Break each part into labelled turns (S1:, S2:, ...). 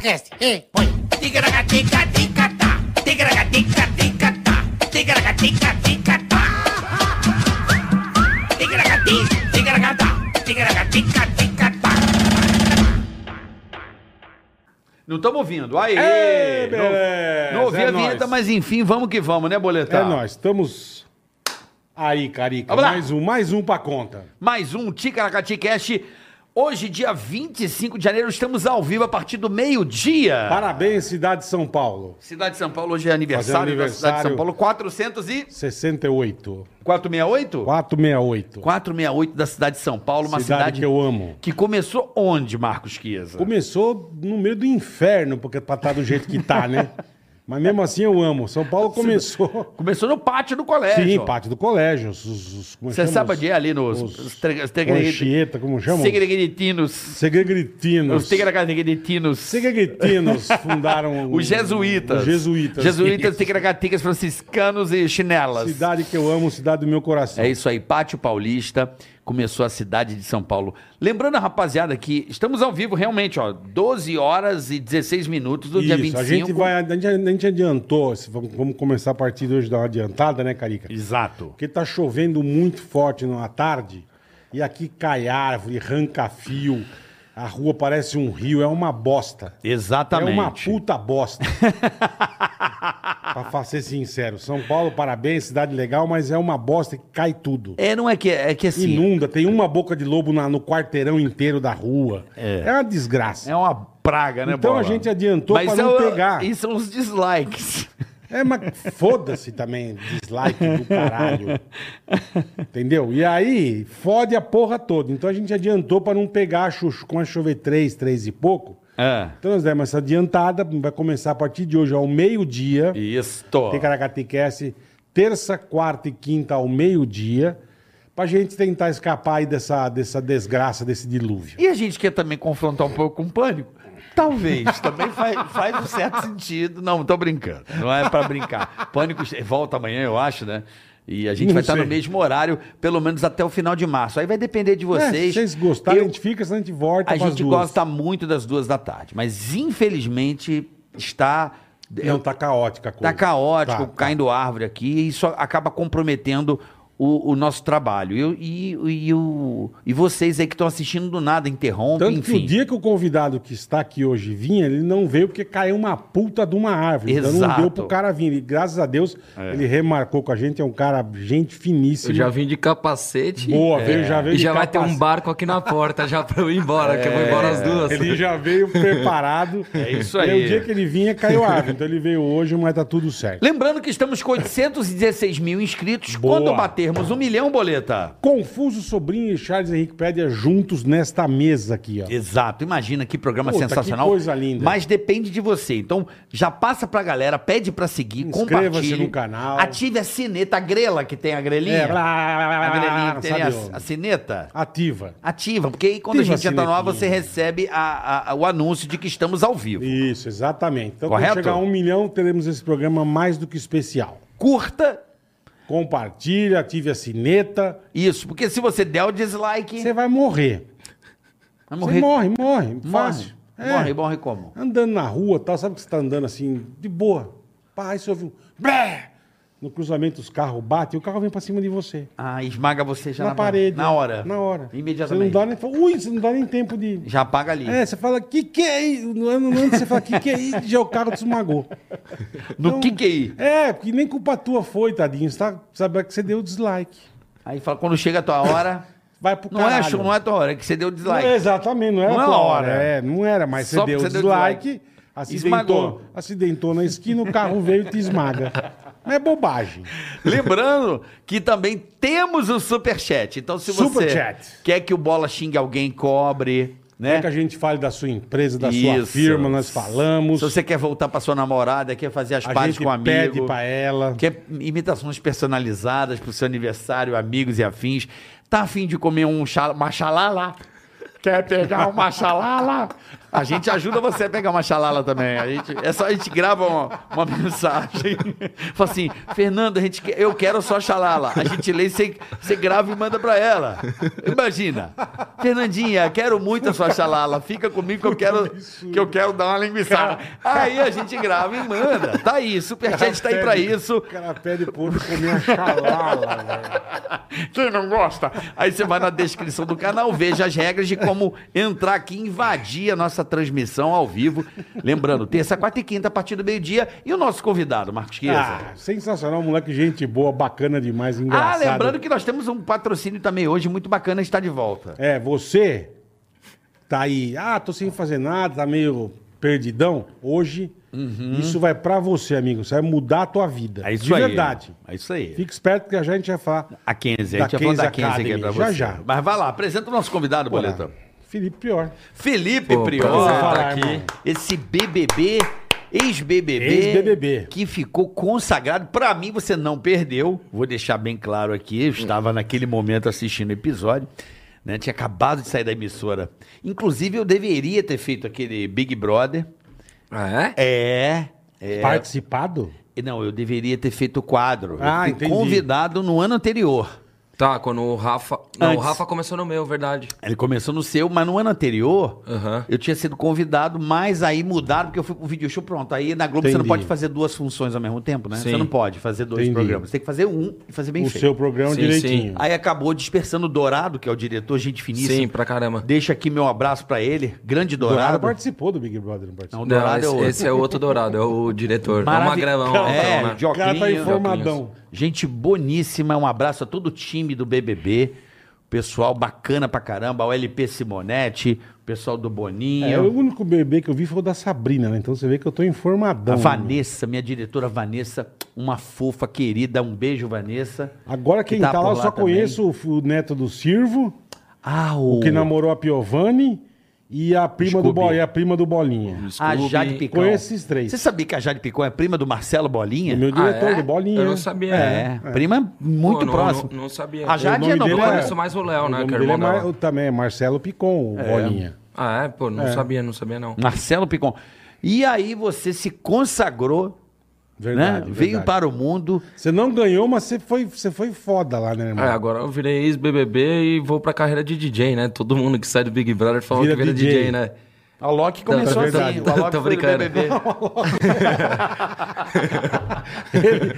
S1: Cast. Ei, põe. Tigaragatica-ticatá. Tigaragatica-ticatá. Tigaragatica-ticatá. Tigaragati, tigaragatá. Tigaragatica-ticatá.
S2: Não estamos ouvindo. Aê!
S3: Ei,
S2: Não-
S3: beleza,
S2: não, ouvi
S3: é
S2: a vinheta,
S3: nóis.
S2: mas enfim, vamos que vamos, né, Boletar?
S3: É nós, estamos aí, Carica.
S2: Vamos lá.
S3: Mais um, mais um pra conta.
S2: Mais um Ticaracati Cast. Hoje, dia 25 de janeiro, estamos ao vivo a partir do meio-dia.
S3: Parabéns, cidade de São Paulo.
S2: Cidade de São Paulo, hoje é aniversário,
S3: Fazer
S2: da cidade de São
S3: aniversário.
S2: Paulo. 400 e...
S3: 68.
S2: 468?
S3: 468.
S2: 468 da cidade de São Paulo, é uma
S3: Cidade
S2: cidade,
S3: que eu amo.
S2: que começou onde, Marcos Chiesa?
S3: Começou no meio do inferno, porque pra estar do jeito que tá, né? Mas mesmo assim eu amo. São Paulo começou.
S2: Começou no pátio do colégio.
S3: Sim, pátio do colégio. os- os- os- como
S2: Você
S3: chama?
S2: sabe onde é ali nos...
S3: os-
S2: os tre- os tegre-
S3: Anchieta, como chamam?
S2: Segreditinos.
S3: Segregritinos.
S2: Os Tegregaditinos.
S3: Segregritinos fundaram... o-
S2: Os jesuítas.
S3: Os jesuítas.
S2: Jesuítas, ticaracaticas, franciscanos e chinelas.
S3: Cidade que eu amo, cidade do meu coração.
S2: É isso aí, Pátio Paulista, começou a cidade de São Paulo. Lembrando a rapaziada que estamos ao vivo realmente, ó, 12 horas e 16 minutos do dia 25.
S3: A gente, vai, a, gente, a gente adiantou, se vamos, vamos começar a partir de hoje dar uma adiantada, né, Carica?
S2: Exato.
S3: Porque tá chovendo muito forte na tarde, e aqui cai árvore, arranca fio, a rua parece um rio, é uma bosta.
S2: Exatamente.
S3: É uma puta bosta. pra fa- ser sincero, São Paulo, parabéns, cidade legal, mas é uma bosta que cai tudo.
S2: É, não é que é que assim,
S3: Inunda, tem uma boca de lobo na- no quarteirão inteiro da rua.
S2: É.
S3: uma desgraça.
S2: é uma praga, né,
S3: Então
S2: Bola?
S3: a gente adiantou pra não
S2: é o-
S3: pegar.
S2: Isso são os dislikes.
S3: É, mas foda-se também, dislike do caralho. Entendeu? E aí, fode a porra toda. Então a gente adiantou pra não pegar a chuchu, com a chover três, três e pouco.
S2: É.
S3: Então nós demos essa adiantada, vai começar a partir de hoje ao meio-dia.
S2: Isto.
S3: Ticaracatecast, terça, quarta e quinta ao meio-dia, pra gente tentar escapar aí dessa, dessa desgraça, desse dilúvio.
S2: E a gente quer também confrontar um pouco com o pânico? Talvez, também faz, faz um certo sentido. Não, tô brincando. Não é pra brincar. Pânico é, volta amanhã, eu acho, né? E a gente
S3: Não
S2: vai estar no
S3: sei.
S2: mesmo horário, pelo menos até o final de março. Aí vai depender de
S3: É,
S2: vocês.
S3: se vocês gostarem,
S2: Eu-
S3: a gente fica, senão a gente volta
S2: a
S3: pras
S2: gente
S3: duas.
S2: gosta muito das duas da tarde, mas infelizmente está.
S3: Não, tá caótica a
S2: Tá
S3: coisa.
S2: caótico,
S3: Tá, tá.
S2: caindo árvore aqui, e isso acaba comprometendo o, o nosso trabalho. E, eu- e, e, o- e vocês aí que estão assistindo do nada, interrompem,
S3: Tanto que
S2: enfim.
S3: o dia que o convidado que está aqui hoje vinha, ele não veio porque caiu uma puta de uma árvore. Então não
S2: Exato. É.
S3: deu pro cara vir. E graças a Deus, ele remarcou com a gente, é um cara, gente finíssima.
S4: Eu já vim de capacete. É.
S3: Boa, veio, já veio
S4: E
S3: de
S4: já vai ter
S3: capacete. É.
S4: um barco aqui na porta já pra eu ir embora, que eu vou embora às duas.
S3: Ele já veio preparado. É
S2: isso
S3: E
S2: aí.
S3: o dia que ele vinha, caiu a árvore. Então ele veio hoje, mas tá tudo certo.
S2: Lembrando que estamos com 816 mil inscritos.
S3: Boa.
S2: Quando batermos um milhão, boleta.
S3: Confuso Sobrinho e Charles Henrique Pédia juntos nesta mesa aqui, ó.
S2: Exato, imagina que programa
S3: Puta,
S2: sensacional.
S3: que coisa linda.
S2: Mas depende de você. Então, já passa pra galera, pede pra seguir,
S3: Inscreva-se
S2: compartilhe.
S3: no canal.
S2: Ative a sineta, a grela que tem a grelinha.
S3: É, Ah, blá, blá,
S2: a
S3: blá,
S2: grelinha que
S3: blá,
S2: tem
S3: sabe,
S2: a,
S3: ó.
S2: a sineta.
S3: Ativa.
S2: Ativa, porque aí quando
S3: Ativa
S2: a
S3: a
S2: gente entra no ar,
S3: sinetinha.
S2: você recebe a- a- a- o anúncio de que estamos ao vivo.
S3: Isso, exatamente. Então,
S2: Correto?
S3: quando chegar a um milhão, teremos esse programa mais do que especial.
S2: Curta
S3: Compartilha, ative a sineta.
S2: isso, porque se você der o dislike,
S3: Você vai morrer.
S2: vai
S3: Você
S2: morrer.
S3: morre, morre.
S2: morre.
S3: Fácil. É.
S2: Morre, morre como?
S3: Andando na rua, tal, sabe que você tá andando assim, de boa. Pá, aí você ouve um. blé. No cruzamento, os carros batem e o carro vem pra cima de você.
S2: Ah, esmaga você já
S3: na,
S2: na
S3: parede. é.
S2: Na hora.
S3: Na hora.
S2: Imediatamente.
S3: Você não dá nem, fala, ui, você não dá nem tempo de.
S2: Já apaga ali.
S3: É, você fala, que que é isso? No ano antes você fala, que que é isso? Já o carro te esmagou.
S2: no que que é isso?
S3: É, porque nem culpa tua foi, tadinho. Você tá, sabe é que você deu dislike.
S2: Aí fala, quando chega a tua hora.
S3: Vai pro
S2: não é a
S3: caralho.
S2: show, não é a tua hora, é que você deu dislike.
S3: Não, exatamente, não era
S2: Não é a
S3: a tua
S2: hora.
S3: É, não era, mas você
S2: Só
S3: deu
S2: porque você deu
S3: dislike,
S2: dislike.
S3: acidentou,
S2: Esmagou.
S3: acidentou na esquina, o carro veio e te esmaga. Não é bobagem.
S2: Lembrando que também temos o superchat. Então, se você
S3: Superchat.
S2: quer que o bola xingue alguém, cobre, né?
S3: É que a gente fale da sua empresa, da sua
S2: Isso.
S3: firma, nós falamos.
S2: Se você quer voltar pra sua namorada, quer fazer as
S3: a
S2: pazes
S3: gente
S2: com um amigo.
S3: pede pra ela.
S2: Quer é imitações personalizadas pro seu aniversário, amigos e afins. Tá afim de comer um xala- uma xalala? Quer pegar uma xalala? A gente ajuda você a pegar uma xalala também. A gente, é só a gente grava uma, uma mensagem. Fala assim, Fernando, a gente, quer- eu quero só xalala. A gente lê e você, você grava e manda pra ela. Imagina. Fernandinha, quero muito a sua xalala. Fica comigo que eu quero, que eu quero dar uma linguiçada. Aí a gente grava e manda. Tá aí, Superchat tá aí pra isso.
S3: O cara pede pro outro comer a xalala, velho.
S2: Quem não gosta? Aí você vai na descrição do canal, veja as regras de como entrar aqui, invadir a nossa transmissão ao vivo. Lembrando, terça, quarta e quinta, a partir do meio-dia. E o nosso convidado, Marcos Chiesa.
S3: Ah, sensacional, moleque, gente boa, bacana demais,
S2: Ah,
S3: engraçado.
S2: lembrando que nós temos um patrocínio também hoje muito bacana, está de volta.
S3: É, você tá aí, ah, tô sem fazer nada, tá meio perdidão. Hoje,
S2: Uhum.
S3: isso vai pra você, amigo. Isso vai mudar a tua vida. de verdade.
S2: É isso aí.
S3: Fica esperto que a gente vai falar.
S2: A Kenzie, a
S3: Da
S2: gente vai falar da
S3: Kenzie
S2: Kenzie aqui pra
S3: Academy,
S2: você.
S3: já, já.
S2: Mas vai lá, apresenta o nosso convidado, Boletão.
S3: Felipe Pior.
S2: Felipe
S4: Pô,
S2: Prior.
S4: prazer
S2: tá
S3: falar,
S2: aqui.
S3: irmão.
S2: Esse BBB, ex-BBB,
S3: Ex-BBB.
S2: que ficou consagrado. Pra mim, você não perdeu. Vou deixar bem claro aqui. Eu estava naquele momento assistindo o episódio. Né? Tinha acabado de sair da emissora. Inclusive, eu deveria ter feito aquele Big Brother.
S4: Ah, é?
S2: É. é.
S3: Participado?
S2: Não, eu deveria ter feito o quadro.
S3: Ah,
S2: eu fui
S3: entendi.
S2: convidado no ano anterior.
S4: Tá, quando o Rafa. Não, o
S2: Antes.
S4: Rafa começou no meu, verdade.
S2: Ele começou no seu, mas no ano anterior
S4: Aham.
S2: eu tinha sido convidado, mas aí mudaram, porque eu fui pro vídeo show, pronto. Aí na Globo você não
S3: Entendi.
S2: pode fazer duas funções ao mesmo tempo, né? Você
S4: Sim.
S2: não pode fazer dois
S3: Entendi.
S2: programas. Você tem que fazer um e fazer bem
S3: o
S2: feito. Ah,
S3: seu programa
S4: Sim,
S3: direitinho.
S4: sim.
S2: Aí acabou dispersando o Dourado, que é o diretor, gente finíssima.
S4: Sim, pra caramba.
S2: Deixa aqui meu abraço pra ele. Grande
S3: Dourado.
S2: é Dourado.
S3: participou do Big Brother, não
S2: Não,
S3: participou?
S2: o
S4: Não,
S2: Dourado
S4: esse,
S2: é outro.
S4: esse é outro dourado, é o diretor. É o
S2: Maravi-
S4: magrelão.
S2: Cara,
S4: altão,
S2: é,
S4: né?
S2: Joquinho.
S3: o cara tá informadão.
S2: Gente boníssima, um abraço a todo o time do BBB. Pessoal bacana pra caramba, o LP Simonetti, o pessoal do Boninho.
S3: É, o único bebê que eu vi foi o da Sabrina, né? Então você vê que eu tô informadão.
S2: A
S3: né?
S2: Vanessa, minha diretora Vanessa, uma fofa querida, um beijo, Vanessa.
S3: Agora quem
S2: que
S3: tá,
S2: tá
S3: lá,
S2: por
S3: eu
S2: lá
S3: só
S2: também.
S3: conheço o f- o neto do Sirvo,
S2: Ah, o,
S3: o que namorou a Piovani e a prima, do,
S2: Scooby.
S3: Bo- e a prima do Bolinha.
S2: a
S4: Scooby.
S2: Ah, Jade Picão.
S3: Conheço esses três.
S2: Você sabia que a Jade Picão é prima do Marcelo Bolinha?
S3: O meu diretor
S4: Ah, é?
S3: do Bolinha.
S4: Eu não sabia. né?
S2: É, prima muito
S4: Pô, não-
S2: próxima.
S4: não- não sabia.
S2: A
S3: O
S2: Jade
S3: nome
S2: é
S3: dele
S4: Eu
S2: namorada.
S3: é-
S4: conheço mais o Léo,
S3: O
S4: né?
S3: nome
S4: Que é
S3: dele é
S4: irmão
S3: Mar...
S4: dela.
S3: também, é Marcelo Picon, o Bolinha.
S4: Ah, é? Pô, não sabia, não sabia, não.
S2: Marcelo Picon. E aí você se consagrou,
S3: Verdade,
S2: né? Veio
S3: verdade.
S2: para o mundo.
S3: Você não ganhou, mas você foi, você foi foda lá, né, irmão?
S4: É, agora eu virei ex-BBB e vou pra carreira de DJ, né? Todo mundo que sai do Big Brother fala
S3: Vira
S4: que vira
S3: DJ.
S4: DJ, né?
S2: A Loki começou
S3: tá
S2: assim.
S3: verdade.
S2: O Alok
S4: Tô
S2: foi do
S4: brincando.
S2: BBB.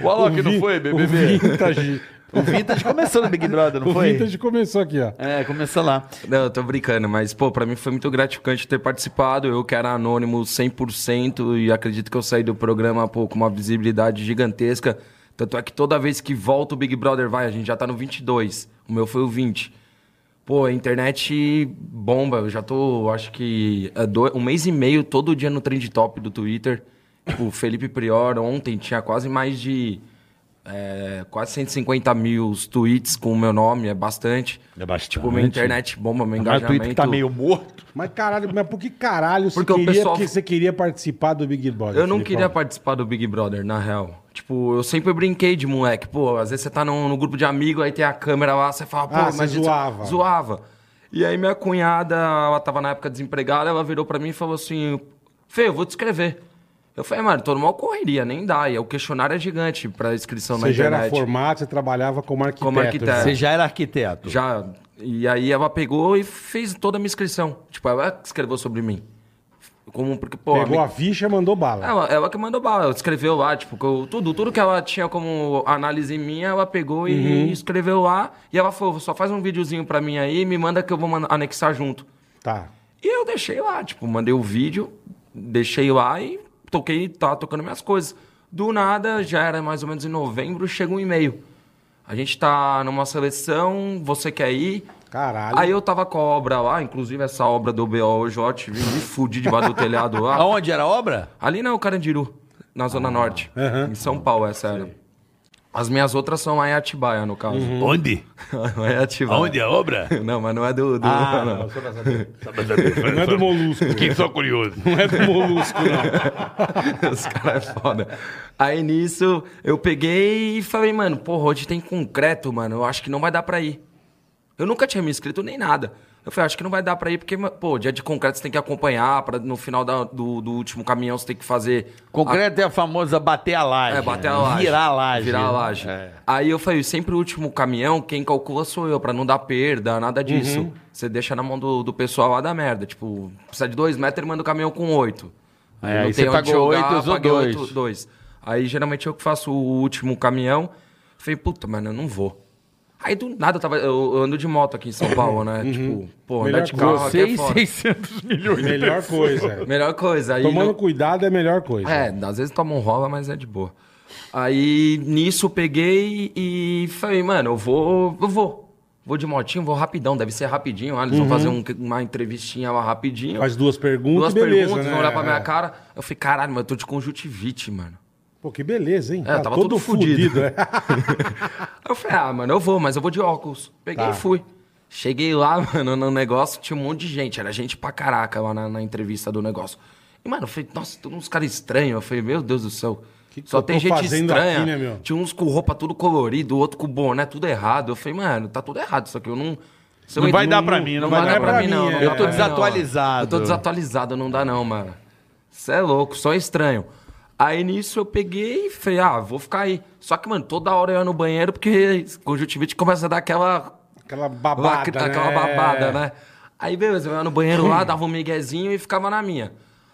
S2: o Alok não
S3: Vi-
S2: foi,
S3: O
S2: BBB?
S3: Vintage.
S2: O Vintage começou no Big Brother, não
S3: o
S2: foi?
S3: Vintage começou aqui, ó.
S2: É, começou lá.
S4: Não, eu tô brincando, mas, pô, pra mim foi muito gratificante ter participado. Eu que era anônimo 100% e acredito que eu saí do programa, pô, com uma visibilidade gigantesca. Tanto é que toda vez que volta o Big Brother vai, a gente já tá no 22. O meu foi o 20. Pô, a internet bomba. Eu já tô, acho que, é, do- um mês e meio todo dia no trend top do Twitter. O Felipe Prior, ontem tinha quase mais de. É, quase 150 mil tweets com o meu nome, é bastante.
S2: É bastante.
S4: Tipo, minha internet bomba, meu
S2: Mas o
S4: engajamento.
S2: Twitter tá meio morto.
S3: Mas caralho, mas por que caralho você
S4: Porque o
S3: queria,
S4: pessoal-
S3: porque você queria participar do Big Brother?
S4: Eu não
S3: Filipão?
S4: queria participar do Big Brother, na real. Tipo, eu sempre brinquei de moleque. Pô, às vezes você tá num, num grupo de amigo, aí tem a câmera lá, você fala, pô,
S3: Ah,
S4: mas
S3: você zoava.
S4: Zoava. E aí minha cunhada, ela tava na época desempregada, ela virou pra mim e falou assim: Fê, eu vou te escrever. Eu falei, "Ah, mano, tô numa correria, nem dá. E aí o questionário é gigante pra inscrição na
S3: Você já
S4: internet.
S3: era formado, você trabalhava como arquiteto.
S4: Como arquiteto.
S3: né?
S2: Você já era arquiteto.
S4: Já. E aí ela pegou e fez toda a minha inscrição. Tipo, ela escreveu sobre mim. Como, porque, pô,
S3: Pegou a ficha e mandou bala.
S4: ela, ela que mandou bala, ela escreveu lá, tipo, que eu- tudo, tudo que ela tinha como análise minha, ela pegou
S3: Uhum.
S4: e escreveu lá. E ela falou, só faz um videozinho pra mim aí, me manda que eu vou man- anexar junto.
S3: Tá.
S4: E eu deixei lá, tipo, mandei o vídeo, deixei lá e toquei, tava tocando minhas coisas. Do nada, já era mais ou menos em novembro, chega um e-mail. A gente tá numa seleção, você quer ir?
S3: Caralho.
S4: Aí eu tava com a obra lá, inclusive essa obra do BO hoje, eu tive me fudi debaixo do telhado lá.
S2: Aonde era a obra?
S4: Ali não, Carandiru, na Zona Norte.
S3: Ah, Aham.
S4: Em São Paulo, essa era. As minhas outras são lá em Atibaia, no caso.
S3: Uhum.
S2: Onde?
S4: lá em Atibaia.
S2: é a obra?
S4: Não, mas não é do. do
S2: Ah,
S4: não.
S2: não, só pra saber.
S3: Não é do Molusco.
S2: Fiquei só curioso.
S3: Não é do Molusco, não.
S4: Os caras é foda. Aí nisso, eu peguei e falei, mano, porra, hoje tem concreto, mano. Eu acho que não vai dar pra ir. Eu nunca tinha me inscrito nem nada. Eu falei, "Ah, acho que não vai dar pra ir, porque, pô, dia de concreto você tem que acompanhar, pra, no final da- do, do último caminhão você tem que fazer.
S5: Concreto é a famosa bater a laje.
S4: É, bater a laje.
S5: Virar a laje.
S4: Virar a laje.
S5: É.
S4: Aí eu falei, sempre o último caminhão, quem calcula sou eu, pra não dar perda, nada disso.
S5: Uhum.
S4: Você deixa na mão do, do pessoal lá da merda. Tipo, precisa de dois metros, ele manda o caminhão com oito.
S5: É, aí
S4: não
S5: você
S4: tem onde
S5: pagou oito, usou
S4: paguei
S5: dois.
S4: oito, dois. Aí geralmente eu que faço o último caminhão. Falei, puta, mano, eu não vou. Aí do nada eu tava. Eu, eu ando de moto aqui em São Paulo, né?
S5: Uhum.
S4: Tipo, pô, andar
S3: Melhor
S4: de carro aqui é
S5: Vocês,
S4: foda.
S5: 600 milhões.
S3: Melhor coisa.
S4: Melhor coisa. Aí
S3: Tomando
S4: no-
S3: cuidado é a melhor coisa.
S4: é, às vezes toma um rola, mas é de boa. Aí nisso eu peguei e falei, mano, eu vou, eu vou. Vou de motinho, vou rapidão, deve ser rapidinho. Ah, eles vão fazer um- uma entrevistinha lá rapidinho.
S3: Uhum. Faz duas perguntas,
S4: Duas
S3: beleza,
S4: perguntas,
S3: né?
S4: vão olhar pra minha
S3: É.
S4: cara. Eu falei, caralho, mano, eu tô de conjuntivite, mano.
S3: Pô, que beleza, hein? Tá
S4: É, eu tava todo fudido.
S3: é.
S4: Aí eu falei, ah, mano, eu vou, mas eu vou de óculos. Peguei
S3: Tá.
S4: e fui. Cheguei lá, mano, no negócio, tinha um monte de gente. Era gente pra caraca lá na, na entrevista do negócio. E, mano, eu falei, nossa, todos uns caras estranhos. Eu falei, meu Deus do céu.
S3: Que que
S4: Só
S3: eu
S4: tem
S3: tô
S4: gente
S3: fazendo
S4: estranha.
S3: aqui, né, meu?
S4: Tinha uns com roupa tudo colorido, outro com boné, tudo errado. Eu falei, mano, tá tudo errado isso aqui. Eu não. se eu
S5: Não vai
S4: entro-
S5: dar pra mim, não
S4: vai dar pra mim,
S3: mim,
S4: não.
S3: é.
S4: não
S3: Eu
S4: dá
S3: tô
S4: pra mim, não.
S5: desatualizado.
S4: Eu tô desatualizado, não dá não, mano. Você é louco, só estranho. Aí nisso eu peguei e falei, ah, vou ficar aí. Só que, mano, toda hora eu ia no banheiro porque conjuntivite começa a dar aquela
S3: Aquela babada,
S4: Lacra-
S3: né?
S4: aquela babada, né? Aí, beleza, eu ia no banheiro lá, dava um miguezinho e ficava na minha.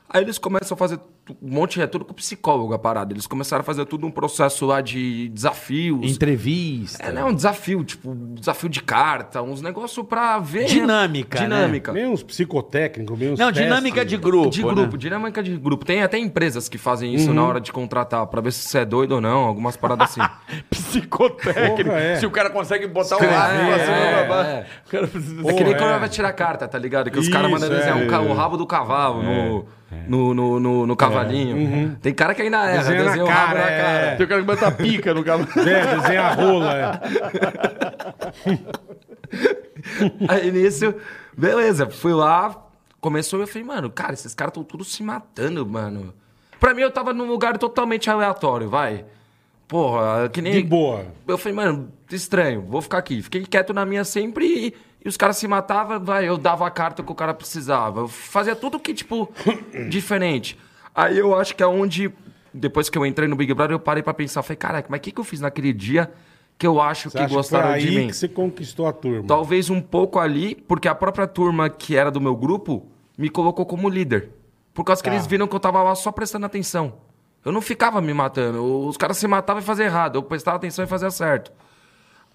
S4: Aí eles começam a fazer tu- um monte, é tudo com psicólogo a parada. Eles começaram a fazer tudo um processo lá de
S2: Então,
S4: desafios.
S5: Entrevista.
S4: É, né? Um desafio, tipo, um desafio de carta, uns negócios pra ver.
S5: Dinâmica, né?
S4: Dinâmica.
S3: Nem uns psicotécnicos, nem uns
S5: Não,
S3: testes.
S4: é
S5: dinâmica de grupo.
S4: De grupo,
S5: né?
S4: dinâmica de grupo. Tem até empresas que fazem isso
S3: Uhum.
S4: na hora de contratar, pra ver se você é doido ou não, algumas paradas assim.
S5: Psicotécnico.
S3: Porra, é.
S5: Se o cara consegue
S2: um
S5: botar o
S4: Escrever,
S5: lápis pra cima
S4: é,
S5: pra baixo.
S4: é.
S5: O cara precisa.
S4: É que
S3: Pô,
S4: nem quando
S3: é.
S4: ela vai tirar a carta, tá ligado? Que os
S3: Isso,
S4: caras mandam
S3: é.
S4: desenhar um ca- o rabo do cavalo no, no, no, no- no cavalinho. Tem cara que ainda erra,
S3: É. Uhum. Desenha
S4: desenha,
S3: na
S4: o rabo
S3: cara,
S4: na cara.
S3: é.
S5: Tem o cara que bota pica no cavalo.
S3: É, desenha a rola. é.
S4: Aí nisso, beleza, fui lá, começou e eu falei, mano, cara, esses caras estão tudo se matando, mano. Pra mim, eu tava num lugar totalmente aleatório, vai. Porra, que nem.
S3: De boa.
S4: Eu falei, mano, estranho, vou ficar aqui. Fiquei quieto na minha sempre e, e os caras se matavam, vai, eu dava a carta que o cara precisava. Eu fazia tudo que, tipo, diferente. Aí eu acho que é onde, depois que eu entrei no Big Brother, eu parei pra pensar, falei, caraca, mas o que, que eu fiz naquele dia que eu acho
S3: Você
S4: que
S3: acha que foi
S4: gostaram
S3: aí
S4: de mim?
S3: que você conquistou a turma.
S4: Talvez um pouco ali, porque a própria turma que era do meu grupo me colocou como líder. Por causa
S3: Tá.
S4: que eles viram que eu tava lá só prestando atenção. Eu não ficava me matando. Os caras se matavam e faziam errado. Eu prestava atenção e fazia certo.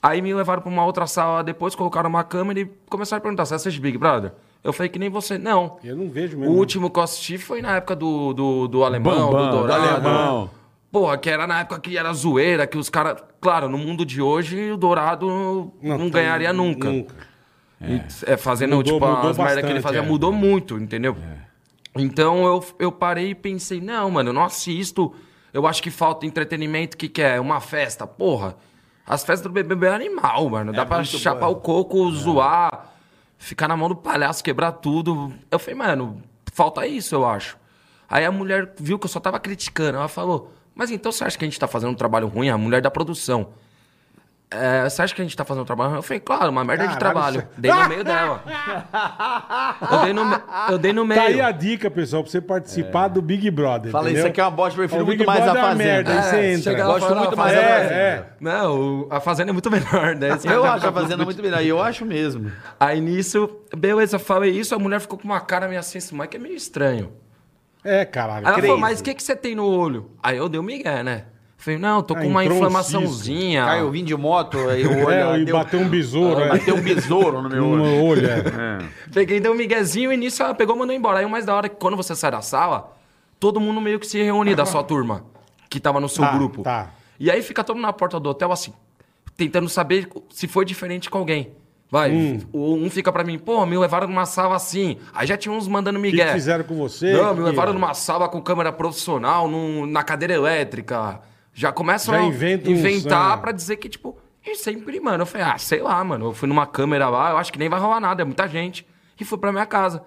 S4: Aí me levaram pra uma outra sala depois, colocaram uma câmera e começaram a perguntar: você assiste Big Brother? Eu falei que nem você. Não.
S3: Eu não vejo
S4: O
S3: mesmo.
S4: último que eu assisti foi na época do, do, do Alemão,
S5: Bambam,
S4: do
S5: do
S4: Dourado.
S5: Alemão.
S4: Porra, que era na época que era zoeira, que os caras. Claro, no mundo de hoje, o Dourado não,
S3: tem-
S4: ganharia nunca. E, É, fazendo,
S3: Mudou-
S4: tipo,
S3: mudou
S4: as merdas que ele
S3: bastante,
S4: fazia
S3: é.
S4: mudou muito, entendeu? Então eu, eu parei e pensei, não, mano, eu não assisto. Eu acho que falta entretenimento, o que, que é? Uma festa, porra. As festas do BBB é animal, mano. Dá pra chapar
S3: é.
S4: o coco, zoar, ficar na mão do palhaço, quebrar tudo. Eu falei, mano, falta isso, eu acho. Aí a mulher viu que eu só tava criticando. Ela falou, mas então você acha que a gente tá fazendo um trabalho ruim? A mulher da produção. "É, você acha que a gente tá fazendo um trabalho ruim? Eu falei, claro, uma merda de
S3: Caralho,
S4: trabalho.
S3: você-
S4: Dei no meio dela. Eu dei no, me- eu dei no meio.
S3: Tá aí a dica, pessoal, pra você participar do Big Brother.
S5: É. Fala,
S3: entendeu?
S5: isso aqui é uma bosta, eu prefiro
S3: O
S5: muito
S3: Big
S5: mais
S3: Brother
S5: a
S3: é uma
S5: Fazenda.
S3: merda, aí você
S4: É,
S3: entra. É,
S4: chega lá e
S5: Gosto
S4: fala,
S5: muito
S4: "Ah,
S5: mais
S4: a
S5: da
S4: Fazenda".
S3: Fazenda.
S4: Não, o- a Fazenda é muito melhor, né? Esse
S5: Eu
S4: cara
S5: acho a fazenda muito melhor. E eu acho mesmo.
S4: Aí nisso, beleza, falei isso, a mulher ficou com uma cara meio assim, esse Mike é meio estranho.
S3: É, caralho.
S4: Aí ela falou,
S3: crazy.
S4: mas o que, que você tem no olho? Aí eu dei o migué, né? Falei, não, tô
S3: Ah,
S4: com uma
S3: entrou um
S4: inflamaçãozinha.
S5: Cara, eu vim de moto, aí o olho.
S3: É, e
S5: deu-
S3: bateu um besouro. é.
S5: bateu um besouro no meu olho.
S3: No olho, é.
S4: Peguei, dei um miguezinho e nisso ela pegou e mandou embora. Aí o mais da hora é que quando você sai da sala, todo mundo meio que se reúne da sua turma, que tava no seu
S3: Tá,
S4: grupo.
S3: tá.
S4: E aí fica todo mundo na porta do hotel assim, tentando saber se foi diferente com alguém. Vai,
S3: Hum.
S4: o- um fica pra mim, pô, me levaram numa sala assim. Aí já tinha uns mandando
S3: O que,
S4: migué.
S3: que fizeram com você?
S4: Não, me
S3: Que- é?
S4: levaram numa sala com câmera profissional, num- na cadeira elétrica. Já começam
S3: Já
S4: a
S3: inventa uns,
S4: inventar
S3: é.
S4: pra dizer que, tipo, e sempre, mano, eu falei, ah, sei lá, mano, eu fui numa câmera lá, eu acho que nem vai rolar nada, é muita gente. E fui pra minha casa.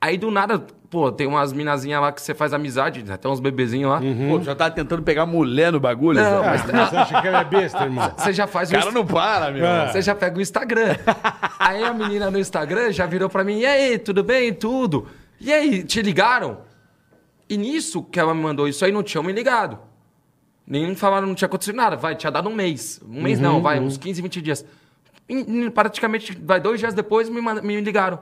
S4: Aí do nada, Pô, tem umas minazinhas lá que você faz amizade, né? tem uns bebezinhos lá.
S3: Uhum.
S5: Hum.
S2: Pô, já tá tentando pegar mulher no bagulho?
S4: Não,
S2: Zé?
S4: mas-
S3: Você acha que ela é besta, irmão?
S4: Você já faz
S2: O
S4: um
S2: cara não para, meu.
S3: É.
S4: Então, Você já pega o Instagram. Aí a menina no Instagram já virou pra mim: e aí, tudo bem? Tudo. E aí, te ligaram? E nisso que ela me mandou isso aí, não tinham me ligado. Nem falaram, não tinha acontecido nada. Vai, tinha dado um mês. Um mês
S3: Uhum,
S4: não, vai, uns 15, 20 dias. E, e praticamente, vai, dois dias depois me, manda- me ligaram.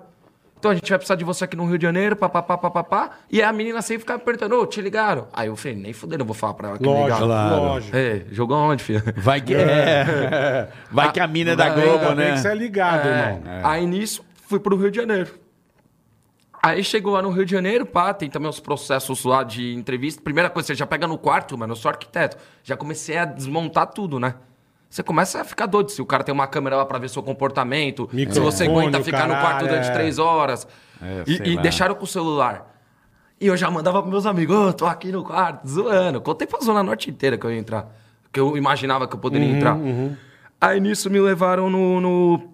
S4: Então a gente vai precisar de você aqui no Rio de Janeiro, papapá, papapá. E a menina sempre ficava perguntando, ô, te ligaram? Aí eu falei, nem fudendo, eu vou falar pra ela que me
S3: Lógico,
S4: ligaram.
S3: lógico.
S4: É, jogou aonde, filho?
S2: Vai que é. Vai que a mina é da
S4: Ah,
S2: Globo,
S3: Tem
S4: ainda
S2: né?
S3: que ser ligado,
S4: É.
S2: Tá
S3: irmão.
S4: Aí nisso, fui pro Rio de Janeiro. Aí chegou lá no Rio de Janeiro, pá, tem também os processos lá de entrevista. Primeira coisa, você já pega no quarto, mano, eu sou arquiteto. Já comecei a desmontar tudo, né? Você começa a ficar doido se o cara tem uma câmera lá pra ver seu comportamento, se
S3: Microfone,
S4: você aguenta ficar no
S3: caralho,
S4: quarto durante
S3: é.
S4: três horas.
S2: É,
S4: E-
S2: sei
S4: e
S2: lá.
S4: deixaram com o celular. E eu já mandava pros meus amigos, "Ô, tô aqui no quarto, zoando. Contei pra Zona Norte inteira que eu ia entrar. Que eu imaginava que eu poderia
S2: Uhum,
S4: entrar. Aí nisso me levaram no, no-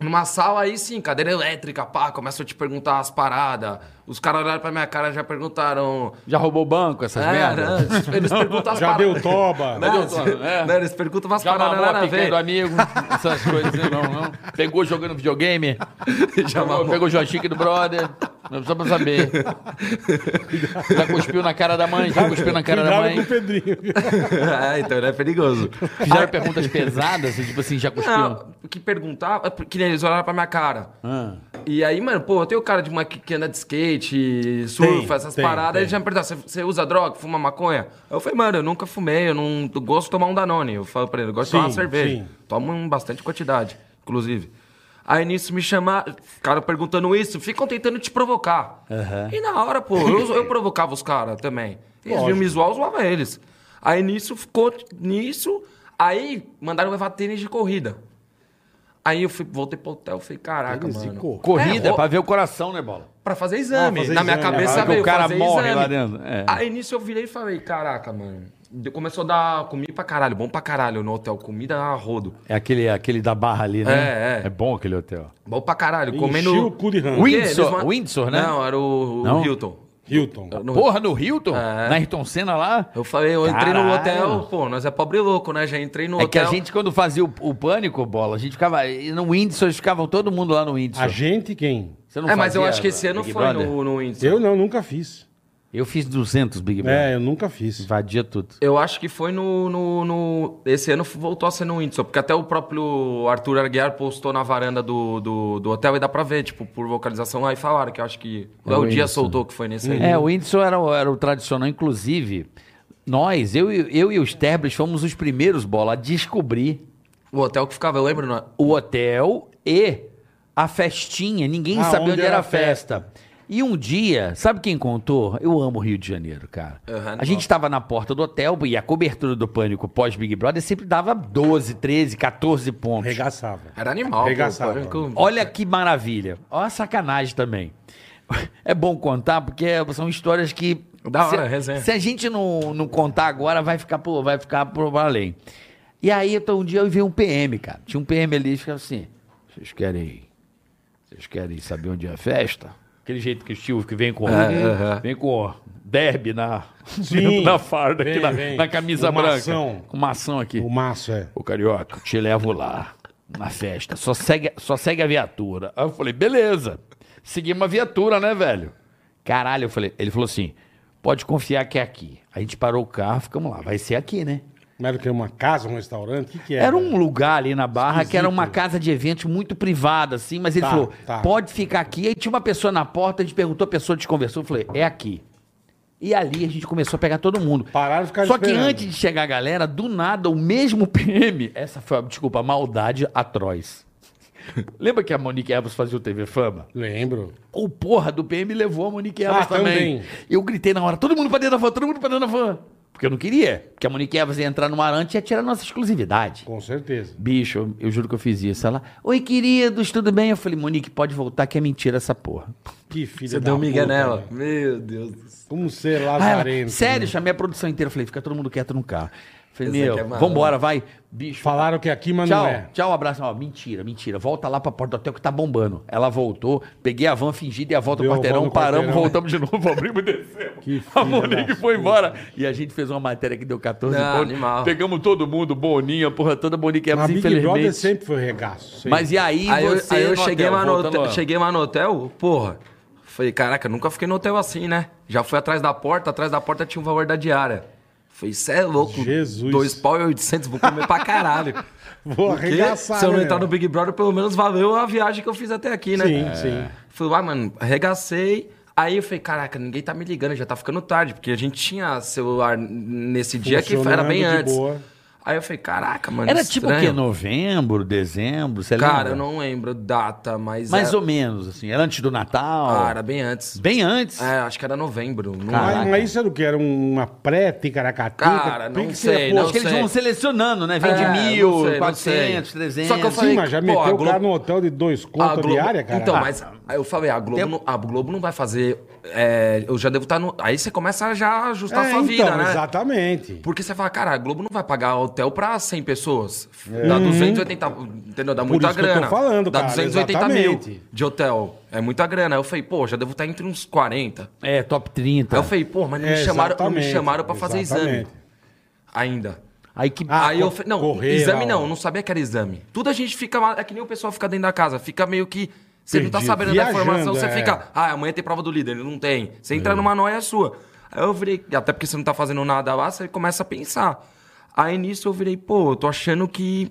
S4: numa sala aí sim, cadeira elétrica, pá, começam a te perguntar as paradas. Os caras olharam pra minha cara e já perguntaram.
S2: Já roubou o banco, essas
S4: É,
S2: merdas?
S4: né? Eles perguntam as
S3: Já
S4: paradas.
S3: deu toba.
S4: Né?
S2: Já deu toba, é.
S4: Né? Eles perguntam umas
S2: Já
S4: paradas
S2: mamou a
S4: nada a
S2: picanha
S4: ver.
S2: do amigo, essas coisas, não, não. Pegou jogando videogame,
S4: Já mamou.
S2: pegou o joystick do brother, não precisa pra saber. Já cuspiu na cara da mãe, já cuspiu na cara da
S3: Cuidado com
S2: mãe. Tá
S3: o Pedrinho.
S4: é, então é perigoso.
S2: Fizeram perguntas pesadas, assim, tipo assim, já cuspiu.
S4: Não, que perguntava, que nem eles olharam pra minha cara.
S3: Ah.
S4: E aí, mano, pô, eu tenho cara de uma que que anda de skate, surfa,
S3: Tem,
S4: essas
S3: tem,
S4: paradas.
S3: tem.
S4: Eles já me perguntaram, "Você- você usa droga, fuma maconha? Eu falei, mano, eu nunca fumei, eu não eu gosto de tomar um Danone. Eu falo pra ele, eu gosto de tomar uma
S3: Sim,
S4: cerveja.
S3: sim.
S4: Tomo em bastante quantidade, inclusive. Aí nisso me chamaram, ficaram perguntando isso, ficam tentando te provocar. E na hora, pô, eu, eu provocava os caras também. Eles vinham me zoar, eu zoava eles. Aí nisso ficou, nisso, aí mandaram levar tênis de corrida. Aí eu fui, voltei pro hotel, falei, caraca,
S3: Tênis de
S4: mano.
S3: corrida?
S2: Corrida,
S4: É,
S2: pra ver o coração, né, Bola?
S4: Pra fazer exame.
S3: Ah, fazer
S4: Na minha
S3: exame.
S4: cabeça
S3: Ah,
S2: é que o
S4: veio
S2: cara
S4: fazer
S2: morre
S4: exame.
S2: lá dentro, é.
S4: Aí nisso eu virei e falei, caraca, mano. De- Começou a dar comida pra caralho, bom pra caralho no hotel. Comida a rodo.
S2: É aquele, aquele da barra ali, né?
S4: É, é.
S2: bom aquele hotel.
S4: Bom pra caralho.
S3: Enchi o
S4: comendo.
S3: cu de rã.
S2: Ui.
S4: Porque eles
S2: Windsor- Windsor, né?
S4: Não, era o, o
S2: Não?
S4: Hilton.
S3: Hilton.
S4: No-
S2: Porra, no Hilton?
S4: É.
S2: Na Ayrton Senna lá?
S4: Eu falei, eu entrei no
S2: Caralho.
S4: hotel, pô, nós é pobre louco, né? Já entrei no
S2: É que
S4: hotel.
S2: a gente, quando fazia o, o pânico, bola, a gente ficava. e No Windsor, eles ficavam todo mundo lá no Windsor.
S3: A gente quem?
S2: Você não
S4: É, mas eu
S2: fazia
S4: acho que esse ano
S2: Big
S4: foi
S2: Brother?
S4: no, no Windsor.
S3: Eu não, nunca fiz.
S2: Eu fiz 200 Big Brother.
S3: É, eu nunca fiz.
S2: Invadia tudo.
S4: Eu acho que foi no, no, no- Esse ano voltou a ser no Windsor, porque até o próprio Arthur Arguiar postou na varanda do, do, do hotel e dá pra ver, tipo, por vocalização lá e falaram que eu acho que.
S2: É
S4: o Léo
S2: o
S4: Dias
S2: Windsor.
S4: soltou que foi nesse aí.
S2: É, o Windsor era, o- era o tradicional. Inclusive, nós, eu, e- eu e os Terblis, fomos os primeiros, bola, a descobrir
S4: O hotel que ficava, eu lembro, é? na-
S2: o hotel e a festinha. Ninguém
S3: Ah,
S2: sabia
S3: onde
S2: onde, era
S3: era
S2: a festa. E um dia, sabe quem contou? Eu amo o Rio de Janeiro, cara.
S4: Aham,
S2: a gente estava na porta do hotel e a cobertura do pânico pós-Big Brother sempre dava 12, 13, 14 pontos.
S3: Regaçava.
S4: Era animal. pô,
S3: Arregaçava. né?
S4: pô, era que eu-
S2: Olha que maravilha. Olha a sacanagem também. É bom contar, porque é, são histórias que.
S4: Da hora,
S2: se,
S4: resenha.
S2: Se a gente não, não contar agora, vai ficar pro, vai ficar pro além. E aí, então, um dia eu vi um PM, cara. Tinha um PM ali e ficava assim: vocês querem. Vocês querem saber onde é a festa? Aquele jeito que o Steve que vem com.
S4: É,
S2: Vem com derby na,
S3: Sim.
S2: dentro da farda, aqui
S3: Vem,
S2: na,
S3: vem.
S2: na camisa
S3: Uma
S2: branca.
S3: ação.
S2: Com maçã aqui.
S3: O maço, é.
S2: Ô, carioca, eu te levo lá, na festa. Só segue, só segue a viatura. Aí eu falei, beleza. Seguimos a viatura, né, velho? Caralho, eu falei. Ele falou assim: pode confiar que é aqui. A gente parou o carro, ficamos lá. Vai ser aqui, né?
S3: Mas era o que? Uma casa, um restaurante? O que, que era?
S2: Era um lugar ali na Barra que era uma
S3: Esquisito.
S2: casa de eventos muito privada, assim, mas ele
S3: Tá,
S2: falou:
S3: tá.
S2: pode ficar aqui. Aí tinha uma pessoa na porta, a gente perguntou, a pessoa desconversou, eu falei, é aqui. E ali a gente começou a pegar todo mundo.
S3: Pararam e ficaram
S2: Só que
S3: esperando.
S2: antes de chegar a galera, do nada, o mesmo PM, essa foi, a- desculpa, a maldade atroz. Lembra que a Monique Evans fazia o TV Fama?
S3: Lembro.
S2: O porra do PM levou a Monique Evans
S3: Ah,
S2: também.
S3: também.
S2: Eu gritei na hora, todo mundo pra dentro da van, todo mundo pra dentro da van. Porque eu não queria. Porque a Monique Evans ia entrar no Arante e ia tirar nossa exclusividade.
S3: Com certeza.
S2: Bicho, eu, eu juro que eu fiz isso. Ela, oi queridos, tudo bem? Eu falei, Monique, pode voltar que é mentira essa porra.
S3: Que filha
S4: Você
S3: da
S4: deu miga
S3: puta,
S4: nela.
S3: velho.
S4: Meu Deus do céu.
S3: Como ser
S2: Ah, ela,
S3: lazarento.
S2: Sério,
S3: né?
S2: chamei a produção inteira. Falei, fica todo mundo quieto no carro.
S5: Feneu,
S4: aqui é malandro.
S5: vambora, vai. Bicho,
S3: Falaram que é aqui, mas
S5: tchau,
S3: não é.
S5: tchau, abraço. Ó, mentira, mentira. Volta lá pra porta do hotel que tá bombando. Ela voltou, peguei a van fingida e a volta
S3: Deu
S5: do
S3: a
S5: quarteirão,
S3: volta no
S5: paramos,
S3: quarteirão.
S5: voltamos de novo, abrimos e descemos.
S3: Que
S5: a
S3: filha
S5: Monique
S3: da
S5: foi embora. E a gente fez uma matéria que deu 14
S4: Ah,
S5: pontos.
S4: animal.
S5: Pegamos todo mundo, Boninha, porra toda, Monique
S3: Mas
S5: Evans,
S3: Big Brother
S5: infelizmente.
S3: sempre foi regaço. sempre.
S5: Mas e aí,
S4: Aí eu,
S5: você
S4: aí eu
S5: no
S4: cheguei,
S5: hotel,
S4: lá no
S5: voltando
S4: hotel,
S5: lá.
S4: cheguei lá no hotel, porra. Falei, caraca, nunca fiquei no hotel assim, né? Já fui atrás da porta, atrás da porta tinha o valor da diária. Falei, cê é louco.
S3: Jesus.
S4: Dois pau e 800, vou comer pra caralho.
S3: Vou
S4: Porque
S3: arregaçar,
S4: se eu não
S3: né,
S4: entrar
S3: meu?
S4: no Big Brother, pelo menos valeu a viagem que eu fiz até aqui, né?
S3: Sim, sim.
S4: Fui lá, mano, arregacei. Aí eu falei, caraca, ninguém tá me ligando, já tá ficando tarde, porque a gente tinha celular nesse dia que era
S3: Funcionando
S4: bem
S3: de
S4: antes.
S3: boa.
S4: Aí eu falei, caraca, mano.
S5: Era tipo o
S4: estranho.
S5: quê? Novembro, dezembro? Você
S4: Cara,
S5: lembra?
S4: eu não lembro data, mas.
S5: Mais
S4: era...
S5: ou menos, assim. Era antes do Natal.
S4: Ah, era bem antes.
S5: Bem antes.
S4: É, acho que era novembro. Não
S5: Caraca.
S4: lembro.
S3: Mas, mas isso era o que? Era uma pré-ticaracatica?
S4: Cara, não
S3: Por que você ia
S4: sei,
S3: pôr-
S4: não
S5: Acho que eles
S4: sei.
S5: vão selecionando, né? Vem
S4: É,
S5: de
S4: não
S5: mil,
S4: sei, não
S5: 400,
S4: sei.
S5: 300.
S4: Só que eu
S3: Sim,
S4: falei,
S3: mas já
S4: pô,
S3: meteu
S4: a
S3: o cara
S4: Globo-
S3: no hotel de dois
S4: A
S3: contos
S4: Globo-
S3: diária, cara. Ah.
S4: Então, mas aí eu falei, a Globo,
S5: Tem-
S4: não, a Globo não vai fazer. é, eu já devo estar no. Aí você começa a já ajustar a
S3: É,
S4: sua vida,
S3: então,
S4: né?
S3: Exatamente.
S4: Porque você fala, cara, a Globo não vai pagar hotel pra 100 pessoas. Dá 280, entendeu? Dá muita
S3: É. isso que eu tô
S4: grana.
S3: falando,
S4: Dá
S3: cara,
S4: 280 mil
S3: exatamente.
S4: de hotel. É muita grana. Aí eu falei, pô, já devo estar entre uns 40.
S5: É, top 30.
S4: Aí eu falei, pô, mas não me
S3: É,
S4: chamaram, não me
S3: exatamente,
S4: chamaram pra fazer
S3: exatamente.
S4: exame ainda.
S5: Aí que.
S3: Ah,
S4: aí eu
S3: co-
S4: falei, não,
S3: correr
S4: exame
S3: lá,
S4: não,
S3: ó.
S4: não sabia que era exame. Tudo a gente fica, lá- é que nem o pessoal fica dentro da casa, fica meio que. Você não tá
S3: Perdido.
S4: sabendo da informação,
S3: Viajando,
S4: você
S3: é.
S4: fica, ah, amanhã tem prova do líder, ele não tem. Você entra numa noia sua. Aí eu virei, até porque você não tá fazendo nada lá, você começa a pensar. Aí nisso eu virei, pô, eu tô achando que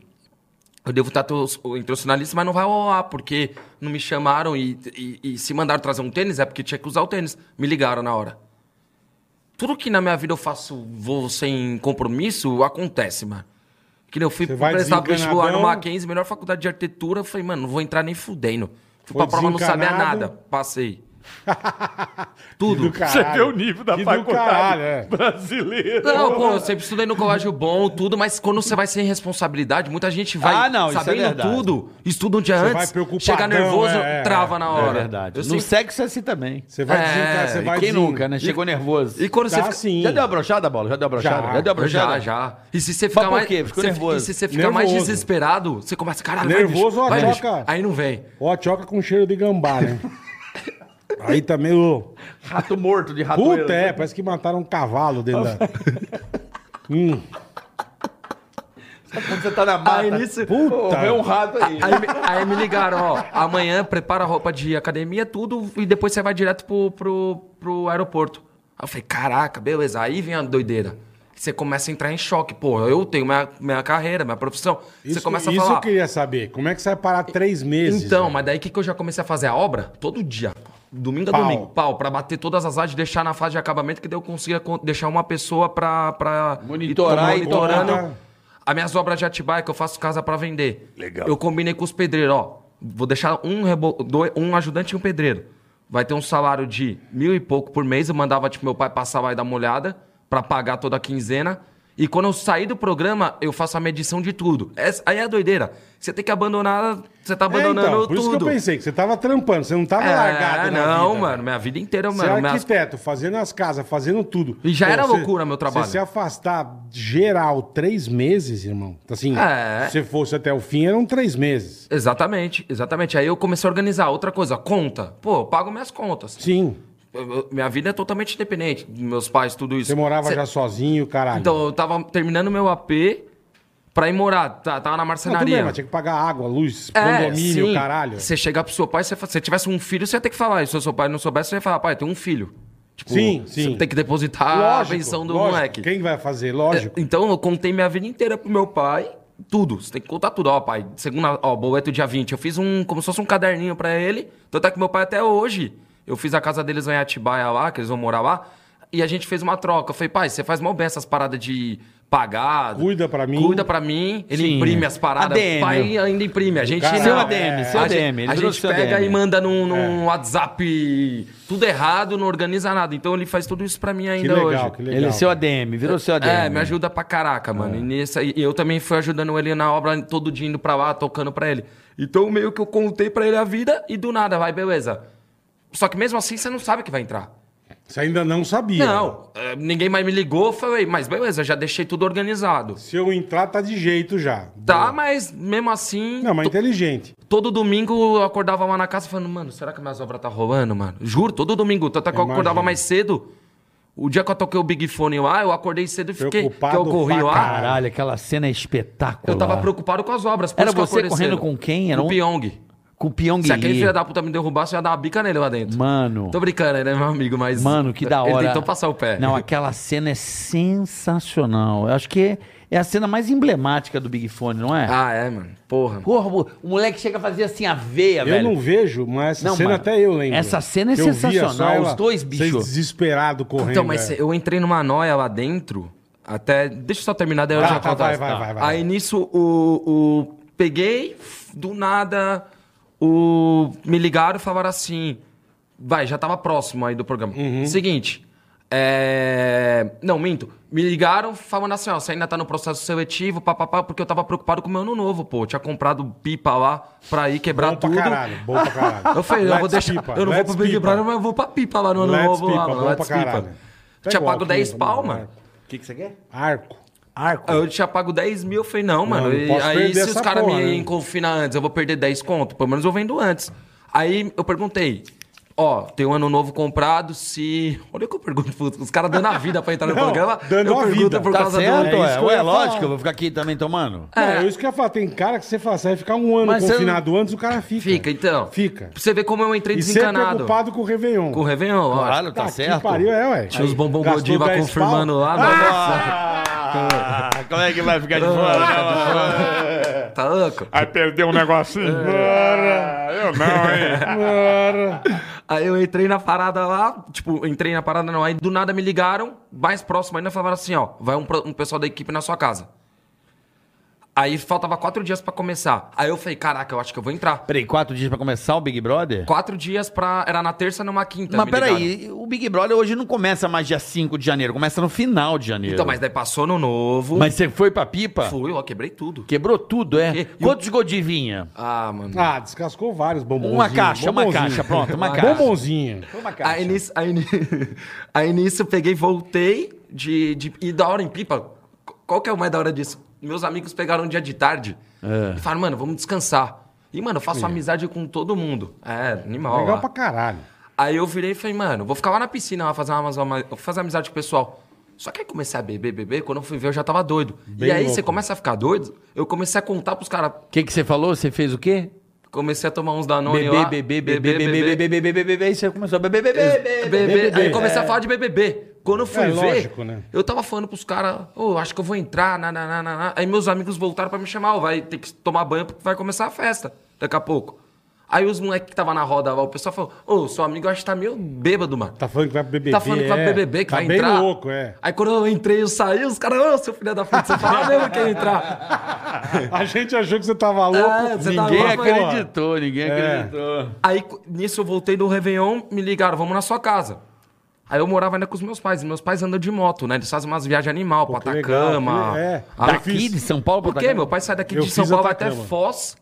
S4: eu devo tá, estar tos- entre os finalistas, mas não vai rolar, porque não me chamaram e, e- e se mandaram trazer um tênis, é porque tinha que usar o tênis. Me ligaram na hora. Tudo que na minha vida eu faço, vou sem compromisso, acontece, mano. Que nem eu fui
S3: Você vai
S4: prestar vestibular no
S3: desencanadão.
S4: Mackenzie, melhor faculdade de arquitetura, eu falei, mano, não vou entrar nem fudendo. Fui
S3: Foi
S4: pra prova, não sabia
S3: desencanado.
S4: nada, passei. Tudo.
S3: Que do caralho.
S5: vê o nível da
S3: Que do
S5: faculdade. É
S3: caralho, é.
S5: Brasileiro.
S4: Não, pô, eu sempre estudei no colégio bom, tudo, mas quando você vai sem responsabilidade, muita gente vai
S5: Ah, não, isso é
S4: sabendo
S5: verdade.
S4: tudo, estuda um dia
S3: vai
S4: antes,
S3: preocupadão,
S4: chega nervoso,
S3: é, é,
S4: trava na hora.
S5: É verdade.
S4: Eu
S5: no
S4: sempre-
S5: sexo é assim também.
S3: Você vai
S4: É,
S3: desencar, você
S4: e
S3: vai
S5: Quem
S3: desen-
S5: nunca, né? Chegou nervoso.
S4: E quando você
S3: Tá
S4: fica...
S3: sim.
S5: Já deu uma brochada, bola? Já deu uma brochada?
S3: Já.
S5: Já, deu
S4: Eu
S5: uma
S4: Tá Já,
S5: brochada?
S4: já. E se você
S5: Mas
S4: ficar
S5: por
S4: mais.
S5: quê? Ficou
S4: você-
S5: nervoso.
S4: E se você fica mais
S3: Nervoso.
S4: desesperado, você começa, caralho, vai,
S3: Nervoso, é
S4: bicho,
S3: ó,
S4: vai, bicho.
S3: troca.
S4: Aí não vem.
S3: Ó, tioca com cheiro de gambá, né? Aí também o.
S5: Rato morto de rato.
S3: Puta, é, parece que mataram um cavalo dentro da. Hum,
S5: Quando você tá na
S3: Ah,
S5: mata.
S4: Aí nisso-
S5: Puta.
S3: Tá.
S5: Morreu um rato aí.
S4: Aí, me- aí me ligaram, ó. Amanhã prepara a roupa de academia, tudo, e depois você vai direto pro, pro, pro aeroporto. Aí eu falei, caraca, beleza. Aí vem a doideira. Você começa a entrar em choque. Pô, eu tenho minha, minha carreira, minha profissão.
S3: isso,
S4: você começa a
S3: isso
S4: falar.
S3: eu queria saber. Como é que você vai parar três meses? É,
S4: Então,
S3: velho?
S4: mas daí o que, que eu já comecei a fazer? A obra? Todo dia. Domingo a
S3: Pau.
S4: domingo. Pau, pra bater todas as áreas, deixar na fase de acabamento, que daí eu consiga con- deixar uma pessoa pra. pra né?
S5: Monitorar
S4: ir-
S5: e
S4: monitorando.
S3: tomar conta.
S4: As minhas obras de Atibaia, que eu faço casa pra vender.
S5: Legal.
S4: Eu combinei com os pedreiros, ó. Vou deixar um, rebo- dois- um ajudante e um pedreiro. Vai ter um salário de mil e pouco por mês. Eu mandava, tipo, meu pai passar lá e dar uma olhada pra pagar toda a quinzena. E quando eu sair do programa, eu faço a medição de tudo. Essa- aí é a doideira. Você tem que abandonar. Você tá
S3: É,
S4: abandonando
S3: então, por
S4: tudo.
S3: isso que eu pensei que você tava trampando, você não tava
S4: É,
S3: largado. na
S4: não,
S3: vida,
S4: mano.
S3: velho.
S4: Minha vida inteira,
S3: Você é
S4: mano. minhas-
S3: arquiteto, fazendo as casas, fazendo tudo.
S4: E já era
S3: você-
S4: loucura meu trabalho.
S3: Você se afastar geral três meses, irmão. Assim,
S4: É.
S3: se você fosse até o fim, eram três meses.
S4: Exatamente, exatamente. Aí eu comecei a organizar. Outra coisa, conta. Pô, eu pago minhas contas.
S3: Sim.
S4: Eu- eu- minha vida é totalmente independente. dos Meus pais, tudo isso.
S3: Você morava
S4: Cê-
S3: já sozinho, caralho.
S4: Então, eu tava terminando meu AP pra ir morar. tá-
S3: não, tudo
S4: Tava na
S3: bem,
S4: marcenaria.
S3: mas tinha que pagar água, luz,
S4: É,
S3: condomínio, caralho.
S4: Você chegar pro seu pai, você fa- se você tivesse um filho, você ia ter que falar. E se o seu pai não soubesse, você ia falar, pai, tem um filho. Tipo,
S3: Sim, sim.
S4: Você tem que depositar a pensão do
S3: lógico.
S4: moleque.
S3: Quem vai fazer? Lógico.
S4: É, Então eu contei minha vida inteira pro meu pai, tudo. Você tem que contar tudo, ó, pai. Segunda, ó, boleto dia 20. Eu fiz um, como se fosse um caderninho pra ele. Tanto é que meu pai até hoje, eu fiz a casa deles lá em Atibaia lá, que eles vão morar lá. E a gente fez uma troca. Eu falei, pai, você faz mal bem essas paradas de pagar.
S3: Cuida pra mim.
S4: Cuida pra mim. Ele
S5: Sim.
S4: imprime as paradas.
S5: ADM.
S4: O pai ainda imprime. A gente
S3: Caralho.
S4: não-
S5: Seu
S3: é.
S5: ADM, seu
S4: a
S5: ADM,
S4: gente-
S5: ele
S4: A
S5: trouxe
S4: gente
S5: seu
S4: pega
S5: ADM.
S4: e manda num, num WhatsApp tudo errado, não organiza nada. Então ele faz tudo isso pra mim
S3: Que
S4: ainda
S3: legal,
S4: hoje.
S3: que legal.
S5: Ele é seu ADM, virou seu ADM.
S4: É,
S3: né?
S4: me ajuda pra caraca, mano.
S3: É.
S4: E, nessa- e eu também fui ajudando ele na obra, todo dia indo pra lá, tocando pra ele. Então, meio que eu contei pra ele a vida e do nada, vai, beleza. Só que mesmo assim, você não sabe o que vai entrar.
S3: Você ainda não sabia.
S4: Não, eh, ninguém mais me ligou, falei, mas beleza, já deixei tudo organizado.
S3: Se eu entrar, tá de jeito já.
S4: Tá, mas mesmo assim,
S3: Não, mas é-
S4: to-
S3: inteligente.
S4: todo domingo eu acordava lá na casa falando, mano, será que minhas obras tá rolando, mano? Juro, todo domingo, tanto é que eu,
S3: Eu
S4: acordava
S3: imagino.
S4: mais cedo. O dia que eu toquei o Big Fone lá, eu acordei cedo e fiquei. Que eu
S3: Preocupado
S4: corri
S3: pra
S4: lá.
S3: caralho.
S2: Caralho, aquela cena é espetacular.
S4: Eu tava preocupado com as obras. por
S2: Era
S4: isso que eu
S2: você
S4: acordei
S2: correndo
S4: cedo.
S2: com quem? Era um-
S4: Com o Pyong.
S2: Com o Pyong
S4: Se aquele
S2: Lee.
S4: filho da puta me derrubasse, eu ia dar uma bica nele lá dentro.
S2: Mano.
S4: Tô brincando, ele é meu amigo, mas.
S2: Mano, que da hora.
S4: Ele tentou passar o pé.
S2: Não, aquela cena é sensacional. Eu acho que é a cena mais emblemática do Big Fone, não é?
S4: Ah, é, mano. Porra.
S2: Porra, o o moleque chega a fazer assim a
S4: É
S2: veia,
S3: Eu
S2: velho.
S3: não vejo, mas essa
S2: Não,
S3: cena
S2: mano,
S3: até eu lembro.
S2: essa cena é
S3: Que eu via
S2: sensacional,
S3: só ela
S2: os dois,
S3: ser
S2: bicho.
S3: desesperado correndo.
S4: Então, mas
S3: é.
S4: eu entrei numa noia lá dentro, até. Deixa eu só terminar, daí eu
S3: Tá,
S4: já
S3: tá,
S4: conto
S3: vai,
S4: essa.
S3: vai,
S4: Tá.
S3: vai, vai.
S4: Aí nisso, o, o. Peguei, f- do nada, o. Me ligaram e falaram assim. Vai, já tava próximo aí do programa.
S3: Uhum.
S4: Seguinte. É. Não, minto. Me ligaram falando assim, ó, você ainda tá no processo seletivo, papapá, porque eu tava preocupado com o meu ano novo, pô. Eu tinha comprado pipa lá pra ir quebrar
S3: Bom pra
S4: tudo.
S3: caralho, bom pra caralho.
S4: Eu falei, eu
S3: Let's
S4: vou deixar.
S3: pipa,
S4: eu não vou
S3: let's
S4: pro Big
S3: pipa.
S4: Brother, mas eu vou pra pipa lá no ano
S3: Let's
S4: novo. lá,
S3: pipa,
S4: no
S3: bom
S4: Let's
S3: pra caralho.
S4: Pipa.
S3: Tá
S4: tinha
S3: igual
S4: pago
S3: aqui,
S4: 10
S3: né?
S4: pau, mano.
S2: O que, que você quer?
S3: Arco.
S2: Arco.
S4: Eu tinha pago 10 mil, eu falei, não, mano.
S3: não
S4: e
S3: posso
S4: aí,
S3: perder
S4: se os
S3: essa
S4: caras me
S3: porra, né?
S4: confinam antes, eu vou perder 10 conto. Pelo menos eu vendo antes. Aí eu perguntei, ó, tem um ano novo comprado, se. Olha que eu pergunto, putz, os caras dando a vida pra entrar no
S3: Não,
S4: programa.
S3: dando
S4: eu
S3: a
S4: pergunto
S3: vida.
S4: por
S2: Tá
S4: causa
S2: certo,
S4: do.
S3: É
S2: é.
S3: isso que eu
S2: Ué,
S3: ia
S2: lógico,
S3: falar.
S2: eu vou ficar aqui também tomando.
S3: Não, é isso que eu ia falar. Tem cara que você fala, você vai ficar um ano
S2: Mas você
S3: confinado antes, o cara fica.
S4: Fica, então.
S3: Fica.
S4: Pra você ver como eu entrei
S3: E ser
S4: desencanado.
S3: preocupado com o Réveillon.
S4: Com o Réveillon, ó.
S2: Claro, tá
S3: que
S2: certo.
S3: pariu, é, ué.
S4: Tinha os
S3: Aí,
S4: bombom
S3: gastou
S4: Godiva
S3: 10
S4: confirmando
S3: pau.
S4: lá,
S2: Ah, como é que vai ficar de fora?
S4: Tá louco? É.
S6: Aí perdeu um negocinho. Bora. Eu não, hein?
S3: Cara.
S4: Aí eu entrei na parada lá, tipo, entrei na parada não. Aí do nada me ligaram, mais próximo ainda, falaram assim: ó, vai um, pro- um pessoal da equipe na sua casa. Aí faltava quatro dias pra começar. Aí eu falei: caraca, eu acho que eu vou entrar.
S2: Peraí, quatro dias pra começar o Big Brother?
S4: Quatro dias pra. Era na terça, numa quinta.
S2: Mas
S4: me ligaram.
S2: peraí, o Big Brother hoje não começa mais dia 5 de janeiro, começa no final de janeiro.
S4: Então, mas daí passou no novo.
S2: Mas você foi pra pipa?
S4: Fui, ó, quebrei tudo.
S2: Quebrou tudo, é?
S4: Que-
S2: Quantos godivinha?
S4: Ah, mano.
S3: Ah, descascou vários bombons.
S2: Uma caixa, uma caixa, pronto, uma caixa.
S3: Bombonzinho.
S4: Aí nisso, aí, ni- aí nisso eu peguei, voltei de, de. E da hora em pipa, qual que é o mais da hora disso? Meus amigos pegaram um dia de tarde
S3: É.
S4: e falaram, mano, vamos descansar. E, mano, eu faço amizade com todo mundo. É, animal.
S3: Legal
S4: lá.
S3: pra caralho.
S4: Aí eu virei e falei, mano, vou ficar lá na piscina, lá, fazer, umas, uma, fazer amizade com o pessoal. Só que aí comecei a beber, beber, quando eu fui ver eu já tava doido.
S3: Bem
S4: e aí
S3: louco.
S4: você começa a ficar doido, eu comecei a contar pros caras,
S2: O que que você falou? Você fez o quê?
S4: comecei a tomar uns Danone lá.
S2: Bebê, bebê, bebê, bebê, bebê, bebê, bebê, bebê, e você começou a beber, bebê, bebê, bebê.
S4: BBB. Aí
S3: BBB.
S4: comecei a falar de BBB. Quando eu fui
S3: É,
S4: ver,
S3: lógico, né?
S4: eu tava falando pros caras, ô, acho que eu vou entrar, na, na, na, na, na. Aí meus amigos voltaram pra me chamar, ó, vai ter que tomar banho porque vai começar a festa daqui a pouco. Aí os moleques que tava na roda lá, o pessoal falou, ô, seu amigo eu acho que tá meio bêbado, mano.
S3: Tá falando que vai pro BBB.
S4: Tá falando que vai
S3: é.
S4: pro BBB, que
S3: tá
S4: vai
S3: bem
S4: entrar.
S3: louco, é.
S4: Aí quando eu entrei, eu saí, os caras, ô, seu filho da puta, você fala mesmo que ia entrar.
S3: A gente achou que você tava louco.
S4: É, você tava
S3: ninguém
S4: louco,
S3: acreditou.
S2: Acreditou, ninguém
S3: É.
S2: acreditou.
S4: Aí co- nisso eu voltei do Réveillon, me ligaram, vamos na sua casa. Aí eu morava ainda com os meus pais. e Meus pais andam de moto, né? Eles fazem umas viagens animal, pra Ah,
S3: que legal,
S4: Atacama.
S3: que- é.
S4: a-
S3: Daqui
S2: Aqui de São Paulo pra
S4: Por quê? Meu pai sai daqui
S3: Eu
S4: de São
S3: fiz
S4: Paulo
S3: Atacama.
S4: até Foz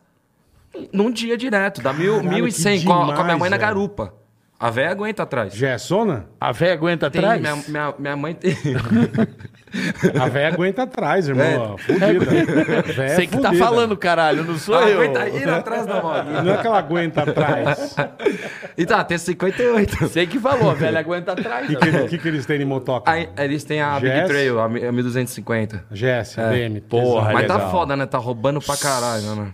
S4: num dia direto. Dá mil,
S3: Caralho,
S4: 1.100
S3: que
S4: com, a- com a minha
S3: demais,
S4: mãe na
S3: velho.
S4: garupa. A véia aguenta atrás.
S3: Já é sona?
S2: A véia aguenta
S4: Tem-
S2: atrás?
S4: minha, minha, minha mãe tem...
S3: A véia aguenta atrás,
S4: É.
S3: irmão. Fudida. A véia é
S2: Sei que tá
S3: fudida.
S2: falando, caralho, não sou
S4: Ela
S2: eu.
S4: aguenta ir atrás da moto.
S3: Não é que ela aguenta atrás.
S4: E tá, tem 58.
S2: Sei que falou, a velha aguenta atrás.
S3: O que, que- que, que eles têm de motoca?
S4: Aí, eles têm a Big
S3: Jess?
S4: Trail, a mi- a 1250.
S3: GS, BM.
S2: Porra,
S4: Mas tá
S2: legal.
S4: foda, né? Tá roubando pra caralho, né?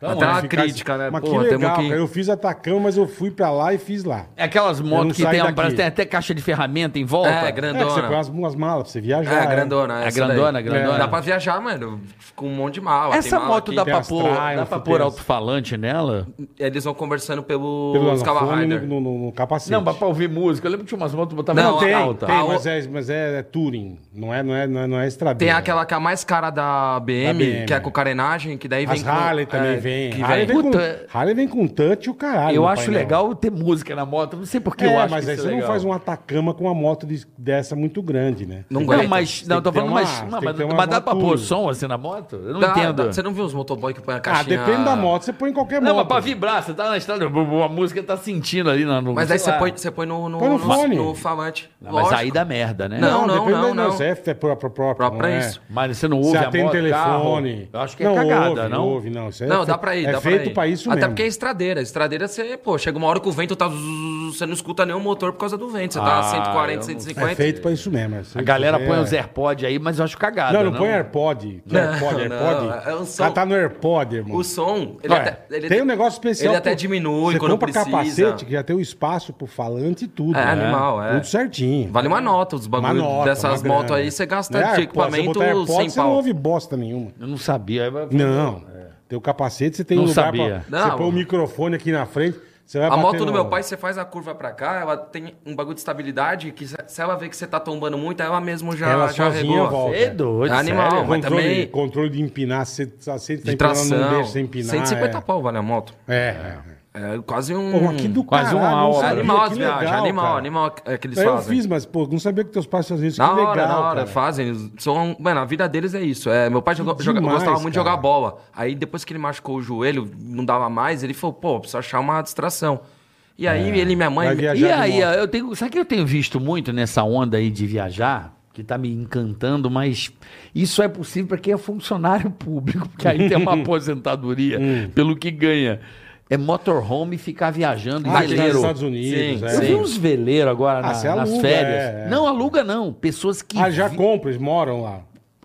S4: Até
S3: Mas
S4: uma
S3: ficar-
S4: crítica, né?
S3: Tá Mas
S4: Porra,
S3: que legal,
S4: temos que-
S3: cara. Eu fiz atacão, mas eu fui pra lá e fiz lá.
S2: É aquelas
S3: Eu
S2: motos
S3: não
S2: que
S3: saio
S2: tem,
S3: daqui.
S2: parece que tem até caixa de ferramenta em volta.
S4: É,
S3: É, que você põe
S4: grandona.
S3: umas, né? umas malas pra você
S4: É,
S3: viajar.
S4: grandona.
S2: É
S4: essa daí.
S2: grandona, grandona.
S4: Dá pra viajar, mano, com um monte de mala. Tem
S2: Essa
S4: mala
S2: moto
S4: aqui.
S2: dá
S3: tem
S2: pra
S3: as
S2: pôr,
S3: Triumph,
S2: dá pra
S3: tem
S2: pôr
S3: as-
S2: alto-falante nela?
S4: Eles vão conversando pelo,
S3: Pelo
S4: Scava
S3: Scava
S4: Rider.
S3: no, no, no capacete.
S2: é Não, mas pra ouvir música. Eu lembro que tinha umas motos que botavam
S4: Não,
S2: na
S4: tem,
S2: alta.
S5: tá.
S3: Tem,
S4: Ah,
S3: mas é, mas é, é touring. Não é, não é, não é, não é estradeira.
S4: Tem aquela que é a mais cara da BM,
S3: Da BM.
S4: que é com carenagem, que daí vem
S3: As Harley
S4: com...
S3: também
S4: é,
S3: vem.
S4: que
S3: Harley
S4: vem.
S3: vem, com,
S5: Puta.
S3: Harley vem com touch e o caralho.
S5: eu
S3: no
S5: acho
S3: painel.
S5: legal ter música na moto. Não sei por que
S3: é,
S5: eu acho
S3: mas
S5: que
S3: aí
S5: isso
S3: você
S5: é
S3: não
S5: legal.
S3: faz um Atacama com uma moto de- dessa muito grande, né?
S4: Não
S5: Não,
S4: aguenta.
S5: mas.
S3: tem
S5: Não, tô
S3: que ter
S5: falando,
S3: uma-
S5: mas.
S3: tem
S5: Não,
S3: que
S5: mas,
S3: ter uma
S5: mas dá pra
S3: moto-
S5: pôr som assim na moto? Eu não
S4: Dá,
S5: entendo.
S4: dá. Você não viu os motoboy que põem a
S3: Ah,
S4: caixinha...
S3: depende da moto. Você põe em qualquer
S5: Não,
S3: moto.
S5: mas pra vibrar, você tá na estrada, a música tá sentindo ali na no.
S4: Mas aí
S5: sei
S4: você
S5: lá.
S4: põe, você põe no, no,
S3: Põe no fone.
S4: no falante.
S5: Não, Mas aí
S4: Lógico.
S5: dá merda, né?
S4: Não,
S3: depende
S4: não,
S3: da-
S4: não, não.
S3: Você é f- é próprio, próprio.
S4: Próprio
S3: não
S4: é
S3: é?
S4: isso.
S5: Mas você não ouve
S3: Você
S5: a
S3: atende
S5: moto,
S3: telefone.
S5: carro? Eu acho que é cagada,
S3: ouve,
S5: não?
S3: ouve, não. Isso é
S4: Não,
S3: fe-
S4: dá pra ir,
S3: É
S4: dá pra
S3: feito
S4: ir.
S3: pra isso
S4: Até
S3: mesmo.
S4: porque é estradeira. Estradeira você, pô, chega uma hora que o vento tá... zzzz, Você não escuta nem o motor por causa do vento. Você tá
S5: Ah,
S4: a 140,
S5: eu não-
S3: É
S4: 150.
S3: feito pra isso mesmo. é isso
S5: A galera
S3: que
S5: põe
S3: é.
S5: os AirPods aí, mas eu acho cagada.
S3: Não, não põe AirPod. Que é
S4: Não,
S3: AirPod,
S4: não,
S3: AirPod.
S4: é um som.
S3: Ah, tá no AirPod, irmão.
S4: O som... Ele
S3: Ué,
S4: até, ele
S3: tem um negócio especial.
S4: Ele até
S3: pro-
S4: diminui
S3: você
S4: quando
S3: compra
S4: precisa.
S3: capacete que já tem o espaço pro falante e tudo. né?
S4: É, animal, é.
S3: Tudo certinho.
S4: Vale uma nota os
S3: Uma
S4: bagulhos
S3: nota,
S4: dessas
S3: uma
S4: motos
S3: grana.
S4: aí. Você gasta
S3: Não é
S4: de
S3: AirPod, você
S4: equipamento
S3: botar AirPod,
S4: sem
S3: Você não
S4: pau.
S3: ouve bosta nenhuma.
S5: Eu não sabia. aí vai-
S3: Não. Tem o capacete, você tem
S5: Não
S3: um lugar
S5: sabia.
S3: pra... Você
S4: é. Não.
S3: põe o microfone aqui na frente, você vai
S4: A
S3: bater
S4: moto do
S3: no-
S4: meu pai, você faz a curva pra cá, ela tem um bagulho de estabilidade que se se ela vê que você tá tombando muito, ela mesmo já,
S3: Ela
S4: já
S3: sozinha
S4: regula.
S3: volta.
S5: É doido,
S4: É animal,
S5: sério?
S4: mas
S3: Controle,
S4: também-
S3: controle de empinar, você você tá empinando,
S4: De
S3: não
S4: tração.
S3: deixa você empinar.
S4: 150
S3: é.
S4: pau vale a moto.
S3: É. é.
S4: É quase um.
S3: Pô, aqui do
S5: Quase uma
S3: caralho, não
S5: aula.
S4: É
S3: sabia,
S4: animal as
S3: que
S4: viagens,
S3: legal,
S4: animal,
S3: cara.
S4: animal é que eles
S3: Eu
S4: fazem.
S3: fiz, mas, pô, não sabia que teus pais faziam isso.
S4: na
S3: que
S4: hora,
S3: legal,
S4: na hora,
S3: cara.
S4: fazem. São, mano, a vida deles é isso. É, meu pai jogou-
S3: Que
S4: joga-
S3: demais,
S4: gostava muito de
S3: cara.
S4: jogar bola. Aí depois que ele machucou o joelho, não dava mais, ele falou, pô, preciso achar uma distração. E aí ele e minha mãe.
S3: É, Vai viajar
S5: E
S3: de
S5: aí,
S3: moto.
S5: eu tenho, sabe que eu tenho visto muito nessa onda aí de viajar? Que tá me encantando, mas isso é possível para quem é funcionário público, porque aí tem uma aposentadoria
S3: Hum.
S5: pelo que ganha. É motorhome e ficar viajando em
S3: Ah, que tá nos
S5: veleiro.
S3: Estados Unidos,
S4: Sim,
S3: é.
S5: Eu vi
S4: sim.
S5: uns veleiros agora
S3: Ah,
S5: na-
S3: você aluga,
S5: nas férias.
S3: é, é.
S5: Não, aluga não. Pessoas que.
S3: Ah, já
S5: vi-
S3: compra, eles moram lá.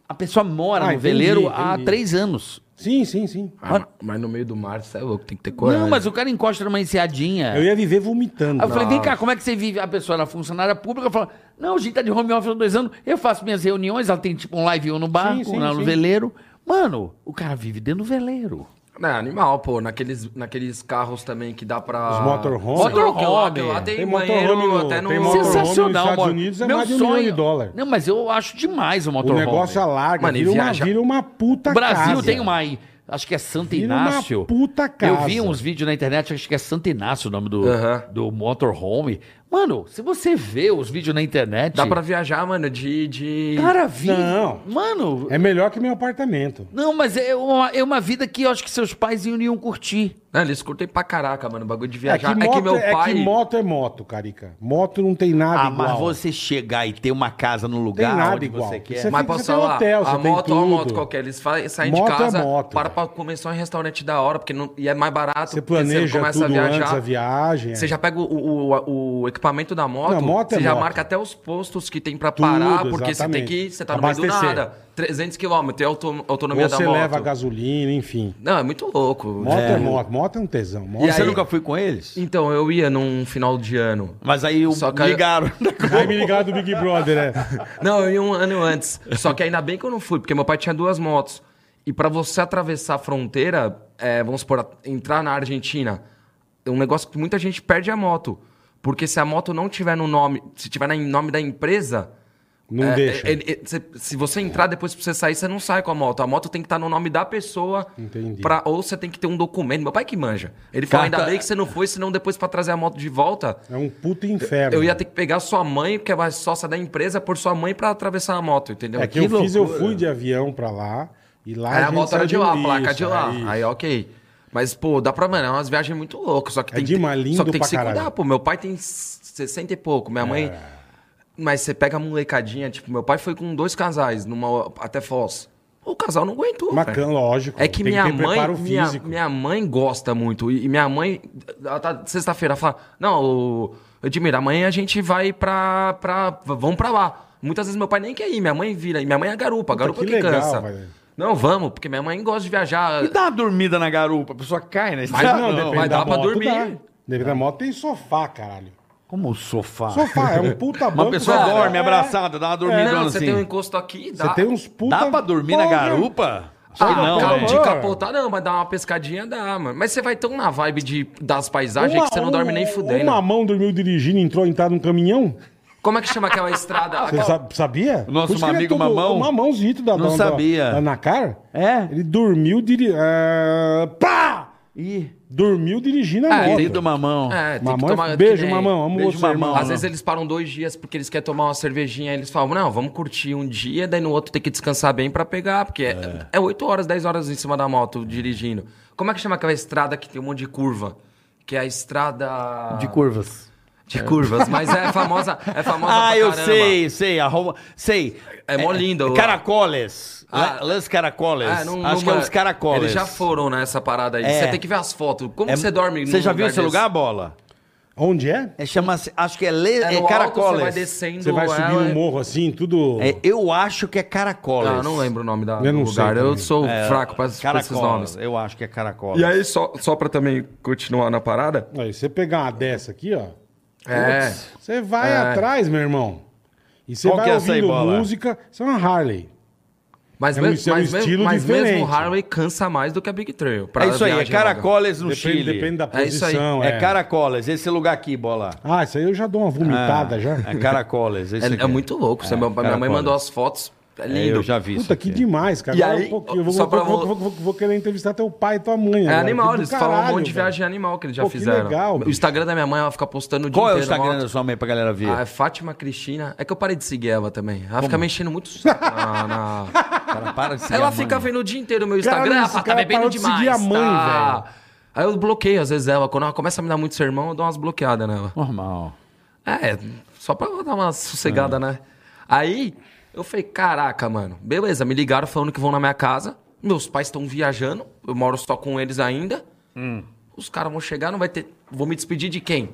S5: A pessoa mora
S3: Ah,
S5: no
S3: entendi,
S5: veleiro há
S3: entendi.
S5: três anos.
S3: Sim, sim, sim.
S4: Ah, mas- mas no meio do mar, você é louco, tem que ter coragem.
S5: Não, mas o cara encosta numa enseadinha.
S3: Eu ia viver vomitando.
S5: Aí eu falei,
S4: Não.
S5: vem cá, como é que você vive? A pessoa era funcionária pública, fala, não, a gente tá de home office há dois anos, eu faço minhas reuniões, ela tem tipo um live um no barco,
S3: sim,
S5: um lá
S3: sim.
S5: no veleiro. Mano, o cara vive dentro do veleiro.
S4: É, animal, pô. Naqueles, naqueles carros também que dá pra.
S3: Os motorhome.
S4: Sei lá, que lá-
S5: Motorhome.
S4: que Lá tem,
S3: Tem
S4: banheiro
S3: motorhome no-
S4: até no.
S3: tem motorhome. Sensacional. nos Estados
S5: mano.
S3: Unidos é
S5: Meu
S3: mais de um milhão
S5: sonho.
S3: de dólar.
S5: Não, mas eu acho demais o
S3: O
S5: motorhome.
S3: negócio é alarga,
S4: Mano, e
S3: vira, uma,
S4: viaja-
S3: vira uma puta
S5: O Brasil
S3: casa.
S5: tem uma aí. Acho que é Santa
S3: Vira uma
S5: Inácio.
S3: puta casa.
S5: Eu vi uns vídeos na internet, acho que é Santa Inácio o nome do,
S4: Aham.
S5: do motorhome. Mano, se você vê os vídeos na internet.
S4: Dá pra viajar, mano, de. de...
S5: Cara, vi.
S3: Não.
S5: Mano,
S3: É melhor que meu apartamento.
S5: Não, mas é uma, é uma vida que eu acho que seus pais iriam curtir.
S4: Não, eles curtem pra caraca, mano. O bagulho de
S3: É que,
S4: viajar. É que,
S3: moto,
S4: meu pai.
S3: é que moto é moto, Carica. Moto não tem nada
S5: Ah,
S3: igual.
S5: mas você chegar e ter uma casa no
S3: Tem
S5: lugar
S3: nada
S5: onde
S3: igual.
S5: você quer.
S3: Você
S4: Mas
S3: fica-
S4: posso
S3: você tem
S4: falar,
S3: hotel,
S4: a
S3: você tem
S4: moto ou a
S3: tudo.
S4: moto qualquer, eles fa- saem
S3: Moto
S4: de
S3: é
S4: casa,
S3: moto,
S4: para
S3: velho.
S4: pra comer só em restaurante da hora, porque não, e é mais barato.
S3: Você
S4: porque
S3: planeja tudo antes da viagem.
S4: Você
S3: é.
S4: já pega o, o- o- o equipamento da moto,
S3: Não, moto é
S4: você já
S3: moto.
S4: marca até os postos que tem pra
S3: Tudo,
S4: parar, porque
S3: exatamente.
S4: você tem que. Você tá no meio do
S3: Abastecer.
S4: nada. 300 km é a auto-
S3: Ou
S4: autonomia da
S3: você
S4: moto.
S3: leva gasolina, enfim.
S4: Não, é muito louco.
S3: Moto é, moto, moto é um tesão. Moto
S4: E
S5: Você
S4: aí-
S5: nunca foi com eles?
S4: Então, eu ia num final de ano.
S5: Mas aí o
S4: Só que-
S5: ligaram.
S3: Aí me ligaram do Big Brother, é.
S4: Não, eu ia um ano antes. Só que ainda bem que eu não fui, porque meu pai tinha duas motos. E pra você atravessar a fronteira, é, vamos supor, entrar na Argentina, é um negócio que muita gente perde a moto. Porque se a moto não tiver no nome, se tiver na- em nome da empresa.
S3: Não
S4: é,
S3: deixa.
S4: é, ele- é, cê- se você entrar depois pra você sair, você não sai com a moto. A moto tem que estar no nome da pessoa.
S3: Entendi.
S4: pra- ou você tem que ter um documento. Meu pai que manja. Ele falou:
S5: Carta-
S4: ainda bem que você não foi, senão depois pra trazer a moto de volta,
S3: É um puto inferno.
S4: eu ia ter que pegar sua mãe, porque ela é sócia da empresa, por sua mãe pra atravessar a moto, entendeu?
S3: É que, eu
S5: Que
S3: fiz, eu
S5: loucura.
S3: fui de avião pra lá. E lá
S4: Aí a
S3: gente
S4: moto era
S3: saiu
S4: de lá, a
S3: isso,
S4: placa de lá.
S3: é isso.
S4: Aí, ok. Mas, pô, dá pra, mano, é umas viagens muito loucas. Só que
S3: É
S4: tem, que-
S3: demais, lindo
S4: só que, tem
S3: pra
S4: que se
S3: caralho. É.
S4: cuidar, pô. Meu pai tem 60 e pouco, minha mãe. Mas você pega a molecadinha, tipo, meu pai foi com dois casais, numa até Foz. O casal não aguentou.
S3: Mas,
S4: velho.
S3: lógico.
S4: É que
S3: tem
S4: minha
S3: ter
S4: mãe,
S3: preparo
S4: minha,
S3: físico.
S4: minha mãe gosta muito. E e minha mãe, ela tá sexta-feira, ela fala: Não, ô, Edmir, amanhã a gente vai pra, pra. v- Vamos pra lá. Muitas vezes meu pai nem quer ir, minha mãe vira. E minha mãe é garupa, a garupa
S3: que
S4: que,
S3: legal,
S4: cansa.
S3: velho.
S4: Não, vamos, porque minha mãe gosta de viajar.
S5: E dá uma dormida na garupa, a pessoa cai né?
S3: Mas
S5: na estrada.
S3: não, depende
S4: mas
S3: da
S4: dá pra
S3: moto,
S4: dormir.
S3: dá. Depende da moto, tem sofá, caralho.
S5: Como um sofá.
S3: Sofá, é um puta banco.
S5: Uma pessoa
S3: cara.
S5: dorme
S3: É.
S5: abraçada, dá uma dormidona
S4: Não, você
S5: assim.
S4: tem um encosto aqui, dá.
S3: Você tem uns puta...
S5: Dá pra dormir na
S3: Porra.
S5: garupa? Acho
S4: Ah,
S5: que não.
S4: cara,
S5: né?
S4: de
S3: amor.
S4: capotar não, mas dá uma pescadinha dá, mano. Mas você vai tão na vibe de, das paisagens
S3: Uma-
S4: que você não dorme
S3: um-
S4: nem fudendo.
S3: Uma mão dormiu dirigindo, entrou entrado num caminhão.
S4: Como é que chama aquela estrada?
S3: Você
S4: Aquela-
S3: sa- sabia?
S5: Nosso
S3: Por isso que ele é
S5: amigo
S3: todo-
S5: Mamão.
S3: O mamãozito da
S5: Não
S3: da- da-
S5: sabia.
S3: Da Nakar.
S5: É.
S3: Ele dormiu dirigindo. é, pá!
S5: Ih,
S3: Dormiu dirigindo a
S4: É,
S3: moto.
S5: querido mamão.
S4: É, tem
S3: Mamão
S4: que
S3: é-
S4: tomar.
S3: beijo,
S4: que nem-
S3: mamão. Amo
S5: Beijo,
S3: você,
S5: mamão.
S3: irmão.
S5: Não,
S4: Às vezes eles param dois dias porque eles querem tomar uma cervejinha. Aí eles falam, não, vamos curtir um dia, daí no outro tem que descansar bem pra pegar, porque é, é 8 horas, 10 horas em cima da moto dirigindo. Como é que chama aquela estrada que tem um monte de curva? Que é a estrada.
S5: De curvas.
S4: De curvas, mas é famosa. É famosa
S5: Ah,
S4: pra
S5: eu
S4: caramba.
S5: sei, sei. A Roma, sei.
S4: É mó lindo.
S5: Caracoles.
S4: Ah.
S5: Lan- Lance Caracoles.
S4: É, não-
S5: Acho
S4: não-
S5: que é os Caracoles.
S4: Eles já foram nessa parada aí.
S5: É.
S4: Você tem que ver as fotos. Como
S5: É-
S4: você dorme
S5: Você
S4: num
S5: já viu esse
S4: desse?
S5: lugar, Bola?
S3: Onde é?
S5: É, chama-se, acho que é, le,
S4: É,
S5: é,
S4: no alto,
S5: Caracoles.
S4: Você vai descendo.
S3: Você vai
S4: é,
S3: subir um
S4: é-
S3: morro assim, tudo...
S5: É, eu acho que é Caracoles.
S4: Ah, não lembro o nome da,
S3: Eu não
S4: do
S3: sei
S4: lugar. Eu
S3: também.
S4: sou
S5: É,
S4: fraco pra, pra esses nomes.
S5: Caracoles. Eu acho que é Caracoles.
S4: E aí, só, só pra também continuar na parada,
S3: Aí, você pegar uma dessa aqui, ó.
S4: é,
S3: Você vai
S4: É.
S3: atrás, meu irmão. E você
S5: Qual
S3: vai
S5: que é essa aí,
S3: ouvindo
S5: Bola?
S3: música. Isso é uma Harley.
S4: mas,
S3: É um-
S4: mesmo,
S3: isso é um
S4: mas, mesmo-
S3: estilo
S4: mas mesmo
S3: diferente.
S4: o Harley cansa mais do que a Big Trail. pra
S5: é isso aí, é
S4: viagem longa.
S5: Caracoles no
S3: Depende,
S5: Chile.
S3: depende da
S4: É isso aí.
S3: posição.
S5: É Caracoles, esse lugar aqui, Bola.
S3: Ah, isso aí eu já dou uma vomitada
S5: Ah,
S3: já.
S5: É Caracoles, esse
S4: É,
S5: aqui.
S4: é muito louco. você- minha mãe
S5: Caracoles.
S4: mandou as fotos. É
S5: É,
S4: lindo.
S5: eu já vi
S3: Puta,
S5: isso
S3: que
S5: aqui.
S3: demais, cara.
S4: E
S3: Agora
S4: aí,
S3: um pouquinho. Eu vou,
S4: só pra
S3: vou,
S4: vo-
S3: vou, vou- vou querer entrevistar teu pai e tua mãe.
S4: É animal, eles falam um monte de
S3: viagem.
S4: viagem animal que eles já
S3: Pô, que
S4: fizeram.
S3: legal,
S4: o
S3: bicho.
S4: Instagram da minha mãe, ela fica postando o dia
S5: Qual é o
S4: inteiro. na
S5: Instagram
S4: moto.
S5: da sua mãe pra galera ver?
S4: Ah, é Fátima Cristina. É que eu parei de seguir ela também. Ela fica mexendo muito o saco na- na-
S5: Cara, para de seguir a
S4: Ela
S5: mãe.
S4: fica vendo o dia inteiro o meu
S3: Cara,
S4: Instagram.
S3: esse
S4: ela tá
S3: cara
S4: bebendo
S3: parou de
S4: demais.
S3: seguir a mãe,
S4: tá? Aí eu bloqueio às vezes ela. Quando ela começa a me dar muito sermão, eu dou umas bloqueadas nela.
S5: Normal.
S4: É, só pra dar uma sossegada, né? Aí eu falei, caraca, mano, beleza, me ligaram falando que vão na minha casa. Meus pais estão viajando, eu moro só com eles ainda. Os caras vão chegar, não vai ter. Vou me despedir de quem?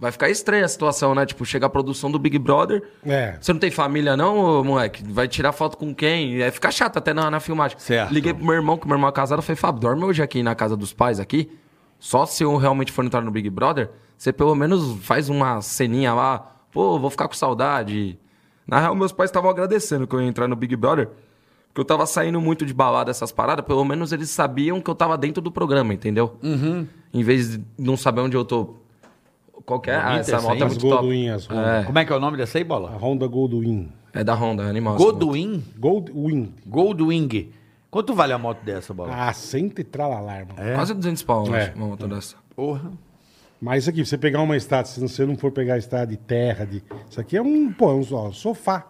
S4: Vai ficar estranha a situação, né? Tipo, chega a produção do Big Brother.
S3: É.
S4: Você não tem família, não, ô, moleque? Vai tirar foto com quem? É ficar chato até na, na filmagem.
S5: Certo.
S4: Liguei pro meu irmão, que meu irmão é casado, eu falei, Fábio, dorme hoje aqui na casa dos pais aqui. Só se eu realmente for entrar no Big Brother, você pelo menos faz uma ceninha lá. Pô, vou ficar com saudade. Na real, meus pais estavam agradecendo que eu ia entrar no Big Brother. Porque eu tava saindo muito de balada essas paradas, pelo menos eles sabiam que eu tava dentro do programa, entendeu? Uhum. Em vez de não saber onde eu tô. Qual que é? Ah, essa
S5: essa aí?
S4: moto é
S3: As
S4: muito top.
S3: Goldwyn, as Honda.
S5: Como é que é o nome dessa aí,
S3: A
S5: Bola?
S3: Honda Goldwyn.
S4: É da Honda, é animal. essa moto.
S5: Godwin?
S3: Goldwyn.
S5: Goldwing. Quanto vale a moto dessa, Bola?
S3: Ah, senta e tralalá, irmão.
S4: Quase 200 pau, eu
S3: É.
S4: acho, uma moto dessa.
S5: Porra.
S3: Mas isso aqui, você pegar uma estrada, se você não for pegar a estrada de terra, de... isso aqui é um, pô, é um ó, sofá.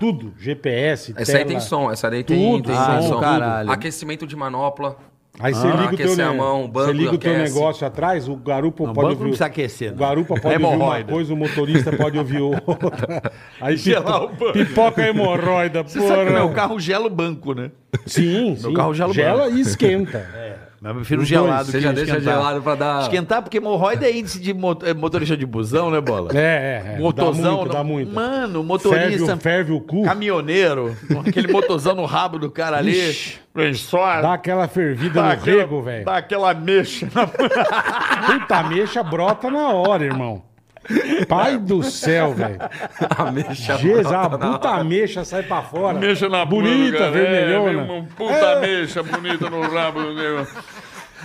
S3: Tudo. GPS,
S4: É. Essa aí
S3: tela.
S4: tem som, essa daí tem,
S3: Tudo,
S4: tem
S5: ah,
S4: som.
S5: do caralho.
S4: Aquecimento de manopla.
S3: Aí você
S4: Ah,
S3: liga o teu,
S4: aquecer a
S3: ne-
S4: mão, o
S3: você
S4: banco
S3: liga o teu
S4: aquece.
S3: negócio atrás, o garupa
S5: Não, o
S3: pode
S5: banco
S3: ouvir.
S5: não precisa
S3: o-
S5: aquecer, não. É
S3: O garupa pode ouvir uma
S5: Hemorroida.
S3: coisa, o motorista pode ouvir outra. Aí
S5: Gelar
S3: pipo-
S5: o banco.
S3: pipoca a hemorroida,
S5: Você sabe que
S3: porra.
S5: meu carro gela o banco, né?
S3: Sim, sim.
S5: Meu carro gela o banco. É.
S3: e esquenta.
S5: Mas eu prefiro
S3: Os
S5: gelado
S3: dois.
S5: que
S4: Você já deixa
S5: esquentar.
S4: gelado pra dar.
S5: Esquentar porque hemorroida é índice de mot- é motorista de busão, né, Bola?
S3: É, é, é.
S5: Motorzão.
S3: dá
S5: não-
S3: muito, dá muito.
S5: Mano,
S3: Ferve,
S5: motorista,
S3: o- ferve o
S5: uh.
S3: cu,
S5: caminhoneiro, com aquele motorzão no rabo do cara ali.
S3: Ixi,
S7: Só
S3: dá aquela fervida no
S7: aquela-
S3: rego, velho.
S7: dá aquela mexa.
S3: Puta ameixa brota na hora, irmão. Pai do céu, velho.
S4: Ameixa
S3: Jesus,
S4: brota
S3: a
S4: na
S3: puta ameixa sai pra fora.
S7: Mexa na bunda do
S3: Bonita,
S7: cara,
S3: vermelhona.
S7: É, uma puta mexa bonita no rabo do nego.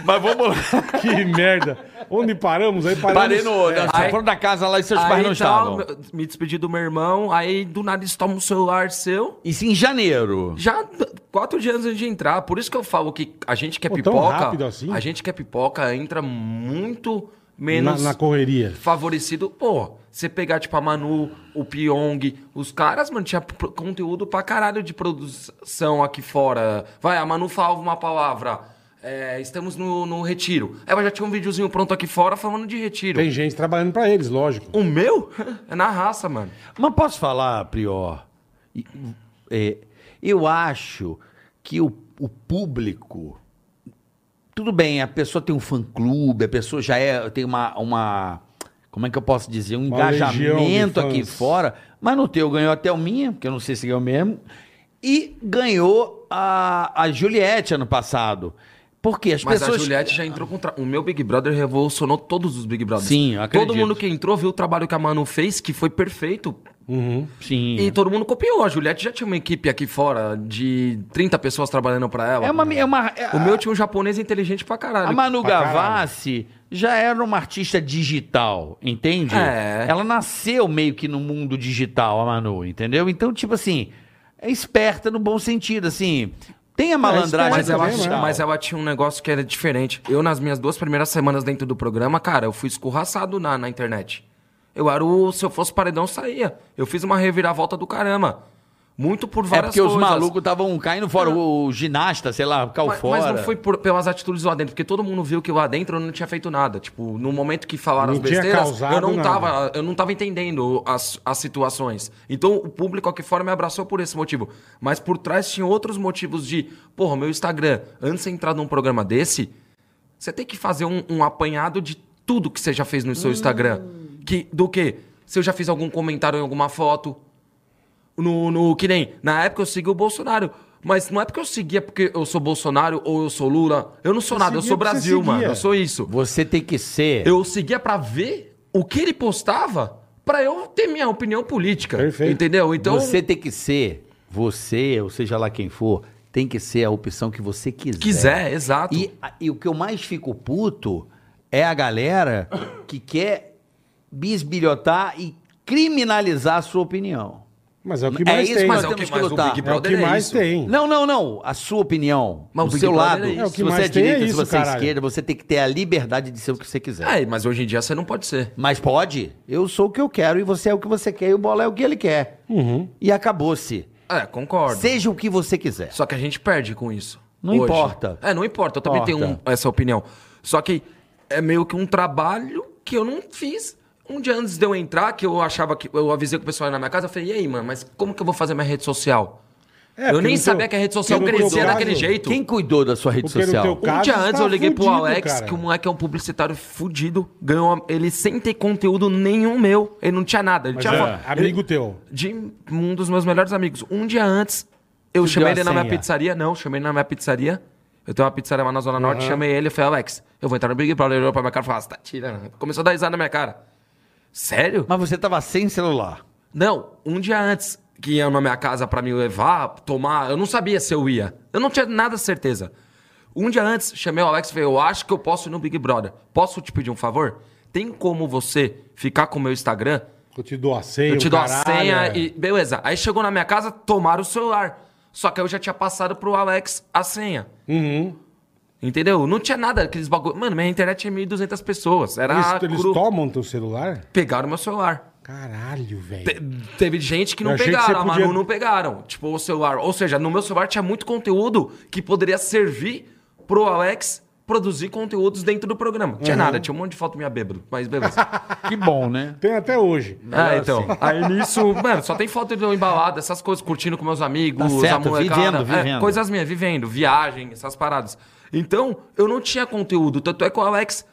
S5: Mas vamos lá.
S3: Que merda. Onde paramos? Aí paramos.
S5: Parei no.
S3: É,
S5: Vocês
S4: Aí-
S5: foram da casa lá e seus pais
S4: Aí
S5: não
S4: tal,
S5: estavam.
S4: me- me despedi do meu irmão, aí do nada eles tomam o celular seu.
S5: Isso em janeiro.
S4: Já d- quatro dias antes de entrar. Por isso que eu falo que a gente que é
S3: Pô, tão rápido
S4: pipoca.
S3: assim?
S4: A gente que é pipoca entra muito
S3: na,
S4: menos
S3: na correria.
S4: favorecido. Pô, você pegar, tipo, a Manu, o Pyong, os caras, mano, tinha pro- conteúdo pra caralho de produção aqui fora. Vai, a Manu falava uma palavra. é, estamos no, no retiro. Ela já tinha um videozinho pronto aqui fora falando de retiro.
S3: Tem gente trabalhando pra eles, lógico.
S4: O meu? É na raça, mano.
S5: Mas posso falar, Prior? E, é, eu acho que o, o público. Tudo bem, a pessoa tem um fã-clube, a pessoa já é, tem uma, uma. Como é que eu posso dizer? Um
S3: Uma legião de
S5: engajamento
S3: fãs.
S5: aqui fora. Mas no teu ganhou até o minha, porque eu não sei se ganhou mesmo. E ganhou a, a Juliette ano passado. Porque as
S4: Mas
S5: pessoas.
S4: a Juliette já entrou com. tra- O meu Big Brother revolucionou todos os Big Brothers.
S5: Sim, eu acredito.
S4: Todo mundo que entrou viu o trabalho que a Manu fez, que foi perfeito.
S5: Sim.
S4: E todo mundo copiou. A Juliette já tinha uma equipe aqui fora de 30 pessoas trabalhando pra ela.
S5: É uma. É uma é-
S4: O meu tinha um japonês inteligente pra caralho.
S5: A Manu
S3: pra caralho.
S5: Gavassi já era uma artista digital, entende?
S4: É.
S5: Ela nasceu meio que no mundo digital, a Manu, entendeu? Então, tipo assim, é esperta no bom sentido, assim. Tem a malandragem
S4: Mas
S3: Mas
S4: ela,
S3: também,
S4: tinha-
S3: né?
S4: mas ela tinha um negócio que era diferente. Eu, nas minhas duas primeiras semanas dentro do programa, cara, eu fui escorraçado na, na internet. Eu era o. Se eu fosse paredão, eu saía. Eu fiz uma reviravolta do caramba. Muito por
S5: É
S4: várias
S5: porque os
S4: coisas.
S5: malucos estavam um caindo fora. O, o ginasta, sei lá, caiu
S4: Mas,
S5: fora.
S4: mas não foi por- pelas atitudes lá dentro, porque todo mundo viu que lá dentro eu não tinha feito nada. Tipo, no momento que falaram
S3: Não
S4: as
S3: tinha
S4: besteiras,
S3: causado
S4: eu não,
S3: nada.
S4: tava, eu não tava entendendo as, as situações. Então o público aqui fora me abraçou por esse motivo. Mas por trás tinha outros motivos de, porra, meu Instagram, antes de entrar num programa desse, você tem que fazer um, um apanhado de tudo que você já fez no seu Instagram.
S3: Hum.
S4: Que, do que? Se eu já fiz algum comentário em alguma foto, no, no que nem na época eu segui o Bolsonaro. Mas não é porque eu seguia porque eu sou Bolsonaro ou eu sou Lula. Eu não sou
S3: Você
S4: nada, eu
S3: seguia
S4: sou
S3: porque você
S4: Brasil,
S3: seguia.
S4: mano. Eu sou isso.
S5: Você tem que ser.
S4: Eu seguia pra ver o que ele postava pra eu ter minha opinião política.
S3: Perfeito.
S4: Entendeu? Então,
S5: Você tem que ser. Você, ou seja lá quem for, tem que ser a opção que você quiser.
S4: quiser, exato.
S5: E, e o que eu mais fico puto é a galera que quer bisbilhotar e criminalizar a sua opinião.
S3: Mas é o que
S5: É
S3: mais
S5: isso,
S3: tem.
S5: mas é
S3: é
S5: o
S3: o
S5: temos que
S4: mais
S5: lutar.
S4: O Big
S5: É o
S3: que,
S4: Brother é,
S3: mais
S4: isso.
S3: tem.
S5: Não, não, não. A sua opinião.
S4: Mas o
S5: o
S4: Big
S5: seu
S4: Brother
S5: lado.
S4: é isso. É, o
S5: se
S3: que
S5: você
S3: mais
S5: é
S3: tem é
S5: direita, se
S3: isso,
S5: você é
S3: caralho.
S5: esquerda, você tem que ter a liberdade de ser o que você quiser.
S4: É, mas hoje em dia você não pode ser.
S5: Mas pode. Eu sou o que eu quero e você é o que você quer e o bola é o que ele quer.
S3: Uhum.
S5: E acabou-se.
S4: É, concordo.
S5: Seja o que você quiser.
S4: Só que a gente perde com isso.
S5: Não importa.
S4: É, não importa. Eu também
S5: Importa.
S4: tenho um- essa opinião. Só que é meio que um trabalho que eu não fiz. Um dia antes de eu entrar, que eu achava que. Eu avisei que o pessoal ia na minha casa, eu falei, e aí, mano, mas como que eu vou fazer minha rede social?
S3: É,
S4: eu
S3: porque
S4: nem
S3: no
S4: sabia
S3: teu-
S4: que a rede social
S3: porque no teu
S4: crescia
S3: um caso-
S4: daquele jeito.
S5: Quem cuidou da sua rede
S3: Porque no
S5: social?
S3: teu
S4: Um dia
S3: caso,
S4: antes
S3: tá
S4: eu liguei pro
S3: fudido,
S4: Alex,
S3: cara.
S4: que o moleque é um publicitário fudido, ganhou. Ele sem ter conteúdo nenhum meu. Ele não tinha nada. Ele
S3: Mas
S4: tinha
S3: é,
S4: fo-
S3: amigo teu.
S4: de um dos meus melhores amigos. Um dia antes, eu
S3: deu
S4: chamei
S3: a
S4: ele na minha
S3: senha.
S4: pizzaria. Não, chamei ele na minha pizzaria. Eu tenho uma pizzaria lá na Zona Norte, chamei ele e falei, Alex, eu vou entrar no Big Brother. Ele olhou pra minha cara e falou, ah, você tá tirando. Começou a dar risada na minha cara. Sério?
S5: Mas você tava sem celular.
S4: Não, um dia antes que ia na minha casa pra me levar, tomar, eu não sabia se eu ia. Eu não tinha nada certeza. Um dia antes, chamei o Alex e falei, eu acho que eu posso ir no Big Brother. Posso te pedir um favor? Tem como você ficar com o meu Instagram
S3: Eu te dou a senha,
S4: eu te
S3: o
S4: dou a
S3: caralho,
S4: senha
S3: é.
S4: e. Beleza. Aí chegou na minha casa, tomaram o celular. Só que eu já tinha passado pro Alex a senha.
S3: Uhum.
S4: Entendeu? Não tinha nada aqueles bagulho. Mano, minha internet é tinha 1.200 pessoas. Era.
S3: Eles, eles
S4: Ah, cru.
S3: tomam teu celular?
S4: Pegaram meu celular.
S3: Caralho,
S4: Te-
S3: velho.
S4: teve gente que
S3: Eu
S4: não
S3: achei que
S4: pegaram,
S3: você
S4: a
S3: podia-
S4: Manu não pegaram. Tipo, o celular. Ou seja, no meu celular tinha muito conteúdo que poderia servir pro Alex produzir conteúdos dentro do programa.
S3: Uhum.
S4: Tinha nada, tinha um monte de foto minha bêbado, mas beleza.
S5: Que bom, né?
S3: Tem até hoje.
S4: Ah, então. Aí nisso, mano, só tem foto de eu embalado, essas coisas, curtindo com meus amigos,
S5: Tá certo,
S4: a molecada.
S5: vivendo, vivendo.
S4: É, coisas minhas, vivendo, viagem, essas paradas. Então, eu não tinha conteúdo. Tanto é que o Alex,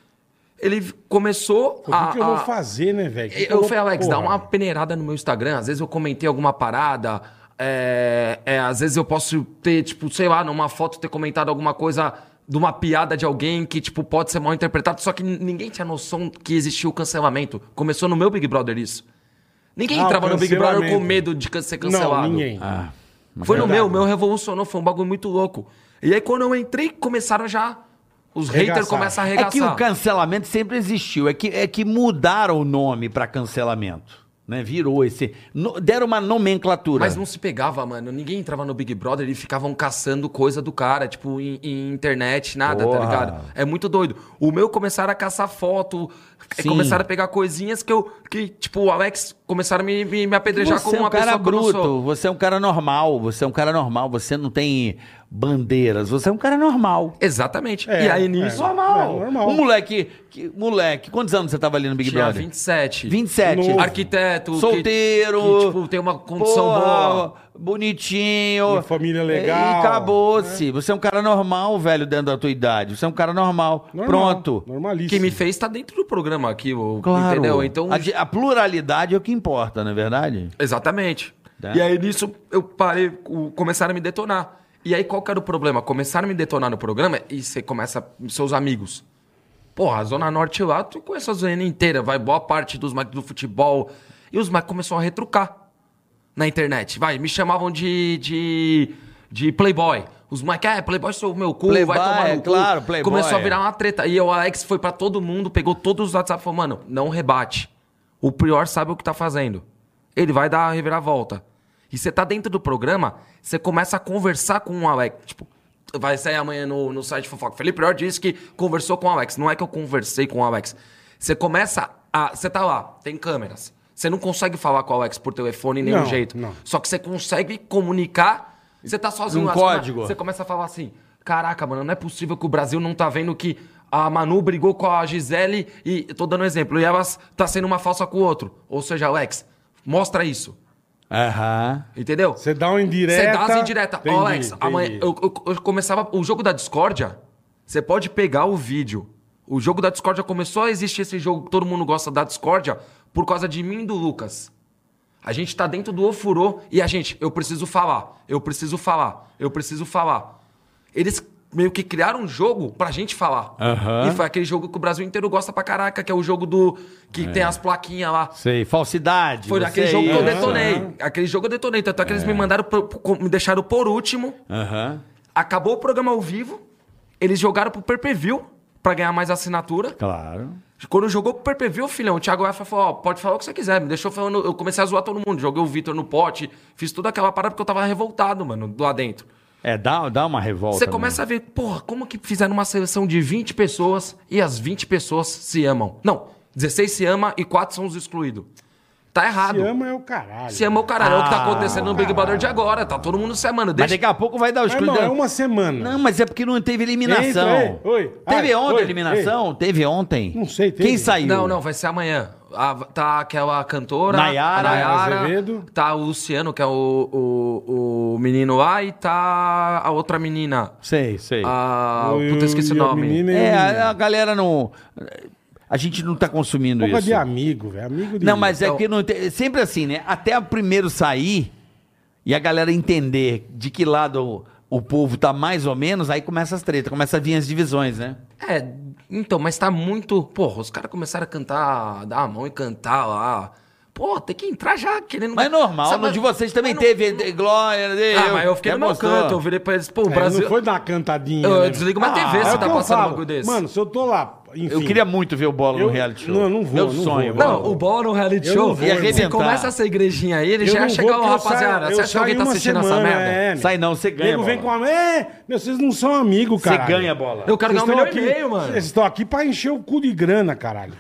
S4: ele começou
S3: Pô,
S4: a.
S3: o que, que eu vou
S4: a-
S3: fazer, né, velho? O que que
S4: Ah, eu
S3: vou-
S4: falei, Alex, dá
S3: Porra.
S4: uma peneirada no meu Instagram. Às vezes eu comentei alguma parada. é, é, às vezes eu posso ter, tipo, sei lá, numa foto ter comentado alguma coisa de uma piada de alguém que, tipo, pode ser mal interpretado. Só que n- ninguém tinha noção que existia o cancelamento. Começou no meu Big Brother isso. Ninguém
S3: Ah, o
S4: entrava no Big Brother com
S3: cancelamento.
S4: medo de can- ser cancelado.
S3: Não, ninguém.
S4: Foi no
S3: Verdade.
S4: meu, o meu revolucionou, foi um bagulho muito louco. E aí quando eu entrei, começaram já. Os haters
S3: Arregaçar.
S4: começam a
S5: É
S4: arregaçar.
S5: que o cancelamento sempre existiu. É que, é que mudaram o nome pra cancelamento. Né? Virou esse. no- deram uma nomenclatura.
S4: Mas não se pegava, mano. Ninguém entrava no Big Brother e ficavam caçando coisa do cara, tipo, em, em internet, nada,
S5: Porra.
S4: tá ligado? É muito doido. O meu começaram a caçar foto, eh,
S5: Sim.
S4: começaram a pegar coisinhas que eu. Que, tipo, o Alex começaram a me, me, me apedrejar
S5: você
S4: como
S5: é um
S4: uma
S5: cara
S4: pessoa que eu não sou.
S5: bruto, você é um cara normal, você é um cara normal, você não tem bandeiras, você é um cara normal.
S4: Exatamente.
S3: É,
S4: e aí
S3: é.
S4: nisso.
S3: Normal. É, normal.
S5: Um moleque, que- moleque, quantos anos você tava ali no Big
S4: Tinha
S5: Brother?
S4: 27.
S5: 27.
S3: Novo.
S4: Arquiteto. que-
S5: Solteiro.
S4: que, tipo, tem uma condição
S5: Porra,
S4: boa.
S5: Bonitinho.
S3: Uma família legal,
S5: E acabou-se. Você é um cara normal, velho, dentro da tua idade. Você é um cara normal.
S3: Normal,
S5: Pronto.
S3: Normalíssimo.
S4: Que me fez estar dentro do programa aqui, ô,
S5: Claro.
S4: entendeu? Então,
S5: a, di- a pluralidade é o que importa, não é verdade?
S4: Exatamente.
S5: Tá.
S4: E aí nisso eu parei, o- começaram a me detonar. E aí qual que era o problema? Começaram a me detonar no programa e você começa, seus amigos. Porra, a Zona Norte lá, tu conhece a zona inteira, vai boa parte dos moleques do futebol. E os moleques começaram a retrucar na internet. Vai, me chamavam de, de, de playboy. Os moleques, ah, é, playboy sou o meu cu,
S5: Playboy,
S4: vai tomar no
S5: é
S4: cu.
S5: claro, playboy.
S4: Começou a virar uma treta. E o Alex foi pra todo mundo, pegou todos os WhatsApp e falou, mano, não rebate. O Prior sabe o que tá fazendo. Ele vai dar a reviravolta. E você tá dentro do programa, você começa a conversar com o Alex. Tipo, vai sair amanhã no, no site Fofoca. Felipe Prior disse que conversou com o Alex. Não é que eu conversei com o Alex. Você começa a. Você tá lá, tem câmeras. Você não consegue falar com o Alex por telefone de nenhum
S3: Não,
S4: jeito.
S3: não.
S4: Só que você consegue comunicar. Você tá sozinho
S5: Um
S4: você come-
S5: código.
S4: Você começa a falar assim: caraca, mano, não é possível que o Brasil não tá vendo que a Manu brigou com a Gisele e. eu Tô dando um exemplo. E elas tá sendo uma falsa com o outro. Ou seja, Alex, mostra isso.
S5: Aham.
S4: Entendeu?
S3: Você dá uma indireta.
S4: Você dá as indiretas.
S3: Entendi,
S4: Ó, Alex,
S3: entendi.
S4: amanhã eu, eu- eu começava. O jogo da discórdia, você pode pegar o vídeo. O jogo da discórdia começou a existir esse jogo, todo mundo gosta da discórdia, por causa de mim e do Lucas. A gente tá dentro do ofurô e a gente, eu preciso falar, eu preciso falar, eu preciso falar. Eles meio que criaram um jogo pra gente falar.
S5: Aham.
S4: E foi aquele jogo que o Brasil inteiro gosta pra caraca, que é o jogo do. que
S3: É.
S4: tem as plaquinhas lá.
S5: Sei. Falsidade.
S4: Foi
S5: você
S4: aquele
S5: é
S4: jogo que eu
S5: isso.
S4: detonei. Aquele jogo eu detonei. Tanto é que eles me mandaram, pro- pro- me deixaram por último.
S5: Aham.
S4: Acabou o programa ao vivo. Eles jogaram pro pay-per-view pra ganhar mais assinatura.
S5: Claro.
S4: Quando jogou pro pay-per-view, filhão, o Thiago Efra falou: ó, pode falar o que você quiser. Me deixou falando. Eu comecei a zoar todo mundo. Joguei o Vitor no pote. Fiz toda aquela parada porque eu tava revoltado, mano, lá dentro.
S5: É, dá, dá uma revolta.
S4: Você começa a ver, porra, como que fizeram uma seleção de 20 pessoas e as 20 pessoas se amam? Não, 16 se ama e 4 são os excluídos. Tá errado.
S3: Se ama é o caralho.
S4: Se ama o caralho, é o que tá acontecendo no Big
S3: caralho.
S4: Brother de agora. Tá todo mundo se amando.
S5: Ah. Mas
S4: Deixa...
S5: daqui a pouco vai dar o
S3: Mas, irmão,
S5: excluído.
S3: é uma semana.
S5: Não, mas é porque não teve eliminação.
S3: Entra, ei, oi.
S5: Teve
S3: Ai,
S5: ontem
S3: oi,
S5: a eliminação? Teve ontem?
S3: Não sei, teve.
S5: Quem saiu?
S4: Não, não, vai ser amanhã. A- tá aquela cantora,
S5: Nayara,
S4: a Nayara
S3: Azevedo.
S4: tá o Luciano, que é o, o, o menino lá, e tá a outra menina.
S5: Sei, sei.
S4: Ah,
S3: E
S4: puta, esqueci o
S3: e
S4: nome.
S3: menino e
S5: é,
S3: menina.
S5: a, a galera não. A gente não tá consumindo
S3: Pouca
S5: isso.
S3: de amigo, velho. Amigo de.
S5: Não, mas é
S4: Então-
S5: que não tem- sempre assim, né? Até o primeiro sair e a galera entender de que lado o, o povo tá mais ou menos, aí começa as tretas, começa a vir as divisões, né?
S4: É, então, mas tá muito. Porra, os caras começaram a cantar, dar a mão e cantar lá. Pô, tem que entrar já querendo.
S5: Mas é normal,
S4: Sabe,
S5: no de vocês também
S4: mas não-
S5: teve eh, Glória.
S4: Ah, mas eu fiquei no meu
S5: mostrou.
S4: canto, eu virei pra eles, pô, o
S3: É,
S4: Brasil.
S3: Não foi dar uma cantadinha.
S4: Eu
S3: né,
S4: desligo
S5: Ah,
S4: uma
S3: velho?
S4: TV se
S3: é o
S4: tá
S3: que eu
S4: passando um
S3: falo.
S4: bagulho desse.
S3: Mano, se eu tô lá. Enfim,
S5: Eu queria muito ver o Bola
S3: Eu-
S5: no reality show.
S3: não, eu não vou,
S5: Meu
S3: não vou,
S5: sonho.
S3: eu
S5: Bola.
S4: Não, o bola no reality
S3: Eu
S4: show.
S3: não vou,
S5: Ia
S4: Se
S5: arrebentar.
S4: começa essa igrejinha aí, ele
S3: eu
S4: já
S3: não
S4: ia chegar,
S3: vou
S4: ó,
S3: porque eu
S4: rapaziada.
S3: saio-
S4: você
S3: eu
S4: acha que alguém
S3: saio
S4: tá
S3: uma
S4: assistindo
S3: semana,
S4: essa merda?
S3: é,
S5: Sai não, você ganha.
S3: Nego vem com
S5: Bola.
S3: a. É! Meu, vocês não são amigos,
S5: Você
S3: cara.
S5: ganha bola.
S4: Eu quero ganhar um milhão
S5: é
S4: e meio, mano. É.
S3: Vocês estão aqui pra encher o cu de grana, caralho.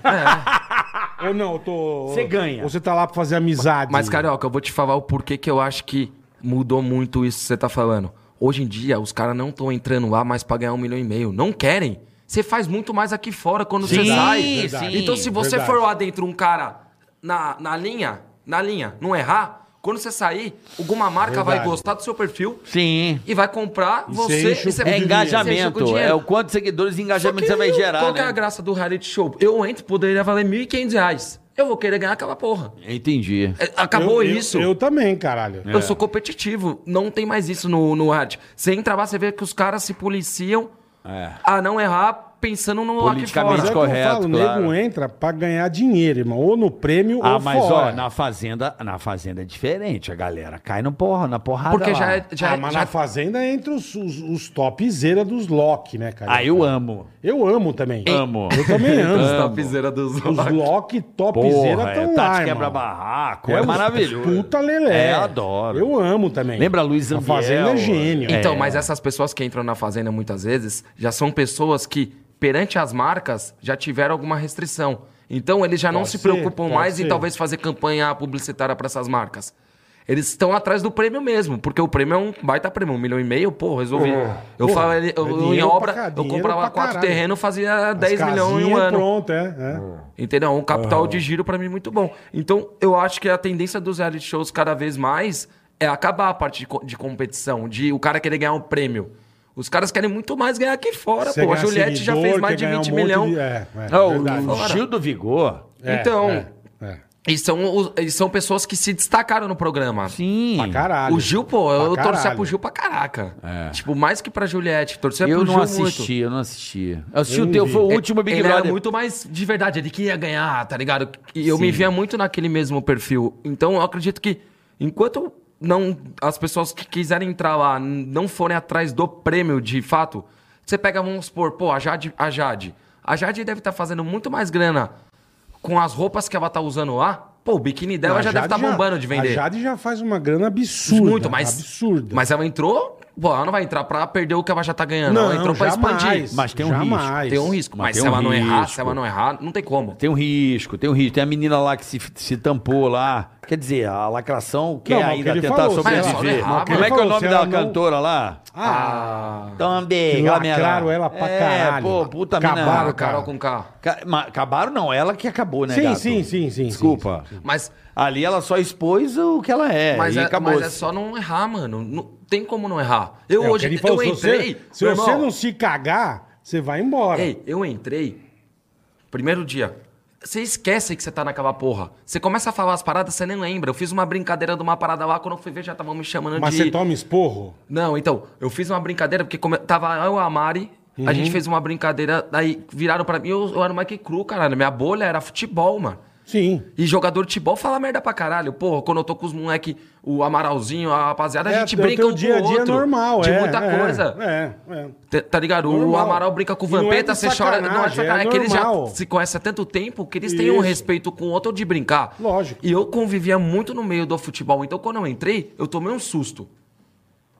S3: Ou não, eu tô.
S5: Você ganha.
S3: Ou você tá lá pra fazer amizade.
S4: Mas, Carioca, eu vou te falar o porquê que eu acho que mudou muito isso que você tá falando. Hoje em dia, os caras não estão entrando lá mais pra ganhar um milhão e meio. Não querem. Você faz muito mais aqui fora quando você
S5: Sim,
S4: sai.
S5: verdade.
S4: Então, se você
S3: Verdade.
S4: for lá dentro um cara na, na linha, na linha, não errar, quando você sair, alguma marca vai
S3: Verdade.
S4: gostar do seu perfil
S5: Sim.
S4: e vai comprar
S3: E você
S4: você.
S3: enche o
S4: e você
S3: cu de
S4: você
S5: É
S4: enche o cu de
S5: engajamento.
S4: dinheiro.
S5: É o quanto seguidores e
S4: Só
S5: engajamento
S4: que
S5: você vai
S4: eu-
S5: gerar,
S4: Qual que é a
S5: né?
S4: graça do reality show? Eu entro, poderia valer 1.500 reais. Eu vou querer ganhar aquela porra.
S5: Entendi.
S4: É, Acabou
S3: Eu- eu-
S4: isso.
S3: Eu, É. também, caralho.
S4: Eu sou competitivo. Não tem mais isso no, no arte. Você entra lá, você vê que os caras se policiam
S3: É.
S4: a não errar pensando no aqui
S5: Politicamente
S4: fora.
S5: correto.
S3: o
S5: claro.
S3: nego entra pra ganhar dinheiro, irmão. Ou no prêmio
S5: Ah,
S3: ou
S5: mas
S3: fora.
S5: ó, na fazenda, na fazenda é diferente. A galera cai no porra, na porrada.
S4: Porque
S5: lá.
S4: já é. Já,
S3: ah, mas
S4: já-
S3: na Fazenda entra os, os, os topzera dos Loki, né, cara?
S5: Ah, eu amo.
S3: Eu amo também.
S5: Amo.
S3: Eu também amo.
S4: topzera dos
S3: os Loki topzera
S5: Porra,
S3: estão
S5: é,
S3: tá lá,
S5: Tati
S3: irmão.
S5: quebra-barraco.
S3: É
S5: É,
S3: uns
S5: maravilhoso.
S3: Puta lelé.
S5: É, adoro.
S3: Eu amo também.
S5: Lembra Luiz
S3: A
S5: Ambiel?
S3: Fazenda é gênio.
S4: Então,
S5: É.
S4: mas essas pessoas que entram na fazenda muitas vezes já são pessoas que, perante as marcas, já tiveram alguma restrição. Então, eles já não
S3: Pode
S4: se
S3: ser,
S4: preocupam
S3: pode
S4: mais
S3: ser.
S4: em talvez fazer campanha publicitária para essas marcas. Eles estão atrás do prêmio mesmo, porque o prêmio é um baita prêmio, um milhão e meio, pô, resolvi.
S3: Porra,
S4: eu
S3: porra,
S4: falava, eu-
S3: é
S4: eu, em
S3: dinheiro
S4: obra,
S3: pra cá,
S4: eu
S3: dinheiro pra
S4: comprava quatro
S3: caralho.
S4: terrenos, fazia
S3: As
S4: 10 milhões em um
S3: casinhas,
S4: ano.
S3: Pronto, é. é.
S5: Hum.
S4: Entendeu? Um capital de giro pra mim muito bom. Então, eu acho que a tendência dos reality shows cada vez mais é acabar a parte de, co- de competição, de o cara querer ganhar um prêmio. Os caras querem muito mais ganhar aqui fora,
S3: Você
S4: pô. A
S3: ganha
S4: Juliette já
S3: seguidor,
S4: fez
S3: quer
S4: mais de
S3: ganhar
S4: 20
S3: um monte
S4: milhões.
S3: de- É, é,
S5: Ah, o-
S3: verdade.
S5: o Gil do Vigor.
S3: É,
S4: Então,
S3: é, é.
S4: E, são, os- e são pessoas que se destacaram no programa.
S5: Sim.
S3: Pra caralho.
S4: O Gil, pô, eu
S3: Pra
S4: torcia
S3: caralho. É.
S4: pro Gil pra caraca. Tipo, mais que pra Juliette. Torcia
S5: Eu
S4: pro
S5: não
S4: Gil muito.
S5: assisti, eu não assisti. Eu assisti
S3: Eu
S5: o
S3: não
S5: teu,
S3: vi.
S5: foi o último Big
S4: É, ele
S5: Brother.
S4: era muito mais de verdade, ele queria ganhar, tá ligado? E eu me via muito naquele mesmo perfil. Então eu acredito que enquanto não as pessoas que quiserem entrar lá n- não forem atrás do prêmio de fato, você pega, vamos supor, pô, a Jade, a Jade. A Jade deve estar fazendo muito mais grana com as roupas que ela tá usando lá. Pô, o biquíni dela
S3: A
S4: já deve
S3: Jade
S4: estar bombando de
S3: A
S4: vender.
S3: Jade já faz uma grana absurda.
S4: muito, mas
S3: Absurda.
S4: Mas ela entrou Pô, ela não vai entrar pra perder o que ela já tá ganhando. ela entrou pra expandir.
S5: Mas tem um
S4: Tem um risco. Mas,
S5: Mas
S4: se
S5: tem um
S4: ela não errar,
S5: risco.
S4: se ela não errar, não tem como.
S5: Tem um risco, tem um risco. Tem a menina lá que se, se tampou lá. Quer dizer, a lacração quer
S3: Não, mas o que
S5: ainda
S3: ele
S5: tentar
S3: falou,
S4: se ela
S5: sobreviver.
S4: errar,
S5: Como é que é o
S3: mano.
S5: nome
S3: Se ela
S5: da
S3: não-
S5: cantora lá?
S4: Ah,
S5: Também.
S3: Que
S5: aquela menina lá.
S3: lacraram ela pra caralho.
S5: É, pô, puta
S3: Acabaram
S5: mina.
S4: a Ah, Carol com K.
S5: Ca- mas Acabaram não, ela que acabou, né,
S3: Sim,
S5: gato?
S3: sim, sim, sim,
S5: Desculpa.
S4: Mas,
S5: Ali ela só expôs o que ela é
S4: mas,
S5: e
S4: é,
S5: acabou.
S4: mas é só não errar, mano. Não tem como não errar. Eu
S3: É, o que
S4: hoje,
S3: ele falou,
S4: eu
S3: se você-
S4: entrei...
S3: Se
S4: meu
S3: você
S4: irmão,
S3: não se cagar, você vai embora.
S4: Ei, eu entrei. Primeiro dia. Você esquece que você tá naquela porra. Você começa a falar as paradas, você nem lembra. Eu fiz uma brincadeira de uma parada lá, quando eu fui ver, já estavam me chamando
S3: Mas
S4: de.
S3: você toma esporro?
S4: Não, então, eu fiz uma brincadeira, porque come- tava eu e a Mari, a
S3: Uhum.
S4: gente fez uma brincadeira, daí viraram pra mim, eu, eu era o Mike Cru, caralho. Minha bolha era futebol, mano.
S3: Sim.
S4: E jogador de futebol fala merda pra caralho. Porra, quando eu tô com os moleque, o Amaralzinho, a rapaziada,
S3: É,
S4: a gente
S3: o
S4: brinca
S3: teu
S4: um
S3: dia a
S4: com o
S3: dia
S4: outro.
S3: é normal,
S4: de
S3: é.
S4: muita
S3: é,
S4: coisa.
S3: É, é.
S4: Tá- Tá ligado? O
S3: Normal.
S4: Amaral brinca com o
S3: E não é
S4: Vampeta,
S3: de
S4: você chora. Não é de
S3: sacanagem,
S4: sacanagem,
S3: é
S4: é que eles já
S3: normal.
S4: se conhecem há tanto tempo que eles têm um
S3: Isso.
S4: respeito com o outro de brincar.
S3: Lógico.
S4: E eu convivia muito no meio do futebol. Então, quando eu entrei, eu tomei um susto.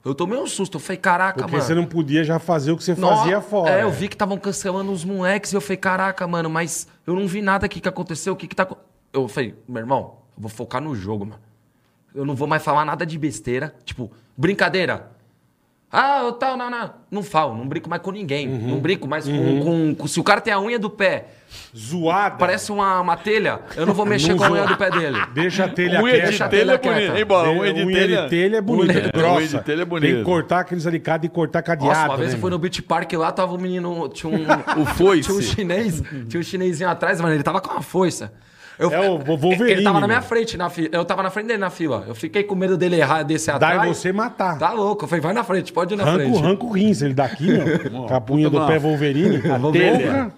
S4: Eu tomei um susto. Eu falei, caraca,
S3: Porque
S4: mano.
S3: você não podia já fazer o que você
S4: Nó-
S3: fazia fora.
S4: É, eu vi que estavam cancelando os moleques e eu falei, caraca, mano, mas eu não vi nada aqui que aconteceu, o que que tá... acon-" Eu falei, meu irmão, eu vou focar no jogo, mano. Eu não vou mais falar nada de besteira, tipo, brincadeira. Ah, eu tal, não, não. Não falo, não brinco mais com ninguém.
S5: Uhum.
S4: Não brinco mais com- com, com... Se o cara tem a unha do pé,
S3: Zoada.
S4: parece uma, uma telha, eu não vou mexer
S3: Não
S4: com a
S3: vou.
S4: unha do pé dele.
S3: Deixa a telha
S5: Unha
S3: quieta.
S5: de
S4: Deixa a
S5: telha
S4: telha
S5: é bonita.
S4: quieta.
S5: Hein, bola? Unha
S3: Unha de telha é bonita,
S5: Unha-
S3: grossa.
S5: Unha de telha
S3: Tem que
S5: é bonita.
S3: cortar aqueles alicates e cortar cadeado.
S4: Nossa, uma vez
S3: né,
S4: eu fui no Beach Park lá, tava um menino. Tinha um.
S5: O foice.
S4: Tinha um chinês. Tinha um chinesinho atrás, mano. Ele tava com uma força. Eu,
S3: É o Vo- Wolverine,
S4: Ele tava na minha
S3: mano.
S4: frente, na fila. Eu tava na frente dele na fila. Eu fiquei com medo dele errar, descer
S3: Dá
S4: atrás.
S3: em você matar.
S4: Tá louco. Eu falei, vai na frente, pode ir na
S3: Ranco,
S4: frente.
S3: ranco o rins, ele daqui, ó. Com a punha
S5: puta
S3: do pé
S5: uma-
S3: Wolverine.
S5: telha.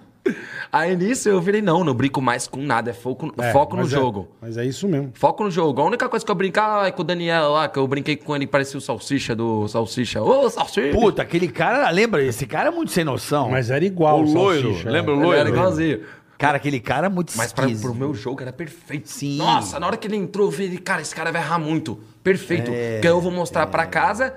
S4: Aí nisso eu virei, não, não brinco mais com nada. É foco,
S3: É,
S4: foco no
S3: mas é-
S4: jogo.
S3: Mas é isso mesmo.
S4: Foco no jogo. A única coisa que eu brincar é com o Daniel lá, que eu brinquei com ele, parecia o Salsicha do Salsicha. Ô, Salsicha!
S5: Puta, aquele cara, lembra? Esse cara é muito sem noção.
S3: Mas era igual
S5: o loiro,
S3: salsicha,
S5: lembra o
S3: é.
S4: Ele
S5: loiro?
S4: era igualzinho.
S5: Cara, aquele cara é muito
S4: Mas pra,
S5: esquisito.
S4: pro meu jogo era perfeito.
S5: Sim.
S4: Nossa, na hora que ele entrou, eu vi, cara, esse cara vai errar muito. Perfeito.
S5: É.
S4: Porque eu vou mostrar pra casa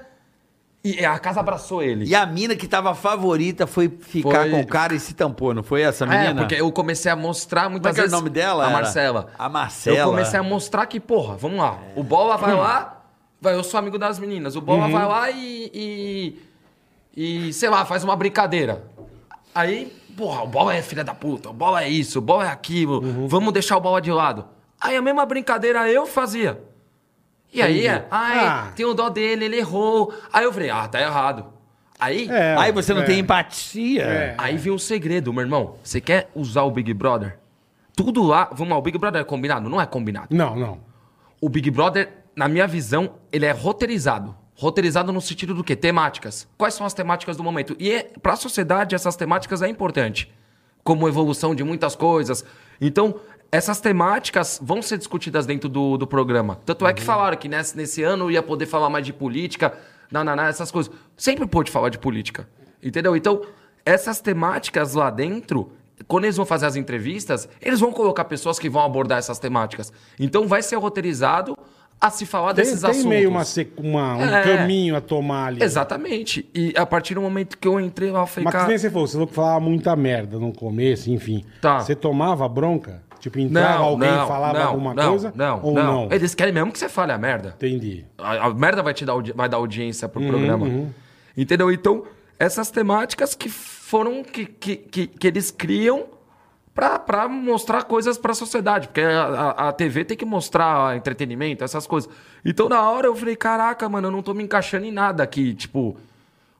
S4: e a casa abraçou ele.
S5: E a mina que tava favorita foi ficar
S4: Foi-
S5: com o cara e se tampou, não foi essa menina?
S4: É, porque eu comecei a mostrar muitas
S5: Como é que era o
S4: vezes.
S5: nome dela?
S4: A
S5: era?
S4: Marcela.
S5: A Marcela.
S4: Eu comecei a mostrar que, porra, vamos lá. O Bola vai lá, vai, eu sou amigo das meninas. O
S5: Uhum.
S4: Bola vai lá e, e. e, sei lá, faz uma brincadeira. Aí, porra, o Bola é filha da puta, o Bola é isso, o Bola é aquilo,
S5: Uhum.
S4: vamos deixar o Bola de lado. Aí a mesma brincadeira eu fazia. E aí, é, ai,
S3: Ah.
S4: tem o dó dele, ele errou. Aí eu falei, ah, tá errado. Aí,
S3: É,
S5: Aí você não
S3: é.
S5: tem empatia.
S4: Aí vem o segredo, meu irmão. Você quer usar o Big Brother? Tudo lá. Vamos lá, o Big Brother é combinado? Não é combinado.
S3: Não, não.
S4: O Big Brother, na minha visão, ele é roteirizado. Roteirizado no sentido do quê? Temáticas. Quais são as temáticas do momento? E é, para a sociedade, essas temáticas é importante. Como evolução de muitas coisas. Então, essas temáticas vão ser discutidas dentro do, do programa. Tanto é que falaram que nesse, nesse ano ia poder falar mais de política, nananá, essas coisas. Sempre pôde falar de política. Entendeu? Então, essas temáticas lá dentro, quando eles vão fazer as entrevistas, eles vão colocar pessoas que vão abordar essas temáticas. Então vai ser roteirizado a se falar
S3: Tem,
S4: desses
S3: tem
S4: assuntos.
S3: meio uma, sec- uma- um
S4: É.
S3: caminho a tomar ali.
S4: Exatamente. E a partir do momento que eu entrei lá, eu falei,
S3: Mas que nem
S4: cara...
S3: você falou, você falou que falava muita merda no começo, enfim.
S4: Tá.
S3: Você tomava bronca? Tipo, entrava alguém e falava alguma
S4: não,
S3: coisa?
S4: Não,
S3: ou não?
S4: não. Eles querem mesmo que você fale a merda.
S3: Entendi.
S4: A, a merda vai te dar, audi- vai dar audiência
S3: Uhum,
S4: pro programa. Entendeu? Então, essas temáticas que foram. que, que, que, que eles criam pra, pra mostrar coisas pra sociedade. Porque a, a- a TV tem que mostrar entretenimento, essas coisas. Então, na hora eu falei: caraca, mano, eu não tô me encaixando em nada aqui. Tipo,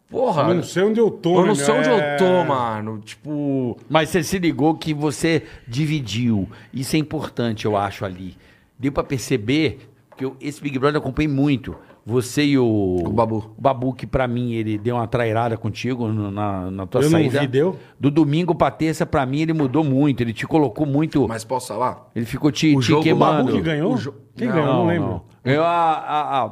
S4: porra.
S3: Eu não sei onde eu tô,
S4: eu
S3: né,
S4: não sei
S3: meu?
S4: onde
S3: É.
S4: eu tô, mano. Tipo.
S5: Mas você se ligou que você dividiu. Isso é importante, eu acho, ali. Deu pra perceber que eu- esse Big Brother eu acompanhei muito. Você e o...
S4: O Babu.
S5: O Babu, que pra mim, ele deu uma trairada contigo no- na, na tua
S3: Eu não
S5: saída.
S3: vi, deu?
S5: Do domingo pra terça, pra mim, ele mudou muito. Ele te colocou muito...
S4: Mas posso falar?
S5: Ele ficou te,
S4: O
S5: te
S4: jogo-
S5: queimando.
S3: O que ganhou?
S4: o jo-
S3: Quem
S4: Não,
S3: ganhou? Eu Não, lembro.
S5: Ganhou a... a, a-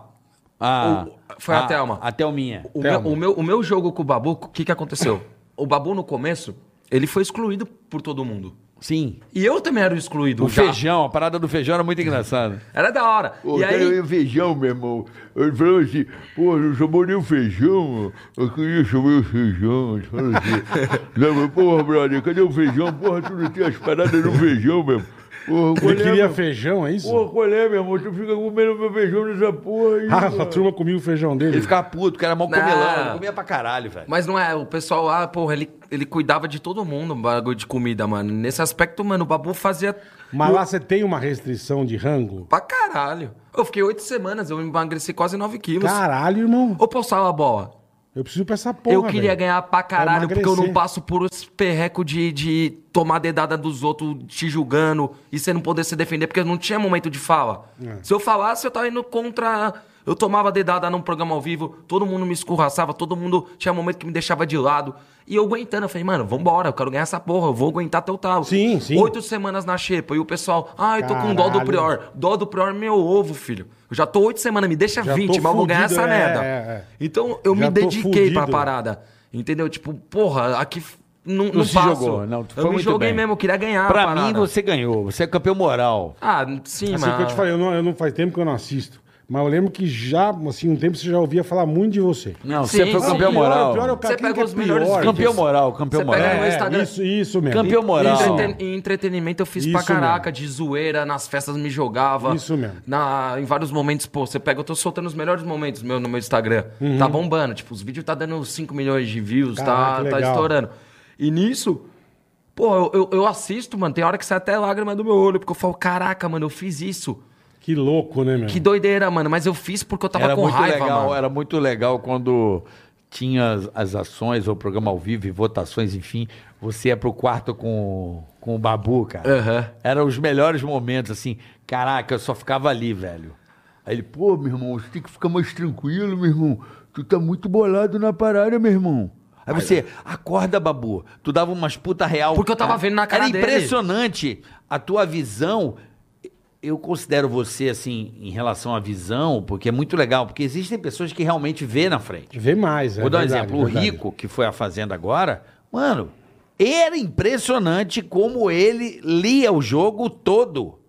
S5: a-
S4: O- foi
S3: Ah,
S4: a Thelma.
S5: Ah. A Thelminha.
S4: O meu, o, meu, o meu jogo com o Babu, o que, que aconteceu? O Babu, no começo, ele foi excluído por todo mundo.
S5: Sim.
S4: E eu também era o excluído
S5: O
S4: já.
S5: feijão, a parada do feijão era muito engraçada.
S4: Era da hora.
S8: Pô, tá
S4: e aí,
S8: o feijão, meu irmão. Ele falou assim, pô, não chamou nem o feijão, ó. eu queria chamar o feijão. Ele falou assim, não, mas, porra, brother, cadê o feijão? Porra, tu não tem as paradas no feijão, meu irmão. Porra, qual
S3: Ele
S8: é,
S3: queria
S8: meu?
S3: feijão, é isso?
S8: Porra, qual é, meu irmão? Tu fica comendo meu feijão nessa porra aí,
S3: Ah, a
S8: mano.
S3: turma comia o feijão dele.
S5: Ele ficava puto, que era mó comelão.
S4: Não.
S5: Ele comia pra caralho, velho.
S4: mas não é, o pessoal, ah, porra, ele, ele cuidava de todo mundo, o bagulho de comida, mano. Nesse aspecto, mano, o Babu fazia
S3: Mas lá você tem uma restrição de rango?
S4: pra caralho. Eu fiquei oito semanas, eu emagreci quase nove quilos.
S3: Caralho, irmão.
S4: Ô, Paul bola.
S3: Eu preciso pra essa porra,
S4: eu queria
S3: velho.
S4: ganhar pra caralho,
S3: Pra
S4: porque eu não
S3: emagrecer.
S4: passo por esse perreco de, de tomar dedada dos outros te julgando e você não poder se defender, porque não tinha momento de fala.
S3: É.
S4: Se eu falasse, eu tava indo contra. Eu tomava dedada num programa ao vivo, todo mundo me escorraçava, todo mundo tinha momento que me deixava de lado. E eu aguentando, eu falei, mano, vambora, eu quero ganhar essa porra, eu vou aguentar até o tal.
S3: Sim, sim.
S4: Oito semanas na xepa, e o pessoal, ai, tô com dó do
S3: Caralho.
S4: Prior. Dó do Prior, é meu ovo, filho. Eu já tô oito semanas, me deixa
S3: Já tô
S4: 20, mas eu vou ganhar
S3: fudido,
S4: essa
S3: é,
S4: merda.
S3: é, é.
S4: Então eu
S3: Já
S4: me
S3: tô
S4: dediquei pra
S3: fudido.
S4: parada. Entendeu? Tipo, porra, aqui f- não, não
S5: se
S4: passo.
S5: jogou, não, tu foi
S4: eu me
S5: muito
S4: joguei
S5: bem.
S4: mesmo, eu queria ganhar a
S5: pra
S4: parada.
S5: mim, você ganhou. Você é campeão moral.
S4: Ah, sim,
S3: Assim
S4: mas...
S3: que eu te falei, eu não, eu não faz tempo que eu não assisto. Mas eu lembro que já, assim, um tempo você já ouvia falar muito de você.
S5: Não,
S4: Sim,
S5: você foi o
S4: sim.
S5: campeão
S3: O pior-
S5: moral.
S3: O pior é o cara
S4: Você
S3: quem que
S4: pega
S3: é
S4: os melhores
S3: pior.
S4: vídeos.
S5: Campeão moral, campeão
S4: Você
S5: moral.
S4: pega no
S3: É,
S4: Instagram.
S3: isso, isso mesmo.
S5: Campeão moral.
S3: Isso.
S4: Entreten- Em entretenimento eu fiz
S3: Isso
S4: pra caraca, de zoeira, nas festas me jogava.
S3: Isso mesmo.
S4: Na, em vários momentos, pô, você pega, eu tô soltando os melhores momentos meu no meu Instagram.
S5: Uhum.
S4: Tá bombando, tipo, os vídeos tá dando 5 milhões de views,
S3: Caraca,
S4: tá, tá
S3: legal.
S4: estourando. E nisso, pô, eu, eu, eu assisto, mano, tem hora que sai até lágrima do meu olho, porque eu falo, caraca, mano, eu fiz isso.
S3: Que louco, né, meu?
S4: Que doideira, mano, mas eu fiz porque eu tava
S5: É. era
S4: com
S5: muito
S4: raiva,
S5: legal,
S4: mano.
S5: era muito legal quando tinha as, as ações, ou programa ao vivo, e votações, enfim, você ia pro quarto com, com o Babu, cara.
S4: Aham.
S5: Eram os melhores momentos, assim, caraca, eu só ficava ali, velho.
S8: Aí ele, pô, meu irmão, você tem que ficar mais tranquilo, meu irmão. Tu tá muito bolado na parada, meu irmão.
S5: Aí você, acorda, Babu. Tu dava umas puta real.
S4: Porque eu tava vendo na cara
S5: É. Era
S4: dele.
S5: impressionante a tua visão. Eu considero você, assim, em relação à visão, porque é muito legal. Porque existem pessoas que realmente vê na frente.
S3: Vê mais, é
S5: Vou dar um
S3: verdade,
S5: exemplo. O
S3: verdade.
S5: Rico, que foi à Fazenda agora, mano, era impressionante como ele lia o jogo todo.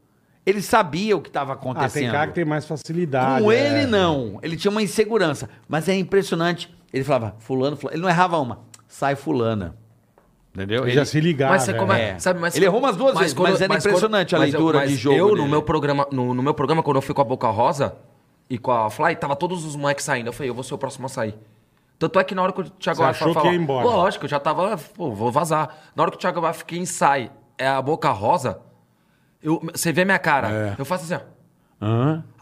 S5: Ele sabia o que estava
S3: Ah, tem
S5: acontecendo.
S3: cara que tem mais facilidade.
S5: Com
S3: é.
S5: ele, não. Ele tinha uma insegurança. Mas é impressionante. Ele falava, fulano, fulano. Ele não errava uma. Sai fulana. Entendeu?
S3: Ele já se ligava.
S4: Mas você
S3: é.
S4: come-
S5: É.
S4: sabe, mas
S5: Ele errou umas duas vezes, mas era impressionante a
S4: mas eu-
S5: leitura
S4: mas
S5: de jogo
S4: Eu, no
S5: dele.
S4: meu, programa, no, no meu programa, quando eu fui com a Boca Rosa e com a Fly, tava todos os moleques saindo. Eu falei, eu vou ser o próximo a sair. Tanto é que na hora que o Thiago
S3: Você
S4: Baffa
S3: achou que ia embora?
S4: Pô, lógico, eu já tava, pô, vou vazar. Na hora que o Thiago Baffa quem sai é a Boca Rosa, eu, você vê minha cara. Eu faço assim, ó.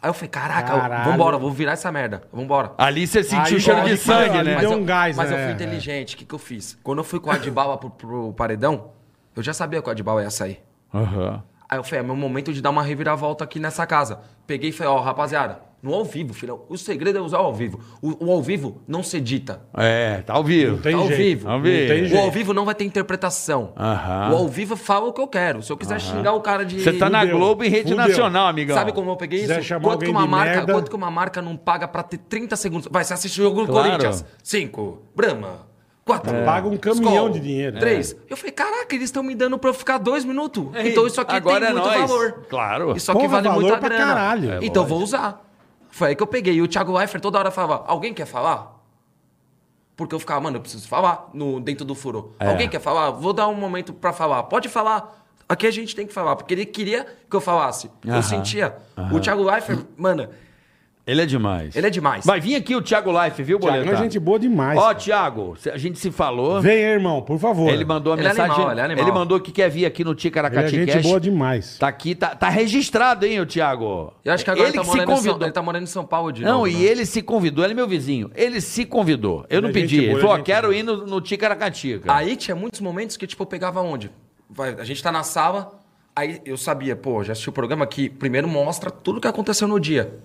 S4: Aí eu falei, caraca,
S3: É. Caralho.
S4: vambora, vou virar essa merda, vambora.
S5: Ali você sentiu o cheiro
S3: pode,
S5: de sangue,
S3: ali
S5: né?
S3: deu
S4: Mas
S3: um
S4: eu-
S3: gás,
S4: Mas
S3: né?
S4: eu fui
S3: É.
S4: inteligente, o que, que eu fiz? Quando eu fui com a Adibala pro, pro paredão, eu já sabia que o Adibala ia sair. Aí eu falei, é meu momento de dar uma reviravolta aqui nessa casa. Peguei e falei, ó, rapaziada, no ao vivo, filhão. O segredo é usar o ao vivo. O, o ao vivo não se edita.
S5: É, tá ao vivo.
S3: Tem
S4: Tá ao
S3: jeito,
S4: vivo.
S3: não tem
S5: O é
S4: O
S3: jeito.
S4: ao vivo não vai ter interpretação.
S5: Aham.
S4: O ao vivo fala o que eu quero. Se eu quiser xingar o cara de.
S5: Você tá na
S3: Fudeu.
S5: Globo em rede
S3: Fudeu.
S5: nacional, amigão.
S4: Sabe como eu peguei
S3: Quiser
S4: isso?
S3: chamar
S4: Quanto que,
S3: alguém
S4: uma
S3: de
S4: marca,
S3: merda.
S4: quanto que uma marca não paga pra ter 30 segundos? Vai, você assiste o jogo do
S5: Claro.
S4: Corinthians. 5, Brahma. 4.
S3: Paga um caminhão de dinheiro.
S4: 3. Eu falei, caraca, eles estão me dando pra eu ficar dois minutos.
S5: Ei,
S4: então isso aqui
S5: agora É. é
S4: tem muito
S5: nóis.
S4: valor.
S5: Claro.
S4: Isso aqui
S3: Porra,
S4: vale
S3: valor
S4: muita
S3: pra
S4: grana.
S3: caralho. É,
S4: então vou usar. Foi aí que eu peguei. E o Thiago Leifert toda hora falava, alguém quer falar? Porque eu ficava, mano, eu preciso falar no, dentro do furo.
S5: É.
S4: Alguém quer falar? Vou dar um momento pra falar. Pode falar. Aqui a gente tem que falar. Porque ele queria que eu falasse. Eu sentia. O Thiago Leifert, mano,
S5: Ele é demais.
S4: ele é demais.
S5: Vai vir aqui o Thiago Life, viu,
S3: Thiago,
S5: Boletar?
S3: é gente boa demais,
S5: tá. Ó,
S3: cara.
S5: Thiago, cê- a gente se falou.
S3: Vem, irmão, por favor.
S5: Ele mandou a
S4: Ele é
S5: mensagem.
S4: animal, ele é animal.
S5: mandou que quer vir aqui no
S3: um Ele é
S5: Ticaracati
S3: gente
S5: Cash.
S3: boa demais.
S5: Tá aqui, tá, tá registrado, hein, o Thiago?
S4: Eu acho que agora
S5: ele
S4: ele, tá
S5: que se
S4: morando em São-
S5: convidou.
S4: ele tá morando em São Paulo de
S5: Não,
S4: novo,
S5: e
S4: né?
S5: ele se convidou, ele é meu vizinho. Ele se convidou. Eu não
S3: é
S5: pedi.
S3: gente boa,
S5: ele
S3: é
S5: falou, ó,
S3: gente
S5: quero
S3: boa.
S5: ir no, no Ticaracatica.
S4: Aí tinha muitos momentos que, tipo, eu pegava onde? Vai, a gente tá na sala, aí eu sabia, pô, já assisti o programa que primeiro mostra tudo que aconteceu no dia.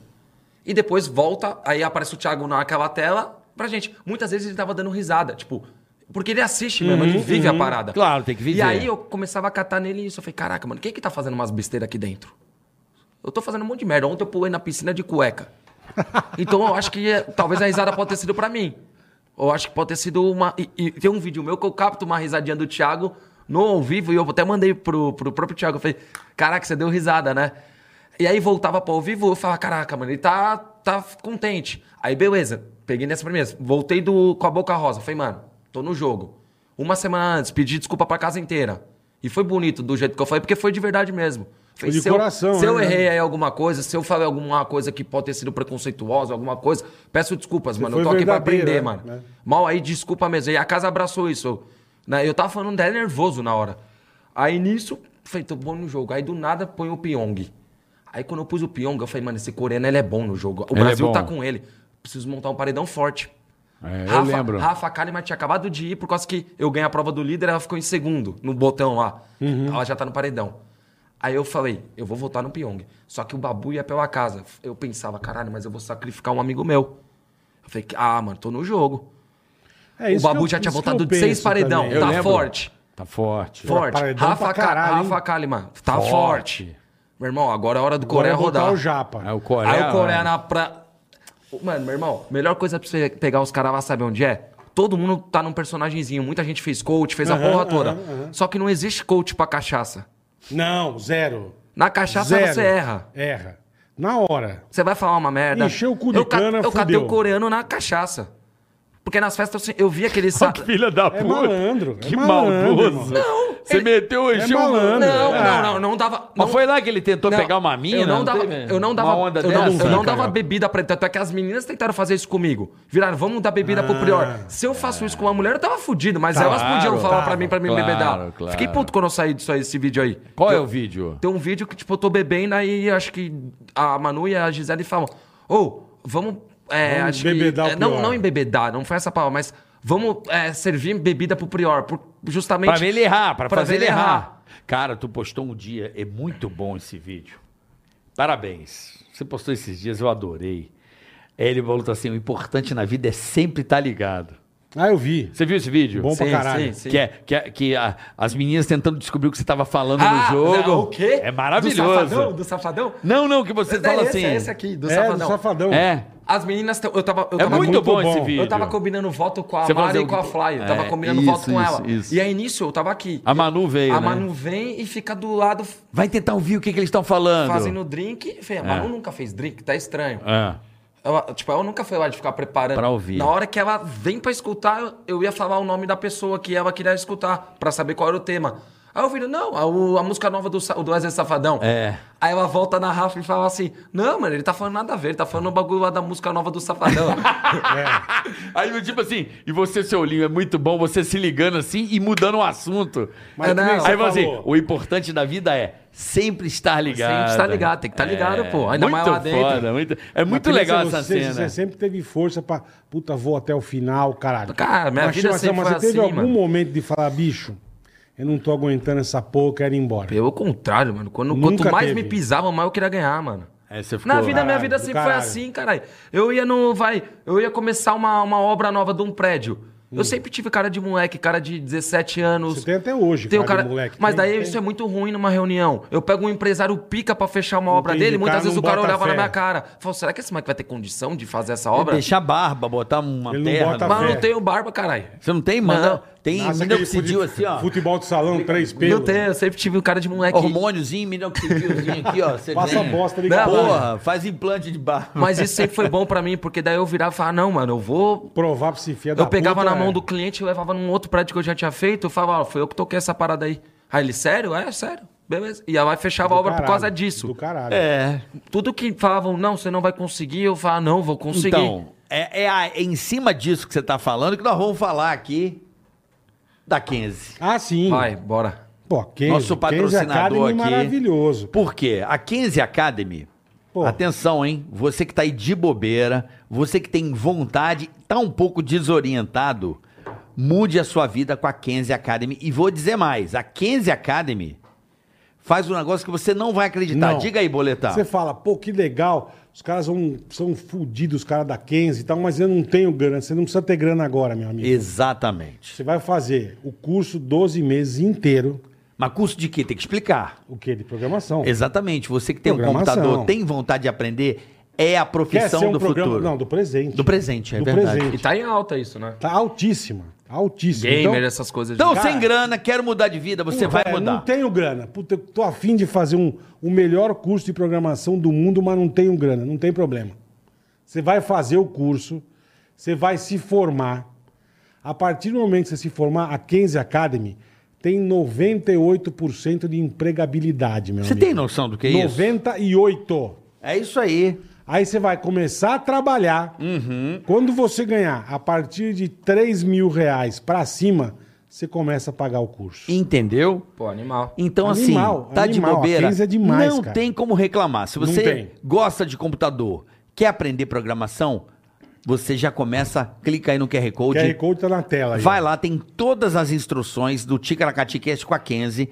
S4: E depois volta, aí aparece o Thiago naquela tela pra gente. Muitas vezes ele tava dando risada, tipo, porque ele assiste mesmo, ele vive a parada.
S5: Uhum, Claro, tem que viver.
S4: E aí eu começava a catar nele isso. Eu falei, caraca, mano, quem é que tá fazendo umas besteiras aqui dentro? Eu tô fazendo um monte de merda. Ontem eu pulei na piscina de cueca. Então eu acho que é, talvez a risada pode ter sido pra mim. Eu acho que pode ter sido uma. E, e tem um vídeo meu que eu capto uma risadinha do Thiago no ao vivo, e eu até mandei pro, pro próprio Thiago, eu falei, caraca, você deu risada, né? E aí voltava pro ao vivo, eu falava, caraca, mano, ele tá, tá contente. Aí beleza, peguei nessa primeira, voltei do, com a boca rosa, falei, mano, tô no jogo. Uma semana antes, pedi desculpa pra casa inteira. E foi bonito do jeito que eu falei, porque foi de verdade mesmo. Falei,
S3: de
S4: se eu-
S3: coração,
S4: Se eu
S3: né?
S4: errei aí alguma coisa, se eu falei alguma coisa que pode ter sido preconceituosa, alguma coisa, peço desculpas, mano. Eu
S3: foi
S4: tô aqui pra
S3: verdadeiro,
S4: aprender,
S3: né?
S4: mano.
S3: Né?
S4: Mal aí, desculpa mesmo. E a casa abraçou isso. Eu, né, eu tava falando até nervoso na hora. Aí nisso, falei, tô bom no jogo. Aí do nada põe o Pyong. Aí quando eu pus o Pyong, eu falei, mano, esse coreano ele é bom no jogo. O
S5: Ele é
S4: Brasil
S5: bom.
S4: tá com ele. Preciso montar um paredão forte.
S5: É, eu
S4: Rafa,
S5: lembro.
S4: Rafa Kalimann tinha acabado de ir por causa que eu ganhei a prova do líder, ela ficou em segundo no botão lá.
S3: Uhum.
S4: Ela já tá no paredão. Aí eu falei, eu vou votar no Pyong. Só que o Babu ia pela casa. Eu pensava, caralho, mas eu vou sacrificar um amigo meu. Eu falei, ah, mano, tô no jogo.
S3: É
S4: o
S3: isso
S4: Babu
S3: que eu-
S4: já tinha
S3: isso que
S4: voltado
S3: eu
S4: de seis
S3: penso
S4: paredão.
S3: também.
S5: Eu
S4: Tá
S5: lembro.
S4: forte.
S5: Tá forte.
S4: Forte.
S3: paredão pra
S4: Rafa, Ka-
S3: caralho, hein?
S4: Rafa Kalimann, tá
S5: Forte.
S4: forte. Meu irmão, agora é a hora do
S3: Agora
S4: Coreia
S3: é botar
S4: rodar.
S3: o japa.
S5: É o Coreia.
S4: Aí o Coreia na pra... Mano, meu irmão, melhor coisa pra você pegar os caras lá, sabe onde é? Todo mundo tá num personagemzinho. Muita gente fez coach, fez a
S3: Aham,
S4: porra toda.
S3: aham, aham.
S4: Só que não existe coach pra cachaça.
S3: Não, zero.
S4: Na cachaça
S3: zero.
S4: você erra.
S3: Erra. Na hora.
S4: Você vai falar uma merda.
S3: Encheu o cu de
S4: eu ca-
S3: cana,
S4: Eu catei
S3: fudeu.
S4: o coreano na cachaça. Porque nas festas eu, eu vi aquele... Sa...
S5: Filha da puta.
S3: malandro, é
S5: Que
S3: malandro,
S5: maldoso. Você meteu
S3: É
S5: encheu o
S3: malandro.
S4: Não,
S3: Ah.
S4: não, não, não dava...
S5: Mas
S4: não-
S5: foi lá que ele tentou pegar uma mina?
S4: Eu não dava,
S5: teve?
S4: eu não dava,
S5: Uma onda
S4: eu não,
S5: dessa?
S4: eu não
S5: Cara,
S4: dava bebida pra ele. Tanto é que as meninas tentaram fazer isso comigo. Viraram, vamos dar bebida
S3: Ah.
S4: pro Prior. Se eu faço isso com uma mulher, eu tava fudido, mas elas podiam falar pra mim pra me
S5: claro,
S4: bebedar.
S5: claro.
S4: Fiquei puto quando eu saí disso aí, desse vídeo aí.
S5: Qual é
S4: Eu-
S5: o vídeo?
S4: Tem um vídeo que, tipo, eu tô bebendo aí acho que a Manu e a Gisele falam: Ô, vamos. É,
S3: Vamos
S4: acho que-
S3: embebedar o
S4: é, não,
S3: Prior.
S4: não embebedar, não foi essa palavra, mas vamos é, servir bebida pro Prior, por, justamente.
S5: Pra ver ele errar, pra,
S4: Pra
S5: fazer
S4: ver
S5: ele
S4: ele
S5: errar.
S4: errar.
S5: Cara, tu postou um dia, é muito bom esse vídeo. Parabéns. Você postou esses dias, eu adorei. Ele falou assim: o importante na vida é sempre estar ligado.
S3: Ah, eu vi.
S5: Você viu esse vídeo?
S3: Bom pra
S4: Sim,
S3: caralho.
S4: sim, sim.
S5: Que, é, que, é- que a- as meninas tentando descobrir o que você estava falando no jogo.
S4: Ah, não, o quê?
S5: É
S4: Do
S5: maravilhoso.
S4: safadão? Do safadão?
S5: Não, não, que você fala
S4: é esse,
S5: assim.
S4: é esse aqui, do
S3: é,
S4: safadão.
S3: do safadão.
S5: É.
S4: As meninas, tão- eu tava, eu
S5: É
S4: tava
S5: muito,
S3: muito
S5: bom,
S3: bom.
S5: esse
S3: Eu
S5: vídeo.
S4: Tá Eu tava combinando voto com a
S5: Você
S4: Mari
S5: fazia
S4: e com a
S5: o quê?
S4: Fly. Eu tava
S5: É,
S4: combinando
S5: isso,
S4: voto com
S5: isso,
S4: ela.
S5: isso.
S4: E aí, nisso, eu tava aqui.
S5: A Manu veio,
S4: A
S5: né?
S4: Manu vem e fica do lado f-
S5: Vai tentar ouvir o que, que eles estão falando.
S4: fazendo drink. Eu Falei, a Manu nunca fez drink, tá estranho.
S5: É.
S4: Ela- tipo, ela nunca foi lá de ficar preparando.
S5: Pra ouvir.
S4: Na hora que ela vem pra escutar, eu, eu ia falar o nome da pessoa que ela queria escutar, pra saber qual era o tema. Aí eu falei, não, a, o- a música nova do, Sa- do Wesley Safadão.
S5: É.
S4: Aí ela volta na Rafa e fala assim, não, mano, ele tá falando nada a ver, ele tá falando o bagulho lá da música nova do Safadão.
S5: Aí, do tipo assim, e você, seu olhinho, é muito bom você se ligando assim e mudando o assunto.
S4: Mas
S5: Aí
S4: que nem
S5: você
S4: você
S5: aí você,
S3: falou.
S5: o importante da vida é sempre estar ligado. É.
S4: Sempre estar ligado, tem que estar ligado, pô. Ainda
S5: muito
S4: mais lá dentro.
S5: foda, muito- é
S3: Mas
S5: muito
S3: pensa
S5: legal essa
S3: você,
S5: cena.
S3: Você sempre teve força pra. Puta, vou até o final, caralho.
S4: Cara, minha vida
S3: Marcelo, mas
S4: sempre foi
S3: você teve
S4: assim,
S3: algum
S4: mano.
S3: momento de falar, bicho, eu não tô aguentando essa porra, eu quero ir embora.
S4: Pelo contrário, mano. Quando,
S3: Nunca
S4: quanto mais
S3: teve.
S4: me pisavam, mais eu queria ganhar, mano.
S5: É, você ficou-
S4: Na vida, minha
S3: Caralho,
S4: vida
S3: do
S4: sempre
S3: caralho.
S4: foi assim, caralho. Eu ia no. Vai, eu ia começar uma, uma obra nova de um prédio. Eu sempre tive cara de moleque, cara de 17 anos.
S3: Hum. Você tem até hoje,
S4: Tenho
S3: cara
S4: cara,
S3: de moleque.
S4: Mas
S3: Tem-
S4: daí
S3: tem.
S4: isso é muito ruim numa reunião. Eu pego um empresário pica pra fechar uma obra
S3: Entendi,
S4: dele,
S3: o
S4: muitas
S3: cara
S4: vezes
S3: não
S4: o cara
S3: bota
S4: olhava
S3: fé.
S4: na minha cara. Falou, será que esse moleque vai ter condição de fazer essa obra?
S5: Deixar barba, botar uma
S3: Ele não
S5: terra.
S3: bota
S5: no-
S4: Mas eu
S3: fé.
S4: não tenho barba, caralho.
S5: Você não tem, mano?
S4: Não.
S5: Tem
S3: Nossa, aquele
S5: minoxidil
S3: fute-
S5: assim, ó.
S3: Futebol de salão, três
S4: Eu
S3: pelos.
S4: tenho, eu sempre tive um cara de moleque.
S5: Hormôniozinho, minoxidilzinho assim aqui, ó. Você
S3: Passa a
S5: tem.
S3: bosta de
S4: Não,
S3: porra.
S5: Porra, faz implante de barba.
S4: Mas isso sempre foi bom pra mim, porque daí eu virava e falava, não, mano, eu vou
S3: Provar pra se fiar da
S4: Eu pegava
S3: puta,
S4: na mão
S3: é.
S4: do cliente, eu levava num outro prédio que eu já tinha feito, eu falava, ó, foi eu que toquei essa parada aí. Aí ele, sério? É, sério. Beleza. E aí fechava a obra
S3: Caralho,
S4: por causa disso.
S3: Do caralho.
S5: É.
S4: Tudo que falavam, não, você não vai conseguir, eu falava, não, vou conseguir.
S5: Então, é, é a- é em cima disso que você tá falando que nós vamos falar aqui da 15.
S3: Ah, sim.
S4: Vai, bora.
S3: Pô, Kenzie,
S5: Nosso patrocinador
S3: Academy
S5: aqui.
S3: maravilhoso.
S5: Por quê? A 15 Academy.
S3: Pô.
S5: Atenção, hein? Você que tá aí de bobeira, você que tem vontade, tá um pouco desorientado, mude a sua vida com a 15 Academy. E vou dizer mais: a 15 Academy faz um negócio que você não vai acreditar.
S3: Não.
S5: Diga aí, boletar.
S3: Você fala, pô, que legal. Os caras são, são fudidos, os caras da Kenzie e tal, mas eu não tenho grana. Você não precisa ter grana agora, meu amigo.
S5: Exatamente.
S3: Você vai fazer o curso 12 meses inteiro,
S5: Mas curso de quê? Tem que explicar.
S3: o que? De programação.
S5: Exatamente. Você que tem um
S3: Programação.
S5: computador, tem vontade de aprender, é a profissão do
S3: um programa-
S5: futuro.
S3: Não, do presente.
S5: Do presente, é
S3: Do
S5: verdade.
S3: presente.
S4: E tá em alta isso, né?
S3: Tá altíssima. Altíssimo.
S4: Gamer,
S3: Então,
S4: essas coisas.
S5: Então,
S4: de...
S5: sem grana, quero mudar de vida, você vai
S3: É,
S5: mudar.
S3: Não tenho grana. Puta, eu tô afim de fazer um, o melhor curso de programação do mundo, mas não tenho grana. Não tem problema. Você vai fazer o curso, você vai se formar. A partir do momento que você se formar, a Kenzie Academy tem 98% de empregabilidade, meu
S5: Você
S3: amigo.
S5: tem noção do que é isso?
S3: 98%.
S5: É isso aí.
S3: Aí você vai começar a trabalhar.
S5: Uhum.
S3: Quando você ganhar a partir de 3 mil reais pra cima, você começa a pagar o curso.
S5: Entendeu?
S4: Pô, animal.
S5: Então,
S3: Animal,
S5: assim, tá de
S3: animal. A
S5: bobeira.
S3: Kenzie é demais,
S5: não
S3: cara.
S5: tem como reclamar. Se
S3: Não
S5: você
S3: tem.
S5: gosta de computador, quer aprender programação, você já começa, clica aí no QR
S3: O
S5: Code.
S3: QR Code tá na tela aí.
S5: Vai lá, tem todas as instruções do Ticaracatiquest com a Kenzie.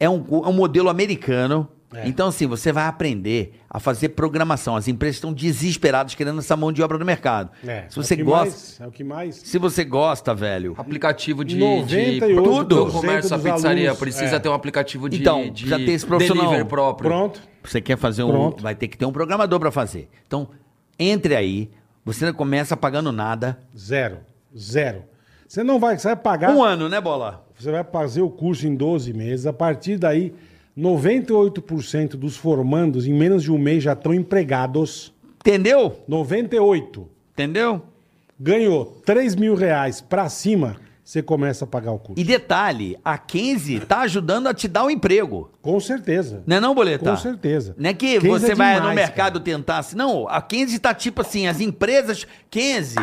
S5: É um, cu- é um modelo americano. Então, assim, você vai aprender a fazer programação. As empresas estão desesperadas querendo essa mão de obra no mercado.
S3: É,
S5: se
S3: é
S5: você
S3: o que
S5: gosta,
S3: mais- é o que mais.
S5: se você gosta, velho,
S4: Aplicativo de, de
S3: 98%
S4: tudo.
S3: dos
S4: comércio, a
S3: alunos,
S4: pizzaria.
S3: é.
S4: Precisa ter um aplicativo de,
S5: Então,
S4: de
S5: já tem esse profissional.
S4: delivery próprio.
S3: Pronto.
S5: você quer fazer um,
S3: Pronto.
S5: vai ter que ter um programador para fazer. Então, entre aí. Você não começa pagando nada.
S3: Zero. Zero. Você não vai, você vai pagar.
S5: Um ano, né, bola?
S3: Você vai fazer o curso em 12 meses. A partir daí, 98% dos formandos em menos de um mês já estão empregados.
S5: Entendeu?
S3: 98.
S5: Entendeu?
S3: Ganhou 3 mil reais pra cima, você começa a pagar o curso.
S5: E detalhe, a Kenzie tá ajudando a te dar um emprego.
S3: Com certeza.
S5: Não é não, Boleta?
S3: Com certeza.
S5: Não é que
S3: Kenzie
S5: você
S3: é
S5: vai no
S3: demais,
S5: mercado tentar assim. Não, a Kenzie tá tipo assim, as empresas... Kenzie,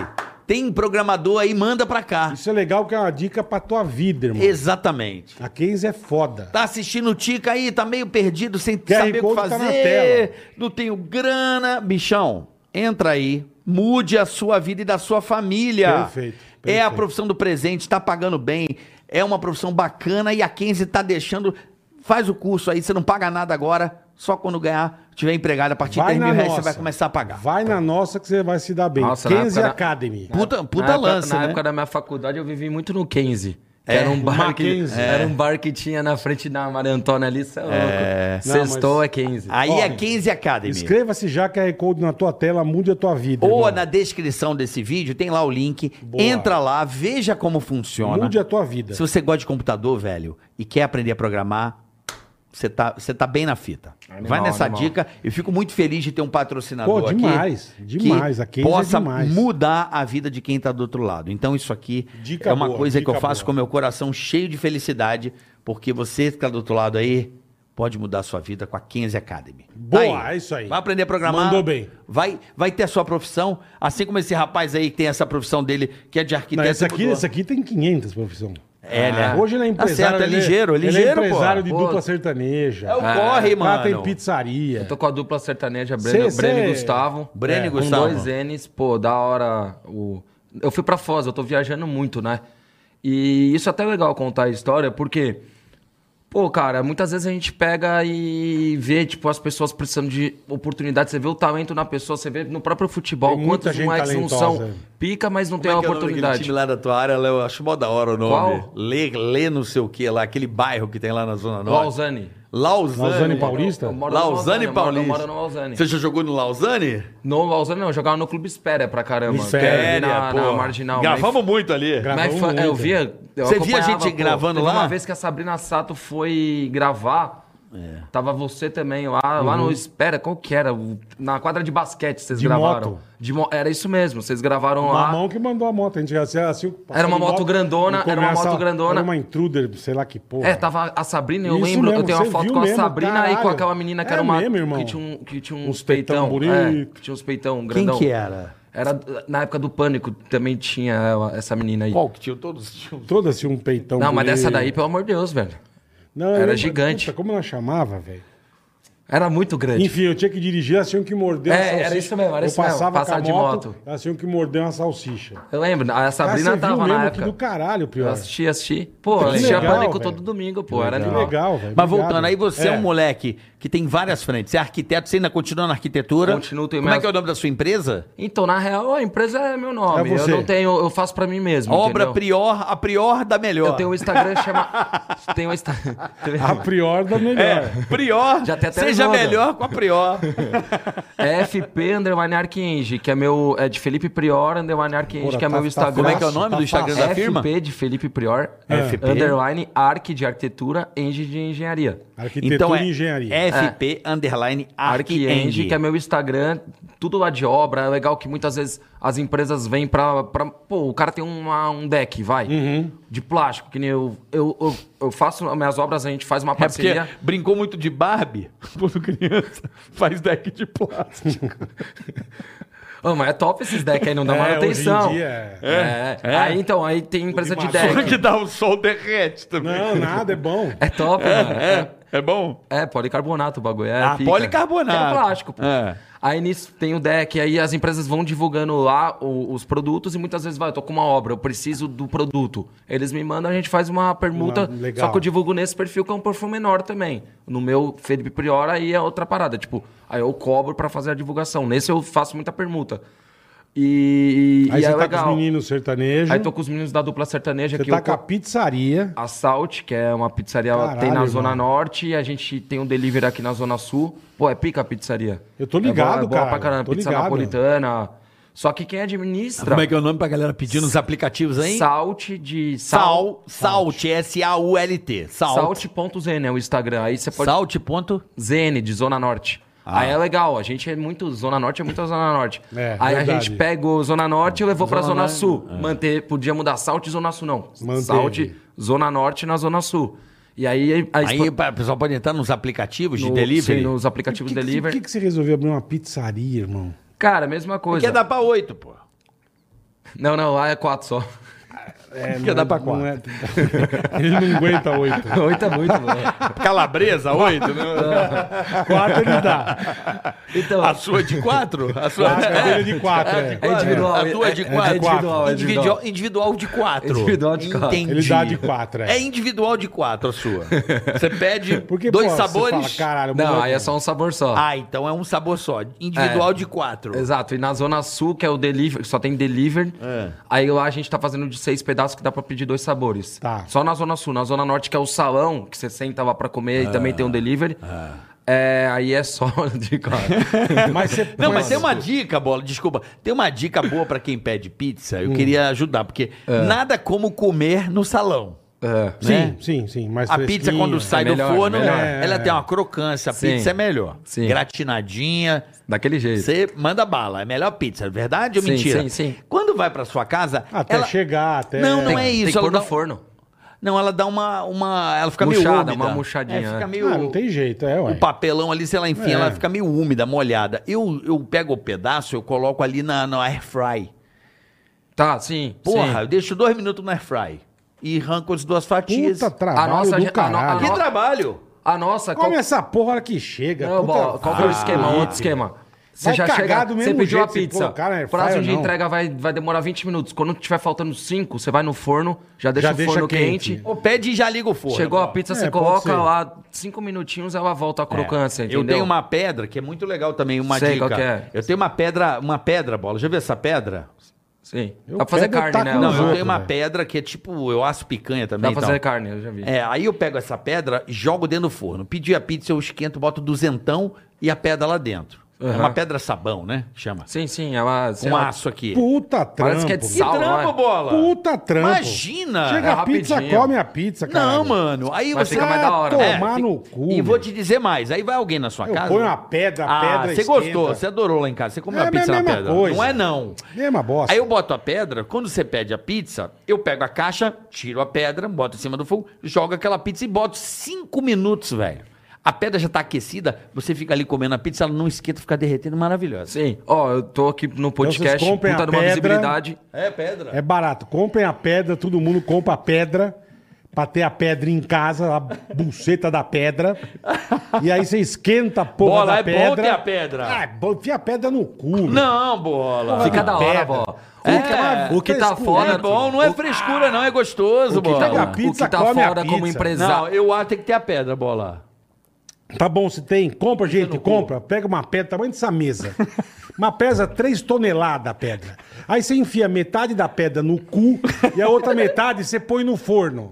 S5: tem programador aí, manda pra cá.
S3: Isso é legal, que é uma dica pra tua vida, irmão.
S5: Exatamente.
S3: A Kenzie é foda.
S5: Tá assistindo o Tica aí, tá meio perdido, sem
S3: QR
S5: saber o que
S3: Code tá na
S5: fazer.
S3: tela.
S5: não tenho grana. Bichão, entra aí. Mude a sua vida e da sua família.
S3: Perfeito,
S5: É a
S3: perfeito.
S5: profissão do presente, tá pagando bem. É uma profissão bacana e a Kenzie tá deixando. Faz o curso aí, você não paga nada agora. Só quando ganhar, tiver empregado, a partir de 3 mil reais você vai começar a pagar.
S3: Vai na nossa que você vai se dar bem.
S4: Nossa, na
S3: Kenzie
S4: época da-
S3: Academy.
S5: Puta,
S4: na
S5: puta
S4: época-
S5: lance,
S4: Na
S5: né?
S4: época da minha faculdade, eu vivi muito no Kenzie. que
S5: É,
S4: era um bar que,
S3: Mackenzie.
S4: era um bar que tinha na frente da Maria Antônia ali, cê é louco.
S3: Não,
S4: Sextou
S3: mas-
S4: é Kenzie.
S5: Aí é
S3: Ó,
S5: Kenzie Academy.
S3: Inscreva-se já, QR Code na tua tela, mude a tua vida.
S5: Ou
S3: irmão.
S5: na descrição desse vídeo tem lá o link.
S3: Boa.
S5: Entra lá, veja como funciona.
S3: Mude a tua vida.
S5: Se você gosta de computador, velho, e quer aprender a programar, você tá, você tá bem na fita.
S4: Animal,
S5: Vai nessa
S4: animal.
S5: dica. Eu fico muito feliz de ter um patrocinador
S3: Pô,
S5: aqui
S3: demais, demais. A
S5: Que
S3: Kenzie é
S5: possa
S3: demais.
S5: mudar a vida de quem tá do outro lado. Então isso aqui
S3: Dica
S5: é uma
S3: boa,
S5: coisa que eu
S3: dica
S5: faço
S3: boa.
S5: com meu coração cheio de felicidade, porque você que tá do outro lado aí pode mudar a sua vida com a Kenzie Academy.
S3: Boa,
S5: Tá
S3: é isso aí.
S5: Vai aprender a programar.
S3: Mandou bem.
S5: Vai, vai ter a sua profissão, assim como esse rapaz aí que tem essa profissão dele, que é de arquiteto.
S3: Não, esse, aqui,
S5: mudou.
S3: esse aqui tem 500 profissão.
S5: É, né?
S3: Hoje ele é
S5: Tá
S3: empresário.
S5: certo, é
S3: ele
S5: ligeiro, é
S3: ele
S5: ligeiro, pô.
S3: é empresário de
S4: Pô.
S3: dupla sertaneja.
S5: É o
S4: Ah,
S3: O
S5: corre,
S3: cara
S5: mano.
S3: tem pizzaria.
S4: Eu É. tô com a dupla sertaneja, Breno,
S3: Cê-
S4: Breno
S3: cê-
S4: e Gustavo. É,
S5: Breno e
S4: com
S5: Gustavo.
S4: dois N's, pô, da hora. O... Eu fui pra Foz, eu tô viajando muito, né? E isso é até legal contar a história, porque, pô, cara, muitas vezes a gente pega e vê, tipo, as pessoas precisando de oportunidade. Você vê o talento na pessoa, você vê no próprio futebol
S3: Tem muita
S4: quantos
S3: gente
S4: moleques não
S3: talentosa.
S4: são pica, mas não tem a
S5: Como é que é o nome daquele
S4: oportunidade.
S5: time lá da tua área, Léo? Eu acho mó da hora o nome.
S4: Qual?
S5: Lê, lê não sei o que lá, aquele bairro que tem lá na Zona Norte.
S4: Lausanne.
S5: Lausanne.
S3: Lausanne Paulista?
S4: Eu moro no
S5: Lausanne
S4: eu moro-
S5: Paulista.
S4: Eu moro no Lausanne.
S5: Você já jogou no Lausanne?
S4: No Lausanne não, eu jogava no Clube Espéria pra caramba.
S3: Espéria,
S4: que é na, na Marginal. mas-
S5: Gravamos muito ali.
S3: Gra-
S4: Mas
S3: Gravamos
S4: foi- é, eu
S3: muito.
S4: via. eu
S5: Você via a gente
S4: acompanhava,
S5: gravando
S4: teve
S5: lá?
S4: Uma vez que a Sabrina Sato foi gravar.
S3: É.
S4: Tava você também lá, lá no. Espera, qual que era? O- Na quadra de basquete vocês
S3: Uhum. De
S4: gravaram.
S3: moto.
S4: De mo- Era isso mesmo, vocês gravaram
S3: Uma
S4: lá.
S3: mão que mandou a moto. A gente assim, assim, passou
S4: Era uma
S3: de
S4: moto grandona,
S3: e
S4: era uma
S3: começa-
S4: moto grandona.
S3: Era uma intruder, sei lá que porra.
S4: É, tava a Sabrina, eu
S3: Isso
S4: lembro.
S3: mesmo,
S4: eu tenho uma
S3: você
S4: foto
S3: viu
S4: com a
S3: mesmo,
S4: Sabrina e com
S3: caralho.
S4: aquela menina que
S3: É
S4: era uma.
S3: mesmo, irmão.
S4: Que tinha, um, que tinha uns,
S3: Uns
S4: peitão.
S3: peitão
S4: é,
S3: bonito. é?
S4: que tinha uns peitão
S5: Quem
S4: grandão.
S5: que era?
S4: Era na época do pânico, também tinha ela- essa menina aí.
S5: Qual que tinha? Todos tinham.
S3: Toda assim, um peitão.
S4: Não, mas
S3: bonito.
S4: dessa daí, pelo amor de Deus, velho.
S3: Não, eu
S4: era
S3: lembro-
S4: gigante.
S3: Puta, como ela chamava, velho?
S4: Era muito grande.
S3: Enfim, eu tinha que dirigir, elas tinham que morder
S4: É, era isso mesmo, era
S3: eu
S4: isso mesmo,
S3: passava com a
S4: passar de
S3: moto,
S4: moto.
S3: Elas tinham que morder uma salsicha.
S4: Eu lembro, a Sabrina
S3: Ah, você
S4: tava
S3: viu
S4: na
S3: mesmo?
S4: época.
S3: Que do caralho,
S4: Eu
S3: Prior.
S4: assisti, assisti. Pô,
S3: É. Que
S4: eu assistia
S3: legal,
S4: Pânico
S3: velho.
S4: todo domingo, pô. Era
S3: Que
S4: animal.
S3: legal, velho.
S5: Mas
S3: Obrigado.
S5: voltando, aí você é. um
S3: moleque.
S5: moleque que tem várias frentes. Você é arquiteto, você ainda continua na arquitetura.
S4: Continuo, tenho
S5: Como é
S4: minhas-
S5: que é o nome da sua empresa?
S4: Então, na real, a empresa é meu nome.
S3: É
S4: eu
S3: você.
S4: não tenho, eu faço pra mim mesmo.
S5: Obra
S4: entendeu?
S5: prior, a prior da melhor.
S4: Eu tenho um Instagram chamado. Tenho um Instagram.
S3: A prior da melhor.
S5: É, prior.
S4: Já tem até né?
S5: Vocês Seja
S4: nada.
S5: melhor com a prior.
S4: É FP Underline Arquinge, que é meu. É de Felipe Prior Underline Arquinge,
S3: Porra,
S4: que é
S3: tá-
S4: meu
S3: tá
S4: Instagram.
S5: Como é que é o
S3: Tá
S5: nome do Instagram
S3: fácil.
S5: da firma?
S4: FP de Felipe Prior,
S3: É.
S5: FP.
S4: underline Arc de Arquitetura, Enge de Engenharia.
S3: Arquitetura e engenharia.
S5: É. FP Underline
S4: Arquienge,
S5: Arquenge.
S4: que é meu Instagram, tudo lá de obra. É legal que muitas vezes as empresas vêm pra. pra- pô, o cara tem uma- um deck, vai. De plástico, que nem eu. Eu, eu, eu faço as minhas obras, a gente faz uma
S5: É porque
S4: parceria.
S5: brincou muito de Barbie quando criança. Faz deck de plástico.
S4: Ah, mas é top esses decks aí, não dá
S3: É,
S4: manutenção.
S3: hoje em dia
S4: é. É. Aí então, aí tem empresa de
S3: Tudo de
S5: Só
S4: deck.
S5: que dá o sol derrete também.
S3: Não, nada, é bom.
S4: É top, mano.
S5: É, é bom?
S4: É, policarbonato o bagulho. É,
S5: Ah,
S4: fica.
S5: policarbonato.
S4: Que É plástico, pô.
S5: É.
S4: Aí nisso tem o deck, aí as empresas vão divulgando lá o- os produtos e muitas vezes vai, eu tô com uma obra, eu preciso do produto. Eles me mandam, a gente faz uma permuta,
S3: Uma- legal.
S4: só que eu divulgo nesse perfil que é um perfil menor também. No meu Felipe Prior aí é outra parada, tipo, aí eu cobro pra fazer a divulgação. Nesse eu faço muita permuta. E, e-
S3: Aí
S4: e
S3: você
S4: é
S3: tá
S4: legal.
S3: com os meninos sertanejos.
S4: Aí tô com os meninos da dupla sertaneja
S3: Você
S4: que
S3: tá
S4: eu
S3: com a pizzaria.
S4: a Salt, que é uma pizzaria
S3: Caralho,
S4: tem na
S3: mano.
S4: Zona Norte, e a gente tem um delivery aqui na Zona Sul. Pô, é pica a pizzaria.
S3: Eu tô
S4: É boa-
S3: ligado,
S4: é boa
S3: cara.
S4: pra caramba,
S3: Tô
S4: pizza
S3: ligado.
S4: napolitana. Só que quem administra...
S5: Como é que é o nome pra galera pedindo nos aplicativos aí?
S4: Salt de... Sal,
S5: Sal, Salt, S-A-U-L-T. Salt.
S4: Salt.zn é o Instagram. Aí você pode...
S5: Salt. ponto-
S4: ZN, de Zona Norte.
S5: Ah.
S4: Aí é legal, a gente é muito. Zona Norte é muito a Zona Norte.
S3: É,
S4: Aí a
S3: verdade.
S4: gente pegou Zona Norte e levou pra Zona Sul.
S5: É.
S4: Manter, podia mudar Salt e Zona Sul, não.
S3: Manteve.
S4: Salt, Zona Norte na Zona Sul. E aí. a
S5: Aí é
S4: expa-
S5: o pessoal pode entrar nos aplicativos de
S4: no-
S5: delivery.
S4: sim, nos aplicativos
S3: Por que,
S4: delivery. É
S3: Por que, é que você resolveu abrir uma pizzaria, irmão?
S4: Cara, mesma coisa.
S5: Quer dar pra É oito, pô.
S4: Não, não, lá é quatro só.
S3: É,
S5: dá pra quatro.
S3: Ele não aguenta oito.
S4: Oito é muito, mano.
S5: Calabresa, oito. né?
S3: Quatro ele dá.
S4: Então,
S5: A sua é de quatro? A sua
S3: A cadeira de quatro, é.
S4: é individual.
S5: A tua
S4: é-
S5: de
S4: é- É individual,
S5: quatro.
S4: é individual.
S5: Individual, individual de quatro.
S4: Individual de quatro.
S5: Entendi.
S3: Ele dá de quatro, é.
S5: É individual de quatro a sua. Você pede
S3: Porque, pô,
S5: dois
S3: você
S5: sabores.
S3: fala, caralho,
S4: Não,
S3: moleque,
S4: aí é só um sabor só.
S5: Ah, então é um sabor só. Individual
S4: É.
S5: de quatro.
S4: Exato, e na Zona Sul, que é o delivery, que só tem delivery,
S5: É.
S4: aí lá a gente tá fazendo de seis pedaços que dá pra pedir dois sabores.
S3: Tá.
S4: Só na Zona Sul. Na Zona Norte, que é o salão, que você senta lá pra comer e também tem um delivery, é, aí é só de quatro.
S3: Mas você
S5: Não,
S3: põe-
S5: mas
S3: né?"
S5: tem uma dica, Bola, desculpa. Tem uma dica boa pra quem pede pizza.
S4: Hum.
S5: Eu queria ajudar, porque nada como comer no salão.
S4: é.
S3: Sim,
S5: né?
S3: sim, sim. Mais
S5: A pizza,
S3: fresquinha.
S5: quando sai
S4: melhor,
S5: do forno, né?
S4: melhor.
S5: ela tem uma crocância.
S4: É.
S5: A
S4: Sim.
S5: pizza é melhor.
S4: Sim.
S5: Gratinadinha.
S4: Daquele jeito.
S5: Você manda bala. É melhor pizza, verdade ou
S4: Sim,
S5: mentira?
S4: sim, sim.
S5: Quando vai pra sua casa. então
S3: Até
S5: ela-
S3: chegar, até.
S5: Não, não é
S4: Tem
S5: isso.
S4: que pôr
S5: ela
S4: no
S5: dá-
S4: forno.
S5: Não, ela dá uma. uma ela fica meio
S4: Murchada,
S5: úmida.
S4: uma murchadinha,
S5: É,
S4: né?
S5: fica meio.
S3: Ah, não tem jeito, é,
S5: O
S3: ué.
S5: papelão ali, se ela
S3: É.
S5: enfia, ela fica meio úmida, molhada. Eu, eu pego o pedaço, eu coloco ali na, na air fry.
S4: Tá, sim.
S5: Porra,
S4: sim.
S5: eu deixo dois minutos na air fry. E arranco as duas fatias.
S3: Puta trabalho
S4: A nossa- a
S3: do
S4: no- a
S3: caralho.
S5: que
S4: no-
S5: trabalho!
S4: A nossa,
S3: Come
S4: qual, é?
S3: essa porra a hora que chega.
S4: Não,
S3: puta-
S4: Bola, qual foi o
S3: Ah,
S4: esquema?
S3: Felipe.
S4: Outro esquema. Você
S3: Vai
S4: já
S3: cagar
S4: chega,
S3: do
S4: você
S3: mesmo
S4: pediu a
S3: jeito se
S4: pizza.
S3: colocar na airfryer
S4: Prazo
S3: ou
S4: de
S3: é não.
S4: entrega vai, vai demorar 20 minutos. Quando tiver faltando 5, você vai no forno, já deixa
S3: Já
S4: o
S3: deixa
S4: forno
S3: quente.
S4: quente.
S5: Ou pede e já liga o forno.
S4: Chegou a pizza,
S3: É,
S4: você
S3: pode
S4: coloca
S3: ser.
S4: lá 5 minutinhos, ela volta a crocância, entendeu?
S5: É, Eu tenho uma pedra que é muito legal também, uma
S4: Sei
S5: dica.
S4: qual que é.
S5: Eu tenho uma pedra, uma pedra, bola. Já viu essa pedra?
S4: Sim.
S3: Eu
S4: Dá pra fazer
S3: pego e taco
S4: carne, né?
S3: nos
S5: Não,
S3: Mas
S5: eu
S3: outra,
S5: tenho uma
S3: velho.
S5: pedra que é tipo, eu asso picanha também.
S4: Dá
S5: e
S4: pra
S5: tal.
S4: fazer carne, eu já vi.
S5: Então. É, aí eu pego essa pedra, jogo dentro do forno. Pedi a pizza, eu esquento, boto duzentão e a pedra lá dentro. É
S4: Aham. Tá.
S5: uma pedra sabão, né? Chama.
S4: Sim, sim, ela... sei
S5: Com
S4: lá,
S5: aço aqui.
S3: Puta trampo.
S4: Parece que é de
S3: mano.
S4: sal, não é?
S5: bola!
S3: Puta trampo.
S5: Imagina!
S3: Chega
S4: É
S3: a pizza,
S4: rapidinho.
S3: come a pizza, cara.
S5: Não, mano. Aí
S4: Mas
S5: você
S4: fica mais da hora, né?
S5: É,
S3: Tomar
S5: fica-
S3: no cu.
S5: E vou
S3: meu.
S5: te dizer mais. Aí vai alguém na sua
S3: Eu
S5: casa.
S3: ponho uma pedra, a
S5: Ah,
S3: pedra
S5: você
S3: esquenta.
S5: gostou, você adorou lá em casa. Você comeu
S3: É
S5: a
S3: a
S5: pizza na
S3: mesma
S5: pedra.
S3: coisa.
S5: Não é não.
S3: Mesma bosta.
S5: Aí eu boto a pedra, quando você pede a pizza, eu pego a caixa, tiro a pedra, boto em cima do fogo, jogo aquela pizza e boto cinco minutos, velho. A pedra já tá aquecida, você fica ali comendo a pizza, ela não esquenta, fica derretendo, maravilhosa.
S4: Sim. Ó, eu tô aqui no podcast,
S3: Então vocês comprem
S4: puta
S3: a
S4: de uma
S3: pedra.
S4: visibilidade.
S5: É, pedra.
S3: É barato. Comprem a pedra, todo mundo compra a pedra. Pra ter a pedra em casa, a buceta da pedra. E aí você esquenta a porra
S5: Bola,
S3: da
S5: é bom
S3: pedra.
S5: ter a pedra.
S3: Ah, é bom, enfia a pedra no cu. meu.
S5: Não, bola.
S4: Fica da hora,
S3: pedra.
S4: bola.
S5: É,
S4: O que, tá- o que tá
S3: frescura,
S4: fora...
S5: É bom, não é frescura, não, é gostoso,
S4: O que
S5: bola.
S4: tá,
S3: Pega a
S4: o que
S3: pizza,
S4: tá
S3: come a
S4: fora como
S3: pizza.
S4: empresário...
S5: Não, eu acho que tem que ter a pedra, bola.
S3: Tá bom, se tem. Compra, gente, compra. Pega uma pedra do tamanho dessa mesa. Uma pesa 3 toneladas a pedra. Aí você enfia metade da pedra no cu e a outra metade você põe no forno.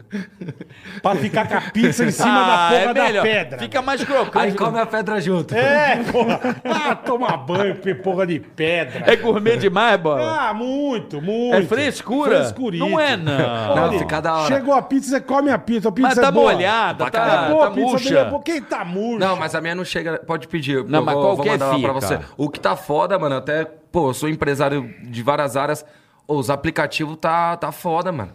S3: Pra ficar com a pizza em cima
S5: Ah,
S3: da
S5: é
S3: porra da
S5: melhor.
S3: pedra. né?
S5: Fica mais
S4: Aí
S5: crocante.
S4: come a pedra junto.
S3: É, porra. Ah, toma banho, que porra de pedra.
S5: É gourmet demais, bola?
S3: Ah, muito, muito.
S5: É frescura?
S3: Frescurito.
S5: Não é, não.
S4: Não,
S3: Olha,
S4: fica da hora.
S3: Chegou a pizza, você come a pizza. A pizza
S5: Mas
S3: é
S5: tá
S3: boa.
S5: molhada,
S3: É
S5: tá,
S3: boa,
S5: tá
S3: a pizza
S5: murcha.
S3: dele é boa. Quem tá murcha?
S4: Não, mas a minha não chega. Pode pedir.
S5: Não,
S4: eu
S5: mas
S4: vou,
S5: qualquer
S4: vou mandar lá
S5: fica.
S4: pra você. O que tá foda, mano, até. Pô, eu sou empresário de várias áreas. Os aplicativos tá, tá foda, mano.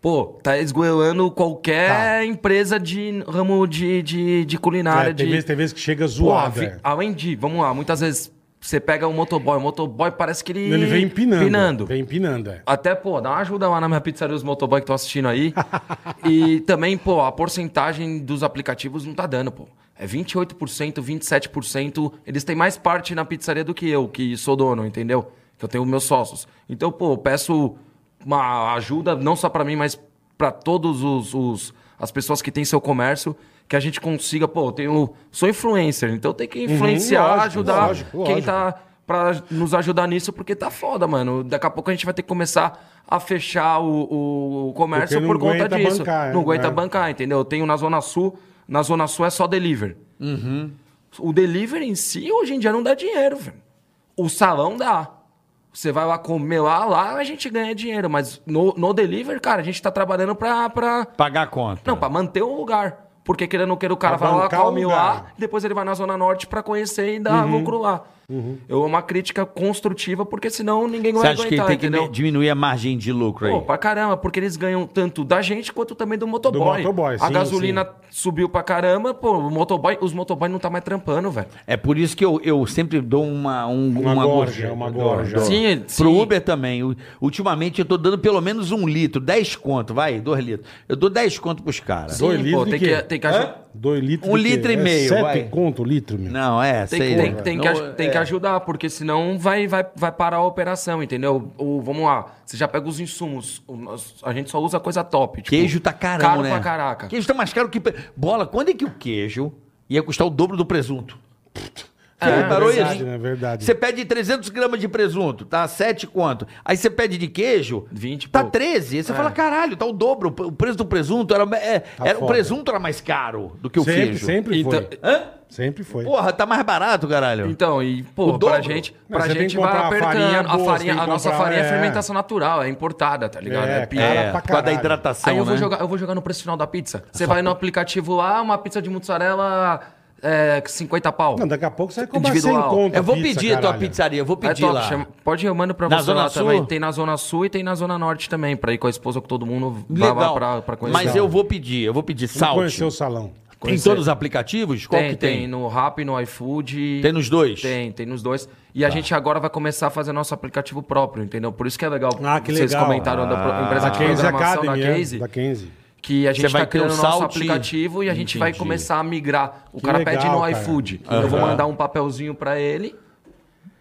S4: Pô, tá esgoelando qualquer
S3: Tá.
S4: empresa de ramo de, de, de culinária.
S3: É,
S4: de...
S3: tem, vezes, tem vezes que chega
S4: Porra,
S3: zoado.
S4: vi-
S3: é.
S4: além de, vamos lá, muitas vezes você pega o motoboy, o motoboy parece que ele.
S3: Ele vem empinando.
S4: empinando.
S3: Vem empinando, é.
S4: Até, pô, dá uma ajuda lá na minha pizzaria, os motoboy que estão assistindo aí. e também, pô, a porcentagem dos aplicativos não tá dando, pô. É 28%, 27%. Eles têm mais parte na pizzaria do que eu, que sou dono, entendeu? Que eu tenho meus sócios. Então, pô, eu peço uma ajuda, não só pra mim, mas pra todos os, os- as pessoas que têm seu comércio, que a gente consiga, pô, eu tenho, sou influencer, então tem que influenciar,
S3: Uhum, lógico,
S4: ajudar
S3: lógico,
S4: quem
S3: lógico.
S4: tá pra nos ajudar nisso, porque tá foda, mano. Daqui a pouco a gente vai ter que começar a fechar o- o, o comércio
S3: Porque não
S4: por conta
S3: aguenta
S4: disso.
S3: bancar,
S4: não
S3: né?
S4: aguenta
S3: É.
S4: bancar, entendeu? Eu tenho na Zona Sul, na Zona Sul é só delivery. O delivery em si, hoje em dia, não dá dinheiro, velho. O salão dá. Você vai lá comer lá, lá a gente ganha dinheiro, mas no, no delivery, cara, a gente tá trabalhando pra, pra,
S5: é Pagar a conta.
S4: não, pra manter o lugar. Porque querendo ou não queira, o cara
S3: Pra
S4: vai lá,
S3: bancar o
S4: come
S3: lugar. Uhum.
S4: lá, depois ele vai na Zona Norte pra conhecer e dar lucro lá. Eu é uma crítica construtiva, porque senão ninguém
S5: Você
S4: vai
S5: acha que ele
S4: aguentar,
S5: tem que
S4: entendeu?
S5: diminuir a margem de lucro aí?
S4: Pô, pra caramba, porque eles ganham tanto da gente quanto também do motoboy.
S3: Do motoboy,
S4: a
S3: sim,
S4: gasolina subiu pra caramba, pô, o motoboy, os motoboy não tá mais trampando, velho.
S5: É por isso que eu, eu sempre dou uma, um,
S3: Uma,
S5: uma,
S3: gorja, uma gorja.
S4: Sim, sim.
S5: Pro Uber também. U- Ultimamente eu tô dando pelo menos um litro, 10 conto, vai, dois litros. Eu dou 10 conto pros caras.
S3: Dois
S4: Sim,
S3: litros de
S4: pô, tem
S3: quê?
S4: que, tem que ajudar.
S3: Dois litros
S5: Um
S3: de quê? É
S5: litro e meio,
S3: Sete
S5: vai.
S3: conto o litro, meu.
S5: Não, é,
S4: Tem,
S5: sei.
S4: tem-
S5: lá.
S4: tem
S5: Não,
S4: que, aj- tem
S3: é.
S4: que ajudar, porque senão vai, vai, vai parar a operação, entendeu? Ou, vamos lá, você já pega os insumos. o nosso- A gente só usa coisa top. tipo,
S5: Queijo tá caramba,
S4: caro
S5: né?
S4: pra caraca.
S5: Queijo tá mais caro que... pre- Bola, quando é que o queijo ia custar o dobro do presunto? Você
S3: É,
S5: reparou isso?
S3: verdade, né? Verdade.
S5: Você pede 300 gramas de presunto, tá? 7 quanto? Aí você pede de queijo,
S4: 20 e
S5: tá
S4: pouco.
S5: 13. Aí você
S4: É.
S5: fala, caralho, tá o dobro. O preço do presunto era... é,
S4: Tá.
S5: era-
S3: Tá
S5: o
S3: foda.
S5: presunto era mais caro do que o
S3: sempre,
S5: queijo.
S3: sempre foi.
S4: Então-
S5: Hã?
S3: Sempre foi.
S5: Porra, tá mais barato, caralho.
S4: Então, e,
S5: O
S4: pô, pra
S5: dobro.
S4: gente,
S3: Mas
S4: pra
S3: você tem
S4: gente
S3: que
S4: vai
S3: comprar a
S4: apertando. A,
S3: farinha boa, você
S4: farinha,
S3: tem que
S4: a nossa
S3: comprar,
S4: farinha é
S3: é.
S4: fermentação natural, é importada, tá ligado?
S3: É,
S4: É,
S5: É,
S4: pia.
S3: cara, pra
S5: por causa da
S3: caralho.
S5: hidratação,
S4: Aí eu vou,
S5: né?
S4: jogar, eu vou jogar no preço final da pizza. Você vai no aplicativo lá, uma pizza de mozzarela, é, 50 pau.
S3: Não, daqui a pouco você vai comprar sem
S4: Individual.
S3: conto.
S5: Eu vou
S3: pizza,
S5: pedir a tua
S3: caralho.
S5: pizzaria, eu vou
S4: É
S5: pedir
S4: top,
S5: lá.
S4: chama- Pode ir, eu mando pra
S5: Na
S4: você
S5: Zona
S4: lá
S5: Sul?
S4: também. Tem na Zona Sul e tem na Zona Norte também, pra ir com a esposa, com todo mundo. vá lá
S5: Legal,
S4: pra, pra conhecer.
S5: mas eu vou pedir, eu vou pedir
S3: Não
S5: salt.
S3: conheceu o salão.
S5: Tem todos os aplicativos? Qual
S4: Tem,
S5: que
S4: tem,
S5: tem?
S4: no Rap, no iFood.
S5: Tem nos dois? Tá.
S4: Tem, tem nos dois. E a gente agora vai começar a fazer nosso aplicativo próprio, entendeu? Por isso que é legal.
S3: Ah, que
S4: Vocês
S3: legal.
S4: comentaram da
S5: Ah,
S4: pro- empresa
S3: Da
S4: de
S3: Case
S4: programação
S3: Academy,
S4: da Case.
S3: é. Da Case.
S4: Que a
S5: Você
S4: gente
S5: vai
S4: tá
S5: ter o
S4: criando o
S5: Salt?
S4: nosso aplicativo e a gente vai
S5: Entendi.
S4: começar a migrar. O
S3: Que
S4: cara
S3: legal,
S4: pede no
S3: cara.
S4: iFood. Eu vou mandar um papelzinho pra ele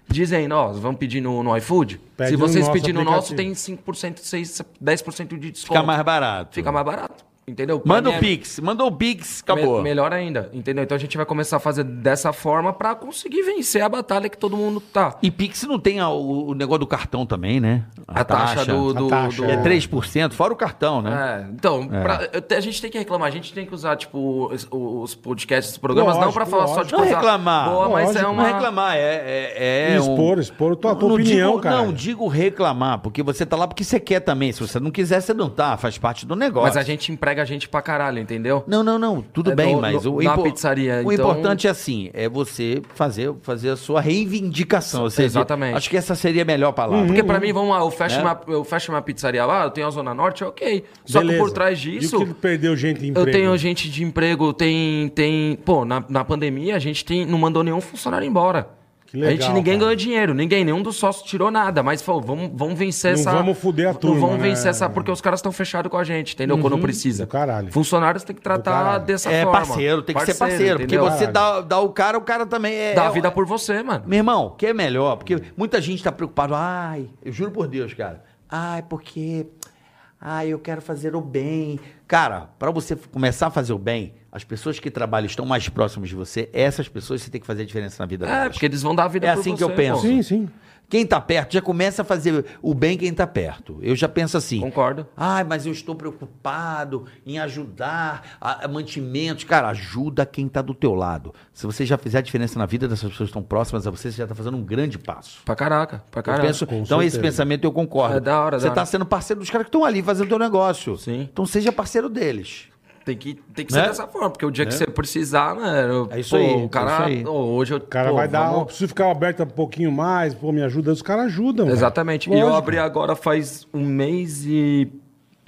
S4: dizendo, ó, vamos pedir no, no iFood?
S3: Pede
S4: Se
S3: no
S4: vocês
S3: nosso
S4: pedirem no nosso, tem
S3: aplicativo.
S4: 5%, 6, 10% de desconto.
S5: Fica mais barato.
S4: Fica mais barato, entendeu? Pra
S5: Manda
S4: mim
S5: o
S4: é-
S5: Pix, manda o Pix,
S4: me-
S5: acabou.
S4: melhor ainda, entendeu? Então a gente vai começar a fazer dessa forma pra conseguir vencer a batalha que todo mundo tá.
S5: E Pix não tem a- o, o negócio do cartão também, né?
S4: A, taxa, do,
S3: a
S4: do,
S3: taxa,
S4: do-
S5: É 3%, fora o cartão, né?
S4: É, então, pra- eu te- a gente tem que reclamar, a gente tem que usar, tipo, os, os podcasts, os programas, não
S3: Lógico,
S4: pra falar só de
S3: lógico.
S5: Não
S4: coisa
S5: reclamar.
S4: boa, mas é
S3: Lógico,
S4: uma...
S5: Não reclamar, é... é, é um-
S3: Expor, expor a tua- tua
S5: Não
S3: opinião,
S5: digo-
S3: cara.
S5: Não, digo reclamar, porque você tá lá porque você quer também. Se você não quiser, você não tá, faz parte do negócio.
S4: Mas a gente emprega a gente pra caralho, entendeu?
S5: Não, não, não. Tudo
S4: É
S5: bem,
S4: no-
S5: mas
S4: no-
S5: o,
S4: na
S5: impo-
S4: pizzaria,
S5: o
S4: então-
S5: importante é assim, é você fazer, fazer a sua reivindicação. ou seja,
S4: Exatamente. Uhum.
S5: Acho que essa seria a melhor palavra.
S4: Porque pra mim, vamos lá, eu fecho,
S5: Né?
S4: uma, eu fecho uma pizzaria lá, eu tenho a Zona Norte, ok. Só que
S3: Beleza.
S4: por trás
S3: E
S4: disso,
S3: o que perdeu gente em
S4: eu
S3: emprego?
S4: tenho gente de emprego, tem... tem pô, na, na pandemia a gente tem, não mandou nenhum funcionário embora.
S3: Que legal,
S4: a gente ninguém
S3: cara.
S4: ganhou dinheiro, ninguém, nenhum dos sócios tirou nada, mas falou, vamos, vamos vencer
S3: Não
S4: essa.
S3: vamos fuder a turma,
S4: Não vamos
S3: né? Uhum.
S4: vencer essa, porque os caras estão fechados com a gente, entendeu? Quando precisa.
S3: do caralho.
S4: Funcionários tem que tratar
S3: caralho.
S4: dessa
S5: é
S4: forma.
S5: parceiro, tem que ser parceiro. Porque
S4: entendeu?
S5: você dá, dá o cara, o cara também é.
S4: Dá
S5: é-
S4: a vida por você, mano.
S5: Meu irmão, que é melhor, porque muita gente tá preocupado. Ai, eu juro por Deus, cara. Ai, porque. Ai, eu quero fazer o bem. Cara, pra você f- começar a fazer o bem, As pessoas que trabalham e estão mais próximas de você, essas pessoas você tem que fazer a diferença na vida
S4: É,
S5: delas.
S4: porque eles vão dar a vida
S5: É
S4: por
S5: assim que
S4: você,
S5: eu penso.
S4: pô.
S3: Sim, sim.
S5: Quem tá perto já começa a fazer o bem quem tá perto. Eu já penso assim.
S4: Concordo.
S5: Ai, mas eu estou preocupado em ajudar a, a mantimentos. Cara, ajuda quem tá do teu lado. Se você já fizer a diferença na vida dessas pessoas que estão próximas a você, você já tá fazendo um grande passo.
S4: Pra caraca, pra
S5: Eu
S4: caraca.
S5: penso-
S3: com
S5: então, esse
S3: certeza.
S5: pensamento eu concordo.
S4: É da hora,
S5: Você
S4: da
S5: tá
S4: hora.
S5: sendo parceiro dos caras que estão ali fazendo o teu negcio.
S4: Sim.
S5: Então seja parceiro deles.
S4: Tem que, tem que
S5: Né?
S4: ser dessa forma, porque o dia que você precisar, né? eu-
S5: É isso aí,
S4: O cara,
S5: é isso aí.
S4: Ô, hoje eu.
S3: O cara
S4: pô,
S3: vai dar. ó,
S4: vamos-
S3: Preciso ficar aberto um pouquinho mais, pô, me ajuda. Os caras ajudam. cara.
S4: Exatamente. E eu
S3: um- Lógico.
S4: abri agora faz um mês e.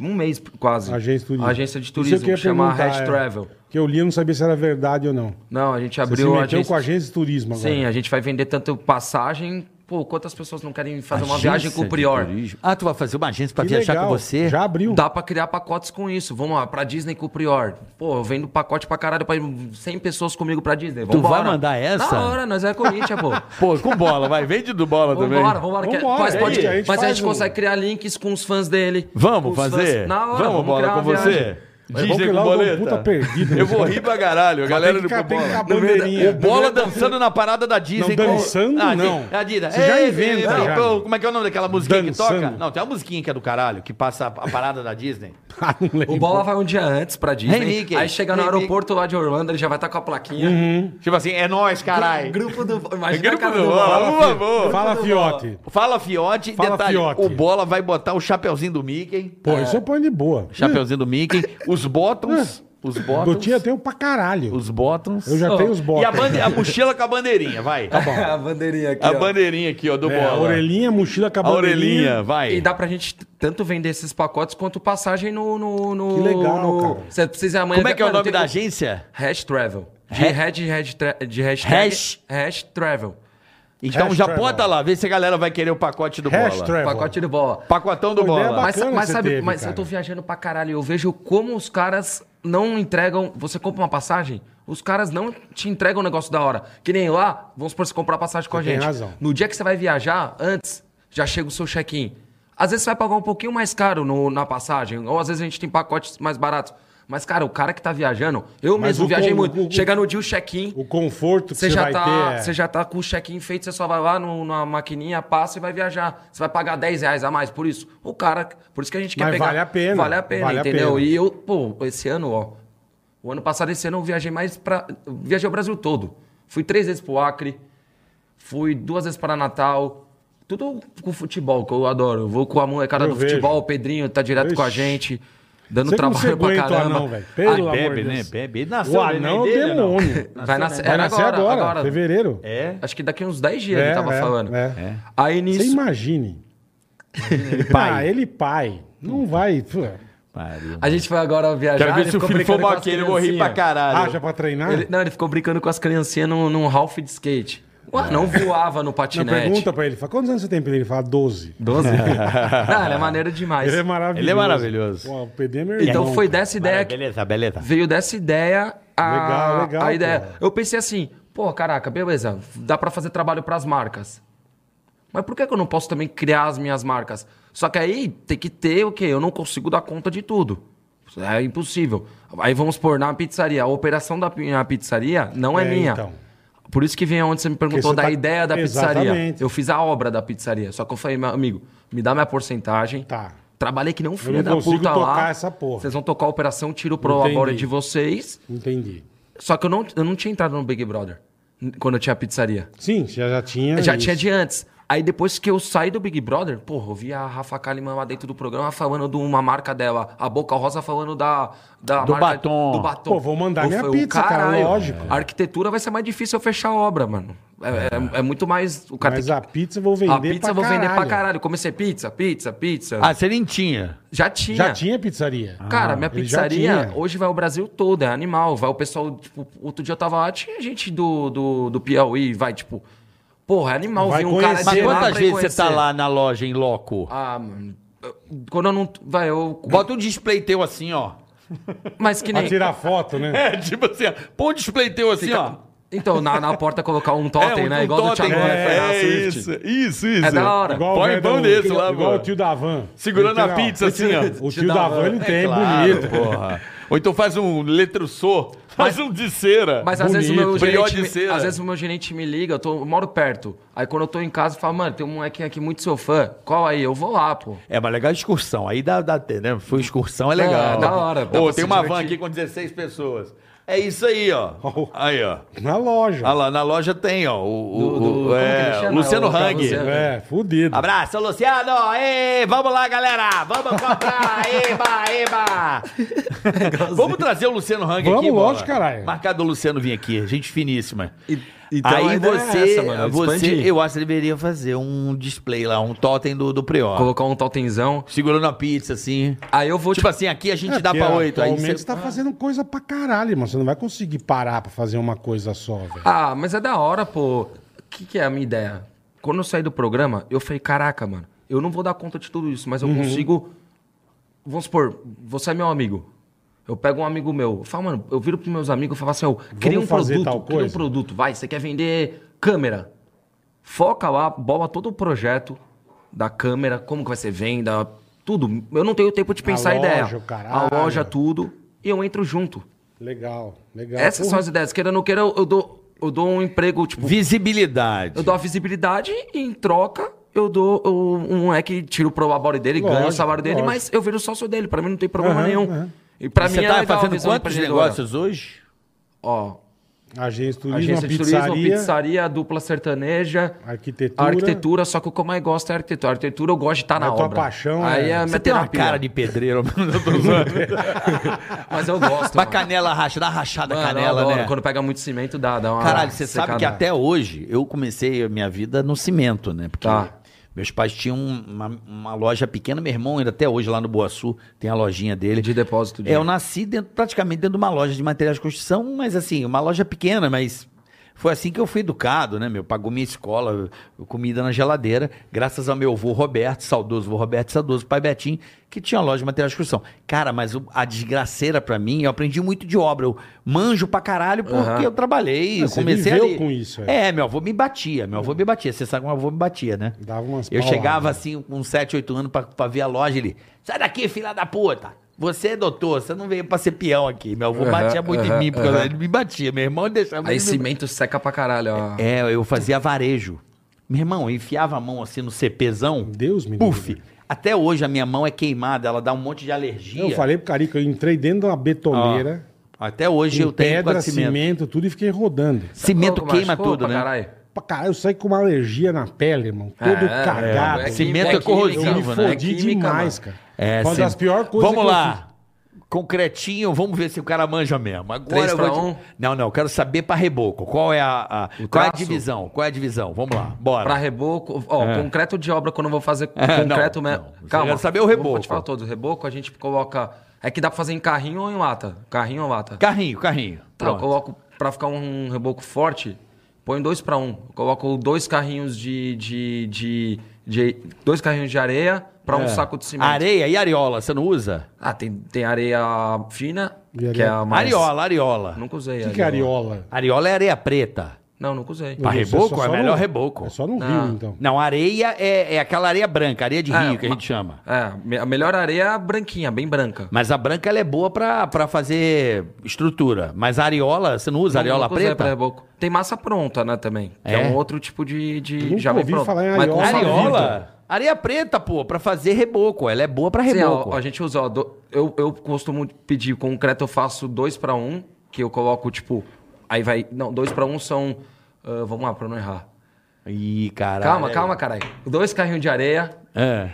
S4: Um mês quase.
S3: Agência de turismo.
S4: Agência de
S3: Isso eu queria
S4: turismo, chama
S3: perguntar,
S4: Hash
S3: é,
S4: Travel.
S3: Que eu li e não sabia se era verdade ou não.
S4: Não, a gente
S3: Você se
S4: abriu
S3: meteu
S4: a agência.
S3: com a agência de turismo agora.
S4: Sim, a gente vai vender tanto passagem. Pô, quantas pessoas não querem fazer uma
S5: Agência
S4: viagem com o
S5: de
S4: Prior?
S5: turismo. Ah, tu vai fazer uma agência pra
S3: Que
S5: viajar
S3: legal.
S5: com você?
S3: Já abriu.
S4: Dá pra criar pacotes com isso. Vamos lá, pra Disney com o Prior. Pô, eu vendo pacote pra caralho pra ir 100 pessoas comigo pra Disney.
S5: Tu
S4: Vambora.
S5: vai mandar essa?
S4: Na hora, nós é Corinthians, pô.
S5: Pô, com bola, vai. Vende do bola também.
S4: Vambora, vambora. que-
S3: Vambora,
S4: mas
S3: é
S4: pode-
S3: isso, a gente
S4: mas a
S3: faz
S4: gente
S3: um-
S4: consegue criar links com os fãs dele.
S5: Vamos
S4: com os
S5: fazer?
S4: fãs- Na hora,
S5: vamos, bola
S4: criar
S5: com
S4: uma viagem.
S5: você?
S3: Mas vamos que
S5: Disney
S3: lá
S5: com
S3: eu dou um
S5: boleta.
S3: puta né? perdido.
S5: eu vou rir pra caralho, a galera
S3: tem
S5: do
S3: que, tem que ficar
S5: bola.
S4: No meio da-
S3: bandeirinha.
S5: O bola dançando na parada da Disney.
S3: Não, dançando, não.
S5: A Dida.
S3: Você já
S5: Ei,
S3: inventa,
S5: não,
S3: já.
S5: pô, Como é que é o nome daquela musiquinha
S3: Dançando.
S5: que toca? Não, tem uma musiquinha que é do caralho, que passa a a parada da Disney.
S3: Ah, não lembro.
S4: O Bola vai um dia antes pra Disney.
S5: Hey, Mickey.
S4: aí chega no
S5: Hey,
S4: aeroporto lá de Orlando, ele já vai estar com a plaquinha.
S5: Tipo assim, é nóis, caralho.
S4: Grupo do. Imagina
S5: É Grupo
S4: a cara
S5: do
S4: do
S5: Bola.
S4: Bola.
S5: Por favor.
S3: Fala, fiote.
S5: Fala fiote,
S3: Fala,
S5: detalhe,
S3: fiote.
S5: o bola vai botar o chapeuzinho do Mickey,
S3: Pô, isso eu ponho de boa.
S5: chapeuzinho do Mickey, os bottoms, os
S3: Eu tinha
S5: bottoms,
S3: tenho pra caralho.
S5: os bottoms.
S3: Eu já tenho os botas.
S5: E a, bande- a mochila com a bandeirinha, vai.
S4: a bandeirinha aqui.
S5: tá A
S4: ó.
S5: bandeirinha aqui, ó, do
S3: É, a
S5: bola.
S3: orelhinha, a mochila com a
S5: A orelhinha,
S3: bandeirinha.
S5: vai.
S4: E dá pra gente t- tanto vender esses pacotes quanto passagem no. no, no
S3: Que legal,
S4: no-
S3: cara.
S4: Você precisa ir amanhã.
S5: Como é que é o
S4: Mano,
S5: nome
S4: tem
S5: da
S4: um-
S5: agência?
S4: Hash Travel. De,
S5: Re-
S4: head, head tra- de hashtag.
S5: Hash?
S4: Hash Travel.
S5: Então
S3: Hash
S5: já
S3: Travel.
S5: bota lá, vê se a galera vai querer o pacote do
S3: Hash
S5: bola.
S3: Travel.
S4: Pacote de bola.
S5: Pacotão do
S3: Pô, né, ideia
S5: bola.
S3: bacana.
S4: Mas, mas
S3: você
S4: sabe,
S3: teve,
S4: mas
S3: cara.
S4: eu tô viajando pra caralho. Eu vejo como os caras não entregam. Você compra uma passagem, os caras não te entregam um negócio da hora. Que nem lá, vamos supor, você comprar passagem com
S3: Você
S4: a
S3: tem
S4: gente.
S3: razão.
S4: No dia que você vai viajar, antes, já chega o seu check-in. Às vezes você vai pagar um pouquinho mais caro no- na passagem, ou às vezes a gente tem pacotes mais baratos. Mas, cara, o cara que tá viajando, eu
S3: Mas
S4: mesmo
S3: o
S4: viajei
S3: com-
S4: muito.
S3: o- o-
S4: chega no dia o check-in,
S3: O conforto que
S4: você
S3: você
S4: já,
S3: vai
S4: tá,
S3: ter. é-
S4: você já tá com o check-in feito, você só vai lá no- na maquininha, passa e vai viajar. Você vai pagar 10 reais a mais por isso. O cara, por isso que a gente quer
S3: Mas
S4: pegar.
S3: vale a pena,
S4: Vale a pena,
S3: vale a
S4: entendeu?
S3: pena.
S4: E eu, pô, esse ano, ó. O ano passado, esse ano, eu viajei mais pra. eu Viajei o Brasil todo. Fui três vezes pro Acre, fui duas vezes para Natal. Tudo com futebol, que eu adoro. Eu vou com a molecada
S3: Eu
S4: do
S3: vejo.
S4: futebol, o Pedrinho tá direto com a
S3: Ixi.
S4: gente, dando
S3: Sei como você
S4: trabalho pra
S3: aguenta o
S4: caramba.
S3: anão, velho. Pelo
S5: Ai,
S3: amor
S5: bebe,
S3: de
S5: né?
S3: Deus.
S5: Bebe. Ele
S3: o
S5: nasceu
S3: anão
S5: neném
S3: é
S5: dele, não?
S3: demônio.
S4: Vai nascer,
S3: Vai
S4: era
S3: nascer agora,
S4: agora, agora.
S3: fevereiro.
S5: É.
S4: Acho que daqui uns 10 dias
S3: É,
S4: ele tava
S3: é,
S4: falando.
S3: é.
S4: Aí
S3: Você
S4: nisso.
S3: imagine. Ele
S5: pai.
S3: Ah, ele pai. Não vai. pô.
S5: Pariu.
S4: A gente foi agora viajar.
S5: Quero ver
S4: ele
S5: se o
S4: ficou
S5: filho for
S4: brincando tá com as
S5: maqueiro, eu vou rir pra
S4: criancinhas.
S5: caralho.
S3: Ah, já pra treinar?
S4: Ele- não, ele ficou brincando com as criancinhas num, num half de skate. Ué, não voava no
S3: Não,
S4: patinete.
S3: pergunta pra ele. Fala, quantos anos você tem, Pedro? Ele fala, 12.
S4: 12. não, ele é maneiro demais.
S3: Ele é maravilhoso.
S5: Ele é maravilhoso.
S3: Pô, o Pedro é meu irmão.
S4: Então foi
S3: cara.
S4: dessa ideia que
S5: é Beleza, beleza.
S4: veio dessa ideia a,
S3: Tá. Legal, legal,
S4: a ideia.
S3: cara.
S4: Eu pensei assim, pô, caraca, beleza, dá pra fazer trabalho pras marcas. Mas por que, que eu não posso também criar as minhas marcas? Só que aí tem que ter o quê? Eu não consigo dar conta de tudo. É impossível. Aí vamos pôr na pizzaria. A operação da pi- na pizzaria não é,
S3: É,
S4: minha.
S3: então.
S4: Por isso que vem onde você me perguntou
S3: você
S4: da
S3: tá-
S4: ideia da pizzaria.
S3: Exatamente.
S4: Eu fiz a obra da pizzaria. Só que eu falei, meu amigo, me dá minha porcentagem.
S3: Tá.
S4: Trabalhei que nem um filho
S3: não
S4: da
S3: consigo
S4: puta lá.
S3: tocar essa porra.
S4: Vocês vão tocar a operação, tiro pro labore
S3: Entendi.
S4: de vocês.
S3: Entendi.
S4: Só que eu não, eu não tinha entrado no Big Brother n- quando eu tinha a pizzaria.
S3: Sim, já, já tinha.
S4: Eu já
S3: isso.
S4: tinha de antes. Aí depois que eu saí do Big Brother, porra, eu vi a Rafa Kalimann lá dentro do programa falando de uma marca dela. A Boca Rosa falando da. da
S5: Do
S4: marca-
S5: batom.
S4: Do batom.
S3: Pô, vou mandar
S4: Eu
S3: minha
S4: falei,
S3: pizza, cara,
S4: "Caralho,
S3: lógico."
S4: A arquitetura vai ser mais difícil eu fechar a obra, mano. É, é- é muito mais. O cara
S3: Mas
S4: tem
S3: a pizza eu vou
S4: que-
S3: vender
S4: a pizza eu vou vender pra caralho. Comecei pizza, pizza, pizza.
S5: Ah, você nem tinha.
S4: já tinha.
S3: Já tinha pizzaria.
S5: Ah,
S4: Cara, minha
S3: ele já
S4: pizzaria
S3: tinha.
S4: hoje vai o Brasil todo, é animal. Vai o pessoal, tipo, outro dia eu tava lá, tinha gente do, do, do Piauí, vai, tipo, porra, é animal
S3: Vai
S4: ver um cara
S3: conhecer,
S5: Mas
S3: Sei
S4: de lá
S5: quantas
S4: pra
S5: vezes você
S4: conhecer.
S5: tá lá na loja em loco?
S4: Ah, mano. eu- Quando eu não. Vai, eu.
S5: Bota um display teu assim, ó.
S4: Mas que
S3: Pra
S4: nem.
S3: tirar foto, né?
S5: É, tipo assim, ó. Põe um display teu assim,
S4: Fica-
S5: ó.
S4: Então, na, na porta colocar um totem, né? Igual do Thiago
S5: é,
S4: Leifert na
S5: é
S4: Swift.
S5: isso, isso, isso.
S4: É da hora.
S3: Igual
S5: Põe
S3: o velho
S5: pão
S3: do-
S5: desse lá,
S3: Igual
S5: pô.
S3: o tio da van.
S5: Segurando
S3: Ele
S5: a
S3: tem, ó,
S5: pizza assim, ó.
S3: O tio da van, ele
S5: É
S3: tem,
S5: claro,
S3: bonito.
S5: porra. Ou então faz um letrosô, faz um de cera.
S4: Mas às vezes, o
S5: Bonito,
S4: meu gerente,
S5: brioche de
S4: me,
S5: cera.
S4: às vezes o meu gerente me liga, eu, tô, eu moro perto. Aí quando eu tô em casa, fala, mano, tem um molequinho aqui muito seu fã. Qual aí? Eu vou lá, pô.
S5: É, mas legal a excursão. Aí dá, dá né? Foi excursão, é
S4: É,
S5: legal.
S4: da hora, dá
S5: Ô,
S4: pra se
S5: tem uma van
S4: divertir. Oh.
S5: aqui com 16 pessoas. É isso aí, ó. Aí, ó.
S3: Na loja.
S5: Ah lá, na loja tem, ó. O, o-
S4: Do- do-
S5: o-
S4: como que
S5: é,
S4: ele chama?
S5: Luciano
S4: O cara
S5: Hang.
S4: Luciano.
S3: É, fudido.
S5: Abraço, Luciano! Ei, vamos lá, galera! Vamos comprar! eba, eba! vamos trazer o Luciano Hang
S3: Vamos,
S5: aqui, Bola?
S3: lógico, caralho.
S5: Marcado o Luciano vir aqui, gente finíssima.
S4: E- então a
S5: Aí
S4: ideia é
S5: você,
S4: essa, mano,
S5: você,
S4: expandir.
S5: eu acho que deveria fazer um display lá, um totem do, do Prior.
S4: Colocar um totemzão.
S5: Segurando a pizza, assim.
S4: Aí eu vou
S5: Tipo
S4: tipo,
S5: assim, aqui a gente
S3: É,
S5: dá
S3: porque
S5: pra oito. Aí
S3: Atualmente
S5: você-
S3: você tá fazendo coisa pra caralho, irmão. Você não vai conseguir parar pra fazer uma coisa só, velho.
S4: Ah, mas é da hora, pô. O que, que é a minha ideia? Quando eu saí do programa, eu falei, caraca, mano, eu não vou dar conta de tudo isso, mas
S3: Uhum.
S4: eu consigo. Vamos supor, você é meu amigo. Eu pego um amigo meu, eu falo, mano, eu viro pros meus amigos e falo assim, ó, cria um
S3: fazer
S4: produto,
S3: tal
S4: cria um
S3: coisa?
S4: produto, vai, você quer vender câmera. Foca lá, bola todo o projeto da câmera, como que vai ser venda, tudo. Eu não tenho tempo de pensar a
S3: loja,
S4: ideia.
S3: o caralho.
S4: a loja, tudo, e eu entro junto.
S3: Legal, legal.
S4: Essas são as ideias. Queira ou não queira, eu eu dou, eu dou um emprego, tipo,
S5: Visibilidade.
S4: eu dou a visibilidade e em troca eu dou eu, um moleque, tiro o prolabore dele,
S3: Lógico,
S4: ganho o salário dele,
S3: lógico.
S4: mas eu viro sócio dele. Pra mim não tem problema
S3: Aham,
S4: nenhum.
S3: aham.
S4: E pra mim
S5: você
S4: é
S5: tá
S4: legal a
S5: fazendo
S4: visão
S5: quantos
S4: empreendedora.
S5: negócios hoje?
S4: Ó,
S3: Agência de turismo,
S4: agência
S3: uma
S4: de
S3: pizzaria,
S4: turismo, pizzaria, dupla sertaneja.
S3: Arquitetura.
S4: Arquitetura, só que o que eu mais gosto é arquitetura. Arquitetura eu gosto de estar na
S3: É tua
S4: obra.
S3: paixão,
S4: Aí
S3: é.
S4: é, a minha
S5: Você tem uma
S4: terapia.
S5: cara de pedreiro, mano. eu tô zoando.
S4: Mas eu gosto.
S5: Uma
S4: mano.
S5: canela racha, dá uma rachada a
S4: Mano, eu
S5: canela,
S4: adoro.
S5: né?
S4: Quando pega muito cimento, dá, dá uma.
S5: Caralho, você sabe
S4: secada.
S5: que até hoje eu comecei a minha vida no cimento, né? Porque
S4: Tá.
S5: meus pais tinham uma, uma loja pequena, meu irmão ainda até hoje lá no Boaçu tem a lojinha dele.
S4: De depósito de.
S5: É, eu nasci dentro- praticamente dentro de uma loja de materiais de construção, mas assim, uma loja pequena, mas foi assim que eu fui educado, né, meu? Pagou minha escola, eu- comida na geladeira, graças ao meu avô Roberto, saudoso vô Roberto, saudoso pai Betinho, que tinha loja de materiais de construção. Cara, mas o- a desgraceira pra mim, eu aprendi muito de obra, eu manjo pra caralho porque
S4: Aham.
S5: eu trabalhei, eu
S3: você
S5: comecei
S3: viveu
S5: ali.
S3: com isso,
S5: é. meu avô me batia, meu avô me batia, você sabe que meu avô me batia, né?
S3: Dava umas
S5: Eu
S3: pauladas.
S5: chegava assim, com 7, 8 anos, pra, pra ver a loja, ele. Sai daqui, filha da puta! Você é doutor, você não veio pra ser peão aqui. Meu avô
S4: Aham,
S5: batia muito em
S4: aham,
S5: mim, porque eu-
S4: aham.
S5: ele me batia. Meu irmão deixava.
S4: Aí
S5: ele me-
S4: cimento seca pra caralho, ó.
S5: É, eu fazia varejo. Meu irmão, eu enfiava a mão assim no CPzão.
S3: Deus me
S5: Puf!
S3: livre.
S5: Até hoje a minha mão é queimada, ela dá um monte de alergia.
S3: Eu falei pro Carica, eu entrei dentro de uma betoneira,
S5: Até hoje eu
S3: com
S5: tenho
S3: pedra,
S5: cimento.
S3: cimento. tudo, e fiquei rodando.
S5: Cimento
S4: Ô, macho,
S5: queima
S4: pô,
S5: tudo,
S4: pra
S5: né?
S4: Caralho.
S3: Pra caralho, eu saí com uma alergia na pele, irmão. Todo
S4: É,
S3: cagado.
S4: é, é
S5: Cimento
S4: química,
S5: é corrosivo,
S4: química,
S3: eu me
S5: né?
S4: mano. É
S3: fodi
S4: química,
S3: demais,
S4: mano.
S3: cara.
S5: É,
S3: Foi uma
S5: sim.
S3: das piores coisas
S5: Vamos
S3: que eu
S5: lá. Concretinho, vamos ver se o cara manja mesmo. Agora
S4: Três
S5: eu
S4: pra
S5: vou.
S4: um?
S5: te- Não, não, eu quero saber para reboco. Qual é a, a-
S4: O
S5: qual é a
S4: traço?
S5: divisão? Qual é a divisão? Vamos lá, bora.
S4: Pra reboco, ó, concreto de obra quando eu vou fazer concreto
S5: É. não,
S4: mesmo.
S5: não. Você
S4: Calma.
S5: quer saber o reboco.
S4: Vou te falar todos. Reboco a gente coloca. É que dá pra fazer em carrinho ou em lata? Carrinho ou lata?
S5: Carrinho, carrinho.
S4: Tá, eu
S5: Pronto.
S4: coloco pra ficar um reboco forte, põe dois pra um. Eu coloco dois carrinhos de. de, de, de- dois carrinhos de areia pra um saco de cimento.
S5: É. Areia e areola, você não usa?
S4: Ah, tem, tem areia fina,
S3: E areia-
S4: que é a mais.
S5: Ariola, areola.
S4: Nunca usei.
S3: fiz. Que cariola.
S5: Areola é areia preta.
S4: Não, nunca usei.
S5: Pra
S3: Não, isso
S5: reboco,
S3: só-
S5: é
S3: só
S5: melhor
S3: no-
S5: reboco.
S3: É só no
S4: Não.
S3: Rio, então.
S5: Não, areia é, é aquela areia branca, areia de rio
S4: É,
S5: que a
S4: ma-
S5: gente chama.
S4: É, me- a melhor areia é a branquinha, bem branca.
S5: Mas a branca ela é boa pra pra fazer estrutura. Mas a areola, você não usa areola
S4: Nunca usei
S5: preta?
S4: pra reboco. Tem massa pronta, né, também. Que é
S5: É?
S4: um outro tipo de... de
S3: Nunca
S4: já vem
S3: ouvi
S4: pronto.
S3: falar em
S4: Mas
S3: areola.
S4: com salvia.
S5: Areola? Areia preta, pô, pra fazer reboco. Ela é boa pra
S4: Sim,
S5: reboco.
S4: assim, ó, ó, a gente usa... ó, do- eu, eu costumo pedir concreto, eu faço dois pra um, que eu coloco, tipo... Aí vai... Não, dois pra um são... ah, vamos lá, pra eu não errar.
S5: Ih, caralho.
S4: Calma, calma, caralho. Dois carrinhos de areia,
S5: É,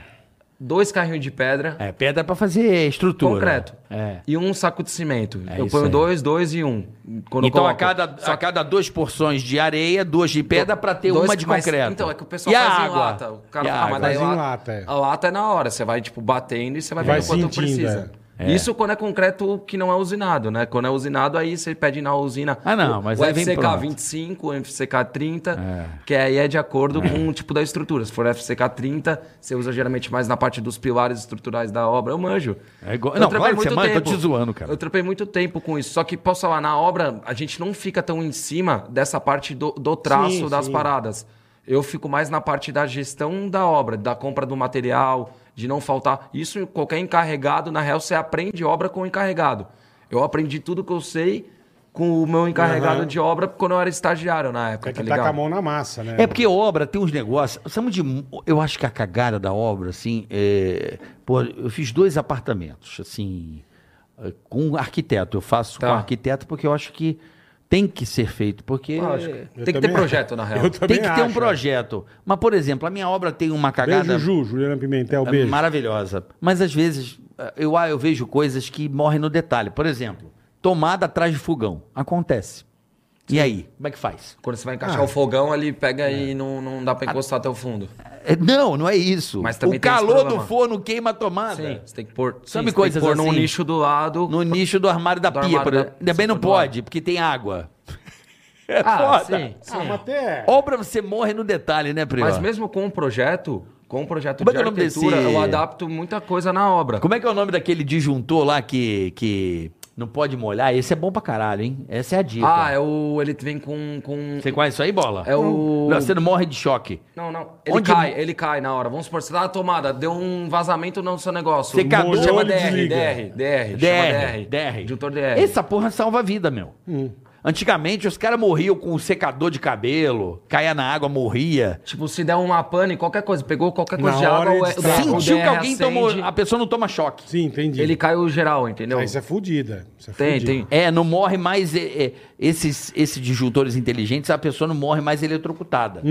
S4: dois carrinhos de pedra,
S5: é pedra pra fazer estrutura.
S4: concreto.
S5: É.
S4: E um saco de cimento.
S5: É
S4: eu
S5: isso
S4: ponho
S5: aí.
S4: dois, dois e um. Quando eu
S5: Então, a
S4: coloco.
S5: cada, a cada duas porções de areia, duas de pedra pra ter
S4: Dois-
S5: uma de
S4: mas-
S5: concreto.
S4: Então, é que o pessoal
S5: e a
S4: faz em
S5: água?
S4: lata. O cara
S5: E a
S4: fala,
S5: água?
S4: mas daí
S3: Faz em
S4: lata-
S3: lata, é.
S4: A lata é na hora, você vai, tipo, batendo e você vai
S3: Vai
S4: vendo quanto
S3: sentindo,
S4: precisa.
S3: é.
S4: Isso quando é concreto que não é usinado, né? Quando é usinado, aí você pede na usina
S5: Ah, não,
S4: o-
S5: mas
S4: o
S5: aí vem
S4: FCK
S5: pronto.
S4: 25, o FCK 30, que aí é de acordo com o tipo da estrutura. Se for FCK 30, você usa geralmente mais na parte dos pilares estruturais da obra. Eu manjo.
S5: É igual-
S4: Eu
S5: não,
S4: trampei
S5: claro que você manja, tô te zoando, cara.
S4: Eu trampei muito tempo com isso. Só que, posso falar, na obra, a gente não fica tão em cima dessa parte do, do traço
S3: Sim,
S4: das
S3: sim.
S4: paradas. Eu fico mais na parte da gestão da obra, da compra do material, de não faltar. Isso qualquer encarregado, na real, você aprende obra com o encarregado. Eu aprendi tudo que eu sei com o meu encarregado
S3: Aham.
S4: de obra quando eu era estagiário na época,
S3: Tem
S4: tá
S3: que tá com a
S4: ligado?
S3: mão na massa, né?
S5: É porque obra tem uns negócios. Sabe de, eu acho que a cagada da obra, assim. É, pô, eu fiz dois apartamentos, assim. eh, Com arquiteto. Eu faço
S4: Tá.
S5: com arquiteto porque eu acho que tem que ser feito. Porque
S4: Lógico.
S3: Eu
S4: Tem que ter
S3: também-
S4: projeto, na real.
S3: Eu também
S5: tem que ter um
S3: acho. é.
S5: projeto. Mas, por exemplo, a minha obra tem uma cagada.
S3: Beijo, Ju, Juliana Pimentel,
S5: É
S3: beijo.
S5: Maravilhosa. Mas às vezes eh, eu, ah, eu vejo coisas que morrem no detalhe. Por exemplo, tomada atrás de fogão. Acontece. E aí? Como é que faz?
S4: Quando você vai encaixar
S3: Ah.
S4: o fogão, ele pega
S3: É.
S4: e não, não dá pra encostar até o fundo.
S5: É, Não, não é isso.
S4: Mas também
S5: o
S4: tem esse
S5: calor do
S4: problema.
S5: forno queima a tomada.
S4: Sim, É, você tem que pôr, sim,
S5: Sabe
S4: você tem que
S5: coisas
S4: pôr num
S5: assim?
S4: nicho do lado.
S5: No nicho do armário da
S4: Do
S5: pia,
S4: armário
S5: por
S4: da-
S5: exemplo. Também não
S4: do armário.
S5: pode, porque tem água. É
S4: Ah,
S5: foda.
S4: sim, sim.
S3: Ah, mas até...
S5: Obra você morre no detalhe, né, Prior?
S4: Mas mesmo com o projeto, com o projeto
S5: Como é
S4: de
S5: que é o nome desse-
S4: arquitetura, eu adapto muita coisa na obra.
S5: Como é que é o nome daquele disjuntor lá que, que não pode molhar? Esse é bom pra caralho, hein? Essa é a dica.
S4: Ah, é o. Ele vem com. com...
S5: Você conhece isso aí, bola?
S4: É o-
S5: Não, você não morre de choque.
S4: Não, não. Ele
S5: Onde-
S4: cai, ele cai na hora. Vamos supor, você tá na tomada, deu um vazamento no seu negócio.
S5: Você cagou,
S4: chama
S3: ele
S4: DR,
S3: desliga.
S4: DR, DR,
S5: DR,
S4: chama DR.
S5: DR.
S4: Juntor DR.
S5: Essa porra salva a vida, meu.
S4: Hum.
S5: Antigamente os caras morriam com um secador de cabelo, caía na água, morria.
S4: Tipo, se der uma pane, qualquer coisa, pegou qualquer coisa
S3: Na
S4: de
S3: hora
S4: água,
S3: ele
S4: o-
S3: destapa.
S4: o
S5: Sentiu que
S4: DR
S5: alguém tomou.
S4: acende,
S5: A pessoa não toma choque.
S3: Sim, entendi.
S4: Ele caiu geral, entendeu?
S3: Ah, isso é fudida. Isso é
S4: Tem,
S3: fudida.
S4: tem.
S5: É, não morre mais. é, é, esses, esses disjuntores inteligentes, a pessoa não morre mais eletrocutada.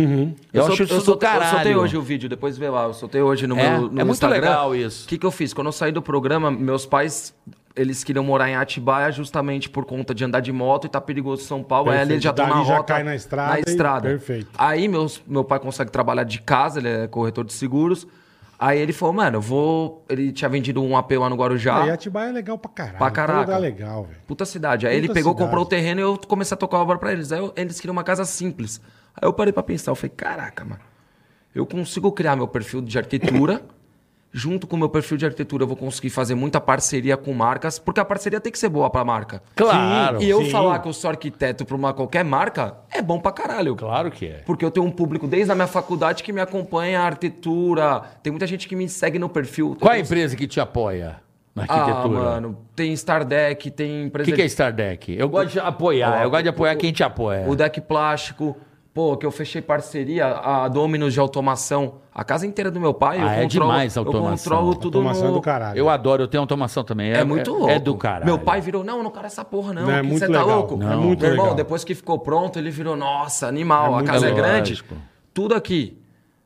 S5: Eu, acho
S4: sol-
S5: isso
S4: sol-
S5: do caralho.
S4: Uhum. Eu soltei hoje o vídeo, depois vê lá. Eu soltei hoje no
S5: É?
S4: meu no
S5: É muito
S4: Instagram.
S5: legal isso.
S4: O que, que eu fiz? Quando eu saí do programa, meus pais, eles queriam morar em Atibaia justamente por conta de andar de moto e tá perigoso São Paulo. Aí
S3: Perfeito.
S4: eles já estão na
S3: Dali já
S4: rota.
S3: cai na estrada e-
S4: estrada.
S3: perfeito.
S4: Aí meus, meu pai consegue trabalhar de casa, ele é corretor de seguros. Aí ele falou, mano, eu vou... Ele tinha vendido um AP lá no Guarujá.
S3: Ah, e Atibaia é legal pra caralho.
S4: Pra
S3: É
S4: caraca.
S3: um lugar legal, velho.
S4: Puta cidade. Aí ele
S3: Puta
S4: pegou,
S3: cidade.
S4: comprou o terreno e eu comecei a tocar a obra pra eles. Aí eu- eles queriam uma casa simples. Aí eu parei pra pensar, eu falei, caraca, mano, eu consigo criar meu perfil de arquitetura. Junto com o meu perfil de arquitetura, eu vou conseguir fazer muita parceria com marcas, porque a parceria tem que ser boa pra marca.
S5: Claro.
S4: E eu
S3: Sim.
S4: falar que eu sou arquiteto pra uma qualquer marca é bom pra caralho.
S5: Claro que é.
S4: Porque eu tenho um público desde a minha faculdade que me acompanha a arquitetura. Tem muita gente que me segue no perfil.
S5: Qual é a
S4: Tem-
S5: empresa que te apoia na
S4: Ah,
S5: arquitetura?
S4: mano, tem Stardeck, tem
S5: O
S4: empresa
S5: que, que é
S4: de-
S5: Stardeck? Eu gosto de apoiar. Eu gosto de apoiar quem te apoia.
S4: O deck plástico. Pô, que eu fechei parceria, a Dominus de automação. A casa inteira do meu pai, eu
S5: Ah, é demais a
S4: Eu
S5: automação.
S4: controlo tudo
S3: Automação é
S4: no...
S3: do caralho.
S5: Eu adoro, eu tenho automação também.
S4: É muito louco.
S5: É do caralho.
S4: Meu pai virou, não, eu não quero essa porra, não.
S3: Não, é
S4: que
S3: muito
S4: você tá
S3: legal.
S4: louco?
S3: Não, é muito
S4: Meu irmão,
S3: legal.
S4: depois que ficou pronto, ele virou, nossa, animal, a
S3: muito
S4: casa
S5: legal.
S4: é grande.
S5: Lógico.
S4: Tudo aqui.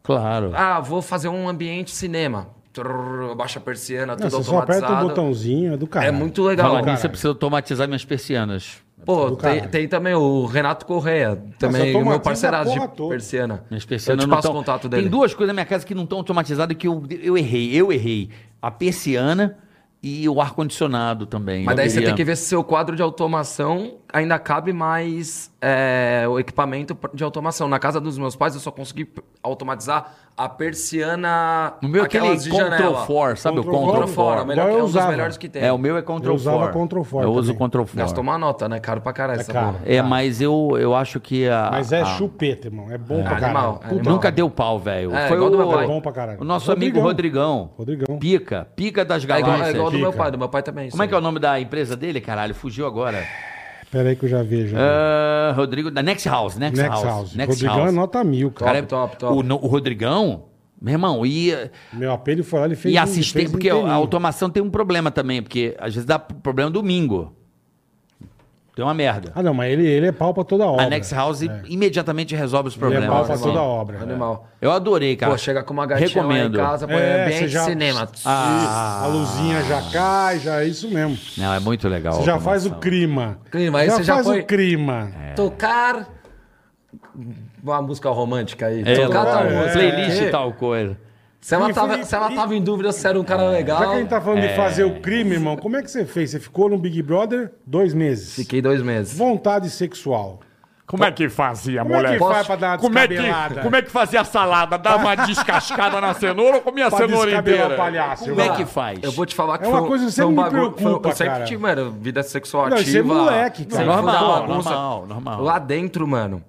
S5: Claro.
S4: Ah, vou fazer um ambiente cinema. Trrr, baixa a persiana,
S3: Não,
S4: tudo
S3: você só
S4: automatizado.
S3: aperta um o botãozinho, é do caralho.
S4: É muito legal.
S5: Falar
S3: Caralho.
S5: nisso, eu preciso automatizar minhas persianas.
S4: Pô,
S3: Tá Do
S4: tem,
S3: caralho.
S4: tem também o Renato Correia,
S3: eu
S4: também
S3: tô
S4: o meu
S3: matando a
S4: parceiraço
S3: porra
S4: de
S3: toda.
S4: persiana.
S5: Minhas persianas
S4: eu te
S5: não
S4: passo o
S5: tão-
S4: contato dele.
S5: Então, Tem duas coisas na minha casa que não estão automatizadas que eu, eu errei. Eu errei. A persiana e o ar-condicionado também.
S4: Mas
S5: Eu
S4: daí você
S5: queria-
S4: tem que ver se seu quadro de automação ainda cabe mais é, o equipamento pra- de automação. Na casa dos meus pais, eu só consegui p- automatizar a persiana.
S5: O meu é aquele
S4: aquelas de
S5: Control
S4: janela.
S5: 4, sabe o
S3: Control
S5: Control
S4: Control
S5: 4?
S4: fora,
S3: Igual
S4: melhor,
S3: eu
S4: que é um dos
S3: usava.
S4: melhores que tem.
S5: É, o meu é
S3: Eu
S5: Control 4.
S3: usava Control 4
S5: Eu uso
S3: também.
S5: Control 4.
S4: Gastou Ah. uma nota, né? Caro pra caralho
S3: É
S4: essa
S3: caro.
S4: porra.
S5: É, ah, mas eu, eu acho que a...
S3: Mas é
S5: a-
S3: chupeta, irmão. É bom pra
S4: Animal,
S3: caralho. Puta,
S4: animal.
S5: Nunca deu pau, velho.
S4: É,
S5: Foi
S4: igual do meu
S5: o,
S4: pai.
S3: Bom pra caralho.
S5: o nosso amigo Rodrigão.
S3: Rodrigão.
S5: Pica. Pica das
S4: É igual,
S5: galáxias.
S4: é igual do meu
S3: Fica.
S4: pai, do meu pai também.
S5: Como é que é o nome da empresa dele, caralho? Fugiu agora.
S3: Pera aí que eu já vejo. né?
S5: Ah, Rodrigo, da Next House, Next,
S3: Next
S5: House.
S3: House.
S5: Next
S3: Rodrigão
S5: House.
S3: é nota mil,
S5: O cara
S3: cara.
S5: é-
S4: Top, top,
S5: O,
S4: top.
S5: no- o Rodrigão, meu irmão, ia,
S3: Meu apelo foi lá, ele fez
S5: ia
S3: um- fez
S5: assistente.
S3: um
S5: Porque a
S3: inteirinho.
S5: automação tem um problema também, porque às vezes dá problema domingo. Tem uma merda.
S3: Ah, não, mas ele, ele é pau pra toda obra.
S5: A Next House
S3: É.
S5: imediatamente resolve os
S3: Ele
S5: problemas.
S3: é pau pra
S4: animal.
S3: toda obra.
S4: Animal.
S5: Eu adorei, cara.
S4: Pô, chega com uma gatinha lá em
S5: Recomendo.
S4: casa, põe
S3: É, você
S4: ambiente
S3: já-
S4: cinema.
S5: Ah.
S3: A luzinha já cai, já é isso mesmo. Você
S5: Não, é muito legal. a
S3: já faz o
S5: automação.
S3: clima.
S4: Clima, aí
S3: já
S4: você já
S3: faz
S4: põe-
S3: o clima.
S4: Tocar uma música romântica aí.
S5: É,
S4: Tocar
S5: lá,
S4: tal
S3: é,
S4: música.
S5: playlist
S4: Porque
S5: e tal coisa.
S4: Se ela,
S3: E
S4: tava,
S3: foi-
S4: se ela tava em dúvida se era um cara legal.
S3: Já que a gente tá falando
S7: É.
S3: de fazer o crime, irmão, como é que você fez? Você ficou no Big Brother dois meses.
S4: Fiquei dois meses.
S3: Vontade sexual.
S7: Como é que fazia,
S3: Como é
S7: moleque?
S3: que faz pra dar uma
S7: Como é que,
S3: descabelada?
S7: como é que fazia a salada? Dá uma descascada na cenoura ou comia a
S3: Pra
S7: cenoura
S3: descabelar
S7: inteira?
S3: palhaço,
S5: Como é
S3: irmão.
S5: que faz?
S4: Tá. Eu vou te falar que um-
S3: É uma coisa que sempre me preocupa,
S4: eu sempre
S3: cara.
S4: tive, mano, vida sexual
S3: Não,
S4: ativa.
S3: isso é moleque, cara.
S4: sempre fui da
S5: Normal,
S4: bagunça.
S5: normal, normal.
S4: Lá dentro, mano,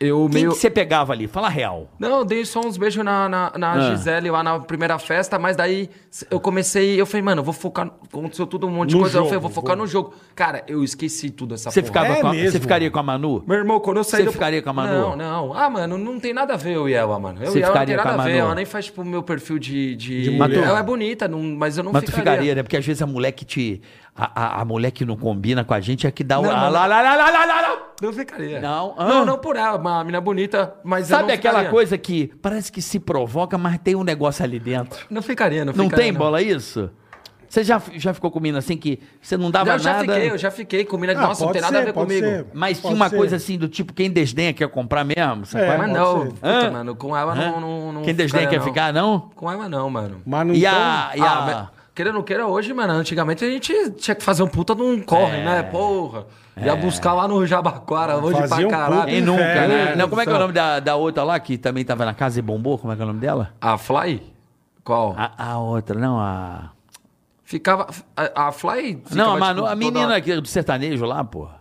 S4: eu
S5: Quem
S4: meio...
S5: que você pegava ali? Fala real.
S4: Não, eu dei só uns beijos na, na, na
S5: Ah.
S4: Gisele lá na primeira festa, mas daí eu comecei, eu falei, mano, eu vou focar. no- Aconteceu tudo um monte de
S3: No
S4: coisa. eu falei, eu
S3: jogo,
S4: vou focar no jogo. Cara, eu esqueci tudo essa
S5: Você,
S4: porra.
S5: ficava
S3: É
S5: com a-
S3: mesmo.
S5: você ficaria com a Manu?
S4: Meu irmão, quando eu saí.
S5: Você
S4: eu-
S5: ficaria com a
S4: Não,
S5: Manu?
S4: não. Ah, mano, não tem nada a ver eu e ela, mano. Eu
S5: Você
S4: e ela não
S5: ficaria
S4: tem
S5: com a
S4: nada a ver.
S5: Manu?
S4: Ela nem faz pro meu perfil de. de...
S3: mulher.
S4: Ela é bonita, não- mas eu não
S5: Mas tu ficaria, né? Porque às vezes a mulher que te. A, a, a mulher que não combina com a gente é que dá o.
S4: Não,
S5: Ah,
S4: não.
S5: lá, lá, lá, lá, lá, lá, lá.
S4: Não ficaria.
S5: Não? Ah.
S4: não, não por ela. Uma menina bonita, mas eu
S5: Sabe
S4: não
S5: aquela
S4: ficaria.
S5: coisa que parece que se provoca, mas tem um negócio ali dentro?
S4: Não ficaria, não
S5: Não
S4: ficaria.
S5: tem bola isso? Você já, já ficou com mina assim que você não dava
S4: Eu já
S5: nada?
S4: fiquei, eu já fiquei com mina.
S3: Ah,
S4: Nossa, não
S3: pode
S4: tem nada a
S3: ser,
S4: ver
S3: pode
S4: comigo.
S3: ser.
S5: Mas tinha
S3: Pode
S5: uma
S3: ser.
S5: coisa assim do tipo, quem desdenha quer comprar mesmo? sabe qual é?
S4: Mas
S3: pode
S4: não,
S3: ser.
S4: puta, mano, com ela não, não, não
S5: quem
S4: ficaria,
S5: desdenha quer
S4: não.
S5: ficar, não?
S4: Com ela não, mano.
S3: Mas não
S5: E
S3: tão-
S5: a. E a...
S4: Ah, mas Queira ou não queira hoje, mano, antigamente a gente tinha que fazer um puta de um corre,
S5: É.
S4: né? Porra. Ia buscar lá no Jabaquara, hoje
S3: Fazia um
S4: pra caralho.
S3: puta
S5: Quem nunca, né?
S3: Inferno,
S5: Não, como é que é o nome da, da outra lá que também tava na casa e bombou? Como é que é o nome dela?
S4: A Fly? Qual?
S5: A, a outra, não, a.
S4: Ficava... A, a Fly... ficava,
S5: não, a,
S4: tipo,
S5: Manu, a
S4: toda-
S5: menina aqui do sertanejo lá, porra.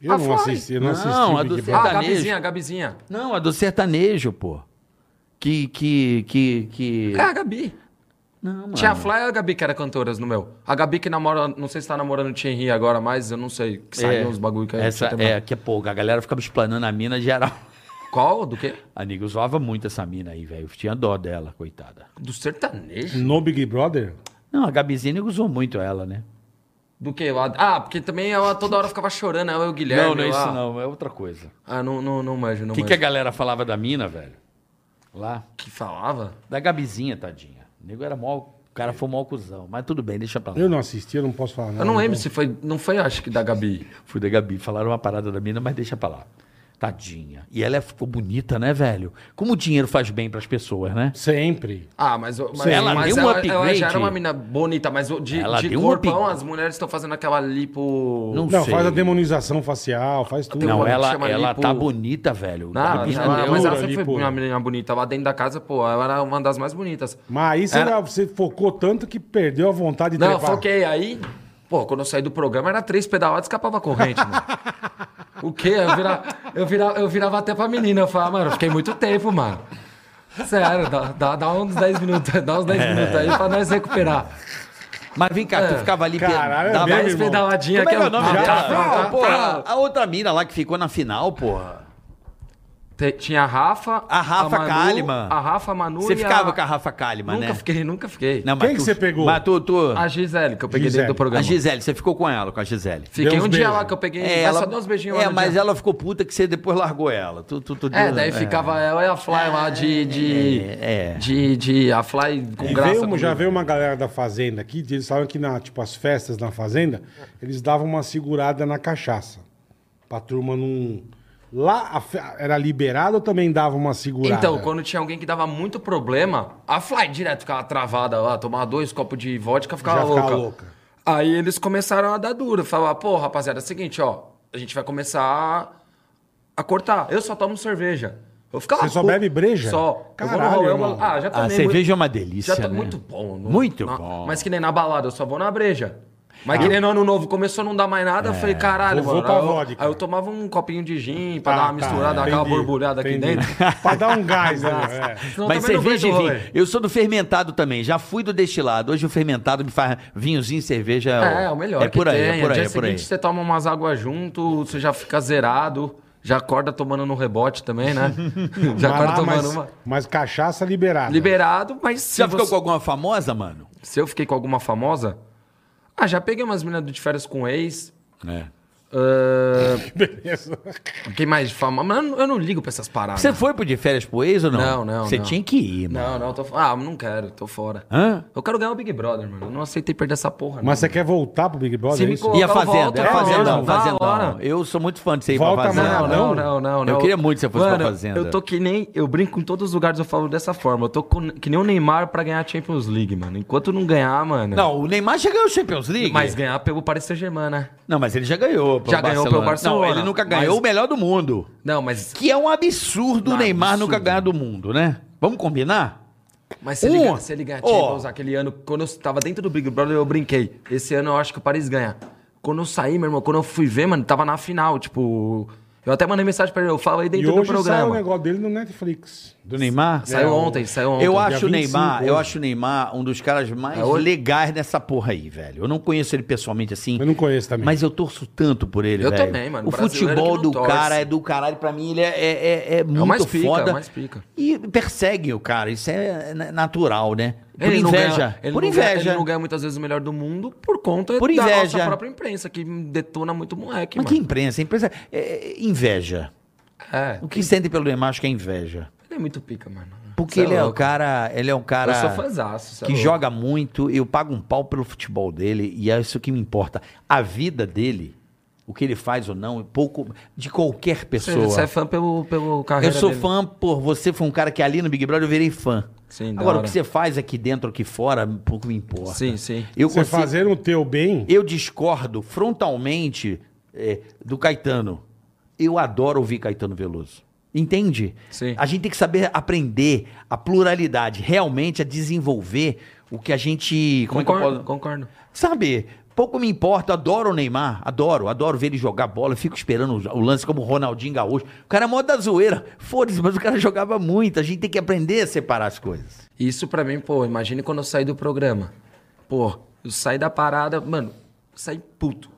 S3: Eu
S4: Ah,
S3: não
S4: foi.
S3: assisti, eu não assisti
S5: Não, a
S3: Big
S5: do
S3: Brother.
S4: Ah, a
S5: sertanejo.
S4: Gabizinha, a Gabizinha.
S5: Não, a do sertanejo, pô. Que, que, que, que...
S4: É, a Gabi.
S5: Não, mano.
S4: Tinha a Fly e a Gabi que era cantoras no meu. A Gabi que namora... Não sei se tá namorando o Thierry agora, mas eu não sei. Que saiu uns bagulho que a gente
S5: É. essa,
S4: também.
S5: É, que é pouco. A galera ficava explanando a mina geral.
S4: Qual? Do quê?
S5: A nega usava muito essa mina aí, velho. Eu tinha dó dela, coitada.
S4: Do sertanejo?
S3: No Big Brother?
S5: Não, a Gabizinha nego usou muito ela, né?
S4: Do que? Ah, porque também ela toda hora ficava chorando, ela e o Guilherme.
S5: Não, não é
S4: lá.
S5: isso não. É outra coisa.
S4: Ah, não, não, não manjo, não
S5: O que, é
S4: manjo.
S5: que a galera falava da mina, velho? Lá.
S4: Que falava?
S5: Da Gabizinha, tadinha. O nego era mó... O cara foi um mó cuzão. Mas tudo bem, deixa pra lá.
S3: Eu não assisti, eu não posso falar nada.
S4: Eu não lembro
S3: então.
S4: se foi. Não foi, acho que da Gabi.
S5: Fui da Gabi, falaram uma parada da mina, mas deixa pra lá. Tadinha. E ela ficou bonita, né, velho? Como o dinheiro faz bem pras pessoas, né?
S3: Sempre.
S4: Ah, mas, mas,
S5: Ela
S4: mas
S5: deu um
S4: ela, ela
S5: upgrade.
S4: já era uma menina bonita, mas o- de,
S5: Ela
S4: de
S5: deu um
S4: corpão,
S5: upgrade.
S4: as mulheres estão fazendo aquela lipo.
S5: Não,
S3: Não,
S5: sei.
S3: faz a demonização facial, faz tudo.
S5: Não,
S4: Como é que
S5: ela,
S4: chama
S5: ela
S4: lipo?
S5: tá bonita, velho.
S4: Não,
S5: Tá
S4: mas
S5: bonita.
S4: ela-
S3: lipo,
S4: mas ela sempre
S3: lipo.
S4: foi uma menina bonita. Lá dentro da casa, pô, ela era uma das mais bonitas.
S3: Mas aí você,
S4: Era-
S3: dá- você focou tanto que perdeu a vontade de
S4: Não, é-
S3: trepar.
S4: foquei. Aí, pô, quando eu saí do programa, era três pedaladas e escapava a corrente, mano. O quê? Eu virava, eu, virava, eu virava até pra menina. Eu falava, mano, eu fiquei muito tempo, mano. Sério, dá, dá, dá uns 10 minutos, dá uns 10
S5: É.
S4: minutos aí pra nós recuperar.
S5: Mas vem cá, tu ficava ali...
S3: Caralho, é
S5: dava-
S3: mesmo,
S4: Dez
S3: irmão.
S4: pedaladinhas
S5: Como é que é o
S4: eu-
S5: nome
S4: Ah,
S5: dela?
S4: tá, tá,
S5: Não,
S4: tá.
S5: porra, a outra mina lá que ficou na final, porra.
S4: Te- Tinha a Rafa.
S5: A Rafa
S4: Manu,
S5: Kalimann.
S4: A Rafa, a Manu
S5: Você
S4: e
S5: ficava
S4: a...
S5: com a Rafa Kalimann,
S4: Nunca
S5: né?
S4: fiquei, nunca fiquei.
S5: Não,
S3: Quem
S5: mas
S3: que
S5: tu-
S3: você pegou?
S5: Mas tu... tu-
S4: A Gisele, que eu peguei
S3: Gisele.
S4: dentro do programa.
S5: A Gisele, você ficou com ela, com a Gisele.
S4: Fiquei
S3: Deu
S4: um
S3: uns
S4: dia
S3: beijos.
S4: lá que eu peguei.
S5: É,
S4: ela...
S5: ela,
S4: Só deu uns beijinhos
S5: é
S4: lá no
S5: mas
S4: dia.
S5: ela ficou puta que você depois largou ela. Tu, tu, tu, tu-
S4: É, daí ficava ela e a Fly lá de. de,
S5: é, é.
S4: de, de- a Fly com
S3: E
S4: graça.
S3: veio, uma-
S4: comigo.
S3: já veio uma galera da fazenda aqui, eles falaram que na, tipo, as festas na fazenda, eles davam uma segurada na cachaça. Pra turma não. Lá a fe- era liberado ou também dava uma segurada?
S4: Então, quando tinha alguém que dava muito problema, a Fly direto ficava travada lá, tomava dois copos de vodka, ficava,
S3: Já
S4: louca.
S3: ficava louca.
S4: Aí eles começaram a dar duro, falar, pô, rapaziada, é o seguinte, ó, a gente vai começar a cortar. Eu só tomo cerveja. Eu ficava
S3: Você só
S4: puto.
S3: bebe breja?
S4: Só. Eu vou no
S3: Caralho,
S4: rolê, eu
S3: irmão.
S4: vou- Ah, já
S5: A
S4: tomei
S5: cerveja
S4: muito-
S5: é uma delícia,
S4: Já tá
S5: né?
S4: muito bom. não-
S5: Muito
S4: na-
S5: bom.
S4: Mas que nem na balada, eu só vou na breja. Mas que nem no ano novo começou a não dar mais nada,
S5: É.
S4: eu falei, caralho,
S3: Vou-
S4: mano.
S3: vou pra
S4: aí eu-
S3: vodka.
S4: Aí eu tomava um copinho de gin pra
S3: Ah,
S4: dar uma
S3: tá,
S4: misturada, dar aquela
S3: entendi,
S4: borbulhada aqui
S3: entendi.
S4: dentro.
S3: pra dar um gás, né? é.
S4: Senão também não
S5: Mas cerveja e
S4: vejo
S5: vinho.
S4: rolê.
S5: Eu sou do fermentado também. Já fui do destilado. Hoje o fermentado me faz vinhozinho e cerveja.
S4: É, é o melhor
S5: É por aí, é por aí,
S4: dia
S5: é por aí.
S4: seguinte você toma umas águas junto, você já fica zerado, já acorda tomando no rebote também, né? já
S3: Mas,
S4: acorda
S3: lá,
S4: tomando
S3: mas,
S4: uma.
S3: mas cachaça liberada.
S4: Liberado, mas se,
S5: Já ficou
S4: você-
S5: com alguma famosa, mano?
S4: se eu fiquei com alguma famosa... Ah, já peguei umas meninas de férias com ex.
S5: É.
S4: Ah,
S3: Beleza.
S4: quem mais de fama? Mas eu não- eu não ligo pra essas paradas.
S5: Você foi pro de férias pro ex ou não?
S4: Não, não,
S5: Você
S4: não.
S5: tinha que ir, mano.
S4: Não, não, tô fora. Ah, não quero, tô fora.
S5: Hã?
S4: Eu quero ganhar o Big Brother, mano. Eu não aceitei perder essa porra.
S3: Mas
S4: não.
S3: você quer voltar pro Big Brother?
S4: Se
S3: é
S4: me
S3: isso?
S4: colocar-
S5: E a
S4: Volta,
S5: Fazenda?
S4: volta,
S5: a Fazendão,
S4: volta,
S5: Fazendão.
S4: volta.
S5: Eu sou muito fã de você ir
S3: Volta,
S5: pra Fazenda.
S3: mano, Não?
S4: Não, não, não, não.
S5: Eu queria muito que você fosse
S4: Mano,
S5: pra Fazenda.
S4: Eu tô que nem. Eu brinco em todos os lugares, eu falo dessa forma. Eu tô com- que nem o Neymar pra ganhar a Champions League, mano. Enquanto não ganhar, mano.
S5: Não, o Neymar já ganhou o Champions League.
S4: Mas ganhar pelo Paris Saint-Germain, né?
S5: Não, mas ele já ganhou. pelo
S4: Já ganhou pelo Barcelona.
S5: Não, ele nunca
S4: Mas-
S5: ganhou o melhor do mundo.
S4: Não, mas.
S5: Que é um absurdo o
S4: Ah,
S5: Neymar
S4: absurdo.
S5: nunca ganhar do mundo, né? Vamos combinar?
S4: Mas se, ele,
S5: Um.
S4: ganha- se ele ganhar a Champions
S5: Ó.
S4: aquele ano, quando eu tava dentro do Big Brother, eu brinquei. Esse ano eu acho que o Paris ganha. Quando eu saí, meu irmão, quando eu fui ver, mano, tava na final. Tipo. Eu até mandei mensagem pra ele, eu falei
S3: E
S4: dentro do
S3: hoje sai o
S5: um
S4: programa.
S3: negócio dele no Netflix. É,
S5: Do Neymar?
S4: Saiu ontem, saiu ontem.
S5: É. Eu
S4: Dia
S5: acho
S3: 25
S5: o Neymar, eu
S3: hoje.
S5: acho o Neymar um dos caras mais
S4: É hoje?
S5: legais nessa porra aí, velho. Eu não conheço ele pessoalmente assim.
S3: Eu não conheço também.
S5: Mas eu torço tanto por ele,
S4: Eu
S5: velho.
S4: também, mano.
S5: O
S4: Brasileiro
S5: futebol
S4: que não
S5: do
S4: torce.
S5: cara é do caralho. Pra mim, ele é, é, é, é muito
S4: mais pica,
S5: foda.
S4: é o mais pica.
S5: E perseguem o cara. Isso é na- natural, né? Por
S4: Ele não
S5: inveja.
S4: ganha- ele
S5: por
S4: não ganha-
S5: inveja.
S4: ele não ganha muitas vezes o melhor do mundo por conta
S5: Por
S4: da
S5: inveja.
S4: nossa própria imprensa, que detona muito moleque,
S5: Mas que
S4: mano.
S5: imprensa? Imprensa é, é, inveja.
S4: É,
S5: O que sentem pelo Neymar acho que é inveja.
S4: ele é muito pica, mano.
S5: Porque
S4: Cê
S5: ele é um
S4: louco.
S5: cara, ele é um cara
S4: Eu sou fãzaço, cê é
S5: que
S4: louco.
S5: joga muito, eu pago um pau pelo futebol dele e é isso que me importa. A vida dele, o que ele faz ou não, é pouco de qualquer
S4: Cê-
S5: pessoa.
S4: cê é fã pelo, pelo
S5: eu
S4: carreira
S5: sou
S4: dele.
S5: fã por você, foi um cara que ali no Big Brother eu virei fã.
S4: Sim, da
S5: Agora o
S4: hora.
S5: que você faz aqui dentro, aqui fora, pouco me importa.
S4: Sim, sim.
S5: Eu
S3: Você
S5: consigo-
S3: fazer o teu bem.
S5: eu discordo frontalmente é, do Caetano. Eu adoro ouvir Caetano Veloso. Entende?
S4: Sim.
S5: A gente tem que saber aprender a pluralidade, realmente a desenvolver o que a gente. Como é que
S4: Concordo,
S5: eu posso.
S4: concordo.
S5: Sabe? Pouco me importa, adoro o Neymar, adoro, adoro ver ele jogar bola, eu fico esperando o o lance como o Ronaldinho Gaúcho. O cara é mó da zoeira, foda-se, mas o cara jogava muito, a gente tem que aprender a separar as coisas.
S4: Isso pra mim, pô, imagine quando eu saí do programa. Pô, eu saí da parada, mano, saí puto,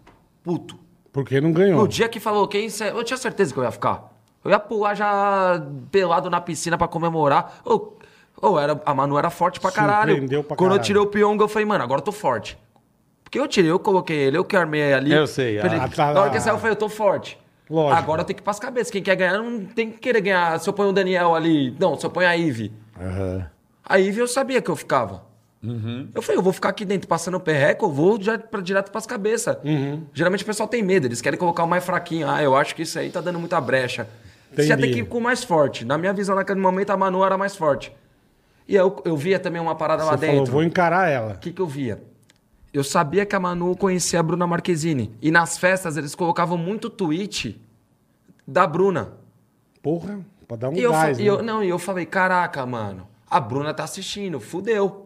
S4: puto.
S3: Porque não ganhou.
S4: No dia que falou quem, cê- eu tinha certeza que eu ia ficar. Eu ia pular já pelado na piscina pra comemorar. Ou era, a Manu era forte pra caralho.
S3: Surpreendeu pra
S4: Quando eu
S3: caralho.
S4: tirei o Pyong, eu falei, mano, agora eu tô forte. Porque eu tirei, eu coloquei ele, eu que armei ali.
S5: Eu sei,
S4: Falei,
S3: ah, tá lá.
S4: na hora que saiu, eu falei, eu tô forte.
S3: Lógico.
S4: Agora eu tenho que ir pras cabeças. Quem quer ganhar não tem que querer ganhar. Se eu ponho o Daniel ali. Não, se eu ponho a Ive. A Ive eu sabia que eu ficava. Eu falei, eu vou ficar aqui dentro passando perreco, eu vou já pra, direto pras cabeças.
S3: Uhum.
S4: Geralmente o pessoal tem medo, eles querem colocar o mais fraquinho. Ah, eu acho que isso aí tá dando muita brecha. Você já tem
S3: Entendi.
S4: que ir com o mais forte. Na minha visão, naquele momento, a Manu era mais forte. E eu, eu via também uma parada lá
S3: Você
S4: dentro.
S3: falou, vou encarar
S4: O
S3: ela.
S4: que, que eu via? Eu sabia que a Manu conhecia a Bruna Marquezine. E nas festas eles colocavam muito tweet da Bruna.
S3: Porra, pra dar um
S4: E eu, fa-
S3: gás.
S4: e
S3: né?
S4: eu- não, e eu falei, caraca, mano, a Bruna tá assistindo, fudeu.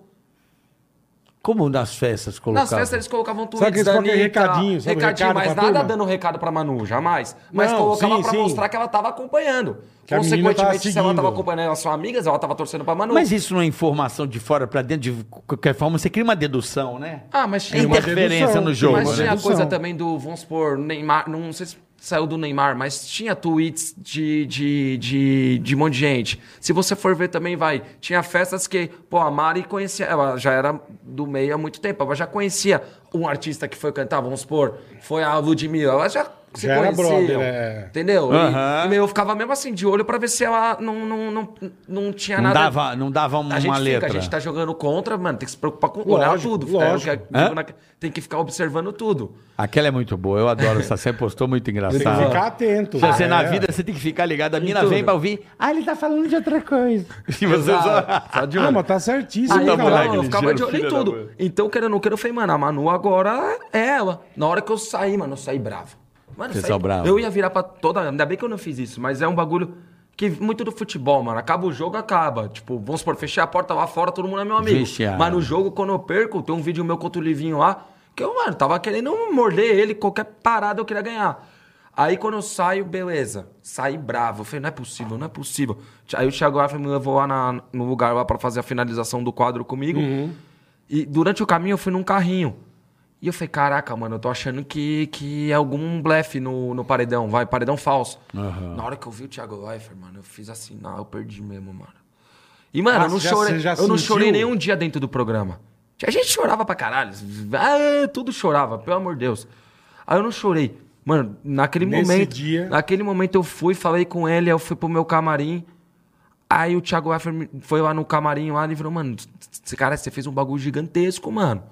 S5: Como nas festas colocavam?
S4: Nas festas eles colocavam tweets
S3: Sabe que eles
S4: da
S3: colocam
S4: Anitta,
S3: recadinho, sabe,
S4: recadinho,
S3: recado
S4: mas
S3: pra
S4: nada
S3: turma?
S4: dando recado pra Manu, jamais. Mas
S3: Não,
S4: colocava
S3: sim,
S4: pra
S3: sim.
S4: mostrar que ela tava acompanhando.
S3: Que a menina tava
S4: Consequentemente, se ela
S3: seguindo.
S4: tava acompanhando, elas são amigas, ela tava torcendo pra Manu.
S5: Mas isso não é informação de fora pra dentro, de qualquer forma, você cria uma dedução, né?
S4: Ah, mas tinha
S5: É
S4: uma
S5: interferência
S3: dedução,
S5: no jogo,
S4: Mas
S3: né?
S4: tinha a
S3: Redução.
S4: coisa também do, vamos supor, Neymar, não sei se saiu do Neymar, mas tinha tweets de, de, de, de um monte de gente. Se você for ver também, vai, tinha festas que, pô, a Mari conhecia, ela já era do meio há muito tempo, ela já conhecia um artista que foi cantar, vamos supor, foi a Ludmilla, ela já se
S3: Já era
S4: conheciam,
S3: brother, é.
S4: entendeu? E-
S5: Aham.
S4: E, meu, eu ficava mesmo assim, de olho pra ver se ela não, não, não, não tinha
S5: Não
S4: nada...
S5: dava, não dava uma
S4: A gente, fica,
S5: letra.
S4: a gente tá jogando contra, mano, tem que se preocupar com olhar
S3: Lógico,
S4: tudo.
S3: lógico.
S4: É, o que-
S5: Hã?
S4: na- tem que ficar observando tudo.
S5: Aquela é muito boa, eu adoro essa. Você postou muito
S3: Tem que
S5: engraçado.
S3: ficar atento.
S5: Você Tá. na
S3: É.
S5: vida, você tem que ficar ligado. A mina
S4: tudo.
S5: vem pra ouvir. Ah, ele tá falando de outra coisa. E você só...
S4: Exato. Só de
S3: Ah,
S4: olho.
S3: mas tá certíssimo,
S4: Aí,
S5: tá
S4: então,
S3: cara.
S5: moleque,
S4: eu ficava de olho
S5: filho
S4: em
S5: da
S4: tudo.
S5: mãe.
S4: Então, querendo ou não, querendo, eu falei, mano, a Manu agora é ela. Na hora que eu saí, mano, eu saí bravo. Mano, eu
S5: Você
S4: saí-
S5: saiu bravo.
S4: Eu ia virar pra toda. Ainda bem que eu não fiz isso, mas é um bagulho que muito do futebol, mano. Acaba o jogo, acaba. Tipo, vamos supor, fechei a porta lá fora, todo mundo é meu amigo.
S5: Vestiário.
S4: Mas no jogo, quando eu perco, tem um vídeo meu contra o Livinho lá, que eu, mano, tava querendo morder ele, qualquer parada eu queria ganhar. Aí quando eu saio, beleza. Saí bravo. Eu falei, não é possível, não é possível. Aí o Thiago Afra me levou lá na- no lugar lá pra fazer a finalização do quadro comigo.
S5: Uhum.
S4: E durante o caminho eu fui num carrinho. E eu falei, caraca, mano, eu tô achando que, que é algum blefe no, no paredão, vai, paredão falso. Na hora que eu vi o Thiago Leifert, mano, eu fiz assim, não, eu perdi mesmo, mano. E, mano,
S3: Ah,
S4: eu não,
S3: você já-
S4: chorei,
S3: você já
S4: eu não
S3: sentiu?
S4: chorei nenhum dia dentro do programa. A gente chorava pra caralho. Ah, tudo chorava, pelo amor de Deus. Aí eu não chorei. Mano, naquele
S3: Nesse
S4: momento.
S3: dia-
S4: Naquele momento eu fui, falei com ele, aí eu fui pro meu camarim. Aí o Thiago Affer foi lá no camarim lá e falou, mano, esse cara, você fez um bagulho gigantesco, mano.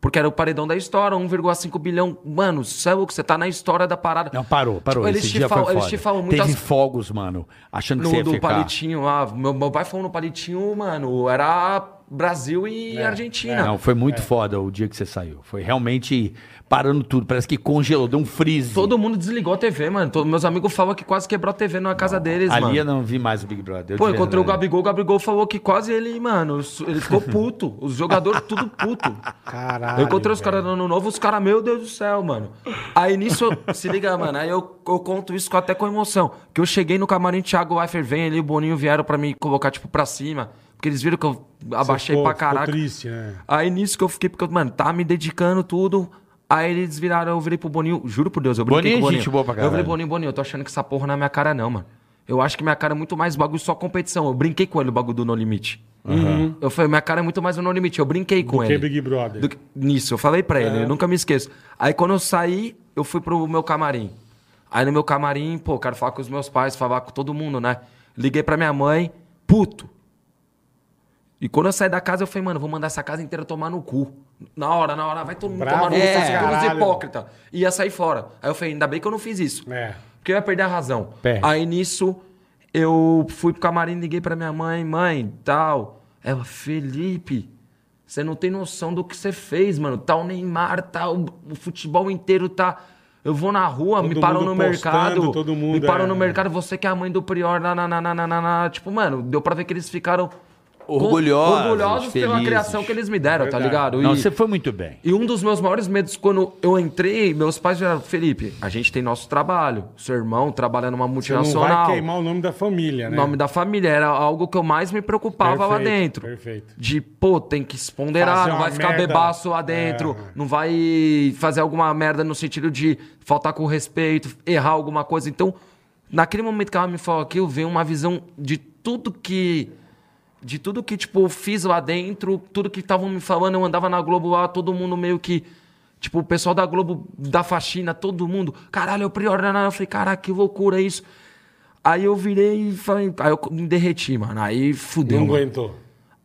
S4: Porque era o paredão da história, 1,5 bilhão. Mano, sabe o que você tá na história da parada.
S5: Não, parou, parou.
S4: Tipo,
S5: Esse
S4: eles, te
S5: dia foi
S4: falam, eles
S5: foda.
S4: te falam
S5: Teve
S4: muitas
S5: fogos, mano, achando que você
S4: no,
S5: ia
S4: do
S5: ficar.
S4: palitinho lá. Meu, meu pai falou no palitinho, mano, era Brasil e Argentina.
S5: É, Não, foi muito foda o dia que você saiu. Foi realmente parando tudo. Parece que congelou, deu um freeze.
S4: Todo mundo desligou a TV, mano. Todos meus amigos falam que quase quebrou a TV na casa deles,
S5: Ali é
S4: mano.
S5: eu não vi mais o Big Brother. eu
S4: Pô,
S5: de
S4: encontrei o
S5: verdade.
S4: Gabigol, o Gabigol falou que quase ele, mano, su- ele ficou puto. Os jogadores tudo puto.
S3: Caralho.
S4: Eu encontrei os caras no Ano Novo, os caras, meu Deus do céu, mano. Aí nisso, eu- se liga, mano, aí eu, eu conto isso com- até com emoção. Que eu cheguei no camarim, Thiago Leifert vem ali, o Boninho vieram pra me colocar, tipo, pra cima. Porque eles viram que eu abaixei
S3: ficou- ficou
S4: pra caraca.
S3: triste, né?
S4: Aí nisso que eu fiquei, porque, eu, mano, tava me dedicando tudo. Aí eles viraram, eu virei pro Boninho, juro por Deus, eu brinquei com
S5: Boninho
S4: o
S5: é
S4: Boninho.
S5: gente boa pra
S4: eu falei,
S5: caralho.
S4: Boninho, Boninho, eu tô achando que essa porra não é minha cara não, mano. Eu acho que minha cara é muito mais bagulho só competição. Eu brinquei com ele o bagulho do No Limite. Eu falei, minha cara é muito mais o No Limite. Eu brinquei com
S3: Que
S4: ele.
S3: Big Brother. É.
S4: Do que- nisso, eu falei pra ele, eu nunca me esqueço. Aí quando eu saí, eu fui pro meu camarim. Aí no meu camarim, pô, quero falar com os meus pais, falar com todo mundo, né? Liguei pra minha mãe, puto. E quando eu saí da casa, eu falei, mano, vou mandar essa casa inteira tomar no cu. Na hora, na hora, vai todo mundo
S3: Bravo,
S4: tomar no cu,
S3: é,
S4: vocês são todos
S3: caralho.
S4: hipócritas. E Ia sair fora. Aí eu falei, ainda bem que eu não fiz isso.
S3: É.
S4: Porque eu ia perder a razão.
S3: Perde.
S4: Aí nisso, eu fui pro camarim, liguei pra minha mãe, mãe, tal. Ela, Felipe, você não tem noção do que você fez, mano. Tá o Neymar, tá o, o futebol inteiro, tá. Eu vou na rua, me
S3: mundo
S4: param no
S3: postando,
S4: mercado.
S3: todo
S4: me
S3: mundo,
S4: param
S3: é.
S4: no mercado, você que é a mãe do Prior, na, na, na, na, na, na, na. Tipo, mano, deu pra ver que eles ficaram.
S5: Orgulhosos,
S4: orgulhosos pela
S5: felizes.
S4: criação que eles me deram, tá
S3: Verdade.
S4: ligado?
S5: Não,
S4: E-
S5: você foi muito bem.
S4: e um dos meus maiores medos, quando eu entrei, meus pais falaram, Felipe, a gente tem nosso trabalho. Seu irmão trabalha numa
S3: Você não vai
S4: multinacional.
S3: queimar o nome da família,
S4: O
S3: né?
S4: nome da família era algo que eu mais me preocupava lá
S3: Perfeito,
S4: dentro.
S3: perfeito.
S4: De, pô, tem que se ponderar,
S3: Fazer
S4: não
S3: uma
S4: vai ficar
S3: merda.
S4: bebaço lá dentro,
S3: É.
S4: não vai fazer alguma merda no sentido de faltar com respeito, errar alguma coisa. Então, naquele momento que ela me falou aquilo, veio uma visão de tudo que de tudo que, tipo, eu fiz lá dentro, tudo que estavam me falando, eu andava na Globo lá, todo mundo meio que. Tipo, o pessoal da Globo, da faxina, todo mundo. Caralho, eu prior. né, né, Eu falei, caraca, que loucura isso. Aí eu virei e falei. Aí eu me derreti, mano. Aí fudeu.
S3: Não
S4: mano.
S3: aguentou.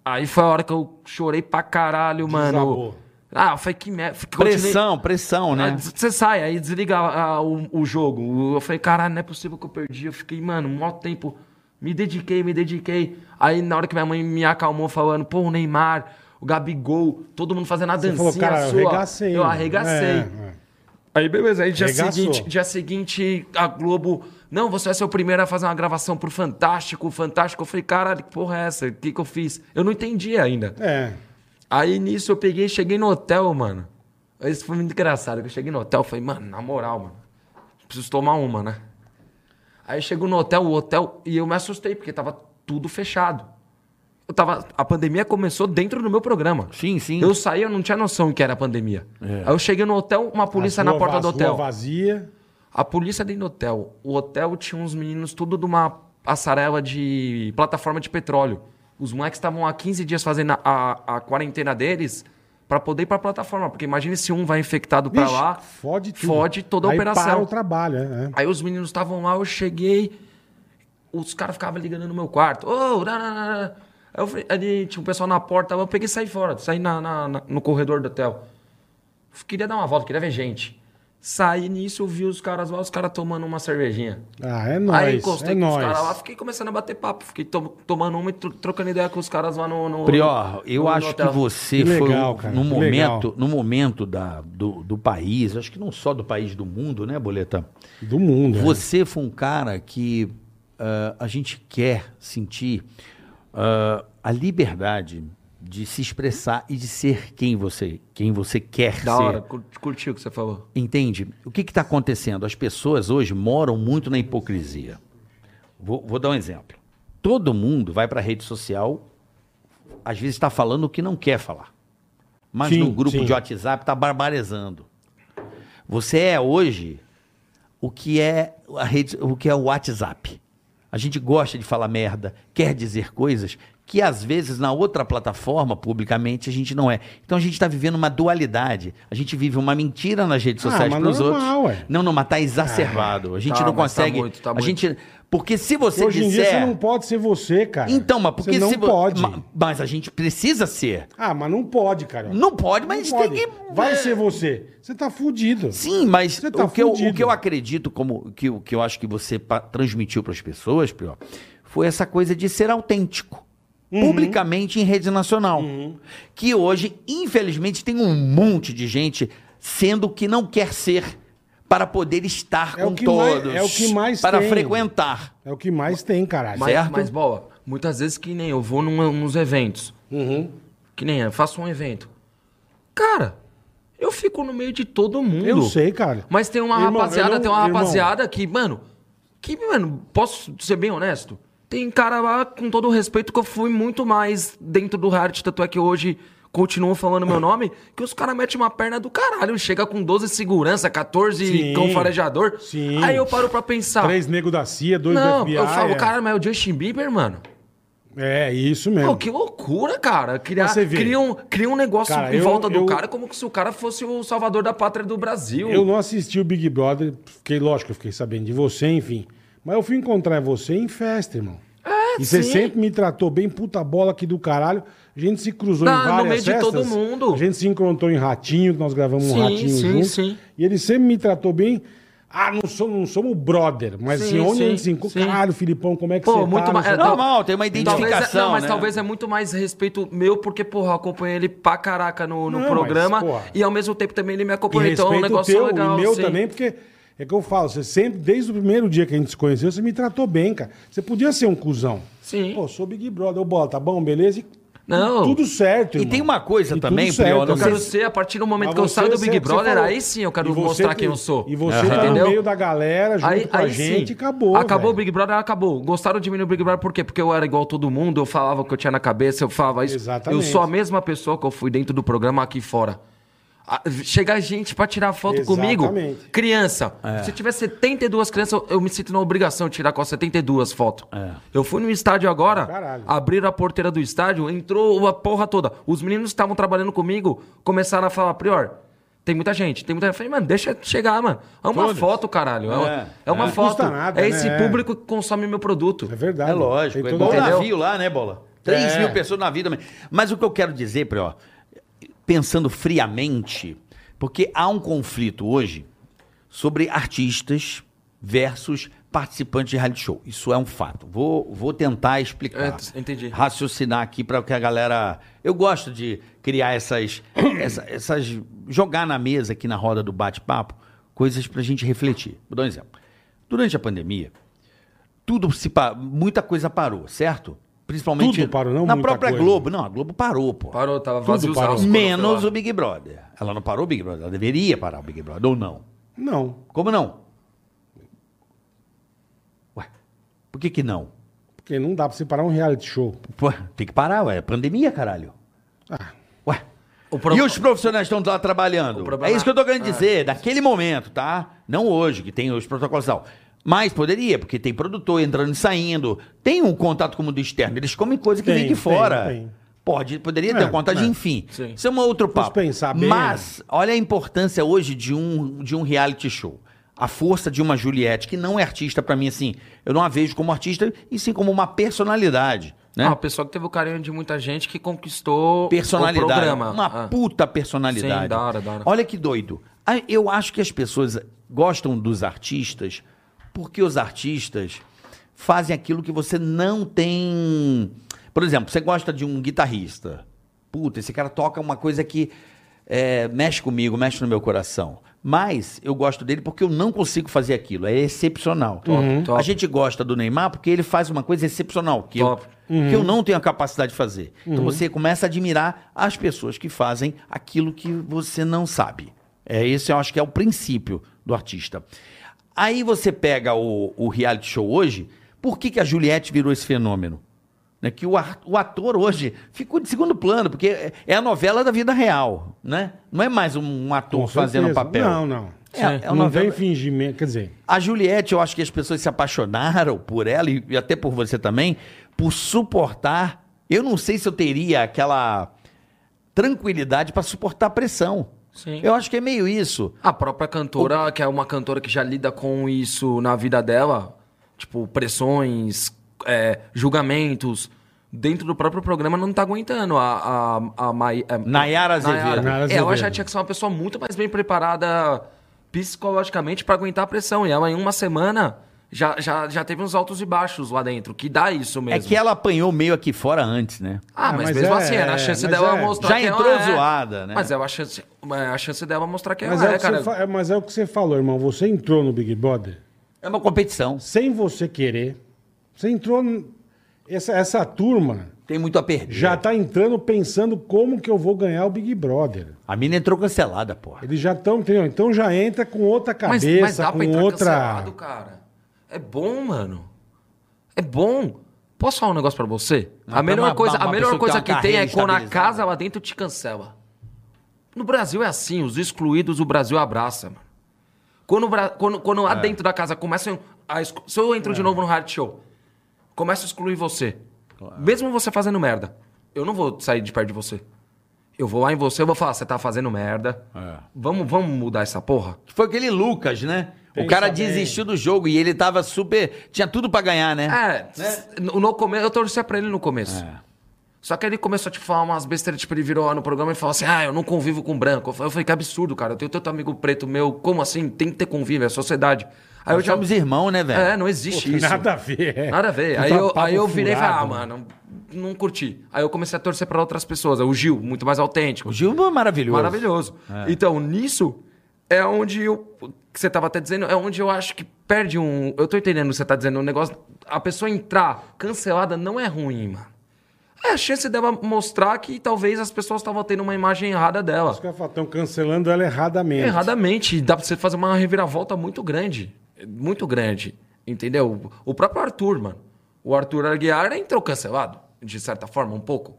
S4: Aí foi a hora que eu chorei pra caralho, mano.
S3: Desabou.
S4: Ah, eu falei, que merda. Continuei-
S5: Pressão, pressão, né?
S4: ah, Você sai, aí desliga ah, o, o jogo. Eu falei, caralho, não é possível que eu perdi. Eu fiquei, mano, um maior tempo. Me dediquei, me dediquei. Aí na hora que minha mãe me acalmou falando, pô, o Neymar, o Gabigol, todo mundo fazendo a dancinha
S3: falou, cara, eu
S4: sua.
S3: arregacei.
S4: Eu arregacei.
S3: É, é.
S4: Aí beleza, aí dia
S3: Arregaçou.
S4: seguinte, dia seguinte a Globo, não, você vai ser o primeiro a fazer uma gravação pro Fantástico, Fantástico. Eu falei, caralho, que porra é essa? O que que eu fiz? Eu não entendi ainda.
S3: É.
S4: Aí nisso eu peguei, cheguei no hotel, mano. Isso foi muito engraçado, que eu cheguei no hotel, eu falei, mano, na moral, mano, preciso tomar uma, né? Aí chego no hotel, o hotel, e eu me assustei, porque tava tudo fechado. Eu tava, a pandemia começou dentro do meu programa.
S5: Sim, sim.
S4: Eu saí, eu não tinha noção do que era a pandemia. Aí eu cheguei no hotel, uma polícia
S3: É. As
S4: na
S3: ruas
S4: porta
S3: va-
S4: do
S3: as
S4: hotel.
S3: ruas vazia.
S4: A polícia dentro do hotel. O hotel tinha uns meninos tudo de uma passarela de plataforma de petróleo. Os moleques estavam há 15 dias fazendo a, a- a quarentena deles pra poder ir pra plataforma. Porque imagine se um vai infectado pra
S3: Vixe,
S4: lá.
S3: Fode tudo.
S4: Fode toda a
S3: Aí
S4: operação.
S3: Para o trabalho, é. é.
S4: Aí os meninos estavam lá, eu cheguei, os caras ficavam ligando no meu quarto. Ô, oh, eu falei, ali tinha um pessoal na porta, eu peguei e saí fora, saí na, na- na- no corredor do hotel. Queria dar uma volta, queria ver gente. Saí nisso, eu vi os caras lá, os caras tomando uma cervejinha.
S3: Ah, é
S4: Aí
S3: nóis.
S4: encostei
S3: É
S4: com os caras lá,
S3: nóis.
S4: fiquei começando a bater papo, fiquei tom- tomando uma e tro- trocando ideia com os caras lá no. no
S5: Prior, eu
S4: no- no
S5: acho que
S4: hotel.
S5: você
S3: Que
S5: foi
S3: legal,
S5: um-
S3: cara,
S5: no
S3: que
S5: momento,
S3: legal.
S5: no momento da, do, do país, acho que não só do país, do mundo, né, Boleta?
S3: Do mundo. é.
S5: Você foi um cara que ah, a gente quer sentir ah, a liberdade de se expressar e de ser quem você, quem você quer
S4: Da
S5: ser.
S4: hora, cur- curti o que você falou.
S5: Entende? O que está acontecendo? As pessoas hoje moram muito na hipocrisia. Vou, vou dar um exemplo. Todo mundo vai para a rede social, às vezes está falando o que não quer falar. Mas
S3: Sim,
S5: no grupo
S3: sim.
S5: de WhatsApp está barbarizando. Você é hoje o que é a rede, o que é o WhatsApp. A gente gosta de falar merda, quer dizer coisas que às vezes na outra plataforma, publicamente, a gente não é. Então a gente está vivendo uma dualidade. A gente vive uma mentira nas redes
S3: Ah,
S5: sociais
S3: mas
S5: para os outros.
S3: normal, É. ué.
S5: Não, não, mas tá exacerbado. A gente
S4: tá,
S5: não
S4: mas tá
S5: consegue.
S4: muito, tá
S5: a
S4: muito.
S5: gente porque se você
S3: Hoje em
S5: disser
S3: dia você não pode ser você, cara.
S5: Então, mas porque
S3: você não
S5: se vo-
S3: pode.
S5: Ma- Mas a gente precisa ser.
S3: Ah, mas não pode, cara.
S5: Não pode, mas a gente
S3: pode.
S5: tem que
S3: Vai ser você. Você tá fudido.
S5: Sim, mas
S3: Você tá
S5: o, que eu, o
S3: fudido.
S5: que eu acredito, como que, o que eu acho que você pa- transmitiu para as pessoas, Prió, foi essa coisa de ser autêntico. Publicamente em rede nacional.
S3: Uhum.
S5: Que hoje, infelizmente, tem um monte de gente sendo o que não quer ser para poder estar
S3: É o
S5: com
S3: que mais-
S5: todos.
S3: é o que mais
S5: Para
S3: tem.
S5: frequentar.
S3: É o que mais tem, caralho.
S4: Mas,
S5: Certo?
S4: mas bola, muitas vezes que nem eu vou numa- nos eventos.
S3: Uhum.
S4: Que nem eu faço um evento. Cara, eu fico no meio de todo mundo.
S3: Eu sei, cara.
S4: Mas tem uma
S3: Irmão, eu
S4: rapaziada,
S3: não-
S4: tem uma
S3: irmão.
S4: rapaziada que, mano, que, mano, posso ser bem honesto? Tem cara lá, com todo o respeito, que eu fui muito mais dentro do hard, tanto é que hoje continuam falando meu nome, que os caras metem uma perna do caralho, chega com 12 segurança, 14
S3: Sim.
S4: cão farejador.
S3: Sim.
S4: Aí eu paro pra pensar.
S3: Três nego da CIA, dois
S4: tá. Não,
S3: do FBI.
S4: eu falo,
S3: é.
S4: cara, mas é o Justin Bieber, mano.
S3: É, isso mesmo.
S4: Pô, que loucura, cara. Criar,
S3: Você vê.
S4: cria, um, cria um negócio
S3: Cara,
S4: em
S3: eu-
S4: volta do
S3: eu-
S4: cara como se o cara fosse o salvador da pátria do Brasil.
S3: Eu não assisti o Big Brother, fiquei, lógico, eu fiquei sabendo de você, enfim. Mas eu fui encontrar você em festa, irmão. É, e você
S4: sim.
S3: sempre me tratou bem, puta bola aqui do caralho. A gente se cruzou
S4: Tá,
S3: em
S4: no
S3: várias
S4: meio de
S3: festas.
S4: todo mundo.
S3: A gente se encontrou em Ratinho, que nós gravamos
S4: Sim,
S3: um Ratinho
S4: sim,
S3: junto.
S4: sim.
S3: E ele sempre me tratou bem. Ah, não somos, não somos brother, mas
S4: Sim,
S3: assim, onde
S4: sim,
S3: a gente se encontra...
S4: sim.
S3: Caralho, Filipão, como é que
S4: Pô,
S3: você tá?
S4: muito
S3: Não
S4: mais-
S3: sei o quê.
S4: Tal-
S5: Normal, tem uma identificação.
S4: Talvez, é- não, mas
S5: né?
S4: talvez é muito mais respeito meu, porque, porra, eu acompanhei ele pra caraca no, no
S3: Não, mas,
S4: programa.
S3: porra.
S4: e ao mesmo tempo também ele me
S3: E
S4: acompanhou. Então é um
S3: respeito o
S4: negócio
S3: teu
S4: legal.
S3: e meu
S4: sim.
S3: também, porque é que eu falo, você sempre, desde o primeiro dia que a gente se conheceu, você me tratou bem, cara. Você podia ser um cuzão.
S4: Sim.
S3: Pô, sou Big Brother, eu bola, tá bom, beleza? E
S4: Não.
S3: Tudo certo,
S5: E tem uma
S3: E
S5: coisa
S3: tudo
S5: também,
S3: certo,
S5: Prió, não
S4: Eu quero
S5: sei
S3: mas-
S5: se-
S4: ser, a partir do momento
S3: Mas
S4: que eu
S3: você
S4: saio do Big
S3: sempre- você
S4: Brother,
S3: falou.
S4: aí sim eu quero
S3: E você
S4: mostrar
S3: que-
S4: quem eu sou.
S3: E você
S5: Aham.
S3: tá no
S4: Entendeu?
S3: meio da galera, junto
S4: Aí,
S3: com a
S4: aí
S3: gente,
S4: sim.
S3: acabou.
S4: Acabou o
S3: velho.
S4: Big Brother, acabou. Gostaram de mim no Big Brother por quê? Porque eu era igual todo mundo, eu falava o que eu tinha na cabeça, eu falava isso.
S3: Exatamente.
S4: Eu sou a mesma pessoa que eu fui dentro do programa aqui fora. A- Chega gente pra tirar foto comigo.
S3: Exatamente.
S4: Criança.
S5: É.
S4: Se tiver 72 crianças, eu- eu me sinto na obrigação de tirar com as 72 fotos.
S5: É.
S4: Eu fui no estádio agora,
S3: Caralho.
S4: abriram a porteira do estádio, entrou a porra toda. Os meninos que estavam trabalhando comigo começaram a falar, Prior, tem muita gente, tem muita gente. Eu falei, mano, deixa chegar, mano. É uma foto, caralho. É, uma-
S5: É.
S4: é uma
S3: Não
S4: foto.
S3: custa nada,
S4: é
S3: né?
S4: esse
S3: É.
S4: público que consome meu produto.
S3: É verdade.
S5: É lógico.
S3: Tem
S5: É
S3: todo-
S5: igual o
S4: Entendeu?
S5: navio lá, né, Bola? 3
S3: É.
S5: mil pessoas no navio também. Mas o que eu quero dizer, Prió, pensando friamente, porque há um conflito hoje sobre artistas versus participantes de reality show. Isso é um fato. Vou, vou tentar explicar.
S4: É, entendi.
S5: Raciocinar aqui para que a galera... Eu gosto de criar essas... essa- essas jogar na mesa aqui na roda do bate-papo coisas para a gente refletir. Vou dar um exemplo. Durante a pandemia, tudo se pa- muita coisa parou, certo? Principalmente
S3: Tudo parou, não
S5: na
S3: muita
S5: própria
S3: coisa.
S5: Globo, não, a Globo parou, pô.
S4: Parou, tava
S3: Tudo
S4: vazio os
S3: parou.
S4: arcos, sei
S5: Menos
S4: lá.
S5: o Big Brother. Ela não parou o Big Brother, ela deveria parar o Big Brother ou não?
S3: Não,
S5: Como não? Ué. Por que que não?
S3: porque não dá pra separar um reality show.
S5: Pô, tem que parar, ué, é pandemia, caralho.
S3: Ah.
S5: Ué.
S4: O pro-
S5: E os profissionais estão lá trabalhando.
S4: problema- Ah.
S5: É isso que eu tô querendo dizer, daquele momento, tá? Não hoje, que tem os protocolos e tal. Mas poderia, porque tem produtor entrando e saindo. Tem um contato com o mundo externo. Eles comem coisa que
S3: Tem,
S5: vem de
S3: tem,
S5: fora.
S3: tem.
S5: Pode, poderia
S3: É,
S5: ter um contato,
S3: é.
S5: enfim.
S4: Sim.
S5: Isso é um outro papo.
S3: pensar bem,
S5: Mas olha a importância hoje de um, de um reality show. A força de uma Juliette, que não é artista pra mim, assim. Eu não a vejo como artista, e sim como uma personalidade. Né?
S4: Ah, o pessoal que teve o carinho de muita gente que conquistou
S5: personalidade.
S4: o programa.
S5: Uma
S4: Ah.
S5: puta personalidade.
S4: Sim, da hora, da hora.
S5: Olha que doido. Ah, Eu acho que as pessoas gostam dos artistas porque os artistas fazem aquilo que você não tem. Por exemplo, você gosta de um guitarrista. Puta, esse cara toca uma coisa que é, mexe comigo, mexe no meu coração. Mas eu gosto dele porque eu não consigo fazer aquilo. É excepcional.
S4: top.
S5: A gente gosta do Neymar porque ele faz uma coisa excepcional que eu,
S4: Top.
S5: que eu não tenho a capacidade de fazer. Então você começa a admirar as pessoas que fazem aquilo que você não sabe. É esse eu acho que é o princípio do artista. Aí você pega o, o reality show hoje, por que, que a Juliette virou esse fenômeno? Né, que o, ar- o ator hoje ficou de segundo plano, porque é- é a novela da vida real, né? Não é mais um, um ator
S3: Com
S5: fazendo
S3: certeza.
S5: papel.
S3: Não, não.
S5: É, é
S3: não
S5: uma novela-
S3: tem fingimento, quer dizer...
S5: a Juliette, eu acho que as pessoas se apaixonaram por ela e, e até por você também, por suportar Eu não sei se eu teria aquela tranquilidade pra suportar a pressão.
S4: Sim.
S5: Eu acho que é meio isso.
S4: A própria cantora, que é uma cantora que já lida com isso na vida dela, tipo, pressões, é, julgamentos, dentro do próprio programa não tá aguentando a, a, a Mai- a-
S5: Nayara Azevedo.
S3: Nayara
S4: É, ela já
S3: Azevedo.
S4: tinha que ser uma pessoa muito mais bem preparada psicologicamente pra aguentar a pressão. E ela, em uma semana, já, já, já teve uns altos e baixos lá dentro, que dá isso
S5: É
S4: mesmo.
S5: que ela apanhou meio aqui fora antes, né?
S4: Ah,
S3: Ah,
S4: mas,
S3: mas
S4: mesmo
S3: é,
S4: assim, era a chance
S3: mas
S4: dela
S3: é.
S4: mostrar
S5: Já
S4: que
S5: entrou
S4: ela é.
S5: zoada, né?
S4: Mas é a chance, é a chance dela mostrar que
S3: Mas
S4: ela
S3: é,
S4: é,
S3: o que
S4: cara.
S3: você fa- é- mas é o que você falou, irmão. Você entrou no Big Brother
S5: É uma competição.
S3: sem você querer. Você entrou. n- Essa, essa turma
S5: Tem muito a perder.
S3: já tá entrando pensando como que eu vou ganhar o Big Brother.
S5: A mina entrou cancelada, porra.
S3: Eles já estão, entendeu? Então já entra com outra
S4: Mas,
S3: cabeça,
S4: mas dá pra
S3: com
S4: entrar
S3: outra.
S4: cancelado, cara. É bom, mano. É bom. Posso falar um negócio pra você?
S5: Não,
S4: a
S5: pra
S4: melhor
S5: uma-
S4: coisa, a
S5: uma
S4: melhor
S5: pessoa que
S4: coisa
S5: tem
S4: que
S5: uma
S4: tem é
S5: carreira
S4: quando a
S5: estabilizada.
S4: casa lá dentro te cancela. No Brasil é assim, os excluídos o Brasil abraça, mano. Quando, o Bra- quando, quando
S5: É.
S4: lá dentro da casa começam a... exclu- Se eu entro de novo no hard show, começa a excluir você. Mesmo você fazendo merda. Eu não vou sair de perto de você. Eu vou lá em você, eu vou falar, você tá fazendo merda.
S5: É.
S4: Vamos, vamos mudar essa porra?
S5: Foi aquele Lucas, né? o
S3: Pensa
S5: cara
S3: bem.
S5: desistiu do jogo e ele tava super. Tinha tudo pra ganhar, né?
S4: É, no, no começo, eu torcia pra ele no começo.
S3: É.
S4: Só que ele começou a tipo, falar umas besteiras, tipo, ele virou lá no programa e falou assim, ah, eu não convivo com branco. Eu falei, eu falei, que absurdo, cara, eu tenho tanto amigo preto meu, como assim? Tem que ter convívio, é sociedade. Aí eu
S5: Nós
S4: já...
S5: somos irmão, né, velho?
S4: É, não existe
S3: Tem
S4: isso.
S3: Nada a ver. é.
S4: Nada a ver.
S3: Puta
S4: Aí eu,
S3: papo
S4: aí eu virei e falei, ah,
S3: furado.
S4: mano, não curti. Aí eu comecei a torcer pra outras pessoas. O Gil, muito mais autêntico.
S5: O Gilma é maravilhoso.
S4: Maravilhoso. Então, nisso é onde eu. Que você tava até dizendo, é onde eu acho que perde um. Eu tô entendendo o que você tá dizendo. O negócio. A pessoa entrar cancelada não é ruim, mano. É a chance dela mostrar que talvez as pessoas estavam tendo uma imagem errada dela.
S3: Os caras falam, estão cancelando ela erradamente.
S4: Erradamente. Dá pra você fazer uma reviravolta muito grande. Muito grande. Entendeu? O próprio Arthur, mano. O Arthur Aguiar entrou cancelado, de certa forma, um pouco.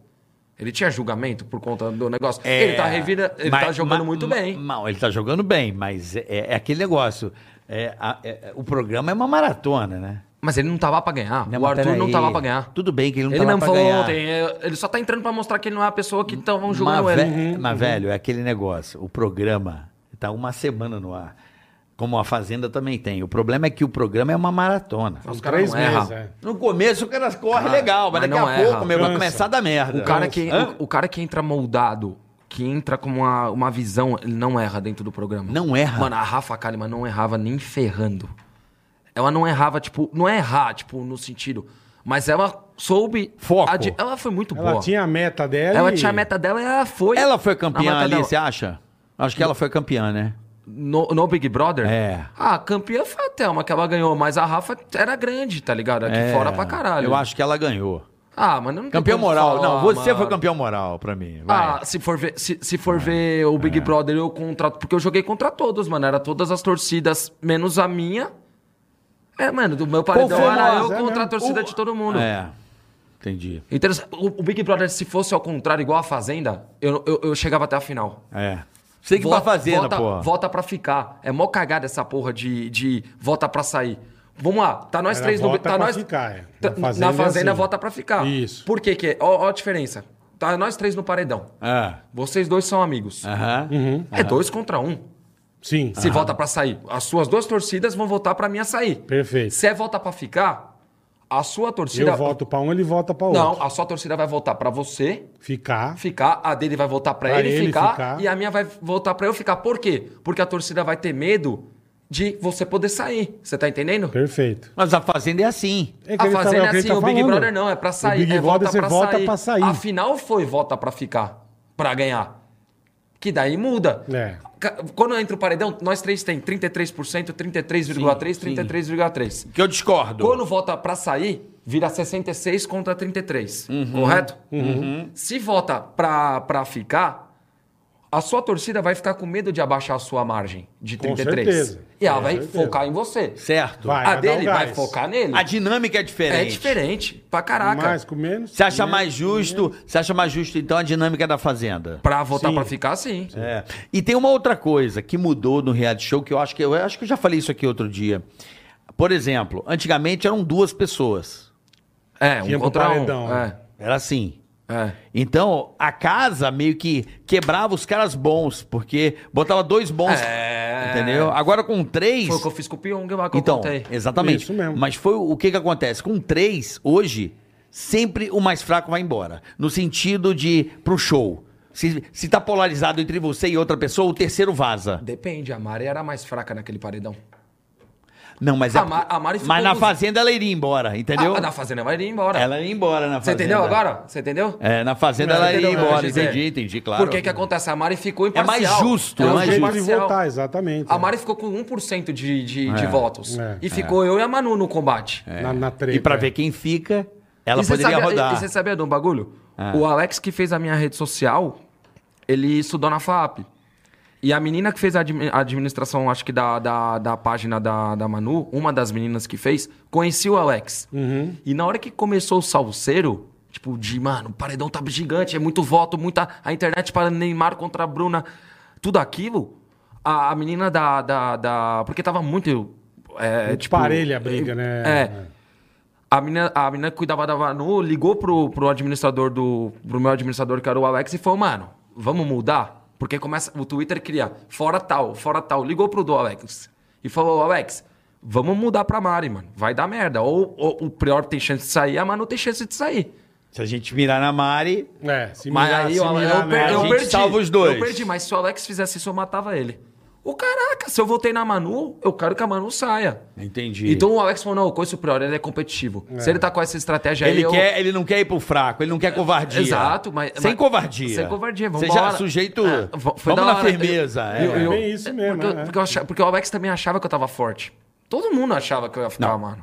S4: Ele tinha julgamento por conta do negócio.
S5: É,
S4: ele tá, revira... ele
S5: mas-
S4: tá jogando
S5: ma-
S4: muito
S5: ma-
S4: bem.
S5: Não, ele tá jogando bem, mas é, é aquele negócio. É, a- é- é- o programa é uma maratona, né?
S4: Mas ele não tá lá pra ganhar.
S5: Não,
S4: o
S5: mas
S4: Arthur não
S5: peraí.
S4: tá lá pra ganhar.
S5: Tudo bem que ele não
S4: ele
S5: tá lá
S4: não
S5: pra
S4: falou
S5: ganhar.
S4: ontem. é, Ele só tá entrando pra mostrar que ele não é a pessoa que estão julgando
S5: mas,
S4: ele.
S5: ve- mas, velho, é aquele negócio. O programa tá uma semana no ar. Como a Fazenda também tem. O problema é que o programa é uma maratona.
S4: Os caras
S3: Três
S4: não erram.
S3: meses, é.
S5: No começo o cara corre
S4: Ah,
S5: legal, mas,
S4: mas
S5: daqui
S4: não
S5: a
S4: erra.
S5: pouco, meu, vai
S3: Cansa.
S5: começar a dar merda.
S4: é. O cara, que,
S5: Hã?
S4: o, o cara que entra moldado, que entra com uma, uma visão, ele não erra dentro do programa.
S5: Não erra.
S4: Mano, a Rafa Kalimann não errava nem ferrando. Ela não errava, tipo, não é errar, tipo, no sentido. Mas ela soube.
S5: Foco.
S4: adi- Ela foi muito
S3: Ela
S4: boa.
S3: tinha a meta dela.
S4: Ela
S3: e-
S4: tinha a meta dela e ela foi.
S5: Ela foi
S4: na
S5: campeã
S4: meta
S5: ali,
S4: dela.
S5: você acha? Acho que ela foi campeã, né?
S4: No, no Big Brother?
S5: É.
S4: Ah, a campeã foi a Thelma que ela ganhou, mas a Rafa era grande, tá ligado? Aqui
S5: É,
S4: fora pra caralho.
S5: Eu acho que ela ganhou.
S4: Ah, mas não tem
S5: Campeão
S4: como
S5: moral.
S4: falar,
S5: Não, você
S4: mano.
S5: foi É, campeão moral pra mim. Vai.
S4: Ah, se for ver, se, se for ver o Big Brother, eu contrato. Porque eu joguei contra todos, mano. Era todas as torcidas, menos a minha. É, mano, do meu paredão
S5: foi
S4: era eu
S3: nós? É
S4: contra a
S3: mesmo?
S4: torcida de todo mundo.
S5: É. Entendi.
S4: Interessante. O, o Big Brother, se fosse ao contrário, igual a Fazenda, eu, eu, eu chegava até a final.
S5: É. Sei que tá fazendo,
S4: vota,
S5: porra.
S4: Vota pra ficar. É mó cagada essa porra de, de vota pra sair. Vamos lá, tá nós
S3: Era
S4: três no.
S3: vota
S4: Tá
S3: pra
S4: nós,
S3: ficar, é.
S4: tá-
S3: Na
S4: na
S3: Fazenda
S4: fazenda,
S3: é assim.
S4: vota pra ficar.
S3: Isso.
S4: Por que que é? Ó, ó a diferença. Tá nós três no paredão.
S5: É.
S4: Vocês dois são amigos.
S5: Aham.
S3: Uhum.
S4: É dois contra um.
S3: Sim. Ah.
S4: Se vota pra sair, as suas duas torcidas vão votar pra minha sair.
S3: Perfeito.
S4: Se é vota pra ficar, a sua torcida.
S3: Eu voto pra um, ele vota pra outro.
S4: Não, a sua torcida vai votar pra você
S3: Ficar.
S4: ficar, a dele vai voltar pra
S3: Pra
S4: ele,
S3: ele
S4: ficar,
S3: ficar.
S4: e a minha vai voltar pra eu ficar. Por quê? Porque a torcida vai ter medo de você poder sair. Você tá entendendo?
S3: Perfeito.
S5: Mas a fazenda é assim.
S3: É que
S4: a
S3: ele tá-
S4: fazenda
S3: é
S4: é
S3: que ele
S4: assim,
S3: tá
S4: o Big
S3: falando.
S4: Brother não, é pra sair,
S3: O Big
S4: é
S3: Brother
S4: volta
S3: você
S4: pra
S3: volta
S4: sair.
S3: pra sair.
S4: A final foi volta pra ficar, pra ganhar. Que daí muda.
S3: É.
S4: Ca- Quando entra o paredão, nós três tem 33%, 33,3, 33,3.
S5: Que eu discordo.
S4: Quando vota pra sair, vira 66 contra 33,
S5: Uhum.
S4: correto? Se vota pra, pra ficar, a sua torcida vai ficar com medo de abaixar a sua margem de
S3: Com
S4: 33.
S3: certeza.
S4: E ela
S3: Com
S4: vai
S3: certeza.
S4: focar em você.
S5: Certo.
S3: Vai.
S4: a
S3: dar o
S4: dele vai
S3: gás.
S4: focar nele.
S5: A dinâmica é diferente.
S4: É diferente, pra caraca.
S3: Mais com menos. né?
S5: Você acha mais justo? Você acha mais justo, então, a dinâmica da fazenda?
S4: Pra votar
S3: Sim.
S4: pra ficar, sim.
S5: É. E tem uma outra coisa que mudou no reality show, que eu acho que eu acho que eu já falei isso aqui outro dia. Por exemplo, antigamente eram duas pessoas.
S4: É, um
S3: Tinha pro
S4: contra um.
S3: paredão. né?
S4: É.
S5: Era assim.
S4: É.
S5: Então, a casa meio que quebrava os caras bons, porque botava dois bons,
S4: É.
S5: entendeu? Agora com três...
S4: Foi o que eu fiz com o Pyong lá que
S5: Então,
S4: eu contei.
S5: exatamente.
S3: Isso mesmo.
S5: Mas foi o que que acontece? Com três, hoje, sempre o mais fraco vai embora. No sentido de, pro show. Se, se tá polarizado entre você e outra pessoa, o terceiro vaza.
S4: Depende, a Mari era mais fraca naquele paredão.
S5: Não, mas é.
S4: A Ma- Ah, a Mari ficou
S5: mas na
S4: nos-
S5: fazenda ela iria embora, entendeu?
S4: Ah, na fazenda ela iria embora.
S5: Ela ia embora na
S4: Você
S5: fazenda.
S4: entendeu agora? Você entendeu?
S5: É, na fazenda ela
S4: Você
S5: ia
S4: entendeu o que eu
S5: embora,
S4: quis dizer?
S5: entendi, entendi, claro.
S4: é- Por que que acontece? A Mari ficou imparcial.
S5: mais justo,
S4: Ela
S5: é mais
S4: ficou
S3: jeito de
S5: justo.
S4: imparcial.
S3: votar, exatamente.
S4: A Mari ficou com 1% de, de, de votos.
S3: então. é.
S4: E ficou eu e a Manu no combate.
S3: na, na treta.
S5: E pra
S3: é.
S5: ver quem fica, ela
S4: E você
S5: poderia
S4: sabia-
S5: rodar. Ah.
S4: E você sabia de um bagulho? O Alex que fez a minha rede social, ele estudou na FAP. E a menina que fez a admi- a administração, acho que da, da, da página da, da Manu, uma das meninas que fez, conhecia o Alex.
S3: Uhum.
S4: E na hora que começou o salseiro, tipo, de, mano, o paredão tá gigante, é muito voto, muita. A internet para Neymar contra a Bruna, tudo aquilo, a, a menina da, da, da- Porque tava muito. É,
S3: Muito
S4: tipo,
S3: parelha a briga, né?
S4: é. A menina, a menina que cuidava da Vanu ligou pro, pro administrador do. pro meu administrador, que era o Alex, e falou, mano, vamos mudar? Porque começa. O Twitter cria fora tal, fora tal. Ligou pro do Alex e falou, Alex, vamos mudar pra Mari, mano. Vai dar merda. Ou, ou o Prior tem chance de sair, a Manu tem chance de sair.
S5: Se a gente mirar na Mari,
S3: É, se
S4: Mas
S5: Ah,
S3: mirar,
S4: aí
S3: se
S4: eu,
S3: mirar nela.
S4: eu, per-
S5: A
S4: eu
S5: gente
S4: perdi.
S5: salva os dois.
S4: Eu perdi, mas se o Alex fizesse isso, eu matava ele. O caraca, se eu voltei na Manu, eu quero que a Manu saia.
S5: entendi.
S4: Então o Alex falou: não, eu conheço o Prior, ele é competitivo. Se ele tá com essa estratégia aí.
S5: ele,
S4: eu-
S5: quer, É, ele não quer ir pro fraco, ele não quer covardia.
S4: Exato, mas.
S5: Sem
S4: mas-
S5: covardia.
S4: Sem covardia, vamos
S5: Seja sujeito.
S4: É, vo- foi
S5: vamos
S4: da
S5: na
S4: hora.
S5: firmeza. é.
S3: eu- bem isso mesmo,
S4: Porque, eu-
S3: é.
S4: porque eu achava- porque o Alex também achava que eu tava forte. Todo mundo achava que eu ia ficar, mano.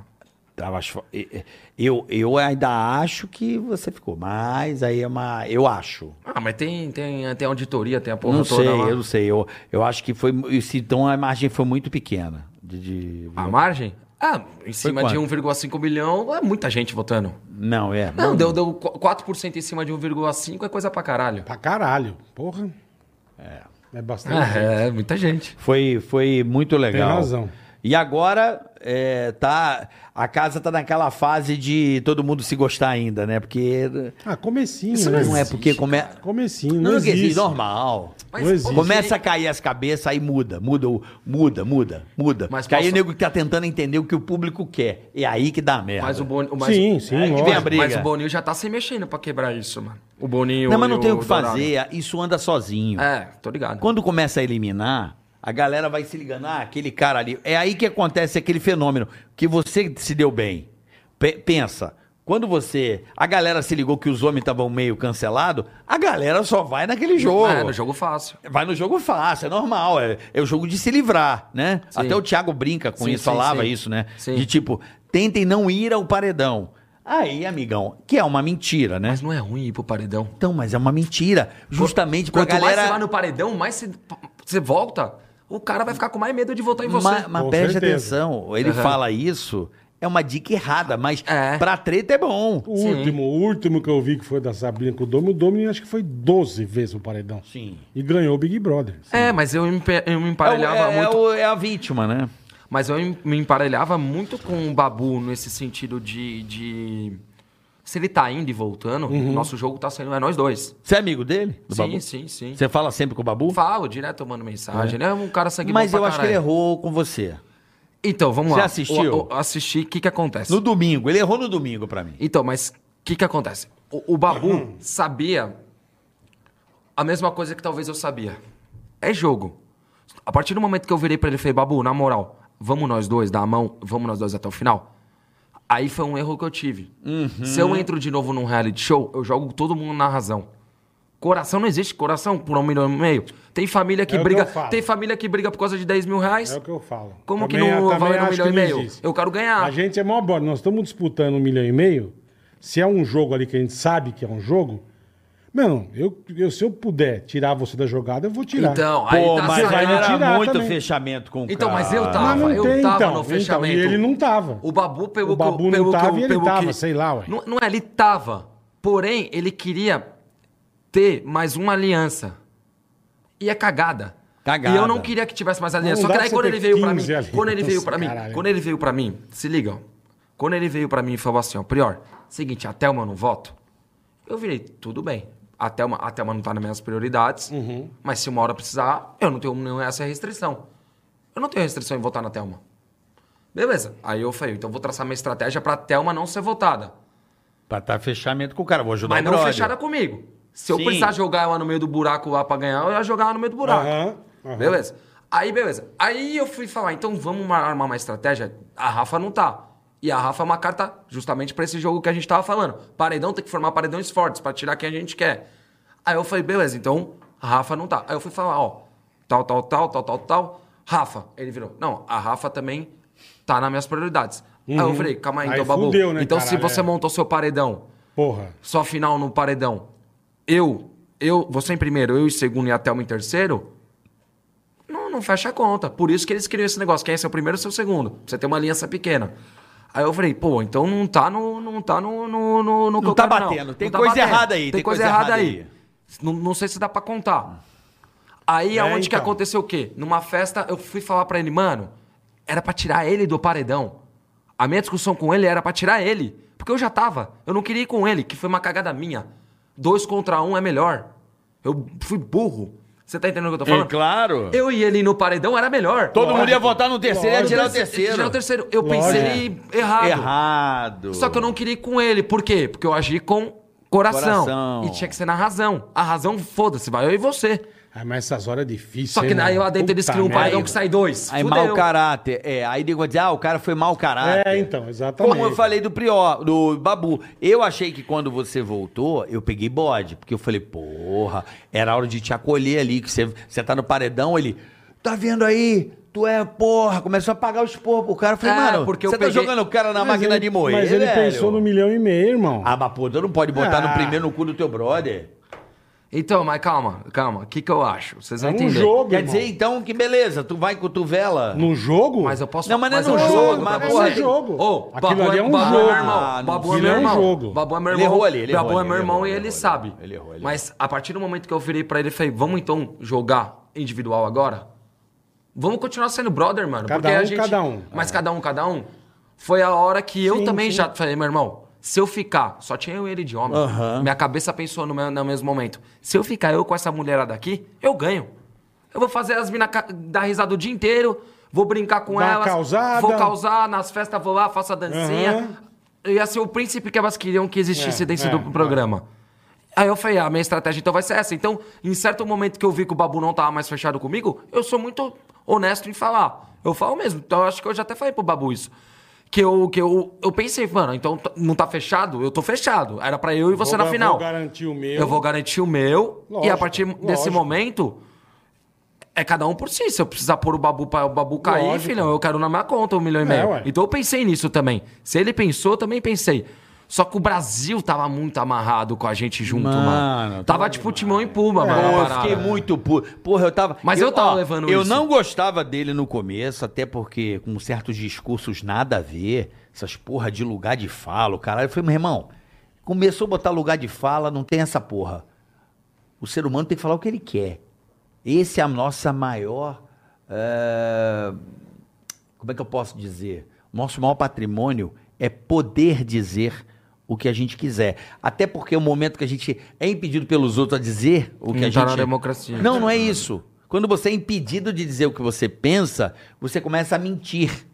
S5: Tava cho- e- e- eu, eu ainda acho que você ficou, mas aí é uma. Eu acho.
S4: Ah, mas tem, tem, tem auditoria, tem a porra
S5: não
S4: toda
S5: sei,
S4: lá.
S5: eu não sei. Eu, eu acho que foi. esse- Então a margem foi muito pequena. De, de-
S4: A margem? Ah, em cima de
S5: quanto?
S4: 1,5 milhão, é muita gente votando.
S5: Não, é.
S4: Não, deu, deu 4% em cima de 1,5 é coisa pra caralho.
S3: Pra caralho. Porra. É. É bastante.
S4: Ah, é, muita gente.
S5: Foi, foi muito legal.
S3: Tem razão.
S5: E agora é, tá, a casa tá naquela fase de todo mundo se gostar ainda, né? Porque
S3: Ah, comecinho.
S5: isso
S3: né?
S5: não, é porque começa.
S3: Comecinho,
S5: Não,
S3: não,
S5: não que
S3: existe.
S5: existe, normal.
S3: Não existe.
S5: Começa a cair as cabeças, aí muda, muda, o- muda, muda, muda.
S4: Mas
S5: Mas aí
S4: posso-
S5: o nego que tá tentando entender o que o público quer. É aí que dá a merda.
S4: Mas é o Boninho.
S3: Sim, sim,
S5: Aí que vem
S3: lógico.
S5: a briga.
S4: Mas o Boninho já tá se mexendo pra quebrar isso, mano. O Boninho.
S5: não, mas não
S4: e
S5: tem o que
S4: Dourado.
S5: fazer, É, isso anda sozinho.
S4: É, tô ligado.
S5: Quando começa a eliminar, a galera vai se ligando, ah, aquele cara ali. É aí que acontece aquele fenômeno que você se deu bem. Pe- pensa, quando você. A galera se ligou que os homens estavam meio cancelados, a galera só vai naquele jogo.
S4: É, no jogo fácil.
S5: Vai no jogo fácil, é normal. É, é o jogo de se livrar, né?
S4: Sim.
S5: Até o Thiago brinca com
S4: Sim,
S5: isso,
S4: sim,
S5: falava
S4: sim.
S5: isso, né?
S4: Sim.
S5: De tipo, tentem não ir ao paredão. Aí, amigão, que é uma mentira, né?
S4: Mas não é ruim ir pro paredão.
S5: Então, mas é uma mentira. Justamente pra
S4: Quanto mais
S5: galera.
S4: você vai no paredão, mais você, você volta, o cara vai ficar com mais medo de votar em você.
S5: Mas, mas
S3: Com
S5: preste
S3: certeza.
S5: atenção, ele fala isso, é uma dica errada, mas
S4: É.
S5: pra treta é bom.
S3: O último, o último que eu vi que foi da Sabrina com o Domi, o Domi acho que foi 12 vezes o paredão.
S5: Sim.
S3: E ganhou o Big Brother.
S4: É, mas eu, empe- eu me emparelhava
S5: é,
S4: muito.
S5: o- é a vítima, né?
S4: Mas eu em- me emparelhava muito com o Babu nesse sentido de. de- Se ele tá indo e voltando, o nosso jogo tá saindo. É nós dois.
S5: Você é amigo dele? Uhum. Do
S4: sim,
S5: Babu?
S4: sim, sim,
S5: Você fala sempre com o Babu?
S4: Falo direto, mando mensagem. Ele é um cara sangue
S5: Mas
S4: bom
S5: eu
S4: pra
S5: acho que ele
S4: caralho.
S5: errou com você.
S4: Então, vamos
S5: Você
S4: lá.
S5: assistiu?
S4: O- o- assisti. O que que acontece?
S5: No domingo, ele errou no domingo pra mim.
S4: Então, mas o que, que acontece? O, o
S3: Uhum.
S4: Babu sabia a mesma coisa que talvez eu sabia. É jogo. A partir do momento que eu virei pra ele e falei, Babu, na moral, vamos nós dois dar a mão, vamos nós dois até o final. Aí foi um erro que eu tive.
S5: Uhum.
S4: Se eu entro de novo num reality show, eu jogo todo mundo na razão. Coração não existe, coração por um milhão e meio. Tem família que
S3: É o que
S4: briga.
S3: eu falo.
S4: Tem família que briga por causa de 10 mil reais.
S3: É o que eu falo.
S4: Como que
S3: Também- é-
S4: não
S3: também
S4: valeu um
S3: acho
S4: milhão
S3: que
S4: e meio?
S3: não existe.
S4: Eu quero ganhar.
S3: A gente é mó bola. Nós estamos disputando um milhão e meio. Se é um jogo ali que a gente sabe que é um jogo. Mano, eu, eu- se eu puder tirar você da jogada, eu vou tirar.
S4: Então, aí
S5: Pô,
S4: tá
S5: mas
S4: saindo-
S5: aí
S3: vai
S5: era
S3: tirar
S5: muito
S3: também.
S5: fechamento com o
S4: Então,
S5: cara.
S4: mas eu tava,
S3: Mas não
S4: eu
S3: tem,
S4: tava
S3: então.
S4: no
S3: Então,
S4: fechamento.
S3: e ele não tava.
S4: O Babu, pelo
S3: O Babu
S4: que, eu-
S3: não
S4: pelo
S3: tava
S4: que, eu-
S3: e ele
S4: pelo
S3: tava,
S4: que-
S3: sei lá, ué.
S4: Não, não é, ele tava. Porém, ele queria ter mais uma aliança. E é cagada.
S5: Cagada.
S4: E eu não queria que tivesse mais
S3: Não
S4: aliança. Só que
S3: dá
S4: daí
S3: pra
S4: quando
S3: você
S4: ele
S3: ter
S4: veio pra mim,
S3: 15 alianças,
S4: quando ele veio pra mim,
S3: caralho.
S4: quando ele veio pra mim, se ligam. Quando ele veio pra mim e falou assim, ó, Prior, seguinte, a Thelma eu não voto. Eu virei, tudo bem. A Thelma, a Thelma não tá nas minhas prioridades,
S3: Uhum.
S4: mas se uma hora precisar, eu não tenho nenhuma essa restrição. Eu não tenho restrição em votar na Thelma. Beleza. Aí eu falei, então eu vou traçar minha estratégia pra Thelma não ser votada.
S5: Pra tá fechamento com o cara, vou ajudar
S4: Mas
S5: o
S4: não
S5: brother.
S4: fechada comigo. Se eu
S5: Sim.
S4: precisar jogar ela no meio do buraco lá pra ganhar, eu ia jogar ela no meio do buraco.
S3: Aham, aham.
S4: Beleza. Aí, beleza. Aí eu fui falar, então vamos mar- armar uma estratégia. A Rafa não tá. E a Rafa é uma carta justamente pra esse jogo que a gente tava falando. Paredão tem que formar paredões fortes pra tirar quem a gente quer. Aí eu falei, beleza, então a Rafa não tá. Aí eu fui falar, ó, tal, tal, tal, tal, tal, tal. Rafa. Ele virou, não, a Rafa também tá nas minhas prioridades. Aí eu falei, calma aí,
S3: Uhum. Aí
S4: então, Babu.
S3: fudeu, né,
S4: então se
S3: caralho,
S4: você
S3: é.
S4: montou seu paredão
S3: Porra.
S4: só final no paredão. Eu, eu, você em primeiro, eu em segundo e a Thelma em terceiro, não, não fecha a conta. Por isso que eles criam esse negócio. Quem é seu primeiro, seu segundo. Pra você ter uma aliança pequena. Aí eu falei, pô, então não tá no. Não tá no. no, no, no que eu
S5: tá
S4: quero,
S5: batendo. Tem coisa errada aí,
S4: Tem, coisa, errada aí. Não, não sei se dá pra contar. Aí
S3: É,
S4: aonde que
S3: então.
S4: aconteceu o quê? Numa festa, eu fui falar pra ele, mano, era pra tirar ele do paredão. A minha discussão com ele era pra tirar ele. Porque eu já tava. Eu não queria ir com ele, que foi uma cagada minha. Dois contra um é melhor. Eu fui burro. Você tá entendendo o que eu tô falando?
S5: É claro.
S4: Eu e ele no paredão era melhor.
S5: Todo mundo ia votar no terceiro e ia
S4: Eu
S5: tirar o
S4: pensei-
S5: terceiro.
S4: Tirar o terceiro. Eu
S3: Lógico.
S4: pensei errado.
S5: Errado.
S4: Só que eu não queria ir com ele. Por quê? Porque eu agi com coração.
S5: Coração.
S4: E tinha que ser na razão. A razão, foda-se, vai eu e você.
S3: Ah, mas essas horas é difícil.
S4: Só que
S3: hein,
S4: aí
S3: mano?
S4: lá dentro eles
S3: Puta
S4: criam um
S3: merda.
S4: paredão que sai dois.
S5: Aí
S4: Fudeu.
S5: mau caráter. É, aí nego diz, ah, o cara foi mau caráter.
S3: É, então, exatamente.
S5: Como eu falei do Prior, do Babu, eu achei que quando você voltou, eu peguei bode, porque eu falei, porra, era hora de te acolher ali, que você, você tá no paredão, ele, tá vendo aí? Tu é, porra, começou a pagar os porros pro cara. Eu falei,
S4: É,
S5: mano,
S4: porque eu
S5: você tá
S4: peguei-
S5: jogando o cara na
S3: Mas
S5: máquina
S3: ele-
S5: de moer,
S3: Mas ele
S5: velho.
S3: pensou no milhão e meio, irmão.
S5: Ah, mas pô, tu não pode botar
S3: Ah.
S5: no primeiro no cu do teu brother.
S4: Então, mas calma, calma. O que, que eu acho? Vocês
S3: É
S4: vão
S3: um
S4: entender.
S3: jogo,
S5: Quer
S3: irmão.
S5: dizer, então, que beleza, tu vai com cotovela.
S3: No jogo?
S4: Mas eu posso
S5: Não, mas não é
S4: eu
S5: no
S4: posso
S5: jogo,
S4: falar pra
S5: mas,
S4: você.
S5: porra, é
S3: jogo.
S4: Ô,
S3: Aquilo
S4: Babu
S3: ali é um
S4: Babu
S3: jogo.
S4: meu irmão.
S5: Ah,
S4: Babu é
S3: aquilo
S4: meu
S3: é um
S4: irmão.
S3: jogo.
S4: Babu é meu
S5: Ele
S4: irmão.
S5: errou ali, ele
S4: Babu
S5: errou,
S4: é
S5: ele
S4: meu
S5: errou,
S4: irmão
S5: ele
S4: e
S5: errou,
S4: ele
S5: ele
S4: sabe.
S5: errou, ele errou, ele
S4: Mas a partir do momento que eu virei pra ele, eu falei, vamos então jogar individual agora? Vamos continuar sendo brother, mano.
S3: Cada
S4: porque a
S3: um,
S4: gente...
S3: cada um.
S4: Mas cada um, cada um. Foi a hora que eu
S3: Sim,
S4: também
S3: sim.
S4: já falei, meu irmão, se eu ficar, só tinha eu e ele de homem. Minha cabeça pensou no, meu- no mesmo momento. Se eu ficar eu com essa mulherada aqui, eu ganho. Eu vou fazer as minas ca- dar risada o dia inteiro, vou brincar com
S3: Dar uma
S4: elas.
S3: causada.
S4: Vou causar, nas festas vou lá, faço a
S3: Aham.
S4: dancinha. Eu Ia ser o príncipe que elas queriam que existisse
S3: É,
S4: dentro
S3: é,
S4: do programa. Aí eu falei, a minha estratégia então vai ser essa. Então, em certo momento que eu vi que o Babu não tava mais fechado comigo, eu sou muito honesto em falar. Eu falo mesmo. Então, eu acho que eu já até falei pro Babu isso. Que eu, que eu, eu pensei, mano, então t- não tá fechado? Eu tô fechado. Era pra eu e você
S3: Vou-
S4: na final.
S3: Vou garantir o meu.
S4: Eu vou garantir o meu. e
S3: Lógico,
S4: a partir desse
S3: lógico.
S4: momento, é cada um por si. Se eu precisar pôr o babu pra o babu cair,
S3: Lógico.
S4: filhão, eu quero na minha conta um milhão e
S3: É,
S4: meio.
S3: ué.
S4: então eu pensei nisso também. Se ele pensou, eu também pensei. Só que o Brasil tava muito amarrado com a gente junto, mano.
S5: Mano,
S4: Tava tipo Timão e Puma, mano.
S5: Pô,
S4: a
S5: eu
S4: parada.
S5: fiquei muito puro. Porra, eu tava.
S4: Mas eu tava levando
S5: eu
S4: isso.
S5: não gostava dele no começo, até porque com certos discursos nada a ver, essas porra de lugar de fala, o caralho. Eu falei, meu irmão, começou a botar lugar de fala, não tem essa porra. O ser humano tem que falar o que ele quer. Esse é a nossa maior. eh, Como é que eu posso dizer? Nosso maior patrimônio é poder dizer o que a gente quiser. Até porque o momento que a gente é impedido pelos outros a dizer o que a
S4: Entrar
S5: gente.
S4: tá na democracia.
S5: Não, não é isso. Quando você é impedido de dizer o que você pensa, você começa a mentir.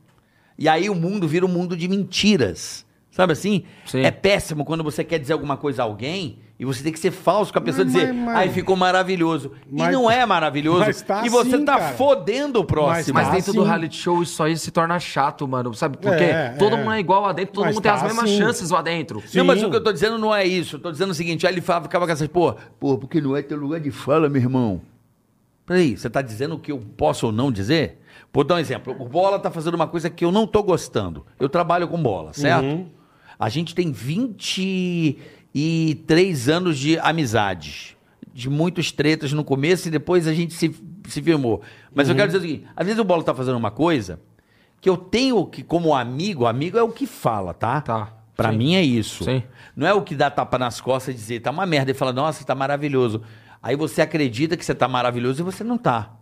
S5: E aí o mundo vira um mundo de mentiras. Sabe assim?
S4: Sim.
S5: É péssimo quando você quer dizer alguma coisa a alguém e você tem que ser falso com a pessoa e
S3: Mas-
S5: dizer,
S3: mas-
S5: aí ficou maravilhoso.
S3: Mas-
S5: e não é maravilhoso.
S3: Mas tá
S5: e você
S3: assim,
S5: tá
S3: cara.
S5: fodendo o próximo.
S4: Mas
S3: Tá
S4: dentro do
S3: assim.
S4: reality show, isso aí se torna chato, mano. Sabe por
S3: É,
S4: quê?
S3: é.
S4: todo mundo é igual lá dentro, todo
S3: Mas
S4: mundo tem
S3: tá
S4: as mesmas
S3: assim.
S4: chances lá dentro.
S5: Não, mas
S3: Sim.
S5: o que eu tô dizendo não é isso. Eu tô dizendo o seguinte, aí ele fala, ficava com essas, pô, pô, porque não é teu lugar de fala, meu irmão. Peraí, você tá dizendo o que eu posso ou não dizer? Vou dar um exemplo. O Bola tá fazendo uma coisa que eu não tô gostando. Eu trabalho com bola, certo? A gente tem 23 anos de amizade. De muitos tretas no começo e depois a gente se, se firmou. Mas eu quero dizer o seguinte: às vezes o Bola tá fazendo uma coisa que eu tenho que, como amigo, amigo é o que fala, tá?
S4: Tá.
S5: Pra
S4: Sim.
S5: mim é isso.
S4: Sim.
S5: Não é o que dá tapa nas costas e dizer, tá uma merda, e fala, nossa, tá maravilhoso. Aí você acredita que você tá maravilhoso e você não tá.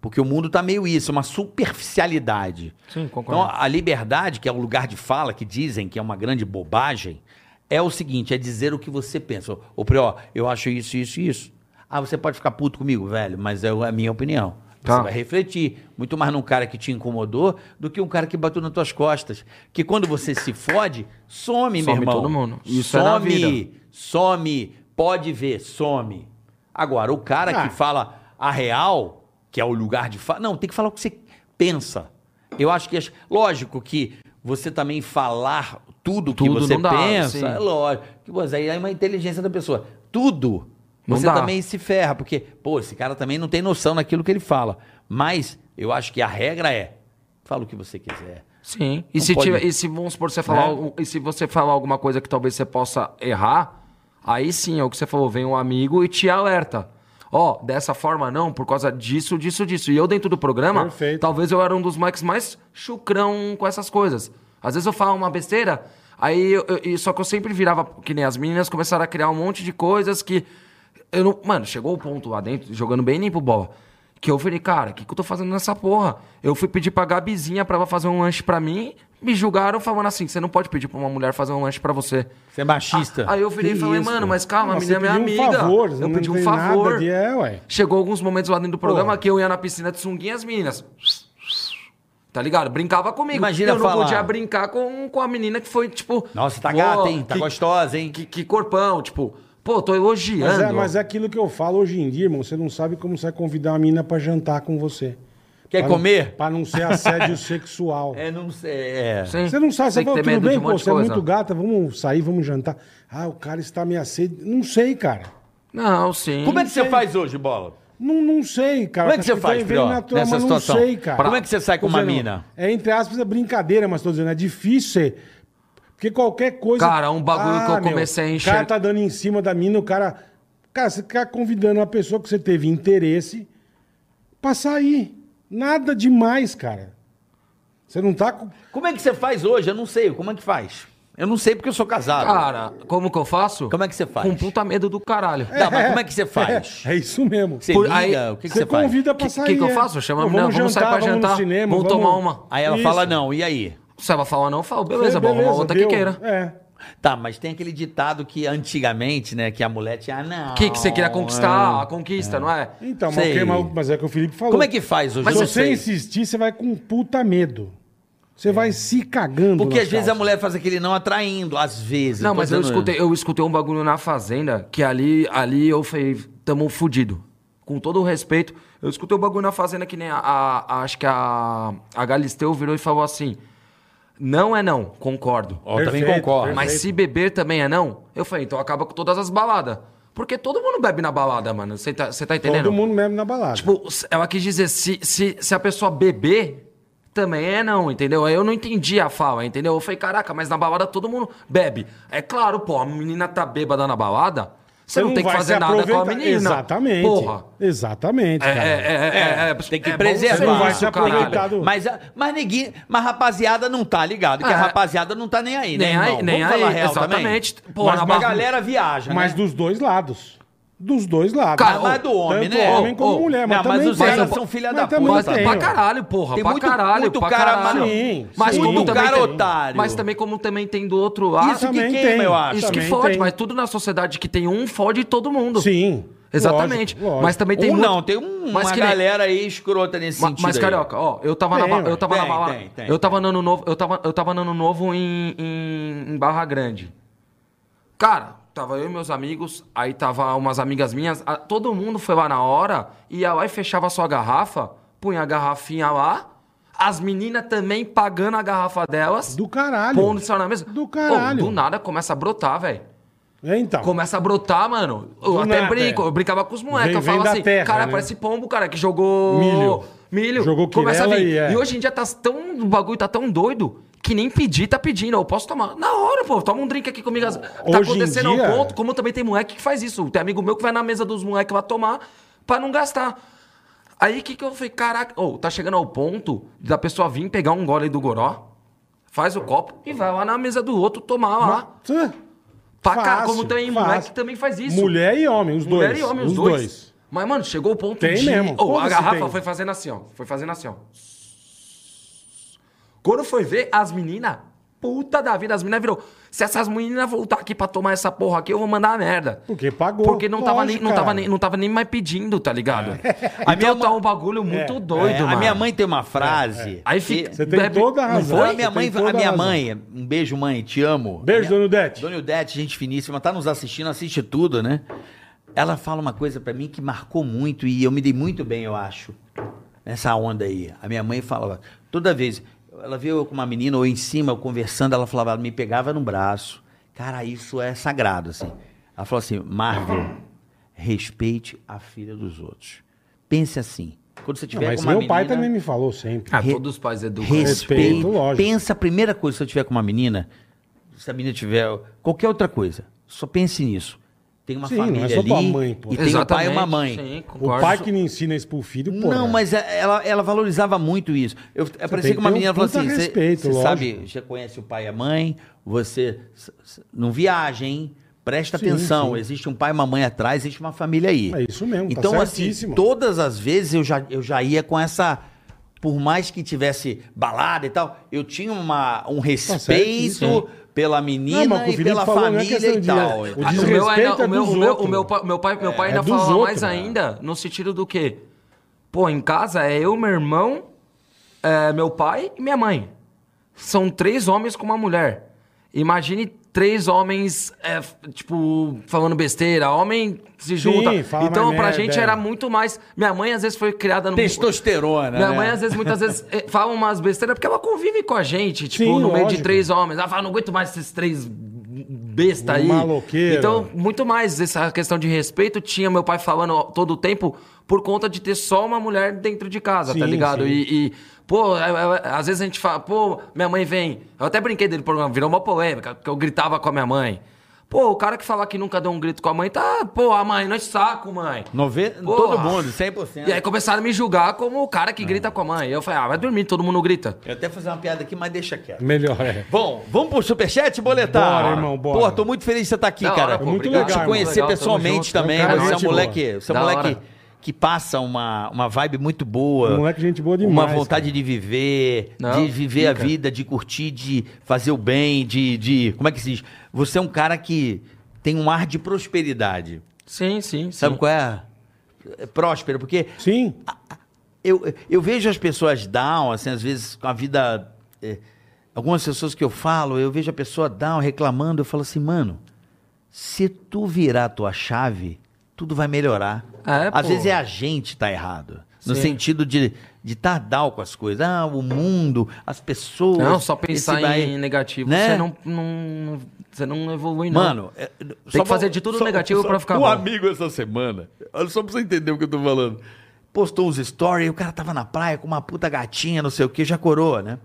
S5: Porque o mundo tá meio
S2: é
S5: isso, uma superficialidade.
S4: Sim, concordo.
S2: Então,
S5: Então, a liberdade, que é o lugar de fala, que dizem que é uma grande bobagem,
S2: é o seguinte, é dizer o que você pensa. Ô, Prió, eu acho isso, isso e isso. Ah, você pode ficar puto comigo, velho, mas é a minha opinião. Você
S4: Tá.
S2: vai refletir. Muito mais num cara que te incomodou do que um cara que bateu nas tuas costas. Que quando você se fode, some, meu
S4: Some
S2: irmão.
S4: todo mundo. Isso é na
S2: some,
S4: vida.
S2: some. Pode ver, some. Agora, o cara
S4: Ah.
S3: Ah,
S2: que fala a real, que é o lugar de falar. Não, tem que falar o que você pensa. Eu acho que. as- Lógico que você também falar tudo, que
S4: Tudo
S2: você
S4: não dá,
S2: pensa.
S4: sim.
S2: é lógico. Que, pô, aí é uma inteligência da pessoa. Tudo.
S4: Não
S2: você
S4: dá.
S2: também se ferra, porque, pô, esse cara também não tem noção naquilo que ele fala. Mas eu acho que a regra é: fala o que você quiser.
S4: Sim. E
S2: Não
S4: se,
S2: pode- Né?
S4: tiver, e se vamos supor, você falar, algo- e se você falar alguma coisa que talvez você possa errar, aí sim é o que você falou, vem um amigo e te alerta. Ó, dessa forma não, por causa disso, disso, disso. E eu dentro do programa,
S3: Perfeito.
S4: talvez eu era um dos Mike's mais chucrão com essas coisas. Às vezes eu falo uma besteira, aí eu- eu- e só que eu sempre virava, que nem as meninas começaram a criar um monte de coisas que eu não, mano, chegou o ponto lá dentro, jogando bem limpo bola. Que eu falei, cara, o que, que eu tô fazendo nessa porra? Eu fui pedir pra Gabizinha pra ela fazer um lanche pra mim, me julgaram falando assim: você não pode pedir pra uma mulher fazer um lanche pra você.
S2: Você é machista.
S4: Aí eu virei e
S3: Que
S4: falei,
S3: isso,
S4: mano,
S3: cara.
S4: mas calma, a
S3: Mas você
S4: menina é minha
S3: pediu um
S4: amiga.
S3: favor, você
S4: eu
S3: não
S4: pedi um
S3: tem nada
S4: favor.
S3: de- é, ué.
S4: Chegou alguns momentos lá dentro do programa
S3: Porra.
S4: que eu ia na piscina de sunguinha e as meninas. Tá ligado? Brincava comigo.
S2: Imagina
S4: eu não
S2: falar.
S4: podia brincar com, com a menina que foi, tipo.
S2: Nossa, tá
S4: "Pô,
S2: gata, hein? Tá
S4: que-
S2: gostosa, hein?
S4: que, que corpão, tipo, pô, tô elogiando.
S3: Mas é, mas é aquilo que eu falo hoje em dia, irmão. Você não sabe como você vai convidar uma mina pra jantar com você.
S2: Quer
S3: Pra não-
S2: comer?
S3: Pra não ser assédio sexual.
S2: É, não sei. É.
S4: Sim.
S3: Você não sabe, você
S4: Tem que
S3: fala,
S4: ter
S3: tudo
S4: medo de
S3: bem,
S4: um
S3: pô,
S4: monte de
S3: você é
S4: coisa.
S3: muito gata, vamos sair, vamos jantar. Ah, o cara está me assediando. Não sei, cara.
S4: Não, sim.
S2: Como é que você faz hoje, bola?
S3: Não, não sei, cara.
S2: Como é que você
S3: Tá
S2: faz,
S3: vendo
S2: Prió,
S3: na tua,
S2: nessa
S3: mas
S2: situação?
S3: Não sei, cara.
S2: Como é que você sai com
S3: Tô
S2: uma
S3: dizendo,
S2: mina?
S3: É, entre aspas, é brincadeira, mas tô dizendo, é difícil ser. Porque qualquer coisa...
S4: Cara, um bagulho que eu comecei a
S3: O
S4: enxergar-
S3: cara tá dando em cima da mina, o cara... Cara, você tá convidando uma pessoa que você teve interesse pra sair. Nada demais, cara. Você não tá... com-
S2: Como é que você faz hoje? Eu não sei. Como é que faz? Eu não sei porque eu sou casado.
S4: Cara, como que eu faço?
S2: Como é que você faz?
S4: Com puta medo do caralho.
S2: Tá, mas como é que você faz?
S3: É, é isso mesmo.
S2: Você
S4: Por-
S2: liga?
S4: aí-
S2: o que, que
S3: Você
S2: você faz?
S3: convida pra
S4: Que,
S3: sair.
S4: que, que eu
S3: é.
S4: faço? Eu chamo a
S3: Pô,
S4: menina, vamos, sair pra
S3: vamos no
S4: jantar, vamos,
S3: cinema,
S4: tomar uma.
S2: Aí ela
S3: Isso.
S2: fala não, e aí?
S4: Se ela falar não, eu falo, beleza, bom, uma outra
S3: deu.
S4: que queira.
S3: É.
S2: Tá, mas tem aquele ditado que antigamente, né, que a mulher tinha, ah, não.
S5: É.
S4: O que, que você queria conquistar? A conquista, não é?
S3: Então, mas,
S2: Sei.
S3: que- mas- mas é o que o Felipe falou.
S2: Como é que faz hoje?
S4: Mas
S2: Eu
S3: se
S2: não
S4: eu
S3: você
S2: sei. É.
S3: insistir, você vai com puta medo. Você vai se cagando.
S2: Porque
S3: nas
S2: às vezes a
S3: calças.
S2: mulher faz aquele não atraindo, às vezes.
S4: Não,
S2: tô
S4: mas eu
S2: dizendo-
S4: escutei, eu escutei um bagulho na fazenda que ali, ali eu falei, tamo fudido. Com todo o respeito, eu escutei um bagulho na fazenda que nem a, a- a- acho que a a Galisteu virou e falou assim: "Não é não, concordo.
S2: Ó, também
S3: Perfeito,
S2: concordo.
S4: Mas se beber também é não?" Eu falei, então acaba com todas as baladas. Porque todo mundo bebe na balada, mano. Você tá, cê tá entendendo?
S3: Todo mundo mesmo na balada.
S4: Tipo, ela quis dizer, se, se, se a pessoa beber, também é não, entendeu? Aí Eu não entendi a fala, entendeu? Eu falei, caraca, mas na balada todo mundo bebe. É claro, pô, a menina tá bêbada na balada, você não, tem que
S3: vai
S4: fazer
S3: se
S4: nada com a
S3: aproveitar.
S4: menina.
S3: Exatamente.
S4: Porra.
S3: Exatamente,
S4: É,
S3: cara.
S4: é, é, é, é,
S2: Tem que
S4: é bom
S2: preservar.
S4: ser
S2: Não vai
S4: isso,
S3: se
S4: caralho.
S3: aproveitar do-
S2: Mas, a- mas ninguém. Mas a rapaziada não tá ligado, que a
S4: Ah,
S2: rapaziada não tá nem aí, né?
S4: Nem aí,
S2: irmão?
S4: nem
S2: Vamos falar
S4: aí,
S2: a real também?
S4: exatamente. Pô,
S2: mas,
S4: na
S2: mas a
S4: barra-
S2: galera viaja.
S3: Mas
S2: né?
S3: dos dois lados. Dos dois lados.
S4: Cara,
S2: mas do homem,
S3: Tanto
S2: né?
S3: homem como
S4: Ô, ô,
S3: mulher. Mas
S2: não, mas
S3: também
S2: os
S3: tem.
S2: caras são filha da
S3: também
S4: Mas
S2: puta.
S3: tem,
S4: pra
S3: ó.
S4: caralho, porra.
S2: Tem
S4: pra
S2: muito-
S4: caralho,
S2: muito
S4: pra
S2: cara
S4: caralho.
S2: maluco.
S3: Sim,
S4: mas
S3: sim.
S4: como
S3: Muito
S4: também
S2: cara
S4: tem-
S2: otário.
S4: Mas também como também tem do outro lado.
S2: Isso que
S3: Também
S2: queima,
S3: tem.
S2: eu acho.
S4: Isso que
S3: Ah, Também
S4: fode,
S3: tem.
S4: mas tudo na sociedade que tem um fode todo mundo.
S3: Sim.
S4: Exatamente.
S3: Lógico, lógico.
S4: Mas também tem
S2: um
S4: muito-
S2: não, tem um-
S4: mas
S2: uma
S4: que nem-
S2: galera aí escrota nesse
S4: Ma-
S2: sentido.
S4: Mas,
S2: aí.
S4: carioca, ó, eu tava
S3: Tem,
S4: na, ba-
S3: ué.
S4: eu tava na
S2: Tem,
S4: balada.
S2: tem, tem,
S4: eu tava andando novo, eu tava, eu tava andando novo em, em, em Barra Grande. Cara, tava eu e meus amigos, aí tava umas amigas minhas, a- todo mundo foi lá na hora, ia lá e fechava sua garrafa, punha a garrafinha lá, as meninas também pagando a garrafa delas.
S3: Do caralho.
S4: Pondo isso lá na mesa.
S3: Do caralho.
S4: Ô, do nada começa a brotar, velho.
S3: É, Então.
S4: Começa a brotar, mano. Eu
S3: Do
S4: até
S3: nada,
S4: brinco,
S3: é.
S4: eu brincava com os moleques.
S3: Vem-
S4: Eu falava
S3: vem da
S4: assim,
S3: terra,
S4: cara,
S3: né?
S4: parece pombo, cara, que jogou.
S3: Milho.
S4: Milho.
S3: Jogou
S4: Começa a
S3: quirela
S4: vir.
S3: e é.
S4: E hoje em dia tá tão. O bagulho tá tão doido que nem pedir tá pedindo. Eu posso tomar. Na hora, pô, toma um drink aqui comigo. tá
S3: Hoje em
S4: acontecendo ao
S3: dia-
S4: ponto, como também tem moleque que faz isso. Tem amigo meu que vai na mesa dos moleques lá tomar pra não gastar. Aí o que, que eu falei? Caraca, ô, tá chegando ao ponto da pessoa vir pegar um gole do goró, faz o copo e vai lá na mesa do outro tomar lá.
S3: Tã.
S4: Pra cá,
S3: Fácil,
S4: como tem
S3: fácil.
S4: moleque que também faz isso.
S3: Mulher e homem, os
S4: Mulher
S3: dois.
S4: e homem, os, dois.
S3: dois.
S4: Mas, mano, chegou o ponto
S3: Tem
S4: de...
S3: mesmo.
S4: Ô, a
S3: Foda-se,
S4: garrafa
S3: tem.
S4: foi fazendo assim, ó. Foi fazendo assim, ó. Quando foi ver, as meninas puta da vida. As meninas virou. Se essas meninas voltar aqui pra tomar essa porra aqui, eu vou mandar a merda.
S3: Porque pagou.
S4: Porque não tava, nem,
S3: Lógico,
S4: não, tava
S3: cara.
S4: nem, não tava nem mais pedindo, tá ligado? Então
S5: minha
S4: tá um bagulho muito doido,
S5: É,
S4: mano.
S5: a minha mãe tem uma frase.
S4: é. Aí fica.
S3: Você tem
S4: bebe-
S3: toda a
S4: Não
S3: razão.
S4: foi?
S3: Você
S5: A minha
S3: tem
S5: mãe,
S3: toda
S5: a minha
S3: razão.
S5: mãe, um beijo, mãe, te amo.
S3: Beijo,
S5: A minha-
S3: Dona Udete.
S5: Dona Udete, gente finíssima, tá nos assistindo, assiste tudo, né? Ela fala uma coisa pra mim que marcou muito e eu me dei muito bem, eu acho, nessa onda aí. A minha mãe falava, toda vez, ela viu eu com uma menina ou em cima, eu conversando, ela falava, ela me pegava no braço. Cara, isso é sagrado, assim. Ela falou assim, Marvel, respeite a filha dos outros. Pense assim, quando você
S3: Não,
S5: tiver
S3: mas
S5: com
S3: meu
S5: uma
S3: pai
S4: menina-
S3: também me falou sempre.
S4: Ah,
S5: Re-
S4: todos os pais educam.
S3: Respeito,
S5: Respeito.
S3: lógico.
S5: Pensa a primeira coisa se eu tiver com uma menina, se a menina tiver qualquer outra coisa, só pense nisso. Tem uma
S3: Sim, não é
S5: família
S3: só tua
S5: ali
S3: mãe, pô.
S5: e tem um pai e uma mãe.
S4: Sim,
S3: O
S4: concordo.
S3: pai que não ensina isso pro filho, pô.
S5: Não,
S3: né?
S5: mas é- ela, ela valorizava muito isso. Eu, é,
S3: tem
S5: parecia que
S3: que
S5: uma
S3: ter um
S5: menina falou
S3: puta
S5: assim: "Você-
S3: respeito,
S5: você
S3: lógico."
S5: sabe, já conhece o pai e a mãe, você s- s- não viaja, hein? Presta
S3: Sim,
S5: atenção,
S3: sim.
S5: existe um pai e uma mãe atrás, existe uma família aí.
S3: É isso mesmo, tá
S5: Então, assim,
S3: certíssimo.
S5: todas as vezes eu já, eu já ia com essa. Por mais que tivesse balada e tal, eu tinha uma, um respeito
S3: Tá certíssimo.
S5: pela
S3: Não,
S5: menina
S3: mas o
S5: e
S3: Felipe
S5: pela
S3: falou, não é
S5: família
S3: questão
S5: e
S3: de-
S5: tal.
S3: o
S4: Ah,
S3: desrespeito
S4: meu ainda-
S3: é
S4: o meu-
S3: dos
S4: o meu-
S3: outros.
S4: o meu pai- meu pai- meu pai
S3: É
S4: ainda
S3: dos
S4: falava
S3: outros,
S4: mais
S3: cara.
S4: ainda, no sentido do quê? Pô, em casa é eu, meu irmão, é, meu pai e minha mãe. São três homens com uma mulher. Imagine três homens, é, f- tipo, falando besteira. Homem se junta.
S3: fala
S4: então,
S3: mais
S4: pra
S3: merda,
S4: gente
S3: é.
S4: era muito mais... Minha mãe, às vezes, foi criada... No...
S5: Testosterona.
S4: Minha
S5: né?
S4: mãe, às vezes, muitas vezes, eh, fala umas besteiras, porque ela convive com a gente, tipo,
S3: Sim,
S4: no meio
S3: lógico.
S4: de três homens. Ela fala, não aguento mais esses três besta aí.
S3: Maloqueiro.
S4: Então, muito mais essa questão de respeito tinha meu pai falando ó, todo o tempo por conta de ter só uma mulher dentro de casa,
S3: Sim,
S4: tá ligado?
S3: sim.
S4: E, e, pô, é- é- às vezes a gente fala, pô, minha mãe vem. Eu até brinquei dele, programa, virou uma polêmica, porque eu gritava com a minha mãe. Pô, o cara que falar que nunca deu um grito com a mãe, tá, pô, a mãe, nós saco, mãe.
S5: Nove-
S4: Porra.
S5: Todo mundo,
S3: É.
S5: 100%.
S4: E aí começaram a me julgar como o cara que grita com a mãe. Eu falei, ah, vai dormir, todo mundo grita.
S5: Eu até fazer uma piada aqui, mas deixa quieto.
S3: Melhor, é.
S5: Bom, vamos pro superchat, boletar?
S3: Bora, irmão, bora.
S5: Pô, tô muito feliz de você estar aqui,
S4: Da
S5: cara.
S4: hora, pô,
S3: muito
S4: obrigado.
S3: legal,
S5: te conhecer
S4: Legal, tamo
S5: pessoalmente
S4: junto.
S5: também.
S3: É um cara
S5: você é um
S3: gente
S5: moleque, você é um
S4: Da
S5: moleque
S4: hora.
S5: que passa uma, uma vibe muito boa.
S3: É um moleque gente boa demais,
S5: Uma vontade de viver,
S4: Não,
S5: de viver a
S4: fica.
S5: vida, de curtir, de fazer o bem, de, de. Como é que se diz? Você é um cara que tem um ar de prosperidade.
S4: Sim, sim, sim.
S5: Sabe qual é? É Próspero, porque
S3: Sim.
S5: eu, eu vejo as pessoas down, assim, às vezes com a vida. é, algumas pessoas que eu falo, eu vejo a pessoa down, reclamando, eu falo assim, mano, se tu virar a tua chave, tudo vai melhorar.
S4: É,
S5: às
S4: pô.
S5: vezes é a gente tá errado. No
S4: Sim.
S5: sentido de de tá down com as coisas. Ah, o mundo, as pessoas.
S4: Não, só pensar
S5: esse daí,
S4: em negativo.
S5: né?
S4: Você não, não- você não evolui, não.
S5: Mano, é, tem
S4: que fazer de tudo negativo pra ficar
S5: um
S4: bom.
S5: amigo essa semana, olha só pra você entender o que eu tô falando. Postou uns stories, o cara tava na praia com uma puta gatinha, não sei o que, já coroa, né?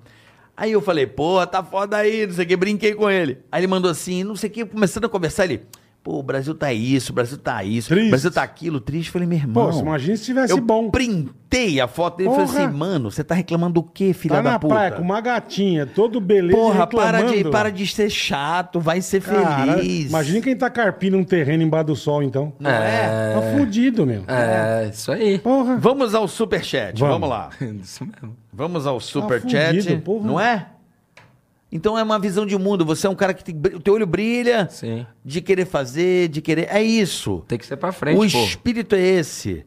S5: Aí eu falei, pô, tá foda aí, não sei o que, brinquei com ele. Aí ele mandou assim, não sei o que, começando a conversar, ele, pô, o Brasil tá isso, o Brasil tá isso,
S3: Triste.
S5: o Brasil tá aquilo, triste. Eu falei, meu irmão.
S3: Pô, você imagina se tivesse
S5: eu
S3: bom.
S5: printei a foto dele e falei
S3: Porra.
S5: assim, mano, você tá reclamando do quê, filha
S3: Tá
S5: da
S3: na
S5: puta?
S3: praia com uma gatinha, todo beleza
S5: Porra, para de,
S3: reclamando.
S5: para de ser chato, vai ser
S3: Cara,
S5: feliz.
S3: imagina quem tá carpindo um terreno embaixo do sol, então.
S5: Não é?
S3: Tá fudido, meu.
S4: É, isso aí.
S3: Porra.
S5: Vamos ao superchat,
S3: Vamos. Tá
S5: vamos. lá.
S4: Isso mesmo.
S5: Vamos ao
S3: fudido,
S5: superchat,
S3: porra.
S5: não é? Então é uma visão de mundo, você é um cara que tem, o teu olho brilha
S4: Sim.
S5: de querer fazer, de querer, é isso.
S4: Tem que ser pra frente,
S5: o
S4: pô.
S5: espírito é esse.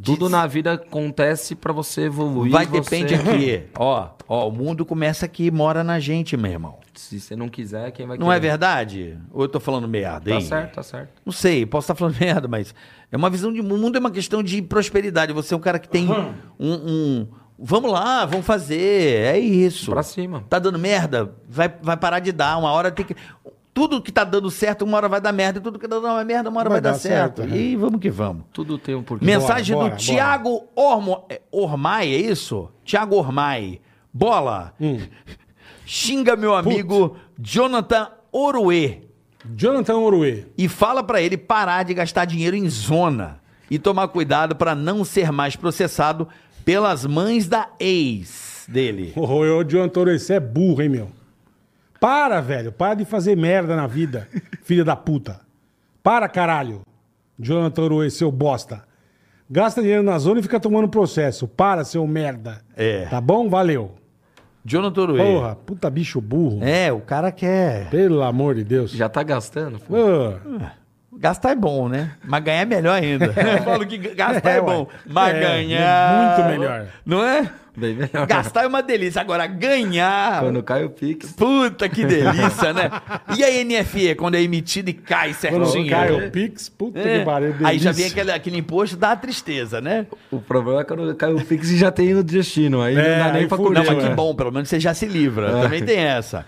S4: Tudo
S5: De-
S4: na vida acontece pra você evoluir.
S5: vai
S4: você-
S5: depende aqui. ó, ó, o mundo começa aqui, mora na gente, meu irmão.
S4: Se você não quiser, quem vai
S5: Não é
S4: querer?
S5: verdade? Ou eu tô falando merda,
S4: Tá
S5: hein?
S4: certo, tá certo.
S5: Não sei, posso estar falando merda, mas é uma visão de mundo, é uma questão de prosperidade. Você é um cara que tem um, um- Vamos lá, vamos fazer. É isso.
S4: Pra cima.
S5: Tá dando merda? Vai, vai parar de dar. Uma hora tem que. Tudo que tá dando certo, uma hora vai dar merda. E Tudo que tá dando merda, uma hora vai, dar, certo.
S3: né?
S5: E vamos que vamos.
S4: Tudo tem um porquê.
S5: Mensagem
S3: bora, bora.
S5: do Thiago Ormo... é, Ormai, é isso? Um Thiago Ormai. Bola. Xinga meu amigo Jonathan Oruê
S3: Jonathan Oruê.
S5: e fala pra ele parar de gastar dinheiro em zona e tomar cuidado pra não ser mais processado pelas mães da ex dele.
S3: Ô, ô, ô, Jonathan Oruê, você é burro, hein, meu? Para, velho. Para de fazer merda na vida, filha da puta. Para, caralho. Jonathan Oruê, seu bosta. Gasta dinheiro na zona e fica tomando processo. Para, seu merda.
S5: É.
S3: Tá bom? Valeu.
S5: Jonathan Uruê.
S3: Porra, puta bicho burro.
S2: É, o cara quer.
S3: Pelo amor de Deus.
S4: Já tá gastando? pô?
S3: Pô,
S2: Gastar é bom, né? Mas ganhar é melhor ainda.
S5: Eu falo que gastar é,
S3: É, ué.
S5: bom, mas
S3: É,
S5: ganhar...
S3: é muito melhor.
S5: Não é?
S4: Bem melhor.
S5: Gastar é uma delícia, agora ganhar...
S4: Quando cai o Pix.
S5: Puta que delícia, né? E a NFE, quando é emitida e cai
S3: quando
S5: certinho?
S3: cai o Pix, puta
S5: É.
S3: que pariu.
S5: Aí já vem
S3: delícia.
S5: aquele, aquele imposto, dá a tristeza, né?
S4: O problema é quando cai o Pix e já tem o destino. Aí
S3: É,
S4: não dá
S3: aí
S4: nem pra
S3: fudeu,
S4: curtir.
S5: Não, mas que
S4: né?
S5: bom, pelo menos você já se
S3: É.
S5: livra. Também tem essa.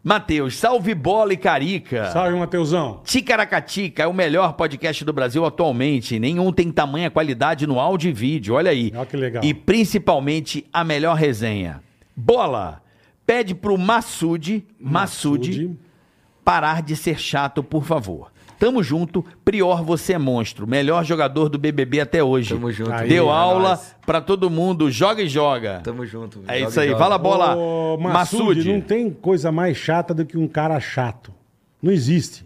S5: Matheus, salve bola e carica.
S3: Salve, um, Mateusão.
S5: Ticaracatica é o melhor podcast do Brasil atualmente. Nenhum tem tamanha qualidade no áudio e vídeo, olha aí.
S3: Olha que legal.
S5: E principalmente a melhor resenha. Bola! Pede pro Massoud, Massoud,
S3: Saúde.
S5: parar de ser chato, por favor. Tamo junto, Prior, você é monstro. Melhor jogador do BBB até hoje.
S4: Tamo junto.
S3: Aí,
S5: Deu
S3: é
S5: aula
S4: nóis.
S5: pra todo mundo. Joga e joga.
S4: Tamo junto.
S5: É
S4: joga
S5: isso aí.
S4: e joga.
S5: Fala, bola.
S3: Ô, Massude,
S5: Massoud.
S3: não tem coisa mais chata do que um cara chato. Não existe.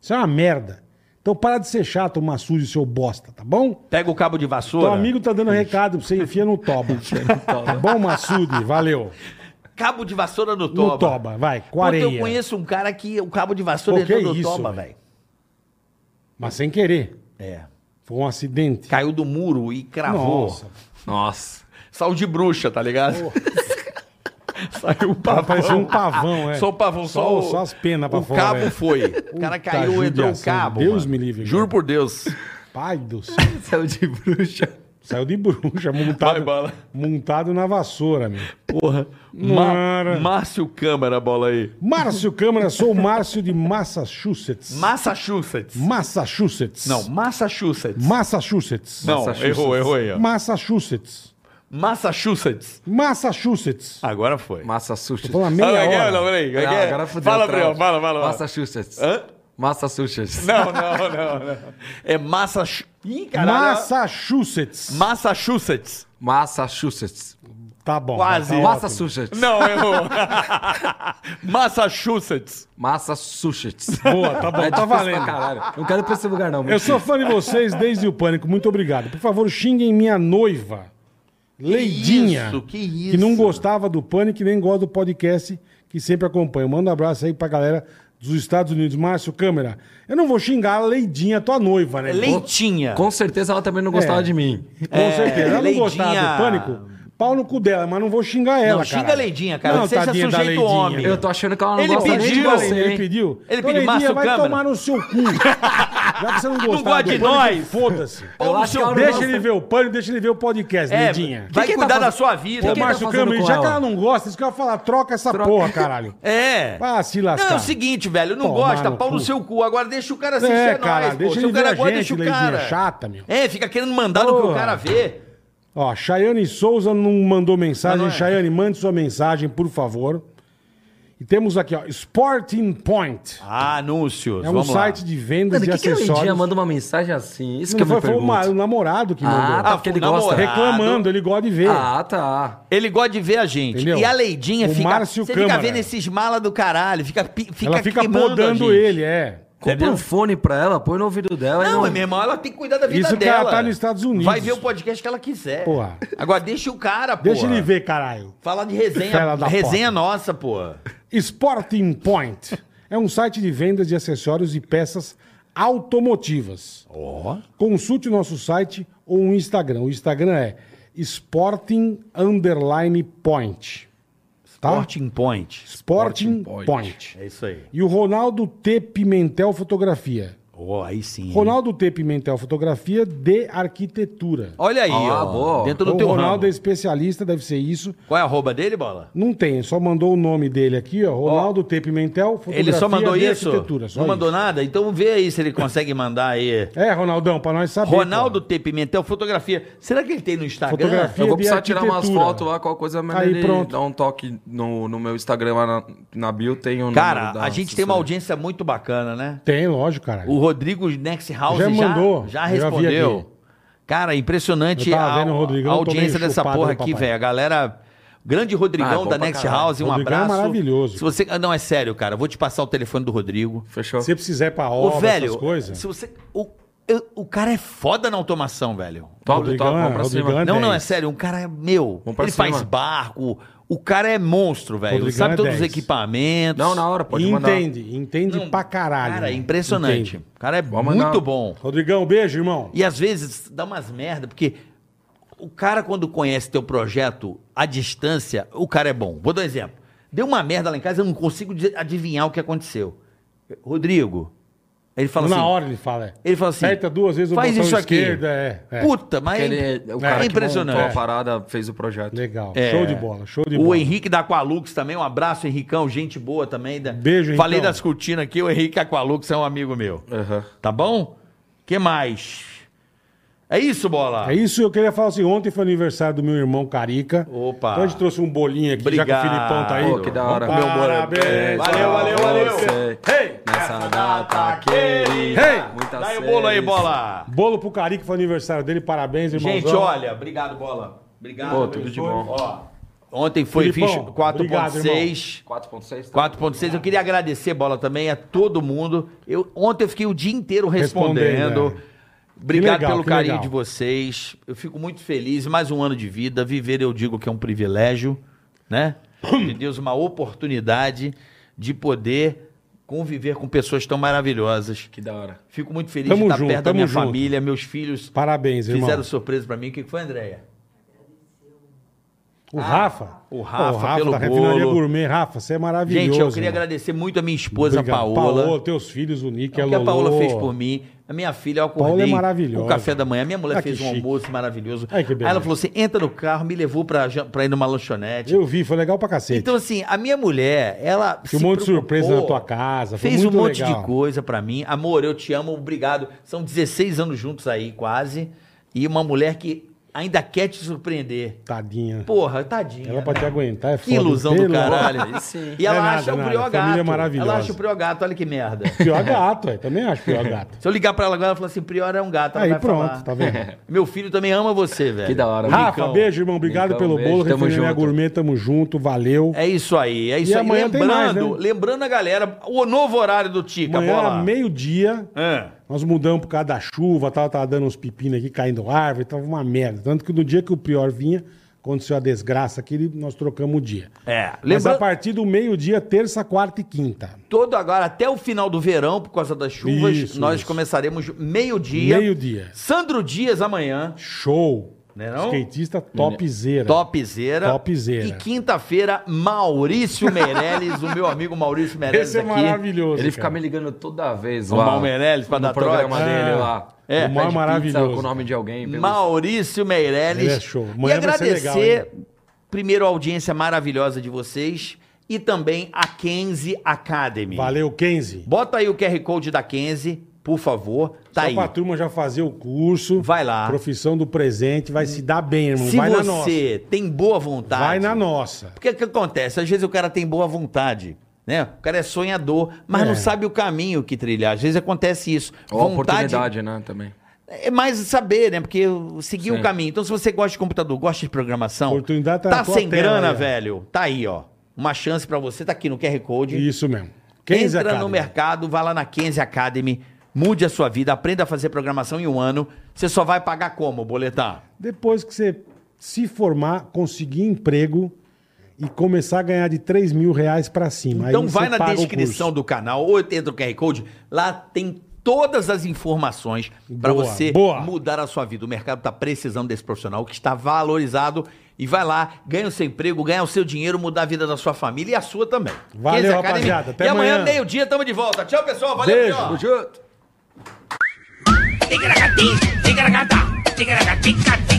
S3: Isso é uma merda. Então para de ser chato, Massude, seu bosta, tá bom?
S5: Pega o cabo de
S3: Teu
S5: vassoura.
S3: amigo tá dando recado pra você, enfia no toba. tá bom, Massude? Valeu.
S5: Cabo de vassoura no toba.
S3: No toba, vai, com
S5: Puta, eu
S3: areia.
S5: conheço um cara que o cabo de vassoura
S3: Pô, que
S5: entrou no
S3: isso,
S5: toba,
S3: velho.
S5: velho.
S3: Mas sem querer.
S5: É.
S3: Foi um acidente.
S5: Caiu do muro e cravou.
S3: Nossa.
S4: Nossa.
S5: Saiu de bruxa, tá ligado? Saiu um pavão.
S3: Cara, parecia um pavão, é.
S5: Só o pavão, só,
S3: Só-
S5: o-
S3: só as penas pra
S5: O
S3: fora,
S5: cabo
S3: é.
S5: foi. O
S3: Puta
S5: cara caiu, entrou o
S3: judiação.
S5: cabo.
S3: Deus
S5: mano.
S3: me livre,
S5: Juro
S3: cara.
S5: por Deus.
S3: Pai do céu.
S4: Saiu de bruxa.
S3: Saiu de bruxa, montado,
S5: Vai, bola.
S3: montado na vassoura, meu.
S5: Porra.
S3: Mara.
S5: Ma Márcio Câmara, a bola aí.
S3: Márcio Câmara, sou o Márcio de Massachusetts.
S5: Massachusetts.
S3: Massachusetts.
S5: Não, Massachusetts.
S3: Massachusetts.
S5: Não,
S4: Massachusetts.
S5: errou, errou aí. ó.
S3: Massachusetts.
S5: Massachusetts.
S3: Massachusetts.
S5: Agora foi.
S4: Massachusetts.
S3: Fala
S5: Ah,
S3: meia
S5: não,
S3: hora.
S5: não, peraí.
S4: Não,
S5: É que-
S4: agora fudeu.
S5: fala,
S4: trava.
S5: Brião, fala, fala. fala.
S4: Massachusetts.
S5: Hã?
S4: Massachusetts.
S5: Não, não, não, não. É Massachusetts. Ih, Massa...
S3: Massachusetts.
S5: Massachusetts.
S4: Massachusetts.
S3: Tá bom.
S5: Quase.
S3: Tá ótimo.
S4: Massachusetts.
S5: Não, errou. Massachusetts.
S4: Massachusetts. É
S3: Boa, tá bom, tá
S4: difícil
S3: valendo.
S4: pra caralho. Não quero ir pra esse lugar, não.
S3: Eu sou fã de vocês desde o Pânico. Muito obrigado. Por favor, xinguem minha noiva, Leidinha,
S2: isso, que isso.
S3: que não gostava do Pânico e nem gosta do podcast que sempre acompanha. Manda um abraço aí pra galera dos Estados Unidos. Márcio, câmera. Eu não vou xingar a Leidinha, tua noiva, né?
S5: Leitinha.
S4: Com certeza ela também não gostava
S3: É.
S4: de mim.
S3: Com certeza. Ela não
S5: Leidinha-
S3: gostava do Pânico. Pau no cu dela, mas não vou xingar ela,
S5: Não, xinga
S3: caralho.
S5: a Leidinha, cara, que seja
S3: tadinha da
S5: sujeito
S3: Leidinha.
S5: homem.
S4: Eu tô achando que ela não
S5: Ele
S4: gosta nem de
S5: pediu,
S4: você.
S3: Ele
S4: hein?
S3: pediu.
S5: Ele
S3: Então,
S5: pediu, Márcio
S3: vai
S5: Câmara.
S3: tomar no seu cu. Já que você não gostava
S5: gosta
S3: do
S5: de
S3: Pânico,
S5: nós.
S3: Foda-se.
S4: Eu acho que ela não
S3: Deixa
S4: gosta-
S3: ele ver o pânico, deixa ele ver o podcast,
S5: É,
S3: Lindinha.
S5: vai
S4: Que que
S5: cuidar
S4: tá
S5: da
S4: fazendo?
S5: sua vida.
S3: Ô,
S4: que ele tá
S3: Márcio
S4: fazendo
S3: Câmara,
S4: com
S3: já
S4: ela?
S3: que ela não gosta, isso que eu ia falar, troca essa porra, caralho.
S5: É.
S3: Vá se
S5: Não,
S3: lascar.
S5: é o seguinte, velho, não assim,
S3: Tomar
S5: gosta,
S3: no
S5: pau no
S3: cu.
S5: seu cu. Agora deixa o cara assistir
S3: É,
S5: a nós,
S3: cara,
S5: pô.
S3: deixa
S5: Se
S3: ele
S5: o cara
S3: ver a
S5: gosta,
S3: gente,
S5: deixa o
S3: Leidinha,
S5: cara.
S3: chata, meu.
S5: É, fica querendo mandar no que o
S3: Porra.
S5: cara vê.
S3: Ó, Chayane Souza não mandou mensagem.
S5: Mas não é.
S3: Chayane, mande sua mensagem, por favor. E temos aqui, ó, Sporting Point.
S5: Ah, anúncios,
S3: É um
S5: vamos lá.
S3: site de vendas
S4: Mano,
S3: e
S4: que, que a
S3: acessórios.
S4: Lindinha manda uma mensagem assim? Isso que
S3: não
S4: eu me
S3: foi, foi o
S4: pergunto.
S3: ma- um o namorado que mandou.
S4: Ah, tá, porque ele
S5: Ah,
S4: gosta.
S5: namorado.
S3: Reclamando, ele gosta de ver.
S4: Ah, tá.
S5: Ele gosta de ver a gente.
S3: Entendeu?
S5: E a Leidinha
S3: O
S5: fica.
S3: Márcio
S5: você
S3: Câmara.
S5: fica vendo esses mala do caralho, fica, pi- fica
S3: Ela fica
S5: queimando a
S3: podando
S5: gente.
S3: ele, é.
S4: Compra
S5: Entendeu?
S4: um fone pra ela, põe no ouvido dela. e
S5: Não, é meu irmão, ela tem que cuidar da vida
S3: Isso que
S5: dela.
S3: ela tá nos Estados Unidos.
S5: Vai ver o podcast que ela quiser.
S3: Porra.
S5: Agora deixa o cara, pô.
S3: Deixa ele ver, caralho.
S5: Fala de resenha.
S3: Fela da porra.
S5: resenha nossa, pô.
S3: Tá? Sporting Point é um site de vendas de acessórios e peças automotivas. Consulte o nosso site ou o Instagram. O Instagram é Sporting Underline Point. Tá?
S5: Sporting Point.
S3: Sporting, Point.
S5: É isso aí.
S3: E o Ronaldo T. Pimentel Fotografia.
S5: Ó, aí sim.
S3: Ronaldo T. Pimentel Fotografia de Arquitetura.
S5: Olha aí,
S4: Ah,
S5: ó.
S4: boa.
S5: Dentro do
S3: o
S5: teu
S3: Ronaldo é
S5: ramo.
S3: especialista, deve ser isso.
S5: Qual é a arroba dele, bola?
S3: Não tem, só mandou o nome dele aqui, ó. Ronaldo T. Pimentel, fotografia
S5: Ele só mandou
S3: de
S5: isso?
S3: arquitetura. Só
S5: Não mandou
S3: isso.
S5: nada? Então vê aí se ele consegue mandar aí.
S3: É, Ronaldão, pra nós saber.
S5: Ronaldo
S3: pô.
S5: T. Pimentel, fotografia. Será que ele tem no Instagram?
S3: Fotografia.
S4: Eu vou
S3: de
S4: precisar tirar umas
S3: arquitetura.
S4: fotos lá, qualquer coisa, mas
S3: Aí,
S4: ele
S3: pronto.
S4: dá um toque no, no meu Instagram lá na, na bio, tem o
S5: Cara,
S4: número da
S5: a gente tem
S4: assessoria.
S5: uma audiência muito bacana, né?
S3: Tem, lógico, cara.
S5: O Rodrigo Next House
S3: Já
S5: já,
S3: mandou,
S5: já
S3: já vi aqui.
S5: respondeu. Cara, impressionante
S3: Eu
S5: a,
S3: tava vendo o Rodrigão,
S5: a
S3: tô meio
S5: audiência dessa
S3: chupado
S5: porra
S3: do
S5: aqui,
S3: papai.
S5: velho. A galera. Grande
S4: Ah, é
S5: Rodrigão
S4: bom
S5: da
S4: pra
S5: Next
S4: caralho.
S5: House, um
S3: Rodrigão é
S5: abraço.
S3: maravilhoso.
S5: Se você, ah, não, é sério, cara. Vou te passar o telefone do Rodrigo.
S4: Fechou?
S3: Se você precisar ir pra
S5: Ô,
S3: obra, essas
S5: velho,
S3: coisas.
S5: se você. o- eu- o cara é foda na automação, velho.
S4: Top,
S3: Rodrigão
S4: top,
S3: é-
S4: vamos pra
S3: Rodrigão
S4: cima.
S3: é
S4: Não,
S5: Não, não, é
S3: 10.
S5: sério. Um cara é meu.
S4: Vamos pra
S5: Ele faz
S4: cima.
S5: barco. O cara é monstro, velho. Ele
S3: Rodrigão
S5: sabe
S3: é
S5: todos os
S3: 10.
S5: equipamentos.
S4: Não, na hora, pode mandar.
S3: entende, entende pra caralho.
S5: Cara, é impressionante.
S3: Entende.
S5: O cara é
S4: Vamos
S5: muito
S3: então.
S4: mandar.
S5: bom.
S3: Rodrigão, um beijo, irmão.
S5: E às vezes dá umas merda, porque o cara, quando conhece teu projeto à distância, o cara é bom. Vou dar um exemplo. Deu uma merda lá em casa, eu não consigo di- adivinhar o que aconteceu. Rodrigo, ele fala
S3: Na
S5: assim.
S3: hora ele fala. é.
S5: Ele fala assim.
S3: Aperta duas vezes o
S5: faz
S3: botão
S5: isso aqui.
S3: esquerda. É, é.
S5: Puta, mas
S4: Aquele- o cara
S5: é
S4: que montou a
S5: impressionante.
S4: parada fez o projeto.
S3: Legal.
S5: É.
S3: Show de bola, show de
S5: o
S3: bola.
S5: Henrique da Aqualux também, um abraço, Henricão, gente boa também. Da...
S3: Beijo,
S5: Falei
S3: Henricão.
S5: das cortinas aqui, o Henrique Aqualux é um amigo meu.
S4: Aham.
S5: Tá bom? que mais? É isso, Bola?
S3: É isso, eu queria falar assim, ontem foi aniversário do meu irmão Carica.
S5: Opa.
S3: Então a gente trouxe um bolinho aqui, já que o
S5: Obrigado.
S3: Filipão tá aí.
S4: Pô, que da hora.
S3: Vamos comer um bolinho. Parabéns.
S5: Valeu, valeu, valeu.
S4: Ei, nessa data querida.
S3: Ei,
S4: muita
S5: Dá aí o bolo aí,
S4: sexta.
S5: Bola.
S3: Bolo pro Carica, foi aniversário dele, parabéns, irmãozão.
S5: Gente, olha, obrigado, Bola. Obrigado.
S4: Pô, tudo de bom.
S5: Ó, ontem foi fiz
S3: Filipão, obrigado,
S5: 4.6.
S4: 4.6.
S5: 4.6, eu queria agradecer, Bola, também a todo mundo. Eu, ontem eu fiquei o dia inteiro respondendo.
S3: Respondendo, é.
S5: Obrigado
S3: Que legal,
S5: pelo
S3: que
S5: carinho
S3: legal.
S5: de vocês. Eu fico muito feliz. Mais um ano de vida. Viver, eu digo que é um privilégio, né? De Deus, uma oportunidade de poder conviver com pessoas tão maravilhosas.
S4: Que da hora.
S5: Fico muito feliz
S3: Tamo
S5: de estar
S3: junto,
S5: perto da
S3: tamo
S5: minha
S3: junto.
S5: família, meus filhos
S3: Parabéns, irmão.
S5: fizeram surpresa pra mim. O que que foi, Andréia?
S3: O Rafa.
S5: o Rafa pelo
S3: da Refinaria
S5: bolo.
S3: Gourmet. Rafa, você é maravilhoso.
S5: Gente, eu queria
S3: irmão.
S5: agradecer muito a minha esposa,
S3: Obrigado.
S5: Paola.
S3: Paola, teus filhos, o Nick,
S5: É
S3: a
S5: o que a
S3: Lolo.
S5: Paola fez por mim. A minha filha, eu acordei
S3: Paola é maravilhosa.
S5: o café da manhã. Minha mulher
S3: Ah, que
S5: fez um
S3: chique.
S5: almoço maravilhoso.
S3: Ai, que
S5: Aí
S3: beleza.
S5: ela falou assim, entra no carro, me levou pra, jan- pra ir numa lanchonete.
S3: Eu vi, foi legal pra cacete.
S5: Então, assim, a minha mulher, ela
S3: Tinha um monte de
S5: preocupou,
S3: surpresa na tua casa, foi
S5: Fez
S3: muito
S5: um monte
S3: legal.
S5: de coisa pra mim. Amor, eu te amo, obrigado. São 16 anos juntos aí, quase. E uma mulher que ainda quer te surpreender.
S3: Tadinha.
S5: Porra, tadinha.
S3: Ela pra te aguentar é
S5: Que
S3: foda,
S5: ilusão
S3: pelo
S5: do caralho.
S4: amor de Deus.
S5: E ela
S3: É nada,
S5: acha o
S3: nada.
S5: prió
S3: Família é
S5: gato.
S3: maravilhosa.
S5: Ela acha o prió gato, olha que merda.
S3: Pior gato, é. também acho pior gato.
S5: Se eu ligar pra ela agora, ela fala assim, Prior é um gato. Ela
S3: Aí
S5: vai
S3: pronto,
S5: falar.
S3: tá vendo?
S5: Meu filho também ama você, velho.
S4: Que da hora.
S3: Rafa,
S4: Micão.
S3: beijo, irmão. Obrigado
S4: Micão,
S3: pelo
S4: beijo,
S3: bolo.
S4: tamo
S3: Refinaria
S4: junto.
S3: Gourmet, tamo junto. Valeu.
S5: É isso aí, é isso
S3: E
S5: aí.
S3: amanhã tem
S5: lembrando,
S3: mais, né?
S5: lembrando a galera, o novo horário do Tica,
S3: Amanhã,
S5: bola.
S3: meio-dia,
S5: É.
S3: nós mudamos por causa da chuva, tava, tava dando uns pepinos aqui, caindo árvore, tava uma merda. Tanto que no dia que o Prior vinha, aconteceu a desgraça aqui, ele- nós trocamos o dia.
S5: É,
S3: Mas a
S5: lembrando
S3: partir do meio-dia, terça, quarta e quinta.
S5: todo agora, até o final do verão, por causa das chuvas,
S3: Isso,
S5: nós
S3: isso.
S5: começaremos meio-dia.
S3: Meio-dia.
S5: Sandro Dias amanhã,
S3: Show.
S5: Né não?
S3: Skatista topzera.
S5: topzera.
S3: Topzera.
S5: E quinta-feira, Maurício Meirelles, o meu amigo Maurício Meirelles
S3: Esse é
S5: aqui.
S3: maravilhoso.
S4: Ele fica
S3: cara.
S4: me ligando toda vez
S5: O
S4: lá.
S5: Mal Meirelles pra
S4: no
S5: dar
S4: programa
S5: trote.
S4: dele
S3: É.
S4: lá.
S5: É.
S4: Pede
S3: O Mal é
S4: pizza
S3: maravilhoso.
S4: Com o nome de alguém. pelo-
S5: Maurício Meirelles.
S3: Ele é show.
S5: E
S3: Amanhã vai ser
S5: agradecer,
S3: legal,
S5: primeiro, a audiência maravilhosa de vocês e também a Kenzie Academy.
S3: Valeu, Kenzie.
S5: Bota aí o QR Code da Kenzie, por favor. Tá
S3: Só
S5: aí.
S3: Então, pra turma já fazer o curso.
S5: Vai lá.
S3: Profissão do presente, vai se dar bem, irmão.
S5: Se
S3: vai na nossa.
S5: você tá tem boa vontade.
S3: Vai na nossa.
S5: Porque o que acontece? Às vezes o cara tem boa vontade. Né? O cara é sonhador, mas
S3: É.
S5: não sabe o caminho que trilhar. Às vezes acontece isso.
S4: Ou a oportunidade, né, também.
S5: É mais saber, né? Porque seguir o
S4: Sim.
S5: caminho. Então, se você gosta de computador, gosta de programação,
S3: Oportunidade tá
S5: tá,
S3: na tua
S5: sem
S3: tela
S5: grana,
S3: aí, ó.
S5: velho. Tá aí, ó. Uma chance pra você, tá aqui no QR Code.
S3: Isso mesmo. Kenzie
S5: Entra
S3: Academy.
S5: no mercado, vai lá na Kenzie Academy, mude a sua vida, aprenda a fazer programação em um ano. Você só vai pagar como, boletar?
S3: Depois que você se formar, conseguir emprego e começar a ganhar de 3 mil reais pra cima.
S5: Então
S3: Aí
S5: vai
S3: você
S5: na
S3: paga o
S5: descrição
S3: curso.
S5: do canal ou entra no QR Code, lá tem todas as informações para
S3: Boa,
S5: você
S3: boa.
S5: mudar a sua vida. O mercado tá precisando desse profissional que está valorizado e vai lá, ganha o seu emprego, ganha o seu dinheiro, mudar a vida da sua família e a sua também.
S3: Valeu,
S5: Kenzie Academy.
S3: rapaziada. Até
S5: e amanhã,
S3: amanhã.
S5: meio-dia, tamo de volta. Tchau, pessoal. Valeu,
S3: Beijo.
S5: tchau.
S4: Tamo junto.
S1: Ticaracati, ticaracata, ticaracati,